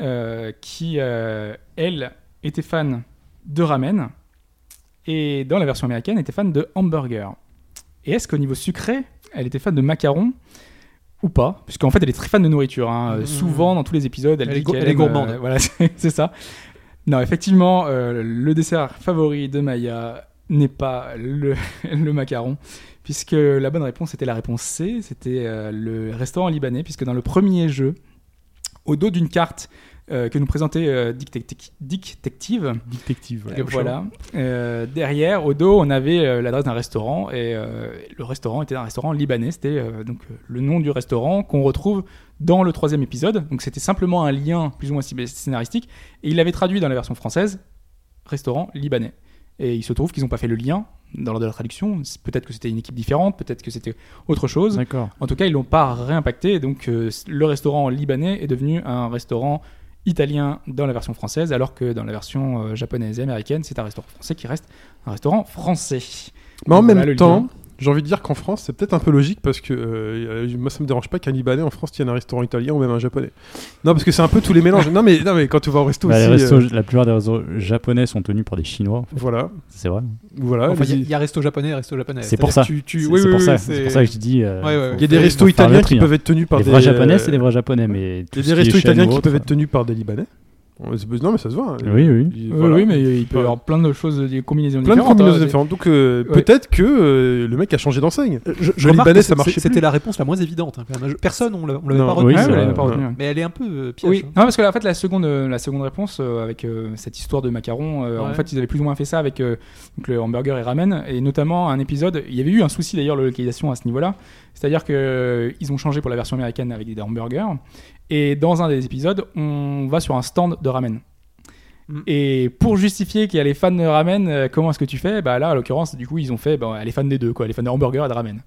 Speaker 5: euh, qui euh, elle était fan de ramen et dans la version américaine, elle était fan de hamburger. Et est-ce qu'au niveau sucré, elle était fan de macarons ou pas Puisqu'en fait, elle est très fan de nourriture. hein. Euh,
Speaker 4: Mmh.
Speaker 5: Souvent, dans tous les épisodes, elle,
Speaker 4: Elle
Speaker 5: dit
Speaker 4: est gour-
Speaker 5: qu'elle
Speaker 4: elle est
Speaker 5: aime,
Speaker 4: gourmande.
Speaker 5: euh, [laughs] voilà, c'est c'est ça. Non, effectivement, euh, le dessert favori de Maya n'est pas le, [laughs] le macaron, puisque la bonne réponse était la réponse C, c'était euh, le restaurant libanais, puisque dans le premier jeu, au dos d'une carte euh, que nous présentait euh, Dick Tec- Dick Detective,
Speaker 2: Détective.
Speaker 5: euh, voilà. Euh, derrière, au dos, on avait euh, l'adresse d'un restaurant et euh, le restaurant était un restaurant libanais. C'était euh, donc euh, le nom du restaurant qu'on retrouve dans le troisième épisode. Donc c'était simplement un lien plus ou moins scé- scénaristique et il l'avait traduit dans la version française restaurant libanais. Et il se trouve qu'ils n'ont pas fait le lien dans leur traduction. C'est- Peut-être que c'était une équipe différente, peut-être que c'était autre chose.
Speaker 3: D'accord.
Speaker 5: En tout cas, ils l'ont pas réimpacté. Donc, euh, le restaurant libanais est devenu un restaurant italien dans la version française, alors que dans la version euh, japonaise et américaine, c'est un restaurant français qui reste un restaurant français.
Speaker 2: Mais en
Speaker 5: Voilà
Speaker 2: même
Speaker 5: le
Speaker 2: temps,
Speaker 5: lien.
Speaker 2: j'ai envie de dire qu'en France, c'est peut-être un peu logique parce que euh, euh, moi, ça me dérange pas qu'un Libanais en France tienne un restaurant italien ou même un japonais. Non, parce que c'est un peu tous les mélanges. non, mais, non, mais quand tu vas au resto
Speaker 3: Bah, les
Speaker 2: aussi.
Speaker 3: restos-
Speaker 2: euh,
Speaker 3: La plupart des réseaux japonais sont tenus par des Chinois,
Speaker 2: Voilà.
Speaker 3: c'est vrai.
Speaker 2: Voilà.
Speaker 4: Enfin,
Speaker 2: les-
Speaker 4: il y, a- il y a resto japonais, resto japonais.
Speaker 3: C'est pour
Speaker 4: C'est-à-dire
Speaker 3: ça.
Speaker 4: que tu- tu-
Speaker 3: C'est
Speaker 4: oui,
Speaker 3: c'est
Speaker 4: oui,
Speaker 3: pour,
Speaker 4: oui,
Speaker 3: ça,
Speaker 4: c'est-
Speaker 3: c'est pour ça que je dis. euh,
Speaker 4: Ouais, ouais,
Speaker 2: Il
Speaker 4: ouais.
Speaker 2: y a des
Speaker 3: Faut-
Speaker 2: restos
Speaker 3: faut faire le
Speaker 2: italiens
Speaker 3: tri,
Speaker 2: qui
Speaker 3: hein.
Speaker 2: peuvent être tenus par
Speaker 3: les
Speaker 2: des euh,
Speaker 3: vrais japonais, c'est des vrais japonais, mais.
Speaker 2: Il
Speaker 3: tout
Speaker 2: y a des
Speaker 3: ce qui est
Speaker 2: restos
Speaker 3: chaîne
Speaker 2: italiens
Speaker 3: ou
Speaker 2: qui
Speaker 3: autre,
Speaker 2: peuvent être tenus par des Libanais. On se- Non, mais ça se voit. hein.
Speaker 3: euh, Oui, oui.
Speaker 2: Il-
Speaker 5: Oui,
Speaker 2: voilà.
Speaker 5: Euh, oui, mais il peut y
Speaker 2: Voilà.
Speaker 5: avoir plein de choses, des combinaisons
Speaker 2: Plein de
Speaker 5: différentes.
Speaker 2: combinaisons
Speaker 5: hein.
Speaker 2: différentes. Donc euh,
Speaker 5: Ouais.
Speaker 2: peut-être que euh, le mec a changé d'enseigne.
Speaker 4: Je, je
Speaker 2: Le
Speaker 4: remarque
Speaker 2: Euh, Libanais,
Speaker 4: que
Speaker 2: ça marchait
Speaker 4: c'est- C'était
Speaker 2: plus.
Speaker 4: la réponse la moins évidente. hein, quand même. Je- Personne, on l'a- on l'avait
Speaker 2: Non.
Speaker 4: pas
Speaker 3: Oui,
Speaker 4: retenu.
Speaker 5: Ouais,
Speaker 3: c'est
Speaker 5: ouais,
Speaker 3: vrai,
Speaker 5: on l'a pas
Speaker 3: ouais.
Speaker 5: retenu, ouais.
Speaker 4: Mais elle est un peu euh, piège.
Speaker 5: Oui,
Speaker 4: hein.
Speaker 5: non, parce que en fait la seconde, euh, la seconde réponse euh, avec euh, cette histoire de macarons, euh, en
Speaker 4: Ouais.
Speaker 5: fait ils avaient plus ou moins fait ça avec euh, donc le hamburger et ramen et notamment un épisode, il y avait eu un souci d'ailleurs de localisation à ce niveau-là, c'est-à-dire que euh, ils ont changé pour la version américaine avec des hamburgers et dans un des épisodes on va sur un stand de ramen.
Speaker 4: Mm.
Speaker 5: Et pour justifier qu'il y a les fans de ramen, euh, comment est-ce que tu fais Bah là, à l'occurrence, du coup, ils ont fait, bah, elle est fan des deux, quoi, les fans de hamburger et de ramen.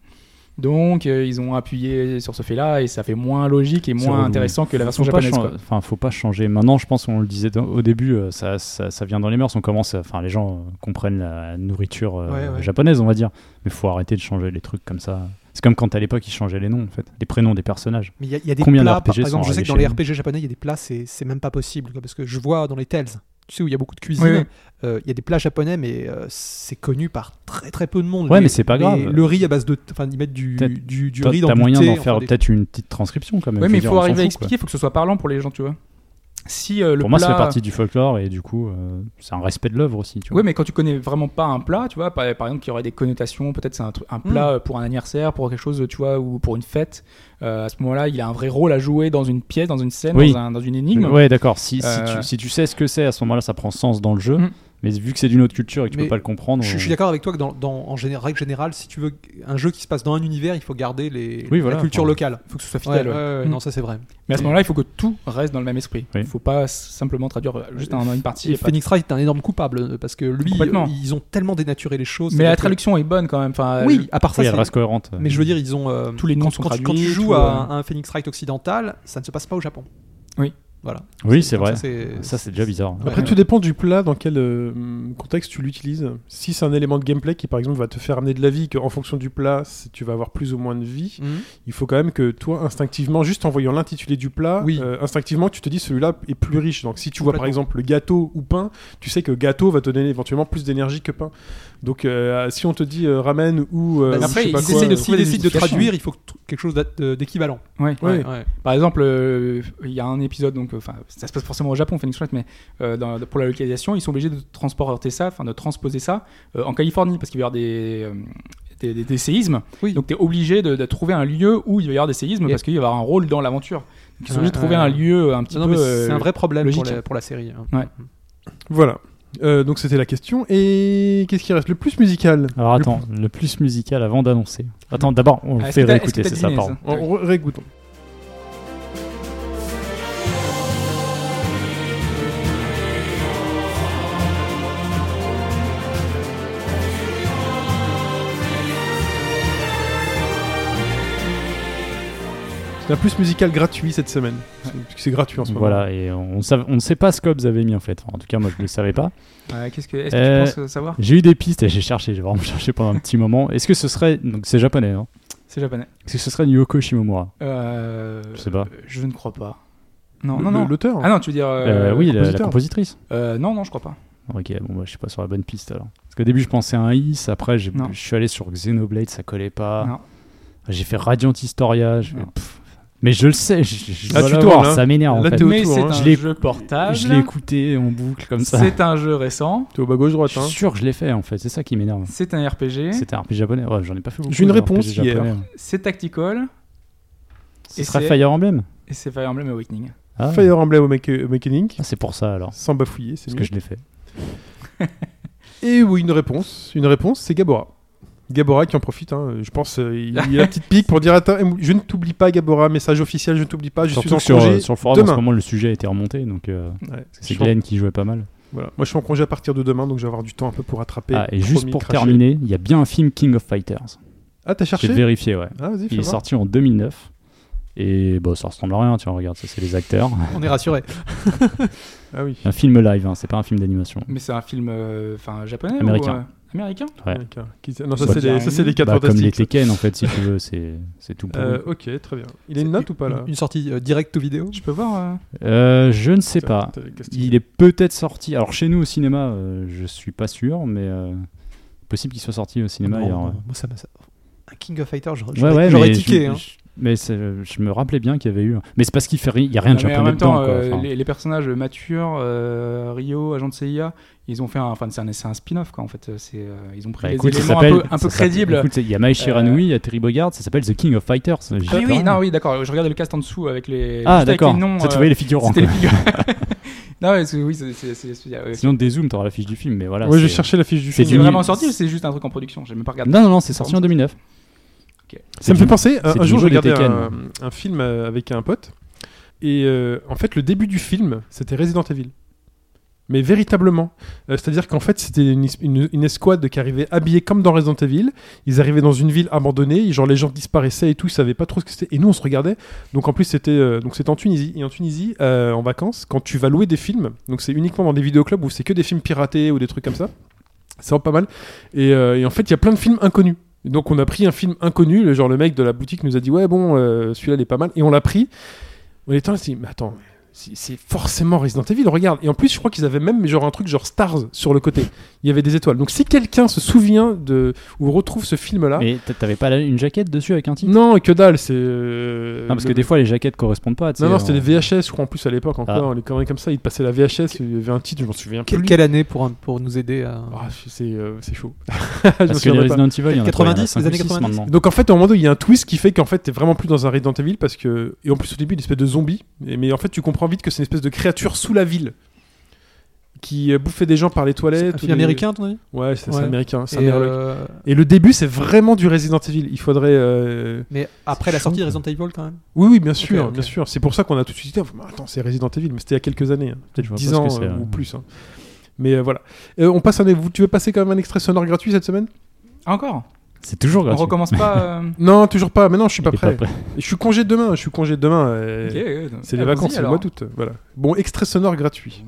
Speaker 5: Donc, euh, ils ont appuyé sur ce fait-là et ça fait moins logique et
Speaker 3: C'est
Speaker 5: moins
Speaker 3: relou.
Speaker 5: intéressant que la version
Speaker 3: faut pas
Speaker 5: japonaise.
Speaker 3: chan-
Speaker 5: quoi.
Speaker 3: Enfin, faut pas changer. Maintenant, je pense, on le disait dans- au début, euh, ça, ça, ça vient dans les mœurs. On commence, à- enfin, les gens euh, comprennent la nourriture euh,
Speaker 4: Ouais, ouais.
Speaker 3: japonaise, on va dire. Mais faut arrêter de changer les trucs comme ça. C'est comme quand à l'époque ils changeaient les noms, en fait, les prénoms des personnages.
Speaker 4: Mais il y, a- il y a des
Speaker 3: Combien
Speaker 4: plats,
Speaker 3: d'
Speaker 4: par, par
Speaker 3: RPG
Speaker 4: exemple,
Speaker 3: sont
Speaker 4: je sais que dans
Speaker 3: arrivés
Speaker 4: les
Speaker 3: chez nous
Speaker 4: RPG japonais, il y a des plats, c'est c'est même pas possible. quoi, parce que je vois dans les Tales, tu sais où il y a beaucoup de cuisine.
Speaker 5: Oui,
Speaker 4: euh,
Speaker 5: oui.
Speaker 4: Il y a des plats japonais, mais euh, c'est connu par très très peu de monde.
Speaker 3: Ouais,
Speaker 4: Les-
Speaker 3: mais c'est pas
Speaker 4: les-
Speaker 3: grave.
Speaker 4: Le riz à base de, enfin, ils mettent du,
Speaker 3: T'as-
Speaker 4: du, du
Speaker 3: T'as
Speaker 4: riz dans
Speaker 3: t'as
Speaker 4: du
Speaker 3: moyen
Speaker 4: thé,
Speaker 3: d'en
Speaker 4: enfin,
Speaker 3: faire
Speaker 4: des-
Speaker 3: peut-être une petite transcription quand même.
Speaker 5: Oui,
Speaker 3: Je veux
Speaker 5: mais il
Speaker 3: dire,
Speaker 5: faut
Speaker 3: on s'en
Speaker 5: arriver
Speaker 3: fout,
Speaker 5: à
Speaker 3: quoi.
Speaker 5: expliquer, il faut que ce soit parlant pour les gens, tu vois. Si euh, le
Speaker 3: Pour moi, ça
Speaker 5: plat-
Speaker 3: fait partie du folklore et du coup, euh, c'est un respect de l'œuvre aussi. Tu vois.
Speaker 5: Oui, mais quand tu connais vraiment pas un plat, tu vois, par, par exemple, qui aurait des connotations, peut-être c'est un, tru- un plat euh, pour un anniversaire, pour quelque chose, tu vois, ou pour une fête, euh, à ce moment-là, il a un vrai rôle à jouer dans une pièce, dans une scène,
Speaker 3: Oui.
Speaker 5: dans, un- dans une énigme.
Speaker 3: Ouais, d'accord. Si, si
Speaker 5: Euh,
Speaker 3: tu, si tu sais ce que c'est, à ce moment-là, ça prend sens dans le jeu.
Speaker 5: Mm.
Speaker 3: Mais vu que c'est d'une autre culture et que tu
Speaker 4: Mais
Speaker 3: peux pas le comprendre.
Speaker 4: Je, je suis d'accord avec toi que dans, dans- en géné- règle générale, si tu veux un jeu qui se passe dans un univers, il faut garder les,
Speaker 3: Oui, voilà,
Speaker 4: la culture
Speaker 3: enfin,
Speaker 4: locale.
Speaker 5: Il faut que ce soit
Speaker 4: Ouais,
Speaker 5: fidèle.
Speaker 4: ouais,
Speaker 5: ouais.
Speaker 4: ouais,
Speaker 5: Mm.
Speaker 4: Non, ça c'est vrai.
Speaker 5: Mais à ce moment-là, il faut que tout reste dans le même esprit. Il
Speaker 3: Oui.
Speaker 5: faut pas s- simplement traduire euh, juste un- une partie.
Speaker 4: Et
Speaker 5: et pas-
Speaker 4: Phoenix Wright est un énorme coupable euh, parce que lui,
Speaker 5: Complètement.
Speaker 4: euh, ils ont tellement dénaturé les choses.
Speaker 5: Mais la
Speaker 4: c'est-à-dire
Speaker 5: traduction euh, est bonne quand même. Enfin,
Speaker 4: que- Oui, à part
Speaker 3: Oui,
Speaker 4: ça,
Speaker 3: elle
Speaker 4: c'est-
Speaker 3: reste cohérente.
Speaker 4: mais je veux dire, ils ont euh,
Speaker 5: Tous les noms
Speaker 4: quand,
Speaker 5: sont
Speaker 4: quand tu- quand tu
Speaker 5: traduits,
Speaker 4: joues
Speaker 5: tout,
Speaker 4: à
Speaker 5: euh.
Speaker 4: un Phoenix Wright occidental, ça ne se passe pas au Japon.
Speaker 5: Oui.
Speaker 4: Voilà.
Speaker 3: Oui, c'est vrai.
Speaker 4: Ça, c'est
Speaker 3: Ça, c'est déjà bizarre.
Speaker 4: Ouais.
Speaker 2: Après, tout dépend du plat, dans quel euh, contexte tu l'utilises. Si c'est un élément de gameplay qui, par exemple, va te faire amener de la vie, qu'en fonction du plat, si tu vas avoir plus ou moins de vie,
Speaker 5: Euh,
Speaker 4: Mhm.
Speaker 2: il faut quand même que toi, instinctivement, juste en voyant l'intitulé du plat,
Speaker 4: Oui.
Speaker 2: euh, instinctivement, tu te dis celui-là est plus riche. Donc, si tu vois, par
Speaker 4: Complètement.
Speaker 2: exemple, le gâteau ou pain, tu sais que gâteau va te donner éventuellement plus d'énergie que pain. Donc, euh, si on te dit euh, ramen ou. euh, ou je sais
Speaker 5: après,
Speaker 4: Bah, si-
Speaker 2: pas
Speaker 4: ils
Speaker 2: quoi,
Speaker 4: essayent de
Speaker 2: euh,
Speaker 4: s'ils décident de
Speaker 5: justifications.
Speaker 4: traduire, il faut que tr- quelque chose d'at- de- d'équivalent.
Speaker 5: Ouais.
Speaker 2: Ouais.
Speaker 4: Ouais.
Speaker 5: Par exemple, euh, il y a un épisode, donc, euh, enfin, ça se passe forcément au Japon, Phoenix Wright, mais euh, dans- pour la localisation, ils sont obligés de transporter ça, enfin de transposer ça euh, en Californie, parce qu'il va y avoir des, euh, des, des- des séismes.
Speaker 4: Oui.
Speaker 5: Donc, tu es obligé de, de trouver un lieu où il va y avoir des séismes,
Speaker 4: Et-
Speaker 5: parce qu'il va y avoir un rôle dans l'aventure. Donc, ils sont
Speaker 4: Ouais,
Speaker 5: obligés de trouver
Speaker 4: ouais.
Speaker 5: un lieu un petit
Speaker 4: Non, non,
Speaker 5: peu.
Speaker 4: mais c'est
Speaker 5: euh,
Speaker 4: un vrai problème pour
Speaker 5: logique.
Speaker 4: la, pour la série.
Speaker 5: [laughs]
Speaker 4: hein.
Speaker 5: Ouais.
Speaker 2: Voilà. Euh, donc, c'était la question. Et qu'est-ce qui reste Le plus musical
Speaker 3: Alors
Speaker 2: Le
Speaker 3: attends, le plus musical avant d'annoncer. Attends, d'abord, on le
Speaker 5: Ah, est-ce
Speaker 3: fait
Speaker 5: que t'as-
Speaker 3: réécouter,
Speaker 5: est-ce
Speaker 3: c'est
Speaker 5: que
Speaker 3: ça,
Speaker 5: t'as
Speaker 3: pardon.
Speaker 5: deviné,
Speaker 2: On-
Speaker 4: Oh,
Speaker 2: on réécoutons. C'est un plus musical gratuit cette semaine. C'est- parce que C'est gratuit en ce moment.
Speaker 3: Voilà, et on sav- on ne sait pas ce qu'Obs avait mis en fait. Enfin, en tout cas, moi, je ne le savais pas.
Speaker 4: oh.
Speaker 5: Ouais, qu'est-ce que, est-ce que
Speaker 3: Euh,
Speaker 5: tu penses euh, savoir
Speaker 3: J'ai eu des pistes et j'ai cherché, j'ai vraiment [laughs] cherché pendant un petit moment. Est-ce que ce serait. Donc, c'est japonais, hein
Speaker 5: C'est japonais.
Speaker 3: Est-ce que ce serait du Yoko Shimomura
Speaker 5: Euh,
Speaker 3: Je sais pas.
Speaker 5: Je ne crois pas. Non,
Speaker 2: Le-
Speaker 5: non,
Speaker 2: le-
Speaker 5: non.
Speaker 2: L'auteur hein,
Speaker 5: Ah non, tu veux dire. euh,
Speaker 3: Euh, Oui, la- la,
Speaker 2: compositeur.
Speaker 3: compositrice.
Speaker 5: euh, non, non, je crois pas.
Speaker 3: Ok, bon, bah, je suis pas sur la bonne piste alors. Parce qu'au début, je pensais à un Is, après, j'ai-
Speaker 5: Non.
Speaker 3: je suis allé sur Xenoblade, ça collait pas.
Speaker 5: Non.
Speaker 3: J'ai fait Radiant Historia. je fais,
Speaker 5: Non.
Speaker 3: pff. Mais je le sais, je, je- je
Speaker 2: Là,
Speaker 3: dois
Speaker 2: tu
Speaker 3: l'avoir,
Speaker 2: tournes, hein.
Speaker 3: ça m'énerve en
Speaker 2: Là,
Speaker 3: fait.
Speaker 2: t'es au
Speaker 5: Mais
Speaker 2: tour,
Speaker 5: c'est
Speaker 2: hein.
Speaker 5: un
Speaker 3: Je l'ai-
Speaker 5: jeu portable.
Speaker 3: Je l'ai écouté en boucle comme ça.
Speaker 5: C'est un jeu récent.
Speaker 2: T'es au bas gauche droite.
Speaker 3: Je
Speaker 2: hein.
Speaker 3: suis sûr que je l'ai fait en fait, c'est ça qui m'énerve.
Speaker 5: C'est un RPG.
Speaker 3: C'était un RPG japonais, ouais, j'en ai pas fait beaucoup.
Speaker 2: J'ai une
Speaker 3: de
Speaker 2: réponse
Speaker 3: RPG
Speaker 2: hier.
Speaker 3: japonais.
Speaker 5: C'est tactical.
Speaker 3: Ce
Speaker 5: Et
Speaker 3: serait
Speaker 5: c'est-
Speaker 3: Fire Emblem
Speaker 5: Et c'est Fire Emblem Awakening.
Speaker 3: Ah,
Speaker 2: Fire Emblem Awake- Awakening.
Speaker 3: ah, c'est pour ça alors,
Speaker 2: Sans bafouiller, c'est
Speaker 3: parce
Speaker 2: mieux.
Speaker 3: que je l'ai fait.
Speaker 2: Et oui, une réponse. Une réponse, c'est Gabora. Gabora qui en profite, hein. je pense, euh, il il a la petite pique pour dire attends, eh, je ne t'oublie pas Gabora, message officiel, je ne t'oublie pas, Ah, je
Speaker 3: Surtout
Speaker 2: suis en
Speaker 3: que sur,
Speaker 2: congé.
Speaker 3: euh, sur le forum en
Speaker 2: demain.
Speaker 3: ce moment le sujet a été remonté, donc euh,
Speaker 2: Ouais,
Speaker 3: c'est
Speaker 2: je suis en-
Speaker 3: Glenn qui jouait pas mal.
Speaker 2: voilà. Moi je suis en congé à partir de demain, donc je vais avoir du temps un peu pour rattraper.
Speaker 3: Ah, et
Speaker 2: Promis,
Speaker 3: juste pour
Speaker 2: cracher.
Speaker 3: terminer, il y a bien un film King of Fighters.
Speaker 2: Ah, t'as
Speaker 3: J'ai
Speaker 2: cherché
Speaker 3: vérifié, ouais.
Speaker 2: Ah, vas-y, fais
Speaker 3: Il est
Speaker 2: voir.
Speaker 3: sorti en 2009. Et bon, ça ressemble à rien, tu vois, regarde, ça c'est les acteurs.
Speaker 4: On est rassuré.
Speaker 2: Ah oui.
Speaker 3: Un film live, hein, c'est pas un film d'animation.
Speaker 5: Mais c'est un film euh, enfin japonais
Speaker 3: Américain.
Speaker 5: ou, euh, américain
Speaker 3: Ouais.
Speaker 2: D'accord. Qui- Non,
Speaker 3: Soit
Speaker 2: ça c'est
Speaker 5: bien.
Speaker 2: les, ça, c'est les quatre
Speaker 3: Bah, comme les
Speaker 2: fantastiques. ça.
Speaker 3: Tekken en fait, si tu veux, c'est c'est tout pour
Speaker 2: Euh, ok, très bien. Il a une note ou pas là
Speaker 4: Une sortie euh, direct ou vidéo
Speaker 5: Je peux voir. euh,
Speaker 3: Euh, je ne sais pas.
Speaker 2: T'as- t'as- qu'est-ce que-
Speaker 3: Il est peut-être sorti. Alors chez nous au cinéma, euh, je suis pas sûr, mais euh, possible qu'il soit sorti au cinéma
Speaker 4: Non,
Speaker 3: hier.
Speaker 4: non,
Speaker 3: ouais.
Speaker 4: moi, ça m'a- ça- Un King of Fighters, j'aurais
Speaker 3: Ouais, ouais,
Speaker 4: j'aurais
Speaker 3: mais
Speaker 4: tiqué.
Speaker 3: Je,
Speaker 4: hein.
Speaker 3: je- mais c'est- je me rappelais bien qu'il y avait eu. Mais c'est parce qu'il fait rien. Il y a rien de
Speaker 5: non, mais
Speaker 3: japonais
Speaker 5: en même temps,
Speaker 3: dedans. quoi.
Speaker 5: euh,
Speaker 3: Enfin,
Speaker 5: les, les personnages matures, euh, Ryo, agent de CIA, ils ont fait un. Enfin, c'est un, c'est un spin-off quoi en fait. C'est, euh, ils ont pris
Speaker 3: bah,
Speaker 5: les
Speaker 3: écoute, ça
Speaker 5: éléments un peu,
Speaker 3: s'appelle-
Speaker 5: un peu
Speaker 3: ça s'appelle-
Speaker 5: crédibles.
Speaker 3: écoute, Il y a Maïchi
Speaker 5: Euh,
Speaker 3: Ranui, il y a Terry Bogard. Ça s'appelle The King of Fighters. j'y
Speaker 5: ah oui,
Speaker 3: peux
Speaker 5: oui,
Speaker 3: rien.
Speaker 5: non, oui, d'accord. Je regardais le cast en dessous avec les.
Speaker 3: Ah
Speaker 5: juste avec
Speaker 3: d'accord.
Speaker 5: les noms,
Speaker 3: Ça tu
Speaker 5: euh,
Speaker 3: voyais les figurants.
Speaker 5: C'était les
Speaker 3: quoi.
Speaker 5: figures. [laughs] non, parce que oui, c'est. c'est- c'est- c'est- euh,
Speaker 3: Sinon dézoom, t'auras la fiche du film. Mais voilà.
Speaker 2: Ouais, je
Speaker 3: c'est-
Speaker 2: cherchais la fiche du
Speaker 3: c'est
Speaker 2: film.
Speaker 5: C'est
Speaker 3: du-
Speaker 5: vraiment sorti ou c'est juste un truc en production J'ai même pas regardé.
Speaker 3: Non non non, c'est sorti en 2009.
Speaker 2: Ça me fait penser, un,
Speaker 3: c'est
Speaker 2: un
Speaker 3: du
Speaker 2: jour je
Speaker 3: niveau des
Speaker 2: regardais un, un film euh, avec un pote, et euh, en fait le début du film, c'était Resident Evil. Mais véritablement. Euh, C'est-à-dire qu'en fait c'était une, is- une- une escouade qui arrivait habillée comme dans Resident Evil, ils arrivaient dans une ville abandonnée, et genre les gens disparaissaient et tout, ils savaient pas trop ce que c'était, et nous on se regardait, donc en plus c'était euh, donc c'était en Tunisie, et en Tunisie, euh, en vacances, quand tu vas louer des films, donc c'est uniquement dans des vidéoclubs où c'est que des films piratés ou des trucs comme ça, c'est vraiment pas mal, et, euh, et en fait il y a plein de films inconnus. Et Donc on a pris un film inconnu, le genre le mec de la boutique nous a dit ouais bon euh, celui-là il est pas mal et on l'a pris. On était là, on s'est dit mais attends C'est c'est forcément Resident Evil, regarde. Et en plus, je crois qu'ils avaient même genre un truc genre Stars sur le côté. Il y avait des étoiles. Donc si quelqu'un se souvient de ou retrouve ce film-là,
Speaker 3: Mais t- t'avais pas la- une jaquette dessus avec un titre
Speaker 2: non, que dalle, c'est. euh,
Speaker 3: Non, parce
Speaker 2: le-
Speaker 3: que des fois les jaquettes correspondent pas. tu sais,
Speaker 2: non, non,
Speaker 3: en-
Speaker 2: c'était des VHS, je crois, en plus à l'époque encore,
Speaker 3: Ah.
Speaker 2: les conneries comme ça, ils passaient la VHS, il y avait un titre, je m'en souviens
Speaker 4: Que-
Speaker 2: plus.
Speaker 4: Quelle année pour, un- pour nous aider à.
Speaker 2: Ah, c'est euh, c'est chaud. [laughs] Je me
Speaker 3: Parce que les
Speaker 2: souviendrai pas.
Speaker 3: Resident Evil, il y en a
Speaker 4: 90,
Speaker 3: quoi, il y en a
Speaker 4: les années
Speaker 3: cinq ou six
Speaker 4: 90.
Speaker 3: maintenant.
Speaker 2: Donc en fait, à un moment donné, il y a un twist qui fait qu'en fait, t'es vraiment plus dans un Resident Evil parce que. Et en plus, au début, une espèce de zombie. Et- Mais en fait, tu comprends vite que c'est une espèce de créature sous la ville qui euh, bouffait des gens par les
Speaker 4: C'est
Speaker 2: toilettes.
Speaker 4: un
Speaker 2: ou
Speaker 4: film
Speaker 2: des-
Speaker 4: américain, à ton avis
Speaker 2: Ouais, c'est c'est
Speaker 4: Ouais.
Speaker 2: américain. c'est
Speaker 4: Et,
Speaker 2: américain.
Speaker 4: euh,
Speaker 2: Et le début, c'est vraiment du Resident Evil. Il faudrait. euh,
Speaker 4: Mais après la
Speaker 2: chaud.
Speaker 4: sortie de Resident Evil, quand même.
Speaker 2: Oui, oui, bien sûr,
Speaker 4: ok.
Speaker 2: bien sûr. C'est pour ça qu'on a tout de suite dit oh, mais attends, c'est Resident Evil, mais c'était il y a quelques années, hein.
Speaker 3: Je
Speaker 2: peut-être
Speaker 3: vois
Speaker 2: 10
Speaker 3: pas ce
Speaker 2: ans
Speaker 3: que c'est,
Speaker 2: euh,
Speaker 3: ouais.
Speaker 2: ou plus. hein. Mais euh, voilà. Euh, on passe un... vous- Tu veux passer quand même un extrait sonore gratuit cette semaine
Speaker 5: Ah, encore
Speaker 3: C'est toujours
Speaker 5: On
Speaker 3: gratuit.
Speaker 5: recommence
Speaker 3: [laughs]
Speaker 5: pas. euh,
Speaker 2: Non, toujours pas. Mais non, je suis pas
Speaker 3: Il est
Speaker 2: prêt. Je suis congé demain. Je suis congé demain. euh,
Speaker 5: ok, euh,
Speaker 2: C'est les
Speaker 5: allons-y,
Speaker 2: vacances, c'est le
Speaker 5: alors.
Speaker 2: mois d'août. Voilà. Bon, extrait sonore gratuit.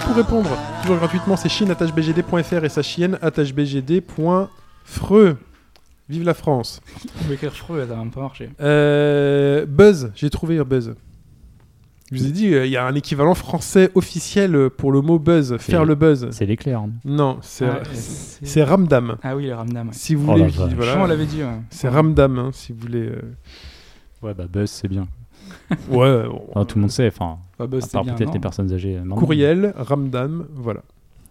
Speaker 2: Pour répondre, toujours gratuitement, c'est chine.bgd.fr et sa chienne attachbgd.freux. E. Vive la France.
Speaker 5: Je vais écrire Freud, ça va pas marcher.
Speaker 2: Euh, Buzz, j'ai trouvé un Buzz. Je vous ai dit, euh, il y a un équivalent français officiel euh, pour le mot buzz, faire le buzz.
Speaker 3: C'est l'éclair. hein.
Speaker 2: Non, c'est
Speaker 5: Ah,
Speaker 2: c'est ramdam.
Speaker 5: Ah oui, le ramdam. Ouais.
Speaker 2: Si vous
Speaker 3: Oh
Speaker 2: voulez,
Speaker 3: la vache.
Speaker 2: voilà.
Speaker 5: Franchement, on l'avait dit. ouais.
Speaker 2: c'est ramdam, hein, si vous voulez. euh.
Speaker 3: Ouais, bah Buzz, c'est bien.
Speaker 2: Ouais, bon.
Speaker 3: Enfin, Ah, tout le monde sait, enfin,
Speaker 5: Bah, bah,
Speaker 3: à
Speaker 5: c'était
Speaker 3: part
Speaker 5: bien,
Speaker 3: peut-être
Speaker 5: non
Speaker 3: les personnes âgées. euh, non, non.
Speaker 2: Courriel, Ramdam, voilà.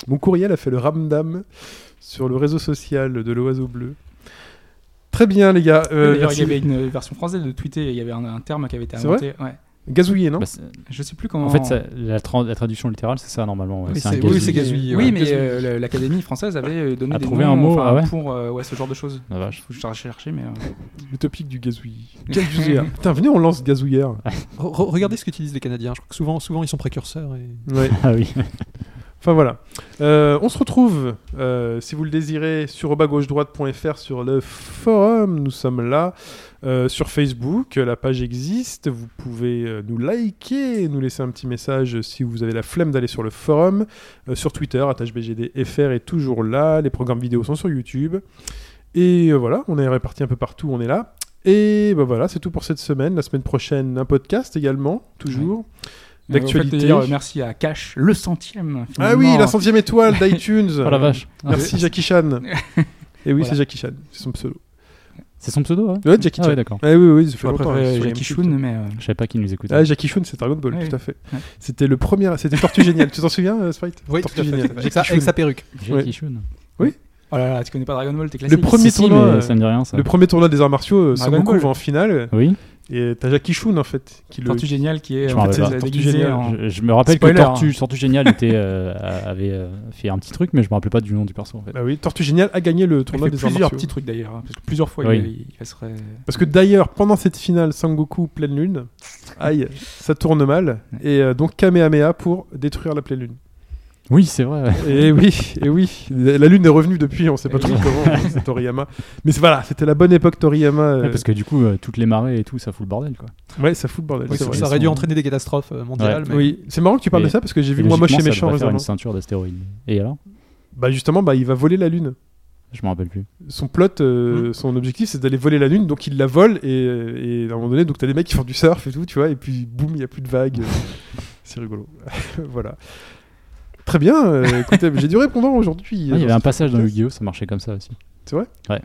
Speaker 2: Mon courriel a fait le Ramdam sur le réseau social de l'Oiseau Bleu. Très bien, les gars. euh,
Speaker 5: D'ailleurs, il y
Speaker 2: merci.
Speaker 5: avait une version française de tweeter, il y avait un, un terme qui avait été
Speaker 2: C'est vrai
Speaker 5: inventé. Ouais.
Speaker 2: Gazouillé, non
Speaker 3: Bah, c'est-
Speaker 5: Je sais plus comment.
Speaker 3: en fait, ça- la, tra- la traduction littérale, c'est ça normalement. ouais.
Speaker 4: Oui,
Speaker 3: un
Speaker 4: c'est-
Speaker 3: gazou.
Speaker 4: oui, c'est gazou.
Speaker 5: Oui,
Speaker 4: Oui, ouais,
Speaker 5: mais
Speaker 4: gazouille.
Speaker 5: euh, le- l'Académie française avait euh, donné
Speaker 3: A
Speaker 5: des
Speaker 3: trouvé
Speaker 5: noms,
Speaker 3: un mot,
Speaker 5: enfin,
Speaker 3: ah ouais.
Speaker 5: pour euh, ouais, ce genre de choses.
Speaker 3: La vache. [laughs]
Speaker 5: Faut que je chercher, mais. euh,
Speaker 2: Le topic du gazouillis. Gazouillère. Putain, venez, on lance gazouillère.
Speaker 4: Re- re- Regardez ce qu'utilisent les Canadiens. Je crois que souvent, souvent ils sont précurseurs. Et...
Speaker 2: Ouais.
Speaker 3: Ah oui.
Speaker 2: Enfin voilà. Euh, on se retrouve, euh, si vous le désirez, sur bas-gauche-droite.fr, sur le forum. Nous sommes là. Euh, sur Facebook, euh, la page existe. Vous pouvez euh, nous liker, nous laisser un petit message euh, si vous avez la flemme d'aller sur le forum. Euh, sur Twitter, attachbgdfr est toujours là. Les programmes vidéo sont sur YouTube. Et euh, voilà, on est répartis un peu partout, on est là. Et bah voilà, c'est tout pour cette semaine. La semaine prochaine, un podcast également, toujours.
Speaker 5: euh, au fait de
Speaker 2: D'actualité.
Speaker 5: dire, euh, merci à Cash, le centième.
Speaker 2: Ah oui,
Speaker 5: finalement.
Speaker 2: la centième [laughs] étoile d'iTunes.
Speaker 3: Oh la vache.
Speaker 2: Ah, Merci Jackie
Speaker 5: [laughs]
Speaker 2: Chan. Et oui,
Speaker 5: Ah, Voilà.
Speaker 2: c'est Jackie Chan, c'est son pseudo.
Speaker 3: C'est son pseudo, hein
Speaker 2: Ouais, Jackie
Speaker 3: Ah
Speaker 2: Chan.
Speaker 3: ouais, d'accord.
Speaker 2: Ah oui, oui, oui, ça fait
Speaker 5: Je
Speaker 2: longtemps. hein,
Speaker 5: préfère
Speaker 2: sur
Speaker 5: Jackie
Speaker 2: GameCube.
Speaker 5: Chun, mais. euh,
Speaker 3: Je savais pas qui nous écoutait.
Speaker 2: Ah, Jackie Chun, c'est Dragon Ball,
Speaker 5: Ouais.
Speaker 2: tout à fait.
Speaker 5: Ouais.
Speaker 2: C'était le premier, c'était Tortue Génial. Tu t'en souviens, euh, Sprite Tortue Géniale.
Speaker 4: Avec sa, avec sa perruque.
Speaker 3: Jackie
Speaker 2: ouais.
Speaker 3: Chun.
Speaker 5: Oh là là, tu connais pas Dragon Ball, t'es classique.
Speaker 2: pro- Premier
Speaker 3: Si, si,
Speaker 2: tournoi,
Speaker 3: mais
Speaker 2: euh,
Speaker 3: ça me dit rien ça.
Speaker 2: Le premier tournoi des arts martiaux, euh,
Speaker 5: Dragon
Speaker 2: Son Goku
Speaker 5: Ball.
Speaker 2: va en finale.
Speaker 3: Oui,
Speaker 2: Et t'as Jackie Chun, en fait, qui le.
Speaker 5: Tortue Géniale qui est
Speaker 3: Je
Speaker 5: euh,
Speaker 3: m'en
Speaker 5: en fait,
Speaker 3: rappelle
Speaker 5: c'est
Speaker 2: pas.
Speaker 5: déguisé
Speaker 2: Tortue Géniale,
Speaker 5: en-
Speaker 3: je, je me rappelle
Speaker 5: Spoiler,
Speaker 3: que Tortue,
Speaker 2: hein.
Speaker 3: Tortue Génial était, euh, avait euh, fait un petit truc, mais je me rappelais pas du nom du perso en fait.
Speaker 2: Bah oui, Tortue Géniale a gagné le
Speaker 5: Il
Speaker 2: tournoi
Speaker 5: fait
Speaker 2: des arts
Speaker 5: plusieurs
Speaker 2: martiaux.
Speaker 5: petits trucs d'ailleurs, hein, parce que plusieurs fois
Speaker 3: Oui.
Speaker 5: il, il passerait.
Speaker 2: Parce que d'ailleurs, pendant cette finale Sangoku pleine lune, aïe, ça tourne mal. Et euh, donc Kamehameha pour détruire la pleine lune.
Speaker 3: Oui, c'est vrai.
Speaker 2: Et Eh oui, et oui. La la lune est revenue depuis, on sait pas
Speaker 3: Eh
Speaker 5: Et
Speaker 2: trop comment, hein, c'est Toriyama. Mais c'est- voilà, c'était la bonne époque Toriyama. euh,
Speaker 3: Ouais, parce que du coup, euh, toutes les marées et tout, ça fout le bordel quoi.
Speaker 2: Ouais, ça fout le bordel.
Speaker 4: Oui,
Speaker 2: c'est
Speaker 4: ça
Speaker 2: vrai.
Speaker 4: ça aurait dû entraîner des catastrophes euh, mondiales. mais-
Speaker 2: Oui, c'est marrant que tu parles
Speaker 3: Et-
Speaker 2: de ça parce que j'ai vu
Speaker 3: Et
Speaker 2: moi moche et
Speaker 3: logiquement, ça
Speaker 2: méchant
Speaker 3: devrait faire
Speaker 2: récemment.
Speaker 3: une ceinture d'astéroïdes. Et alors
Speaker 2: Bah justement, bah il va voler la lune.
Speaker 3: Je me rappelle plus.
Speaker 2: Son plot,
Speaker 3: Mm.
Speaker 2: euh, son objectif, c'est d'aller voler la lune, donc il la vole et, euh, et à un moment donné, donc t'as des mecs qui font du surf et tout, tu vois, et puis boum, il y a plus de
Speaker 3: [laughs]
Speaker 2: vagues. c'est rigolo. [laughs] voilà. Très bien. euh,
Speaker 3: [laughs]
Speaker 2: écoutez, j'ai du répondant aujourd'hui.
Speaker 3: Ouais, il y avait un passage dans
Speaker 2: podcast.
Speaker 3: Yu-Gi-Oh, ça marchait comme ça aussi.
Speaker 2: C'est vrai
Speaker 3: Ouais.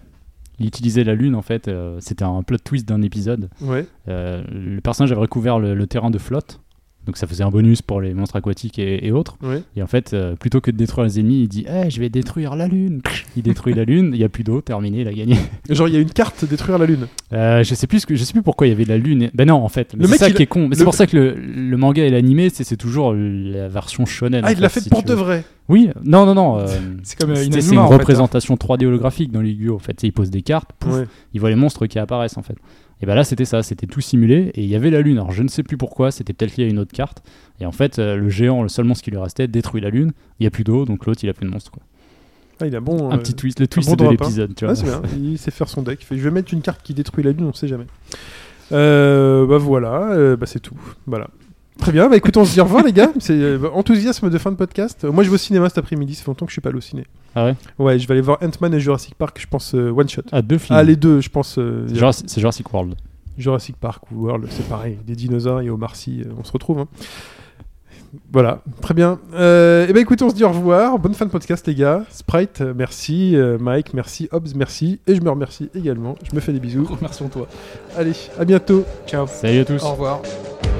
Speaker 3: Il utilisait la lune en fait. euh, C'était un plot twist d'un épisode.
Speaker 2: Ouais.
Speaker 3: Euh, le personnage avait recouvert le, le terrain de flotte. Donc ça faisait un bonus pour les monstres aquatiques et, et autres.
Speaker 2: Ouais.
Speaker 3: Et en fait, euh, plutôt que de détruire les ennemis, il dit Eh, je vais détruire la Lune [laughs] Il détruit la Lune, il n'y a plus d'eau, terminé, il a gagné. [laughs]
Speaker 2: Genre, il y a une carte détruire la lune.
Speaker 3: Euh, je sais plus ce que, je sais plus pourquoi il y avait de la lune. et- Ben non, en fait, mais
Speaker 2: Le
Speaker 3: c'est
Speaker 2: mec,
Speaker 3: ça
Speaker 2: il-
Speaker 3: qui est con. Mais c'est
Speaker 2: le-
Speaker 3: pour ça que le, le manga et l'animé, c'est c'est toujours la version shonen. en
Speaker 2: Ah, il l'a fait
Speaker 3: si
Speaker 2: pour
Speaker 3: tu
Speaker 2: de
Speaker 3: veux.
Speaker 2: vrai.
Speaker 3: Oui, non,
Speaker 2: [laughs]
Speaker 3: non, non. euh,
Speaker 5: C'est comme
Speaker 3: c'était-
Speaker 5: euh,
Speaker 3: c'est une
Speaker 5: Inazuma, en fait, hein.
Speaker 3: représentation 3D holographique dans Yu-Gi-Oh! En fait, il pose des cartes, pouf,
Speaker 2: Ouais.
Speaker 3: il voit les monstres qui apparaissent en fait. Et ben là, c'était ça, c'était tout simulé et il y avait la lune. Alors je ne sais plus pourquoi, c'était peut-être lié à une autre carte. Et en fait, euh, le géant, le seul monstre qui lui restait, détruit la lune. Il y a plus d'eau, donc l'autre, il a plus de monstre. Quoi.
Speaker 2: Ah, il a bon.
Speaker 3: Un
Speaker 2: euh,
Speaker 3: petit twist, le twist
Speaker 2: bon
Speaker 3: de
Speaker 2: drop, hein.
Speaker 3: l'épisode, tu
Speaker 2: Ah,
Speaker 3: vois.
Speaker 2: c'est bien. Il sait faire son deck. Il fait, je vais mettre une carte qui détruit la lune, on sait [laughs] jamais. Euh, bah voilà, euh, bah c'est tout. Voilà. Très bien, bah écoute, on se dit au revoir les gars. C'est euh, bah, enthousiasme de fin de podcast. Euh, Moi je vais au cinéma cet après-midi, ça fait longtemps que je suis pas allé au ciné.
Speaker 3: Ah ouais
Speaker 2: Ouais, je vais aller voir Ant-Man et Jurassic Park, je pense euh, one shot.
Speaker 3: Ah, deux films.
Speaker 2: Ah, les deux, je pense. euh,
Speaker 3: C'est Jurassic- c'est Jurassic World.
Speaker 2: Jurassic Park ou World, c'est pareil. Des dinosaures et Omar Sy, euh, on se retrouve. hein. Voilà, très bien. Euh, et ben écoutez, on se dit au revoir. Bonne fin de podcast, les gars. Sprite, euh, merci. Euh, Mike, merci. Hobbs, merci. Et je me
Speaker 5: [laughs]
Speaker 2: remercie également. Je me fais des bisous.
Speaker 4: Remercions toi.
Speaker 2: Allez, à bientôt.
Speaker 5: Ciao.
Speaker 3: Salut à tous.
Speaker 4: Au revoir.
Speaker 1: Thank